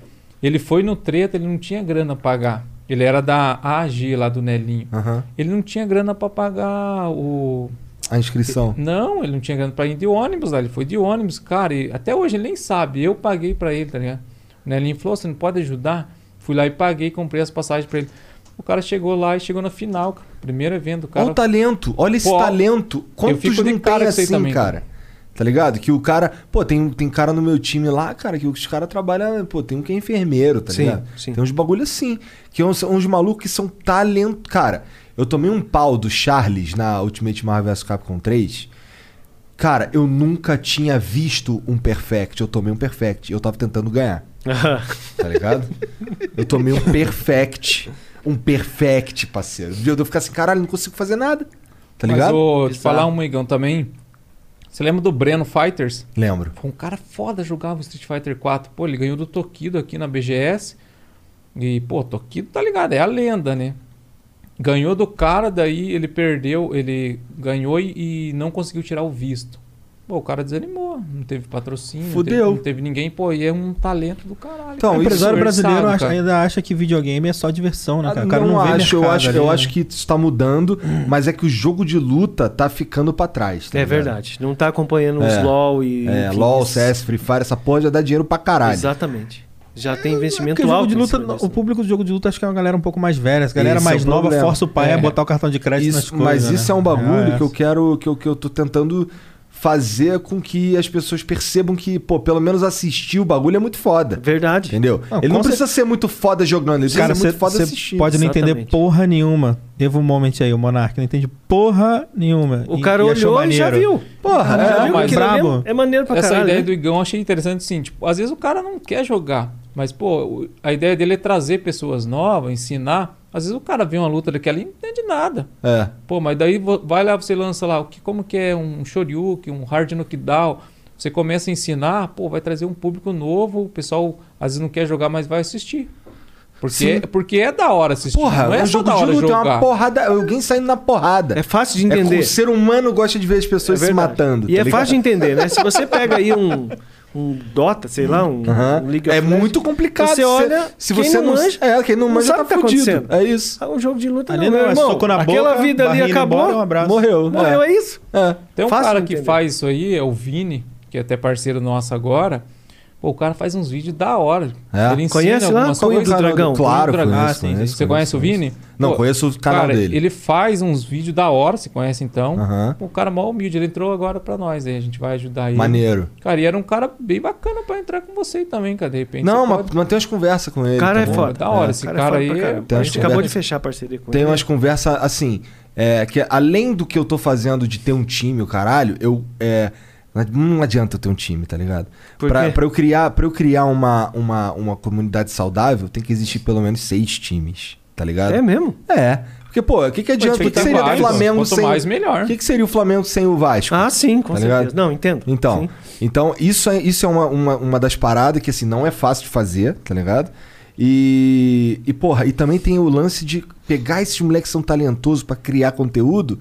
Speaker 3: ele foi no treta, ele não tinha grana pra pagar. Ele era da AG lá do Nelinho.
Speaker 1: Aham.
Speaker 3: Ele não tinha grana pra pagar o...
Speaker 1: A inscrição.
Speaker 3: Não, ele não tinha grana pra ir de ônibus lá. Ele foi de ônibus, cara. E até hoje ele nem sabe. Eu paguei pra ele, tá ligado? O Nelinho falou: você não pode ajudar? Fui lá e paguei, comprei as passagens pra ele. O cara chegou lá e chegou na final, cara. Primeiro evento, o cara.
Speaker 1: Olha o talento, olha esse
Speaker 3: Pô,
Speaker 1: talento.
Speaker 3: eu
Speaker 1: Quantos
Speaker 3: fico
Speaker 1: não
Speaker 3: de
Speaker 1: tem
Speaker 3: cara com isso aí
Speaker 1: assim,
Speaker 3: também,
Speaker 1: cara? Tá ligado? Que o cara. Pô, tem, tem cara no meu time lá, cara, que os caras trabalham. Pô, tem um que é enfermeiro, tá
Speaker 4: Sim,
Speaker 1: ligado?
Speaker 4: sim.
Speaker 1: Tem uns bagulho assim. Que uns, uns malucos que são talento. Cara, eu tomei um pau do Charles na Ultimate Marvel vs Capcom 3. Cara, eu nunca tinha visto um perfect. Eu tomei um perfect. Eu tava tentando ganhar. tá ligado? Eu tomei um perfect. Um perfect, parceiro. De eu ficar assim, caralho, não consigo fazer nada. Tá ligado?
Speaker 3: Mas, ô, te falar um, Igão, também. Você lembra do Breno Fighters?
Speaker 1: Lembro.
Speaker 3: Pô, um cara foda jogava o Street Fighter 4. Pô, ele ganhou do Tokido aqui na BGS. E, pô, Tokido tá ligado, é a lenda, né? Ganhou do cara, daí ele perdeu, ele ganhou e, e não conseguiu tirar o visto. Pô, o cara desanimou, não teve patrocínio, Não,
Speaker 13: Fudeu. Então,
Speaker 3: teve, não teve ninguém, pô, e é um talento do caralho.
Speaker 13: o
Speaker 3: cara.
Speaker 1: é
Speaker 13: empresário brasileiro
Speaker 3: Desperdiçado,
Speaker 13: acha-
Speaker 3: cara.
Speaker 13: ainda acha que videogame é só diversão, né, cara? O cara
Speaker 1: Ah, não,
Speaker 13: não, vê
Speaker 1: acho, eu
Speaker 13: mercado
Speaker 1: acho,
Speaker 13: ali,
Speaker 1: eu
Speaker 13: né?
Speaker 1: acho que isso está mudando, mas é que o jogo de luta tá ficando pra trás. tá
Speaker 4: É
Speaker 1: ligado?
Speaker 4: verdade. Não tá acompanhando os LOL e.
Speaker 1: É,
Speaker 4: enfim,
Speaker 1: LOL,
Speaker 4: esses-
Speaker 1: CS, Free Fire, essa porra já dá dinheiro pra caralho.
Speaker 4: Exatamente. Já tem
Speaker 13: É, Porque
Speaker 4: investimento
Speaker 13: o, jogo
Speaker 4: alto.
Speaker 13: de
Speaker 4: em
Speaker 13: luta,
Speaker 4: cima
Speaker 13: o público do jogo de luta acho que é uma galera um pouco mais velha. Essa galera
Speaker 1: Esse
Speaker 13: mais
Speaker 1: é o
Speaker 13: nova
Speaker 1: problema.
Speaker 13: força o pai
Speaker 1: É.
Speaker 13: a botar o cartão de crédito
Speaker 1: Isso-
Speaker 13: nas coisas.
Speaker 1: Mas isso
Speaker 13: né?
Speaker 1: é um bagulho
Speaker 13: É,
Speaker 1: que eu quero, que eu, que eu tô tentando fazer com que as pessoas percebam que, pô, pelo menos assistir o bagulho é muito foda.
Speaker 4: Verdade.
Speaker 1: Entendeu?
Speaker 13: Não,
Speaker 1: ele
Speaker 13: com
Speaker 1: não precisa
Speaker 13: cer-
Speaker 1: ser muito foda jogando, ele
Speaker 13: Cara,
Speaker 1: precisa
Speaker 13: você
Speaker 1: ser muito foda assistir.
Speaker 13: pode não entender porra nenhuma. Teve um momento aí, o Monark não entende porra nenhuma.
Speaker 3: O
Speaker 13: E-
Speaker 3: cara
Speaker 13: e achou
Speaker 3: olhou e já
Speaker 13: maneiro.
Speaker 3: viu.
Speaker 13: Porra,
Speaker 3: Já
Speaker 13: é,
Speaker 3: viu
Speaker 13: mas
Speaker 3: aquilo ali?
Speaker 13: brabo.
Speaker 4: É maneiro pra
Speaker 3: Essa
Speaker 4: caralho,
Speaker 3: ideia
Speaker 4: né?
Speaker 3: do Igão eu achei interessante, sim. Tipo, às vezes o cara não quer jogar, mas, pô, o- a ideia dele é trazer pessoas novas, ensinar. Às vezes o cara vê uma luta daquela e não entende nada.
Speaker 1: É.
Speaker 3: Pô, mas daí vo- vai lá, você lança lá, o que, como que é um shoryuken, um hard knockdown. Você começa a ensinar, pô, vai trazer um público novo, o pessoal às vezes não quer jogar, mas vai assistir.
Speaker 1: Sim.
Speaker 3: Porque, porque é da hora assistir.
Speaker 1: Porra,
Speaker 3: não é
Speaker 1: um
Speaker 3: só
Speaker 1: jogo
Speaker 3: da
Speaker 1: de
Speaker 3: hora
Speaker 1: luta é uma
Speaker 3: jogar.
Speaker 1: porrada, alguém saindo na porrada. É
Speaker 4: fácil de
Speaker 1: É,
Speaker 4: entender.
Speaker 1: o ser humano gosta de ver as pessoas
Speaker 4: É
Speaker 1: se
Speaker 4: verdade.
Speaker 1: matando. tá
Speaker 4: E
Speaker 13: tá
Speaker 4: é fácil de entender, né? Se você pega aí um, um Dota, sei lá, um, um League of É muito
Speaker 1: complicado.
Speaker 4: Você
Speaker 1: Se-
Speaker 4: olha,
Speaker 1: se
Speaker 4: quem
Speaker 1: você
Speaker 4: não
Speaker 1: não-
Speaker 4: manja,
Speaker 1: é, quem não manja
Speaker 4: sabe
Speaker 1: tá
Speaker 4: o que tá
Speaker 1: fudido.
Speaker 4: acontecendo.
Speaker 1: É isso.
Speaker 4: Ah, um jogo de luta
Speaker 13: Ali
Speaker 4: não,
Speaker 13: não,
Speaker 4: meu
Speaker 13: é
Speaker 4: irmão.
Speaker 13: soco na
Speaker 4: aquela
Speaker 13: boca,
Speaker 4: vida ali
Speaker 13: barriga
Speaker 4: acabou,
Speaker 13: embora, um abraço.
Speaker 1: Morreu.
Speaker 4: Morreu, é, isso.
Speaker 3: Tem um
Speaker 4: Fácil
Speaker 3: cara
Speaker 4: de
Speaker 3: que
Speaker 4: entender.
Speaker 3: faz isso aí, é o Vini, que é até parceiro nosso agora. Pô, o cara faz uns vídeos da hora.
Speaker 1: É.
Speaker 3: Ele ensina
Speaker 1: Conhece lá?
Speaker 3: algumas
Speaker 1: Cunho do
Speaker 3: coisas.
Speaker 1: Dragão. Claro,
Speaker 3: Cunho do Dragão.
Speaker 1: conheço,
Speaker 3: Ah,
Speaker 1: conheço,
Speaker 3: sim, Você conheço, conhece
Speaker 1: conheço,
Speaker 3: o Vini?
Speaker 1: conheço. Não, conheço o canal
Speaker 3: cara,
Speaker 1: dele.
Speaker 3: Ele faz uns vídeos da hora, você conhece então.
Speaker 1: Aham.
Speaker 3: Pô, O cara mal humilde, ele entrou agora pra nós, aí a gente vai ajudar ele.
Speaker 1: Maneiro.
Speaker 3: Cara, e era um cara bem bacana pra entrar com você aí também, cara, de repente.
Speaker 1: Não,
Speaker 3: Você
Speaker 1: mas,
Speaker 3: pode-
Speaker 1: mas tem umas conversas com ele. tá
Speaker 3: O cara é
Speaker 13: tá
Speaker 1: também.
Speaker 3: foda. Da hora, esse cara
Speaker 4: foda
Speaker 3: aí
Speaker 4: pra
Speaker 3: é-
Speaker 4: caralho.
Speaker 1: Tem
Speaker 4: A
Speaker 1: umas
Speaker 4: gente acabou de
Speaker 1: conversas-
Speaker 4: fechar a parceria com
Speaker 1: Tem
Speaker 4: ele.
Speaker 1: umas conversas assim, é, que além do que eu tô fazendo de ter um time, o caralho, eu. é, não adianta eu ter um time, tá ligado?
Speaker 4: Por
Speaker 1: Pra,
Speaker 4: quê?
Speaker 1: pra eu criar, pra eu criar uma, uma, uma comunidade saudável, tem que existir pelo menos seis times, tá ligado?
Speaker 4: É mesmo?
Speaker 1: É. Porque, pô, o que, que adianta? O que seria do Flamengo sem. O que, que seria o Flamengo sem o Vasco?
Speaker 4: Ah, sim, com
Speaker 1: Tá
Speaker 4: certeza.
Speaker 1: ligado?
Speaker 4: Não, entendo.
Speaker 1: Então,
Speaker 4: Sim.
Speaker 1: então isso é, isso é uma, uma, uma das paradas que, assim, não é fácil de fazer, tá ligado? E, e, porra, e também tem o lance de pegar esses moleques que são talentosos pra criar conteúdo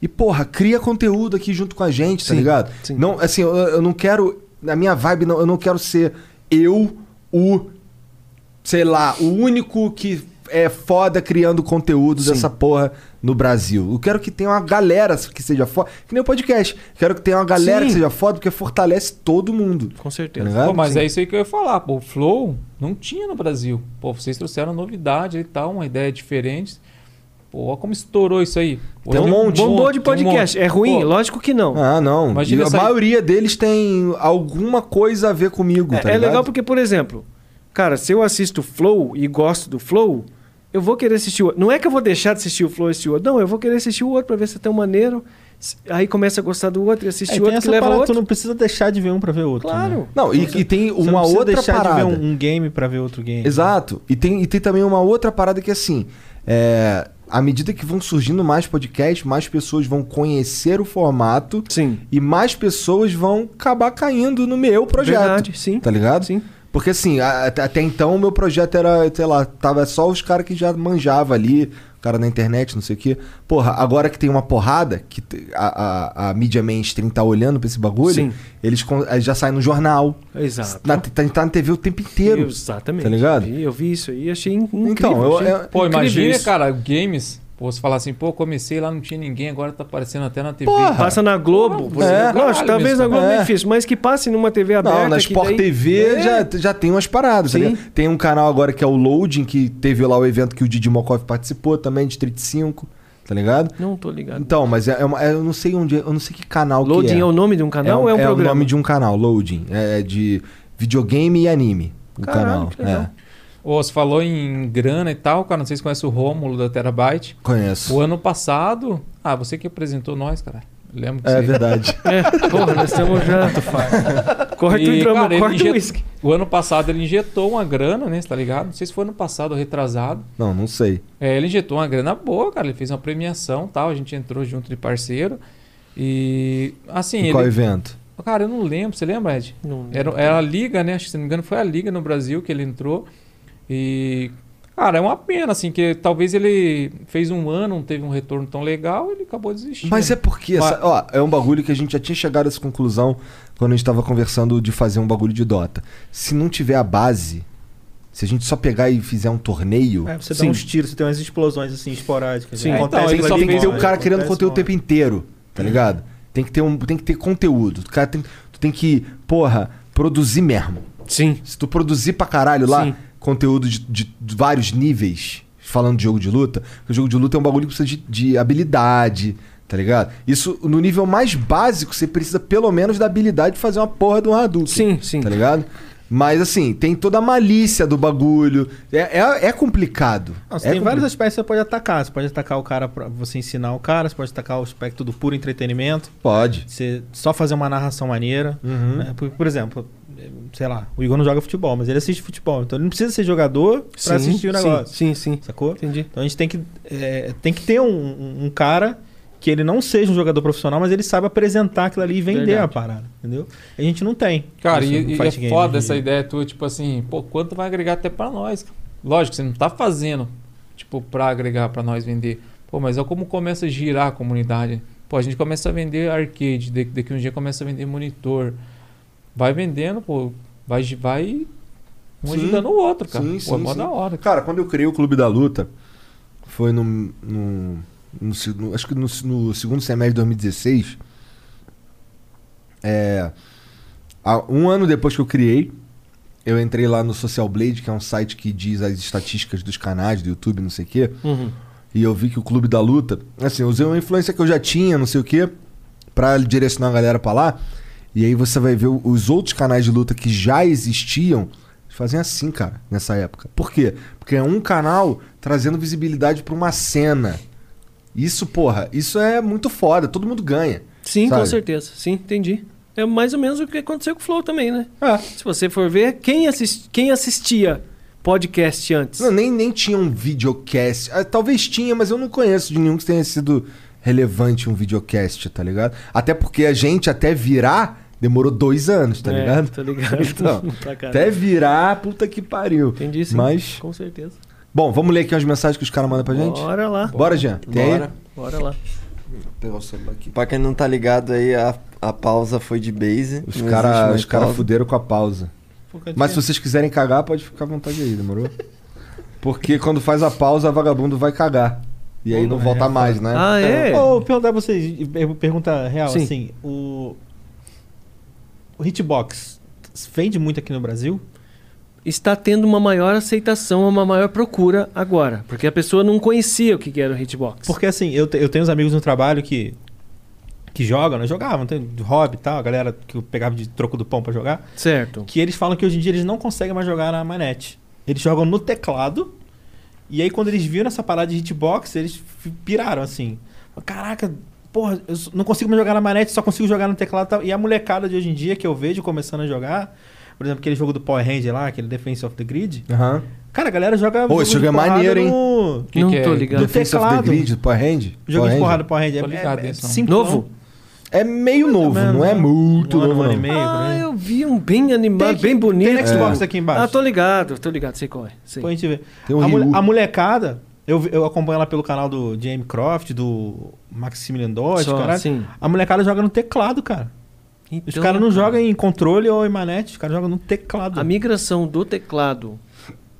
Speaker 1: e, porra, cria conteúdo aqui junto com a gente, tá ligado? Não, assim, eu, eu não quero... Na minha vibe, não, eu não quero ser eu, o... Sei lá, o único que é foda criando conteúdo dessa porra no Brasil. Eu quero que tenha uma galera que seja foda. Que nem o podcast. Quero que tenha uma galera que
Speaker 3: Sim.
Speaker 1: seja foda, porque fortalece todo mundo.
Speaker 4: Com certeza.
Speaker 1: ligado?
Speaker 3: Pô, mas
Speaker 1: Sim.
Speaker 3: é isso aí que eu ia falar. Pô, o Flow não tinha no Brasil. Pô, vocês trouxeram novidade e tal, uma ideia diferente. Pô, olha como estourou isso aí.
Speaker 4: Tem um monte. Bombou de
Speaker 3: um
Speaker 4: podcast. É ruim? Lógico que não.
Speaker 1: Ah, não.
Speaker 4: Imagina
Speaker 1: E a
Speaker 4: essa-
Speaker 1: maioria deles tem alguma coisa a ver comigo,
Speaker 4: É,
Speaker 1: tá
Speaker 4: é
Speaker 1: ligado?
Speaker 4: legal porque, por exemplo, cara, se eu assisto Flow e gosto do Flow, eu vou querer assistir o outro. Não é que eu vou deixar de assistir o Flow e assistir o outro. Não, eu vou querer assistir o outro pra ver se é tão maneiro. S- Aí começa a gostar do outro e
Speaker 13: É,
Speaker 4: assistir
Speaker 13: e
Speaker 4: o
Speaker 13: tem
Speaker 4: outro que
Speaker 13: essa
Speaker 4: leva
Speaker 13: parada,
Speaker 4: outro.
Speaker 13: tu não precisa deixar de ver um pra ver
Speaker 2: né?
Speaker 13: outro. Claro.
Speaker 1: Não, e, e tem uma outra
Speaker 13: deixar
Speaker 1: parada.
Speaker 13: de ver um, um game pra ver outro game.
Speaker 1: Exato. E tem, e tem também uma outra parada que assim, é, à medida que vão surgindo mais podcasts, mais pessoas vão conhecer o formato.
Speaker 4: Sim.
Speaker 1: E mais pessoas vão acabar caindo no meu projeto.
Speaker 4: Verdade, sim.
Speaker 1: Tá ligado? Sim. Porque assim, a- até até então o meu projeto era, sei lá, tava só os caras que já manjava ali, o cara na internet, não sei o quê. Porra, agora que tem uma porrada, que te- a, a, a mídia mainstream tá olhando pra esse bagulho,
Speaker 4: Sim.
Speaker 1: eles con- aí já saem no jornal.
Speaker 4: Exato.
Speaker 1: Na, tá, tá na TV o tempo inteiro.
Speaker 4: Exatamente.
Speaker 1: Tá ligado?
Speaker 4: Eu vi, eu vi isso aí e achei in- incrível.
Speaker 1: eu-
Speaker 4: achei
Speaker 1: eu-
Speaker 3: Pô,
Speaker 4: incrível
Speaker 3: imagina,
Speaker 4: isso.
Speaker 3: cara, games. Pô, você falar assim, pô, comecei lá, não tinha ninguém, agora tá aparecendo até na TV.
Speaker 4: Porra. Passa na Globo. por
Speaker 3: é,
Speaker 4: exemplo.
Speaker 3: caralho
Speaker 4: Lógico, talvez
Speaker 3: mesmo,
Speaker 4: na Globo
Speaker 3: cara.
Speaker 4: é
Speaker 3: É.
Speaker 4: difícil, mas que passe numa TV aberta.
Speaker 1: Não, na
Speaker 4: que
Speaker 1: Sport
Speaker 4: tá daí-
Speaker 1: TV
Speaker 4: É.
Speaker 1: já, já tem umas paradas. tá
Speaker 4: Sim.
Speaker 1: ligado? tem um canal agora que é o Loading, que teve lá o evento que o Didi Mokov participou também, Distrito 5, tá ligado?
Speaker 4: Não tô ligado.
Speaker 1: Então, mas é, é uma- é- eu não sei onde, é- eu não sei que canal que
Speaker 4: Loading é o nome de um canal ou é um
Speaker 1: É o
Speaker 4: programa?
Speaker 1: nome de um canal, Loading. É de videogame e anime, o
Speaker 3: Caralho,
Speaker 1: canal.
Speaker 3: que legal.
Speaker 1: É.
Speaker 3: Ô, você falou em grana e tal, cara. Não sei se conhece o Rômulo da Terabyte.
Speaker 1: Conheço.
Speaker 3: O ano passado. Ah, você que apresentou nós, cara. Lembro que
Speaker 1: É
Speaker 3: você...
Speaker 1: verdade.
Speaker 4: É, porra, nós estamos já- Corta o promo,
Speaker 3: ele
Speaker 4: corta o
Speaker 3: injet-
Speaker 4: whisky.
Speaker 3: O ano passado ele injetou uma grana, né? Você tá ligado? Não sei se foi ano passado ou retrasado.
Speaker 1: Não, não sei.
Speaker 3: É, ele injetou uma grana boa, cara. Ele fez uma premiação e tal. A gente entrou junto de parceiro. E assim.
Speaker 1: E qual evento?
Speaker 3: Cara, eu não lembro. Você lembra, Ed? Não
Speaker 4: lembro.
Speaker 3: era, era a Liga, né? Acho que, se não me engano, foi a Liga no Brasil que ele entrou. E. Cara, é uma pena, assim, que talvez ele fez um ano, não teve um retorno tão legal, ele acabou desistindo.
Speaker 1: Mas é porque, essa- ó, é um bagulho que a gente já tinha chegado a essa conclusão quando a gente tava conversando de fazer um bagulho de Dota. Se não tiver a base, se a gente só pegar e fizer um torneio.
Speaker 13: É, você dá
Speaker 1: Sim.
Speaker 13: uns tiros, você tem umas explosões assim, esporádicas.
Speaker 3: É,
Speaker 1: Sim, então, ele só tem
Speaker 3: um
Speaker 1: que ter o cara criando conteúdo o tempo inteiro, tá ligado? Tem que ter, um, tem que ter conteúdo. O cara tem, tu tem que, porra, produzir mesmo.
Speaker 4: Sim.
Speaker 1: Se tu produzir pra caralho lá conteúdo de, de vários níveis, falando de jogo de luta, porque o jogo de luta é um bagulho que precisa de, de habilidade, tá ligado? Isso, no nível mais básico, você precisa pelo menos da habilidade de fazer uma porra de um adulto. Sim, sim. Tá ligado? Mas assim, tem toda a malícia do bagulho. É, é, é complicado.
Speaker 13: Não, você
Speaker 1: é
Speaker 13: tem várias
Speaker 1: complicado.
Speaker 13: espécies que você pode atacar. Você pode atacar o cara pra você ensinar o cara, você pode atacar o aspecto do puro entretenimento.
Speaker 1: Pode.
Speaker 13: Você só fazer uma narração maneira.
Speaker 4: Hum?
Speaker 13: né? Por, por exemplo, sei lá, o Igor não joga futebol, mas ele assiste futebol. Então ele não precisa ser jogador
Speaker 4: Sim,
Speaker 13: pra assistir o
Speaker 4: sim,
Speaker 13: negócio.
Speaker 4: Sim, sim.
Speaker 13: Sacou? Entendi. Então a gente tem que, é, tem que ter um- um, um cara que ele não seja um jogador profissional, mas ele sabe apresentar aquilo ali e vender
Speaker 3: Verdade.
Speaker 13: a parada, entendeu? A gente não tem.
Speaker 3: Cara,
Speaker 13: isso no
Speaker 3: e, e é
Speaker 13: fight game
Speaker 3: foda
Speaker 13: hoje
Speaker 3: essa
Speaker 13: em dia.
Speaker 3: ideia tua, tipo assim, pô, quanto vai agregar até pra nós? Lógico, você não tá fazendo, tipo, pra agregar pra nós vender. Pô, mas olha como começa a girar a comunidade. Pô, a gente começa a vender arcade, da- daqui um dia começa a vender monitor. Vai vendendo, pô, vai, gi- vai um ajudando o outro, cara. pô, é mó da hora.
Speaker 1: Cara, quando eu criei o Clube da Luta, foi no. no- no se- no- acho que no, se- no segundo semestre de 2016. É, há um ano depois que eu criei, eu entrei lá no Social Blade, que é um site que diz as estatísticas dos canais do YouTube, não sei o quê.
Speaker 4: Uhum.
Speaker 1: E eu vi que o Clube da Luta. Assim, eu usei uma influência que eu já tinha, não sei o quê, pra direcionar a galera pra lá. E aí você vai ver o- os outros canais de luta que já existiam fazem assim, cara, nessa época. Por quê? Porque é um canal trazendo visibilidade pra uma cena. Isso, porra, isso é muito foda, todo mundo ganha.
Speaker 4: Sim, com
Speaker 1: sabe?
Speaker 4: certeza. Sim, entendi. É mais ou menos o que aconteceu com o Flow também, né? Se você for ver, quem, assis- quem assistia podcast antes?
Speaker 1: Não, nem, nem tinha um videocast. Ah, Talvez tinha, mas eu não conheço de nenhum que tenha sido relevante um videocast, tá ligado? Até porque a gente até virar demorou dois anos, tá
Speaker 4: É,
Speaker 1: ligado?
Speaker 4: tô ligado.
Speaker 1: Então,
Speaker 4: Pra caralho.
Speaker 1: até virar, puta que pariu.
Speaker 4: Entendi, sim.
Speaker 1: Mas,
Speaker 4: Com certeza.
Speaker 1: bom, vamos ler aqui umas mensagens que os caras mandam pra gente?
Speaker 4: Bora lá.
Speaker 1: Bora, Jean. Tem aí?
Speaker 5: Bora.
Speaker 4: Bora lá.
Speaker 1: pegar o celular aqui.
Speaker 5: Pra quem não tá ligado aí, a, a pausa foi de base.
Speaker 1: Os
Speaker 5: não existe
Speaker 1: caras
Speaker 5: mais
Speaker 1: os cara
Speaker 5: pausa.
Speaker 1: fuderam com a pausa.
Speaker 5: Pouca
Speaker 1: Mas se
Speaker 5: diferença.
Speaker 1: vocês quiserem cagar, pode ficar à vontade aí, demorou? Porque quando faz a pausa, vagabundo vai cagar. E aí não volta mais, né?
Speaker 4: Ah, é?
Speaker 13: Ou É. perguntar pra vocês, per- pergunta real,
Speaker 1: Sim.
Speaker 13: assim, o. O hitbox vende muito aqui no Brasil?
Speaker 4: Está tendo uma maior aceitação, uma maior procura agora. Porque a pessoa não conhecia o que que era o hitbox.
Speaker 13: Porque assim, eu, te- eu tenho uns amigos no trabalho que. que jogam, né? Jogavam, tem de hobby e tal, a galera que eu pegava de troco do pão pra jogar.
Speaker 4: Certo.
Speaker 13: Que eles falam que hoje em dia eles não conseguem mais jogar na manete. Eles jogam no teclado. E aí quando eles viram essa parada de hitbox, eles f- piraram assim. Caraca, porra, eu s- não consigo mais jogar na manete, só consigo jogar no teclado e tal. E a molecada de hoje em dia que eu vejo começando a jogar, por exemplo, aquele jogo do Power Ranger lá, aquele Defense of the Grid.
Speaker 1: Aham.
Speaker 13: Cara, a galera joga.
Speaker 1: Ô, esse
Speaker 13: jogo
Speaker 1: jogo
Speaker 13: de
Speaker 1: é
Speaker 13: porrada
Speaker 1: maneiro, hein?
Speaker 13: no-
Speaker 1: Defense of the Grid, Power Hand?
Speaker 13: Jogo de porrada Power Hand. É- é- é simplão.
Speaker 1: É meio novo, não é muito
Speaker 13: Um ano,
Speaker 1: novo,
Speaker 13: um ano e
Speaker 1: não.
Speaker 13: meio, por
Speaker 4: Ah,
Speaker 13: aí.
Speaker 4: eu vi um bem animado, bem bonito.
Speaker 13: Tem no Xbox aqui embaixo.
Speaker 4: Ah, tô ligado, tô ligado, sei qual é. Sei.
Speaker 13: Depois a gente vê.
Speaker 4: Tem um
Speaker 13: a, mole-
Speaker 4: Ryu.
Speaker 13: a molecada, eu, vi- eu acompanho ela pelo canal do Jamie Croft, do Maximilian Dodge,
Speaker 4: Só,
Speaker 13: caralho.
Speaker 4: sim.
Speaker 13: A molecada joga no teclado, cara. Os
Speaker 4: Então,
Speaker 13: caras não jogam em controle ou em manete, os caras jogam no teclado.
Speaker 4: A migração do teclado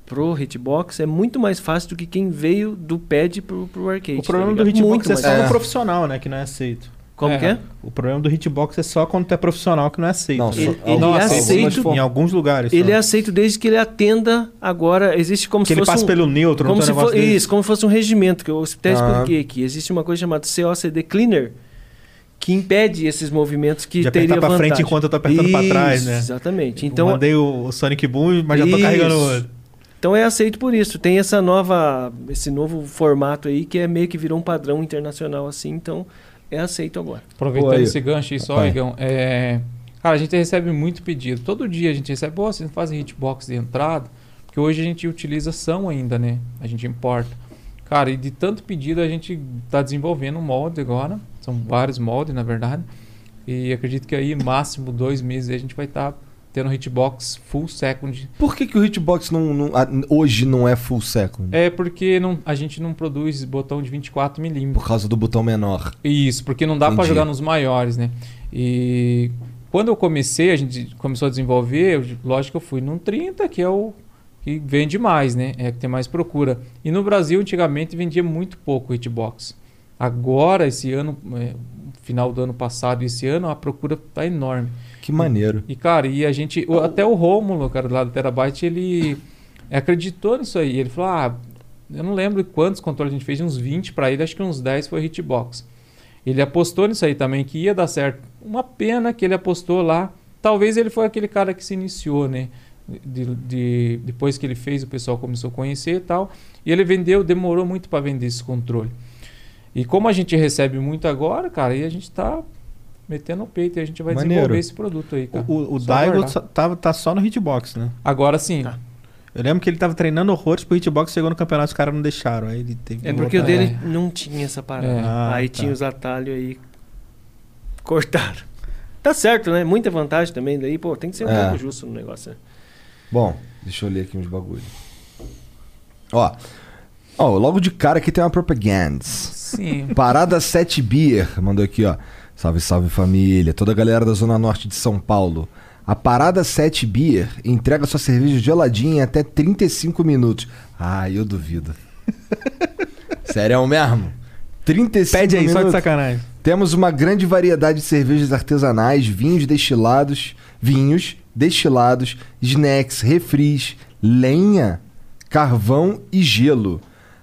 Speaker 4: pro hitbox é muito mais fácil do que quem veio do pad pro, pro arcade.
Speaker 13: O problema
Speaker 4: tá
Speaker 13: do
Speaker 4: ligado?
Speaker 13: hitbox
Speaker 4: muito
Speaker 13: é
Speaker 4: mais
Speaker 13: só no
Speaker 4: fácil.
Speaker 13: profissional, né? Que não é aceito.
Speaker 4: Como que é?
Speaker 13: O problema do hitbox é só quando tu é profissional que não é aceito.
Speaker 4: Não, Ele- só- ele algumas- é algumas aceito- formas.
Speaker 13: em alguns lugares. só.
Speaker 4: Ele é aceito desde que ele atenda agora. Existe como
Speaker 13: Que
Speaker 4: se
Speaker 13: ele
Speaker 4: fosse.
Speaker 13: passe
Speaker 4: um-
Speaker 13: pelo neutro, não
Speaker 4: como
Speaker 13: tem
Speaker 4: se
Speaker 13: um negócio
Speaker 4: fo-
Speaker 13: desse?
Speaker 4: Isso, como se fosse um regimento. Que eu explico
Speaker 13: Ah.
Speaker 4: por quê. Que existe uma coisa chamada COCD Cleaner que impede esses movimentos que
Speaker 13: De
Speaker 4: teria
Speaker 13: apertar pra
Speaker 4: vantagem.
Speaker 13: frente enquanto eu tô apertando
Speaker 4: isso,
Speaker 13: pra trás, né?
Speaker 4: Exatamente. Então,
Speaker 13: Eu mandei o, o Sonic Boom, mas já tô
Speaker 4: Isso.
Speaker 13: carregando o outro.
Speaker 4: Então é aceito por isso. Tem essa nova, esse novo formato aí que é meio que virou um padrão internacional assim. Então é aceito agora.
Speaker 3: Aproveitando
Speaker 4: Pô, aí.
Speaker 3: esse gancho aí só,
Speaker 4: Vai.
Speaker 3: Igão, é... cara, a gente recebe muito pedido. Todo dia a gente recebe, pô, vocês não fazem hitbox de entrada? Porque hoje a gente utiliza são ainda, né? A gente importa. Cara, e de tanto pedido a gente tá desenvolvendo um molde agora. São São vários moldes, na verdade. E acredito que aí, máximo dois meses, aí a gente vai estar tendo hitbox full second.
Speaker 1: Por que, que o hitbox não, não- a- hoje não é full second?
Speaker 3: É porque não, a gente não produz botão de 24 milímetros.
Speaker 1: Por causa do botão menor.
Speaker 3: Isso, porque não dá para
Speaker 1: Entendi.
Speaker 3: jogar nos maiores, né? E quando eu comecei, a gente começou a desenvolver, eu- lógico que eu fui num 30, que é o que vende mais, né? É que tem mais procura. E no Brasil, antigamente, vendia muito pouco hitbox. Agora, esse ano, é, final do ano passado e esse ano, a procura tá enorme.
Speaker 1: Que maneiro.
Speaker 3: E, cara, e a gente. o- Até o Rômulo, cara, lá do Terabyte, ele acreditou nisso aí. Ele falou: ah, eu não lembro quantos controles a gente fez, uns 20 pra ele, acho que uns 10 foi hitbox. Ele apostou nisso aí também, que ia dar certo. Uma pena que ele apostou lá. Talvez ele foi aquele cara que se iniciou, né? De- de- depois que ele fez, o pessoal começou a conhecer e tal. E ele vendeu, demorou muito pra vender esse controle. E como a gente recebe muito agora, cara, e a gente tá metendo o peito e a gente vai
Speaker 13: Maneiro.
Speaker 3: desenvolver esse produto aí, cara.
Speaker 13: O, o,
Speaker 3: Tá.
Speaker 13: o
Speaker 3: Só
Speaker 13: Daigo
Speaker 3: aguardar.
Speaker 13: só- tava, tá só no hitbox, né?
Speaker 3: Agora sim.
Speaker 13: Eu lembro que ele tava treinando horrores pro hitbox, chegou no campeonato, os caras não deixaram. Aí ele teve
Speaker 4: É
Speaker 13: que
Speaker 4: porque o
Speaker 13: voltar.
Speaker 4: dele não tinha essa parada.
Speaker 13: É. Ah,
Speaker 4: aí
Speaker 13: tá.
Speaker 4: tinha os atalhos aí. Cortaram. Tá certo, né? Muita vantagem também daí, pô, tem que ser um
Speaker 1: É.
Speaker 4: pouco justo no negócio. né?
Speaker 1: Bom, deixa eu ler aqui uns bagulho. Ó. Ó, logo de cara aqui tem uma propaganda.
Speaker 3: Sim.
Speaker 1: Parada 7 Beer mandou aqui, ó. Salve, salve família. Toda a galera da Zona Norte de São Paulo. A Parada 7 Beer entrega sua cerveja geladinha em até 35 minutos. Ah, eu duvido. Sério mesmo? 35
Speaker 13: Pede aí,
Speaker 1: minutos.
Speaker 13: só de sacanagem.
Speaker 1: Temos uma grande variedade de cervejas artesanais, vinhos destilados, vinhos, destilados, snacks, refris, lenha, carvão e gelo.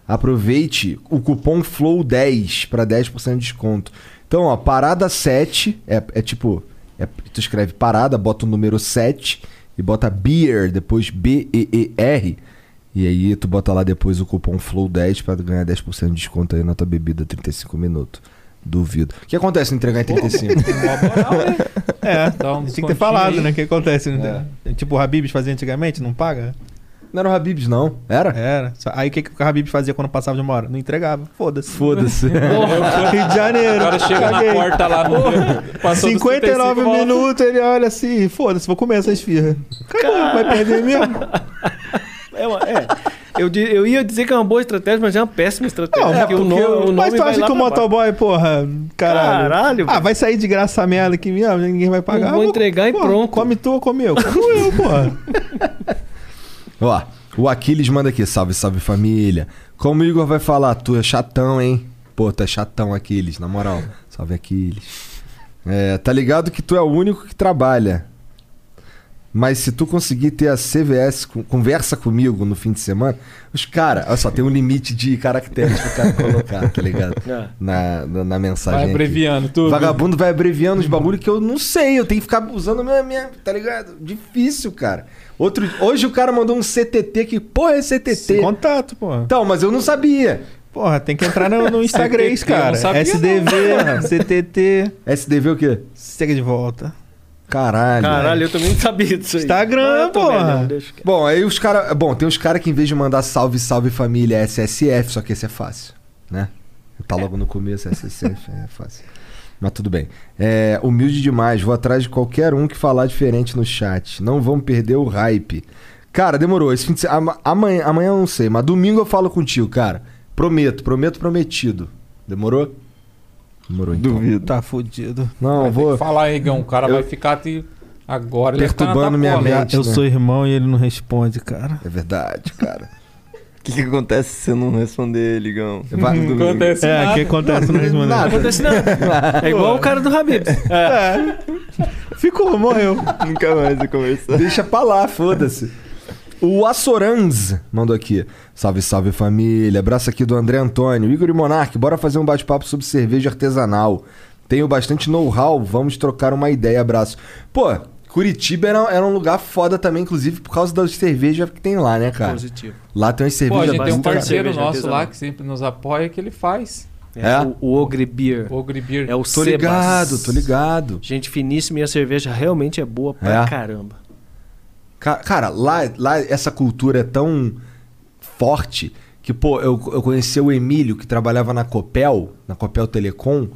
Speaker 1: Aproveite o cupom FLOW10 para 10% de desconto. Então, ó, parada 7 é, é tipo, é- tu escreve parada, bota o número 7 e bota beer, depois B E E R. E aí tu bota lá depois o cupom FLOW10 para ganhar 10% de desconto aí na tua bebida 35 minutos. Duvido. O que acontece em entregar em 35?
Speaker 3: Dá
Speaker 13: É,
Speaker 3: um
Speaker 13: tinha que ter
Speaker 3: descontinho
Speaker 13: falado,
Speaker 3: aí.
Speaker 13: né? O que acontece? né?
Speaker 3: É.
Speaker 13: Tipo, o Habibs fazia antigamente, não paga?
Speaker 1: Não era o Habibs, não. É. Era?
Speaker 13: Era. Só- Aí o que, que o Habibs fazia quando passava de uma hora? Não entregava. Foda-se.
Speaker 1: Foda-se.
Speaker 13: Rio de Janeiro.
Speaker 3: O cara chega na
Speaker 13: Caguei.
Speaker 3: porta lá no. passou dos
Speaker 13: 59
Speaker 3: 35,
Speaker 13: minutos, ele olha assim, foda-se, vou comer essa esfirra. Caramba, vai perder mesmo?
Speaker 4: É, uma- é. Eu, di- eu ia dizer que é uma boa estratégia, mas é uma péssima estratégia.
Speaker 13: Não,
Speaker 4: porque o
Speaker 13: porque-
Speaker 4: nome- o
Speaker 13: mas
Speaker 4: nome
Speaker 13: tu
Speaker 4: vai
Speaker 13: acha
Speaker 4: lá
Speaker 13: que o
Speaker 4: pra baixo.
Speaker 13: motoboy, porra,
Speaker 5: é
Speaker 13: caralho.
Speaker 4: Caralho,
Speaker 13: Ah, vai sair de graça essa merda aqui mesmo, ninguém vai pagar.
Speaker 4: Eu vou
Speaker 13: Ah,
Speaker 4: entregar e
Speaker 13: porra,
Speaker 4: pronto.
Speaker 13: Come tu ou come eu? Como eu, porra.
Speaker 1: Ó, o Aquiles manda aqui, salve, salve família. Como o Igor vai falar, tu é chatão, hein? Pô, tu é chatão, Aquiles, na moral. Salve, Aquiles. É, tá ligado que tu é o único que trabalha. Mas se tu conseguir ter a CVS, com- conversa comigo no fim de semana. Os cara, olha só, tem um limite de caracteres pro cara colocar, tá ligado?
Speaker 4: É.
Speaker 1: Na, na, na mensagem.
Speaker 3: Vai
Speaker 1: aqui.
Speaker 3: abreviando tudo.
Speaker 1: Tá, Vagabundo vai abreviando os bagulho que eu não sei. Eu tenho que ficar usando minha, minha tá ligado? Difícil, cara. Outro, hoje o cara mandou um CTT que, porra, é CTT.
Speaker 13: contato, porra.
Speaker 1: Então, mas eu não sabia.
Speaker 13: Porra, tem que entrar no, no Instagram,
Speaker 1: CTT, eu
Speaker 13: cara.
Speaker 1: não sabia
Speaker 13: SDV,
Speaker 1: não, cara.
Speaker 13: CTT.
Speaker 1: SDV o quê?
Speaker 13: Segue de volta.
Speaker 1: Caralho.
Speaker 4: Caralho, eu também não sabia disso aí.
Speaker 13: Instagram,
Speaker 4: Ah, eu tô
Speaker 13: porra.
Speaker 4: vendo, não, deixa.
Speaker 1: Bom, aí os caras. Bom, tem os caras que em vez de mandar salve, salve família, é SSF, só que esse é fácil, né? Tá logo no começo, SSF, é fácil. Mas tudo bem. É, humilde demais, vou atrás de qualquer um que falar diferente no chat. Não vão perder o hype. Cara, demorou. Esse fim de se- ama- amanhã, amanhã eu não sei, mas domingo eu falo contigo, cara. Prometo, prometo, prometido. Demorou? Demorou então.
Speaker 13: Duvido. Tá fudido.
Speaker 1: Não, vou.
Speaker 3: Fala aí, Igão. O cara
Speaker 1: Eu-
Speaker 3: vai ficar te. Agora ele vai ficar na
Speaker 1: Perturbando minha
Speaker 3: tapola.
Speaker 1: mente,
Speaker 13: Eu
Speaker 1: né?
Speaker 13: sou irmão e ele não responde, cara.
Speaker 1: É verdade, cara.
Speaker 5: O que, que acontece se você não responder, Ligão?
Speaker 1: Vai-
Speaker 5: No domingo?
Speaker 3: Acontece
Speaker 13: É, o que acontece não responde.
Speaker 4: Não acontece nada. É igual o cara do Habib.
Speaker 13: Ficou, morreu.
Speaker 5: Nunca mais eu conversar.
Speaker 1: Deixa pra lá, foda-se. O Assorans mandou aqui. Salve, salve família. Abraço aqui do André Antônio. Igor e Monark, bora fazer um bate-papo sobre cerveja artesanal. Tenho bastante know-how, vamos trocar uma ideia. Abraço. Pô, Curitiba era, era um lugar foda também, inclusive por causa das cervejas que tem lá, né, cara?
Speaker 4: Positivo.
Speaker 1: Lá tem umas
Speaker 3: Pô, a
Speaker 1: cervejas
Speaker 3: gente tem um
Speaker 1: bastante-
Speaker 3: parceiro
Speaker 4: Cerveja
Speaker 3: nosso
Speaker 4: artesanal.
Speaker 3: lá que sempre nos apoia, que ele faz.
Speaker 1: É?
Speaker 4: O, o Ogre Beer.
Speaker 3: Ogre Beer.
Speaker 4: É o
Speaker 1: Tô ligado, tô ligado.
Speaker 4: Gente finíssima e a cerveja realmente é boa pra
Speaker 1: É?
Speaker 4: caramba.
Speaker 1: Ca- Cara, lá, lá essa cultura é tão forte que, pô, eu, eu conheci o Emílio, que trabalhava na Copel, na Copel Telecom,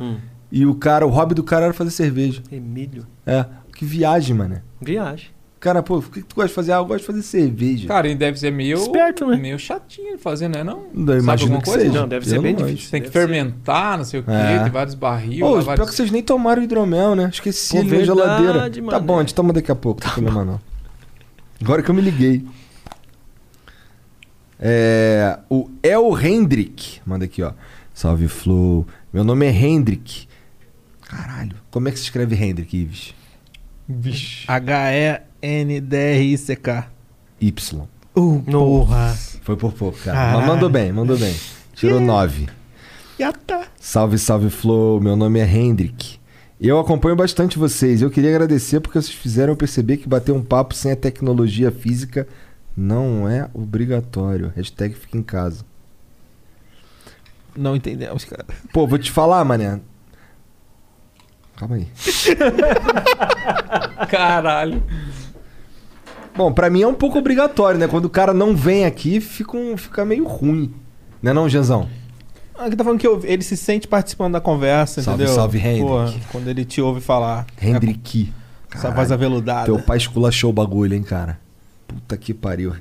Speaker 1: E o cara, o hobby do cara era fazer cerveja.
Speaker 4: Emílio.
Speaker 1: É. Que viagem, mano.
Speaker 4: Viagem.
Speaker 1: Cara, pô, o que que tu gosta de fazer? Ah, eu gosto de fazer cerveja.
Speaker 3: Cara, e deve ser meio.
Speaker 4: Esperto,
Speaker 3: né? Meio chatinho de fazer, né? Não,
Speaker 1: Não, imagino
Speaker 3: alguma
Speaker 1: que seja.
Speaker 3: Não, deve
Speaker 1: Eu
Speaker 3: ser bem
Speaker 1: não
Speaker 3: difícil.
Speaker 1: gosto.
Speaker 3: Tem que fermentar, não sei o quê,
Speaker 1: É.
Speaker 3: tem vários
Speaker 1: Pô,
Speaker 3: barril. lá
Speaker 1: pior que
Speaker 3: vários...
Speaker 1: vocês nem tomaram hidromel, né? Esqueci
Speaker 3: Pô,
Speaker 1: ele na
Speaker 3: verdade,
Speaker 1: geladeira. Tá
Speaker 3: mané.
Speaker 1: bom, a gente toma daqui a pouco, não tem problema não. Agora que eu me liguei. É, o El Hendrick. Manda aqui, ó. Salve Flow. Meu nome é Hendrick. Caralho. Como é que se escreve Hendrick, Ives?
Speaker 13: H-E-N-D-R-I-C-K.
Speaker 1: Y.
Speaker 13: Uh, porra.
Speaker 1: Foi por pouco, cara. Mas
Speaker 13: Caralho.
Speaker 1: mandou bem, mandou bem. Tirou nove.
Speaker 13: Já tá.
Speaker 1: Salve, salve Flow, meu nome é Hendrick. Eu acompanho bastante vocês. Eu queria agradecer porque vocês fizeram eu perceber que bater um papo sem a tecnologia física não é obrigatório. Hashtag fica em casa.
Speaker 13: Não entendemos, cara.
Speaker 1: Pô, vou te falar, mané. Calma aí.
Speaker 3: Caralho.
Speaker 1: Bom, pra mim é um pouco obrigatório, né? Quando o cara não vem aqui, fica, um- fica meio ruim. Né não, Janzão?
Speaker 13: Aqui tá falando que eu- ele se sente participando da conversa,
Speaker 1: Salve,
Speaker 13: entendeu?
Speaker 1: salve, Hendrick.
Speaker 13: Porra, quando ele te ouve falar.
Speaker 5: É,
Speaker 13: É,
Speaker 1: Hendrick.
Speaker 13: Essa voz aveludada.
Speaker 1: Teu pai esculachou o bagulho, hein, cara? Puta que pariu.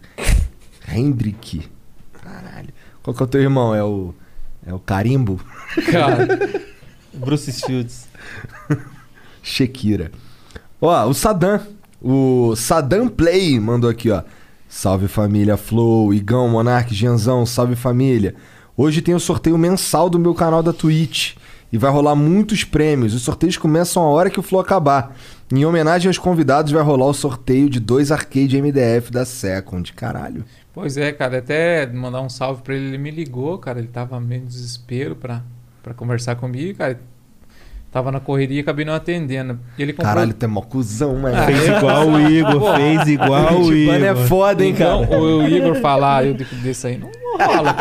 Speaker 1: Hendrick. Caralho. Qual que é o teu irmão? É o. É o Carimbo?
Speaker 13: Cara. Bruce Shields.
Speaker 1: Shakira. Ó, o Saddam. O Saddam Play mandou aqui, ó. Salve família, Flow, Igão, Monark, Genzão, salve família. Hoje tem o sorteio mensal do meu canal da Twitch. E vai rolar muitos prêmios. Os sorteios começam a hora que o Flow acabar. Em homenagem aos convidados, vai rolar o sorteio de dois arcade MDF da Second. Caralho.
Speaker 3: Pois é, cara, até mandar um salve pra ele, ele me ligou, cara, ele tava meio em desespero pra, pra conversar comigo, cara. Tava na correria e acabei não atendendo. E ele comprou... um
Speaker 1: Caralho, tu é mó cuzão, mano.
Speaker 3: Ah,
Speaker 13: Fez
Speaker 3: é.
Speaker 13: igual o Igor,
Speaker 3: Pô,
Speaker 13: fez igual o
Speaker 3: Curitibano
Speaker 13: Igor.
Speaker 3: é foda, hein, cara. Então, o Igor falar, eu digo desse aí, não rola.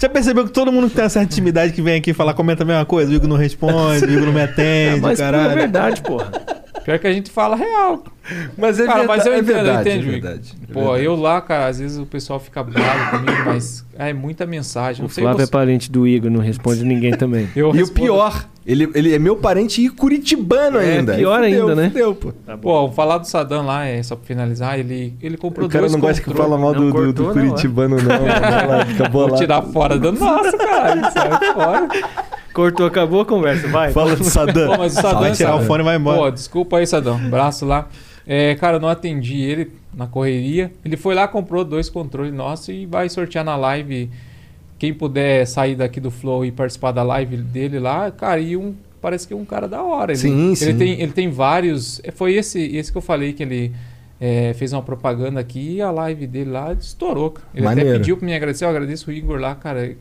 Speaker 13: Já percebeu que todo mundo que tem uma certa intimidade que vem aqui falar, comenta a mesma coisa, o Igor não responde, o Igor não me atende,
Speaker 3: mas
Speaker 13: caralho.
Speaker 3: é verdade, porra. Pior que a gente fala real.
Speaker 1: Mas é
Speaker 3: cara, mas eu
Speaker 1: verdade- é verdade, é
Speaker 3: entendo, eu entendo, Igor.
Speaker 1: verdade, é
Speaker 3: Pô, eu lá, cara, às vezes o pessoal fica bravo comigo, mas é muita mensagem.
Speaker 4: O
Speaker 3: não sei
Speaker 4: Flávio é
Speaker 3: você.
Speaker 4: parente do Igor, não responde ninguém também.
Speaker 3: Eu
Speaker 1: e o
Speaker 3: respondo-
Speaker 1: pior, ele, ele é meu parente e curitibano
Speaker 3: É,
Speaker 1: ainda.
Speaker 3: pior ainda, né?
Speaker 1: Fudeu, pô.
Speaker 3: Pô, vou falar do Saddam lá, é só pra finalizar, ele, ele comprou
Speaker 1: O cara
Speaker 3: dois
Speaker 1: não gosta que
Speaker 3: controles.
Speaker 1: fala mal do, do, do curitibano, não. Ela fica
Speaker 3: é. Vou
Speaker 1: bolada.
Speaker 3: tirar fora da nossa, cara. Sai fora.
Speaker 4: Cortou, acabou a conversa, vai.
Speaker 1: Fala do Saddam.
Speaker 3: Pô, mas o Saddam,
Speaker 13: Vai tirar
Speaker 3: Saddam.
Speaker 13: o fone e vai embora.
Speaker 3: Pô, desculpa aí, Sadão. Braço lá. É, cara, eu não atendi ele na correria. Ele foi lá, comprou dois controles nossos e vai sortear na live. Quem puder sair daqui do Flow e participar da live dele lá, cara, e um. Parece que é um cara da hora. Ele,
Speaker 1: Sim,
Speaker 3: ele
Speaker 1: sim.
Speaker 3: Tem, ele tem vários. é, Foi esse, esse que eu falei que ele é, fez uma propaganda aqui e a live dele lá estourou. cara. Ele até
Speaker 1: Maneiro.
Speaker 3: pediu pra me agradecer, eu agradeço o Igor lá, cara.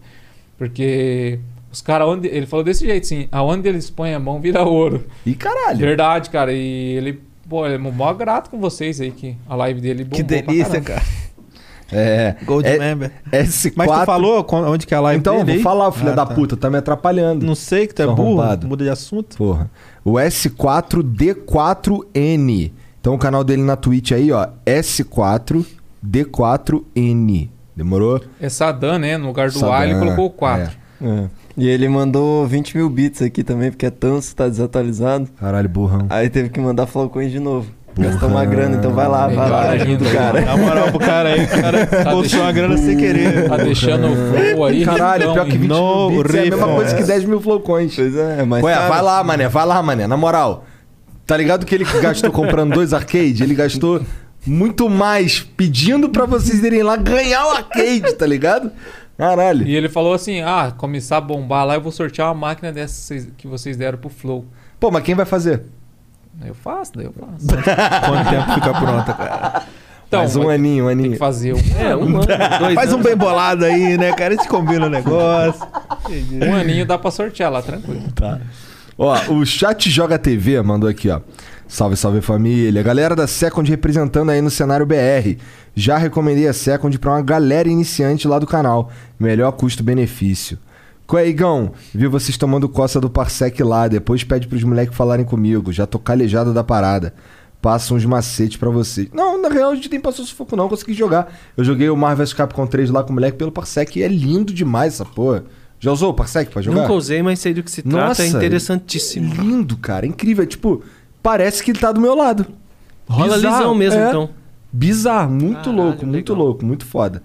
Speaker 3: Porque os caras, onde. Ele falou desse jeito, sim. Aonde eles põem a mão vira ouro.
Speaker 1: E caralho.
Speaker 3: Verdade, cara. E ele, pô, ele é mó grato com vocês aí, que a live dele bombou
Speaker 13: Que
Speaker 3: pra
Speaker 13: delícia,
Speaker 3: caramba.
Speaker 13: cara.
Speaker 1: É.
Speaker 13: Gold
Speaker 1: é,
Speaker 13: member.
Speaker 1: S4.
Speaker 13: Mas tu falou con- onde que é a live
Speaker 1: Então,
Speaker 13: dele
Speaker 1: vou
Speaker 13: aí?
Speaker 1: falar, filha
Speaker 13: Ah,
Speaker 1: da
Speaker 13: tá.
Speaker 1: puta, tá me atrapalhando.
Speaker 13: Não sei que tu é
Speaker 1: Seu
Speaker 13: burro,
Speaker 1: arrombado.
Speaker 13: muda de assunto.
Speaker 1: Porra. O S4D4N. Então o canal dele na Twitch aí, ó. S4D4N. Demorou?
Speaker 3: É Sadan, né? No lugar do
Speaker 1: Sadan,
Speaker 3: A, ele colocou o 4.
Speaker 5: É. E ele mandou 20 mil bits aqui também, porque é tanso, tá desatualizado.
Speaker 1: É. Caralho, burrão.
Speaker 5: Aí teve que mandar Flowcoin de novo. Gastou uma grana, então vai lá, vai
Speaker 3: Ah,
Speaker 5: lá,
Speaker 3: Melhor
Speaker 5: ajuda o
Speaker 3: ainda, né?
Speaker 5: cara.
Speaker 13: Dá moral pro cara aí, o cara bolsou uma grana sem querer.
Speaker 3: Tá deixando o flow aí. então,
Speaker 1: Caralho, pior que 20
Speaker 13: No
Speaker 1: mil bits é a mesma
Speaker 13: refund.
Speaker 1: coisa que 10 mil flowcoins.
Speaker 5: Pois é, mas.
Speaker 1: Ué,
Speaker 5: cara,
Speaker 1: vai lá, mané, vai lá, mané, na moral. Tá ligado que ele que gastou comprando dois arcade? Ele gastou muito mais pedindo pra vocês irem lá ganhar o arcade, tá ligado? Caralho.
Speaker 3: E ele falou assim: ah, começar a bombar lá, eu vou sortear uma máquina dessas que vocês deram pro Flow.
Speaker 1: Pô, mas quem vai fazer?
Speaker 3: Eu faço, daí eu faço.
Speaker 13: Quanto tempo fica pronta, cara?
Speaker 3: Então,
Speaker 1: Faz um
Speaker 3: mas
Speaker 1: aninho, um
Speaker 3: tem
Speaker 1: aninho.
Speaker 3: que né? fazer um.
Speaker 4: É, um ano, dois
Speaker 13: Faz um
Speaker 4: anos.
Speaker 13: bem bolado aí, né, cara? A gente combina o negócio.
Speaker 3: Um aninho dá pra sortear lá, tranquilo.
Speaker 1: Tá. Ó, o Chat Joga TV mandou aqui, ó. Salve, salve família. Galera da Second representando aí no cenário BR. Já recomendei a Second pra uma galera iniciante lá do canal. Melhor custo-benefício. Qual é, Igão? Vi vocês tomando coça do Parsec lá. Depois pede pros moleques falarem comigo. Já tô calejado da parada. Passa uns macetes pra vocês. Não, na real a gente nem passou sufoco não. Consegui jogar. Eu joguei o Marvel vs Capcom 3 lá com o moleque pelo Parsec. E é lindo demais essa porra. Já usou o Parsec pra jogar?
Speaker 4: Nunca usei, mas sei do que se trata. é interessante.
Speaker 1: interessantíssimo. Lindo, cara. Incrível. É tipo, parece que ele tá do meu lado.
Speaker 4: Rola lisão mesmo,
Speaker 1: É.
Speaker 4: então.
Speaker 1: Bizarro. Muito louco, muito louco, muito foda.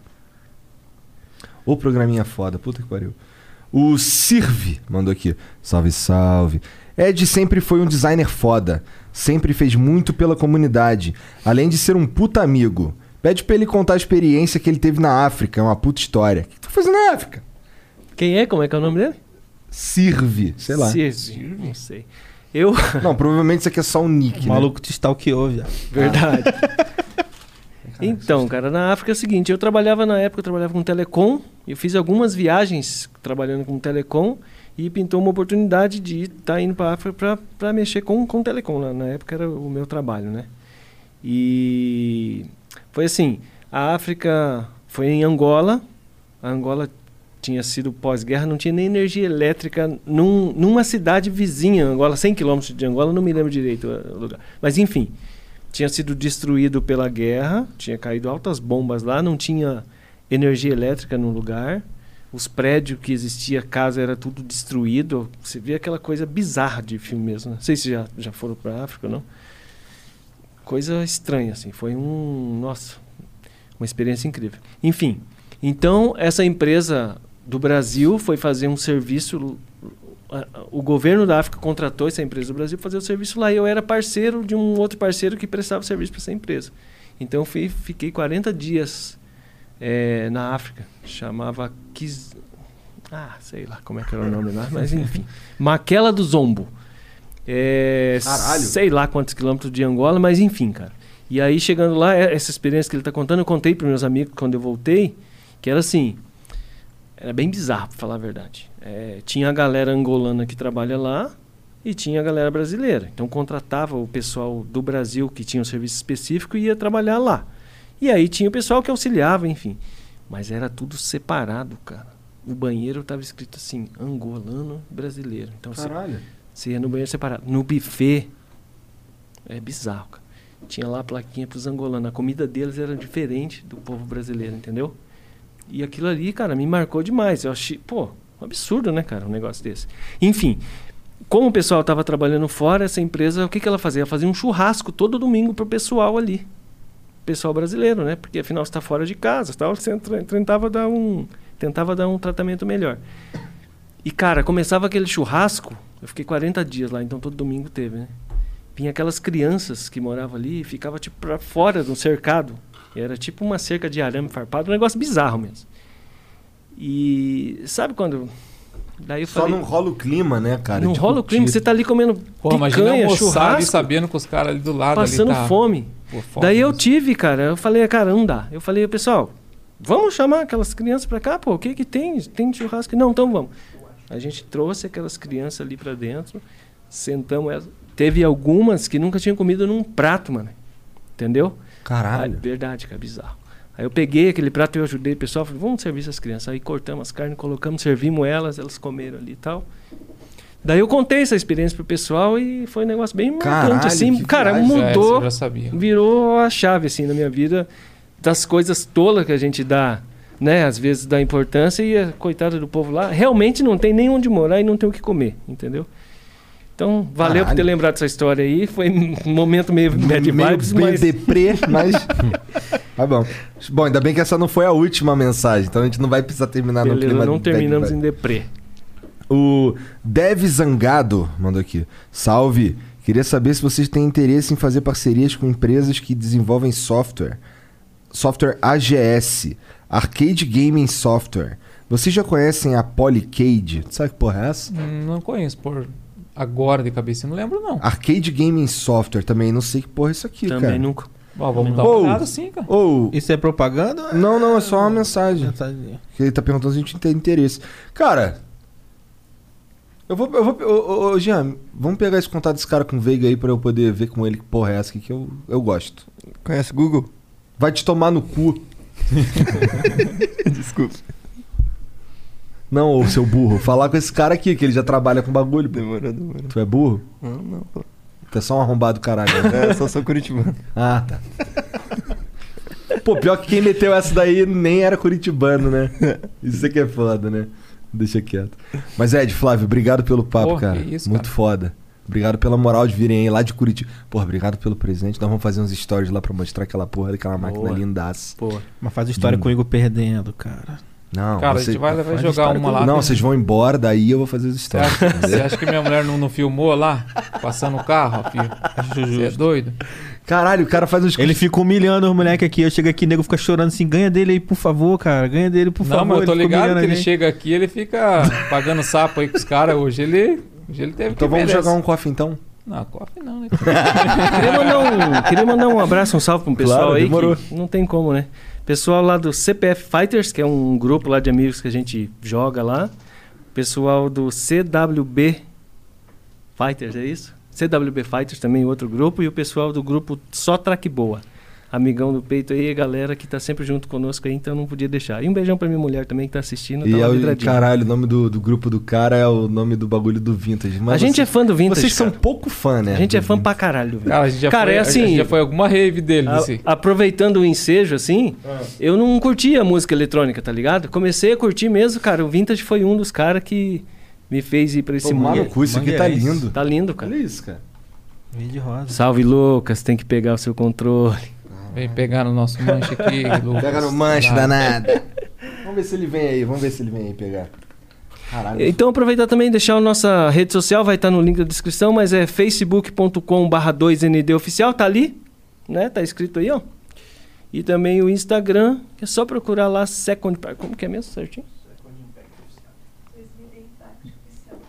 Speaker 1: O programinha foda, puta que pariu. O Sirve mandou aqui. Salve, salve. Ed sempre foi um designer foda. Sempre fez muito pela comunidade. Além de ser um puta amigo. Pede pra ele contar a experiência que ele teve na África. É uma puta história.
Speaker 4: tá fazendo na África? Quem é? Como é que é o nome dele?
Speaker 1: Sirve, sei lá.
Speaker 4: Sirve, não sei. Eu.
Speaker 1: Não, provavelmente isso aqui é só um nick. O
Speaker 13: maluco te stalkeou, viado.
Speaker 4: Verdade. Então, cara, na África é o seguinte, eu trabalhava na época, eu trabalhava com telecom, eu fiz algumas viagens trabalhando com telecom e pintou uma oportunidade de estar indo para a África para mexer com, com telecom, na, na época era o meu trabalho, né? E foi assim, a África foi em Angola, a Angola tinha sido pós-guerra, não tinha nem energia elétrica num, numa cidade vizinha, Angola, 100 quilômetros de Angola, não me lembro direito o lugar, mas enfim tinha sido destruído pela guerra, tinha caído altas bombas lá, não tinha energia elétrica no lugar. Os prédios que existia, casa era tudo destruído. Você vê aquela coisa bizarra de filme mesmo. né? Não sei se já, já foram para África ou não. Coisa estranha, assim. Foi um. Nossa, uma experiência incrível. Enfim, então essa empresa do Brasil foi fazer um serviço. a- a- O governo da África contratou essa empresa do Brasil para fazer o serviço lá. E eu era parceiro de um outro parceiro que prestava serviço para essa empresa. Então eu fui, fiquei 40 dias eh, na África. Chamava Kis... Ah, sei lá como é que era o nome lá, mas enfim. Maquela do Zombo. É,
Speaker 1: Caralho.
Speaker 4: Sei lá quantos quilômetros de Angola, mas enfim, cara. E aí, chegando lá, é- essa experiência que ele tá contando, eu contei para meus amigos quando eu voltei, que era assim. Era bem bizarro, pra falar a verdade. É, tinha a galera angolana que trabalha lá e tinha a galera brasileira. Então, contratava o pessoal do Brasil que tinha um serviço específico e ia trabalhar lá. E aí tinha o pessoal que auxiliava, enfim. Mas era tudo separado, cara. O banheiro tava escrito assim, angolano brasileiro. Então, você-
Speaker 1: Caralho.
Speaker 4: Você ia no banheiro separado. No buffet. É bizarro, cara. Tinha lá a plaquinha pros angolanos. A comida deles era diferente do povo brasileiro, entendeu? E aquilo ali, cara, me marcou demais. Eu achei, pô, um absurdo, né, cara, um negócio desse. Enfim, como o pessoal estava trabalhando fora, essa empresa, o que, que ela fazia? Ela fazia um churrasco todo domingo pro pessoal ali. Pessoal brasileiro, né? Porque afinal está fora de casa, tal, você entra- tentava dar um, tentava dar um tratamento melhor. E cara, começava aquele churrasco, eu fiquei 40 dias lá, então todo domingo teve, né? Vinha aquelas crianças que moravam ali e ficava tipo pra fora de um cercado. E era tipo uma cerca de arame farpado, um negócio bizarro mesmo. E sabe quando daí eu
Speaker 1: Só
Speaker 4: falei,
Speaker 1: não rola o clima, né, cara?
Speaker 4: não
Speaker 1: De
Speaker 4: rola o clima,
Speaker 1: curtir.
Speaker 4: você tá ali comendo
Speaker 3: Pô, imagina
Speaker 4: picanha,
Speaker 3: almoçar ali
Speaker 4: churrasco,
Speaker 3: sabendo que os caras ali do lado
Speaker 4: passando
Speaker 3: ali tá...
Speaker 4: fome.
Speaker 3: Pô, foda.
Speaker 4: Daí eu tive, cara, eu falei, cara, não dá. Eu falei, pessoal, vamos chamar aquelas crianças pra cá, pô, o que que tem? Tem churrasco? Não, então vamos. A gente trouxe aquelas crianças ali pra dentro, sentamos elas. Teve algumas que nunca tinham comido num prato, mano. Entendeu?
Speaker 1: Caralho.
Speaker 4: Ah, verdade, cara, bizarro. Aí eu peguei aquele prato e eu ajudei o pessoal. Falei, vamos servir essas crianças. Aí cortamos as carnes, colocamos, servimos elas, elas comeram ali e tal. Daí eu contei essa experiência pro pessoal e foi um negócio bem marcante,
Speaker 3: Caralho,
Speaker 4: assim.
Speaker 3: que
Speaker 4: Cara,
Speaker 3: viagem. É,
Speaker 4: mudou.
Speaker 3: isso eu já sabia.
Speaker 4: Virou a chave, assim, na minha vida. Das coisas tolas que a gente dá, né? Às vezes dá importância e a coitada do povo lá realmente não tem nem onde morar e não tem o que comer, entendeu? Então, valeu por
Speaker 1: Caralho.
Speaker 4: ter lembrado essa história aí. Foi um momento meio bad
Speaker 1: meio
Speaker 4: vibes,
Speaker 1: bem
Speaker 4: mas...
Speaker 1: deprê, mas. Tá bom. Bom, ainda bem que essa não foi a última mensagem, então a gente não vai precisar terminar no
Speaker 4: Beleza,
Speaker 1: clima.
Speaker 4: não terminamos em deprê.
Speaker 1: O Dev Zangado mandou aqui. Salve! Queria saber se vocês têm interesse em fazer parcerias com empresas que desenvolvem software. Software AGS, Arcade Gaming Software. Vocês já conhecem a Polycade? Sabe que porra é essa?
Speaker 3: Hum, Não conheço, por agora de cabeça, eu não lembro não.
Speaker 1: Arcade Gaming Software também, não sei que porra é isso aqui,
Speaker 3: Também
Speaker 1: cara.
Speaker 3: nunca. Ó, vamos dar uma olhada sim, cara.
Speaker 1: Ou...
Speaker 13: Isso é propaganda? ou é-
Speaker 1: Não, não, é só uma mensagem.
Speaker 13: Mensagem.
Speaker 1: Que ele tá perguntando se a gente tem interesse. Cara, eu vou. Eu vou ô, ô, ô, Jean, vamos pegar esse contato desse cara com o Veiga aí pra eu poder ver com ele que porra é essa aqui que eu, eu gosto.
Speaker 5: Conhece Google?
Speaker 1: Vai te tomar no cu.
Speaker 5: Desculpa.
Speaker 1: Não, ô seu burro. Falar com esse cara aqui, que ele já trabalha com bagulho.
Speaker 5: Demorou, demorou.
Speaker 1: Tu é burro?
Speaker 5: Não, não, pô.
Speaker 1: Tu é só um arrombado caralho.
Speaker 5: É, só sou curitibano.
Speaker 1: Ah, tá. Pô, pior que quem meteu essa daí nem era curitibano, né? Isso aqui é foda, né? Deixa quieto. Mas Ed, Flávio, obrigado pelo papo,
Speaker 3: Porra,
Speaker 1: cara.
Speaker 3: que isso,
Speaker 1: Muito foda. Obrigado pela moral de virem aí lá de Curitiba. Porra, obrigado pelo presente. Nós vamos fazer uns stories lá pra mostrar aquela porra daquela máquina
Speaker 13: Boa.
Speaker 1: lindaça.
Speaker 13: Boa. Mas faz história com o Igor perdendo, cara.
Speaker 1: Não,
Speaker 3: Cara, a gente vai- vai
Speaker 1: faz
Speaker 3: jogar
Speaker 1: história
Speaker 3: uma
Speaker 1: com-
Speaker 3: lá.
Speaker 1: Não, vocês vão embora, daí eu vou fazer os
Speaker 3: Você
Speaker 1: stories.
Speaker 3: acha, você
Speaker 1: entendeu?
Speaker 3: acha que minha mulher não, não filmou lá? Passando o carro, filho? Você é doido?
Speaker 1: Caralho, o cara faz uns.
Speaker 13: Ele fica humilhando os moleques aqui. Eu chego aqui, o nego fica chorando assim: ganha dele aí, por favor, cara. Ganha dele, por
Speaker 3: Não,
Speaker 13: favor.
Speaker 3: mas eu tô
Speaker 13: Ele fica
Speaker 3: ligado que
Speaker 13: humilhando
Speaker 3: ele
Speaker 13: a gente.
Speaker 3: chega aqui ele fica pagando sapo aí com os caras hoje. Ele, hoje ele teve
Speaker 1: Então
Speaker 3: que
Speaker 1: vamos
Speaker 3: merece.
Speaker 1: jogar um coffee então?
Speaker 3: Não, coffee não, né?
Speaker 4: queria, mandar um, queria mandar um abraço, um salve pro pessoal
Speaker 3: Claro,
Speaker 4: aí.
Speaker 3: demorou.
Speaker 4: que não tem como, né? Pessoal lá do CPF Fighters, que é um grupo lá de amigos que a gente joga lá. Pessoal do CWB Fighters, é isso? CWB Fighters também, outro grupo. E o pessoal do grupo Só Track Boa. Amigão do peito aí, galera que tá sempre junto conosco aí, então não podia deixar. E um beijão pra minha mulher também que tá assistindo.
Speaker 1: E
Speaker 4: tá lá
Speaker 1: é o,
Speaker 4: vidradinha.
Speaker 1: caralho, o nome do, do grupo do cara é o nome do bagulho do Vintage. Mas
Speaker 4: a gente
Speaker 1: você-
Speaker 4: é fã do Vintage.
Speaker 1: Vocês são
Speaker 4: cara.
Speaker 1: pouco fã, né?
Speaker 4: A gente é
Speaker 1: do
Speaker 4: fã pra caralho, velho.
Speaker 3: Cara, a gente já foi-
Speaker 4: é
Speaker 3: a gente
Speaker 4: assim.
Speaker 3: já foi alguma rave dele,
Speaker 4: a-
Speaker 3: assim.
Speaker 4: Aproveitando o ensejo, assim,
Speaker 1: Ah.
Speaker 4: eu não curtia música eletrônica, tá ligado? Comecei a curtir mesmo, cara. O Vintage foi um dos caras que me fez ir pra esse
Speaker 1: Tomar
Speaker 4: mundo.
Speaker 1: no cu, isso aqui tá
Speaker 4: Mangueirense.
Speaker 1: lindo.
Speaker 4: Tá lindo, cara.
Speaker 1: Olha isso, cara.
Speaker 13: Verde e rosa.
Speaker 4: Salve, Lucas. Tem que pegar o seu controle.
Speaker 3: Vem pegar no nosso manche aqui, Lucas.
Speaker 1: Pega no manche,
Speaker 3: Danado.
Speaker 1: danado. vamos ver se ele vem aí, vamos ver se ele vem aí pegar. Caralho.
Speaker 4: Então aproveitar também e deixar a nossa rede social, vai estar no link da descrição, mas é facebook.com 2ND oficial, tá ali, né? Tá escrito aí, ó. E também o Instagram, que é só procurar lá Second Impact. Como que é mesmo, certinho?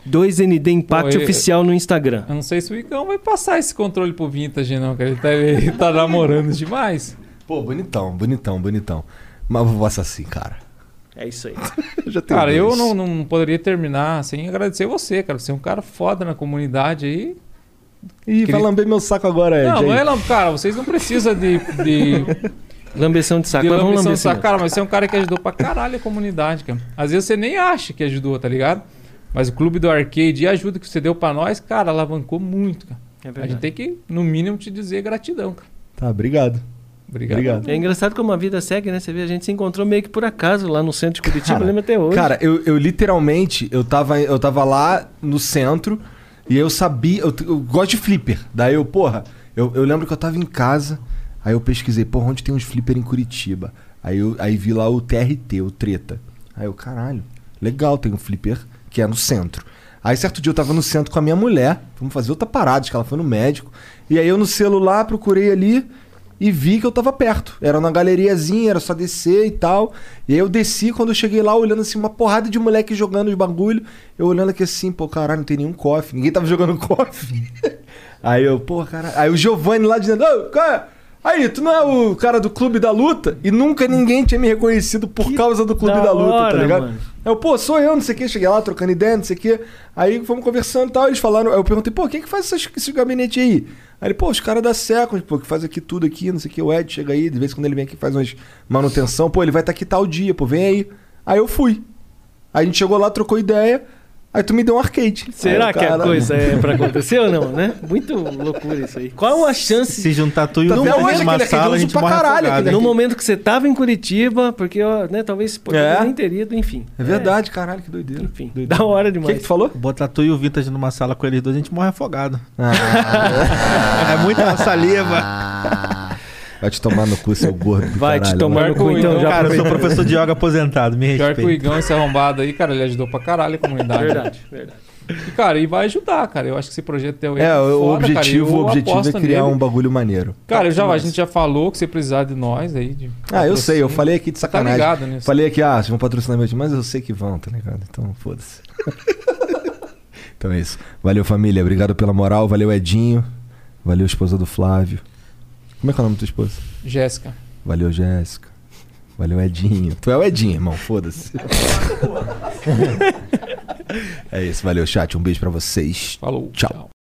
Speaker 4: 2ND Impact
Speaker 3: Pô, eu-
Speaker 4: Oficial no Instagram.
Speaker 3: Eu não sei se o Igão vai passar esse controle pro Vintage, não, cara. Ele tá, ele tá namorando demais.
Speaker 1: Pô, bonitão, bonitão, bonitão. Mas eu vou passar assim, cara.
Speaker 4: É isso aí.
Speaker 1: tenho
Speaker 3: cara, eu
Speaker 1: dois.
Speaker 3: não, não poderia terminar sem agradecer você, cara. Você é um cara foda na comunidade aí.
Speaker 1: Ih, vai
Speaker 3: Queria-
Speaker 1: lamber meu saco agora, Ed.
Speaker 3: Não,
Speaker 1: aí.
Speaker 3: não é, lam- cara, vocês não precisam de. de
Speaker 4: Lambeção de saco,
Speaker 3: de
Speaker 4: mas vamos
Speaker 3: lambeção de
Speaker 4: lamber esse
Speaker 3: saco.
Speaker 4: mesmo.
Speaker 3: Cara, mas você é um cara que ajudou pra caralho a comunidade, cara. Às vezes você nem acha que ajudou, tá ligado? Mas o clube do arcade e a ajuda que você deu pra nós, cara, alavancou muito, cara.
Speaker 4: É
Speaker 3: a
Speaker 4: verdade.
Speaker 3: gente tem que, no mínimo, te dizer gratidão, cara.
Speaker 1: Tá, obrigado.
Speaker 3: Obrigado.
Speaker 4: É engraçado como a vida segue, né? Você vê, a gente se encontrou meio que por acaso lá no centro de Curitiba,
Speaker 1: Cara,
Speaker 4: lembra até hoje.
Speaker 1: Cara, eu, eu literalmente, eu tava, eu tava lá no centro e eu sabia, eu, eu gosto de flipper. Daí eu, porra, eu, eu lembro que eu tava em casa, aí eu pesquisei, porra, onde tem uns flipper em Curitiba? Aí, eu, aí vi lá o TRT, o Treta. Aí eu, caralho, legal, tem um flipper que é no centro. Aí certo dia eu tava no centro com a minha mulher, vamos fazer outra parada, acho que ela foi no médico. E aí eu no celular procurei ali, e vi que eu tava perto. Era na galeriazinha, era só descer e tal. E aí eu desci, quando eu cheguei lá, olhando assim, uma porrada de moleque jogando os bagulho. Eu olhando aqui assim, pô, caralho, não tem nenhum cofre. Ninguém tava jogando cofre. aí eu, pô, caralho. Aí o Giovanni lá dizendo, ô, cara, aí, tu não é o cara do Clube da Luta? E nunca ninguém tinha me reconhecido por causa do Clube
Speaker 4: da
Speaker 1: da, Luta,
Speaker 4: hora,
Speaker 1: tá ligado?
Speaker 4: mano.
Speaker 1: Eu, pô, sou eu, não sei o que, cheguei lá trocando ideia, não sei o que. Aí fomos conversando e tal, eles falaram, aí eu perguntei, pô, quem que faz essas- esse gabinete aí? Aí ele, pô, os caras da Second, pô, que faz aqui tudo aqui, não sei o que, o Ed chega aí, de vez em quando ele vem aqui e faz umas manutenção, pô, ele vai estar aqui tal dia, pô, vem aí. Aí eu fui. Aí a gente chegou lá, trocou ideia, aí tu me deu um arcade.
Speaker 4: Será
Speaker 1: Aí eu,
Speaker 4: que a
Speaker 1: "Caralho."
Speaker 4: coisa é pra acontecer ou não, né? Muito loucura isso aí. Qual a chance...
Speaker 13: Se juntar tu e
Speaker 4: Tá
Speaker 13: o
Speaker 1: é
Speaker 4: até
Speaker 13: Lucas
Speaker 4: hoje
Speaker 13: numa
Speaker 4: aquele
Speaker 13: sala, a
Speaker 4: arquivo
Speaker 13: gente
Speaker 4: pra
Speaker 13: morre
Speaker 4: caralho,
Speaker 13: afogado.
Speaker 1: né?
Speaker 4: aquele No momento que você tava em Curitiba, porque ó, né, talvez poderia
Speaker 13: É.
Speaker 4: nem ter ido, enfim. É,
Speaker 1: É verdade, caralho, que doideira.
Speaker 4: Enfim, da hora demais.
Speaker 13: O que, tu
Speaker 1: falou?
Speaker 13: Botar tu e o Vintage numa sala com eles dois, a gente morre afogado.
Speaker 1: Ah.
Speaker 13: é muita saliva.
Speaker 1: Vai te tomar no cu, seu gordo. do
Speaker 4: Vai te
Speaker 1: caralho,
Speaker 4: tomar
Speaker 1: né?
Speaker 4: no cu, então, já
Speaker 13: Cara, eu sou
Speaker 4: aproveitando.
Speaker 13: professor de yoga aposentado, me
Speaker 3: Pior que o
Speaker 13: respeita.
Speaker 3: Igão, esse arrombado aí, cara, ele ajudou pra caralho a comunidade.
Speaker 4: Verdade, verdade.
Speaker 3: E, cara, e vai ajudar, cara. Eu acho que esse projeto teu aí
Speaker 1: É, o
Speaker 3: foda, cara, e
Speaker 1: objetivo,
Speaker 3: eu
Speaker 1: o objetivo é
Speaker 3: aposto
Speaker 1: criar
Speaker 3: nele.
Speaker 1: um bagulho maneiro.
Speaker 3: Cara, eu já, a gente já falou que você precisar de nós aí. de
Speaker 1: Ah, eu
Speaker 3: patrocínio.
Speaker 1: sei, eu falei aqui de
Speaker 3: Você
Speaker 1: sacanagem.
Speaker 3: Tá ligado nisso.
Speaker 1: Falei aqui, ah, vocês vão patrocinar meu time, mas eu sei que vão, tá ligado? Então, foda-se. então é isso. Valeu, família. Obrigado pela moral. Valeu, Edinho. Valeu, esposa do Flávio. Como é que é o nome da tua esposa?
Speaker 3: Jéssica.
Speaker 1: Valeu, Jéssica. Valeu, Edinho. Tu é o Edinho, irmão. Foda-se. é isso. Valeu, chat. Um beijo pra vocês.
Speaker 3: Falou.
Speaker 1: tchau.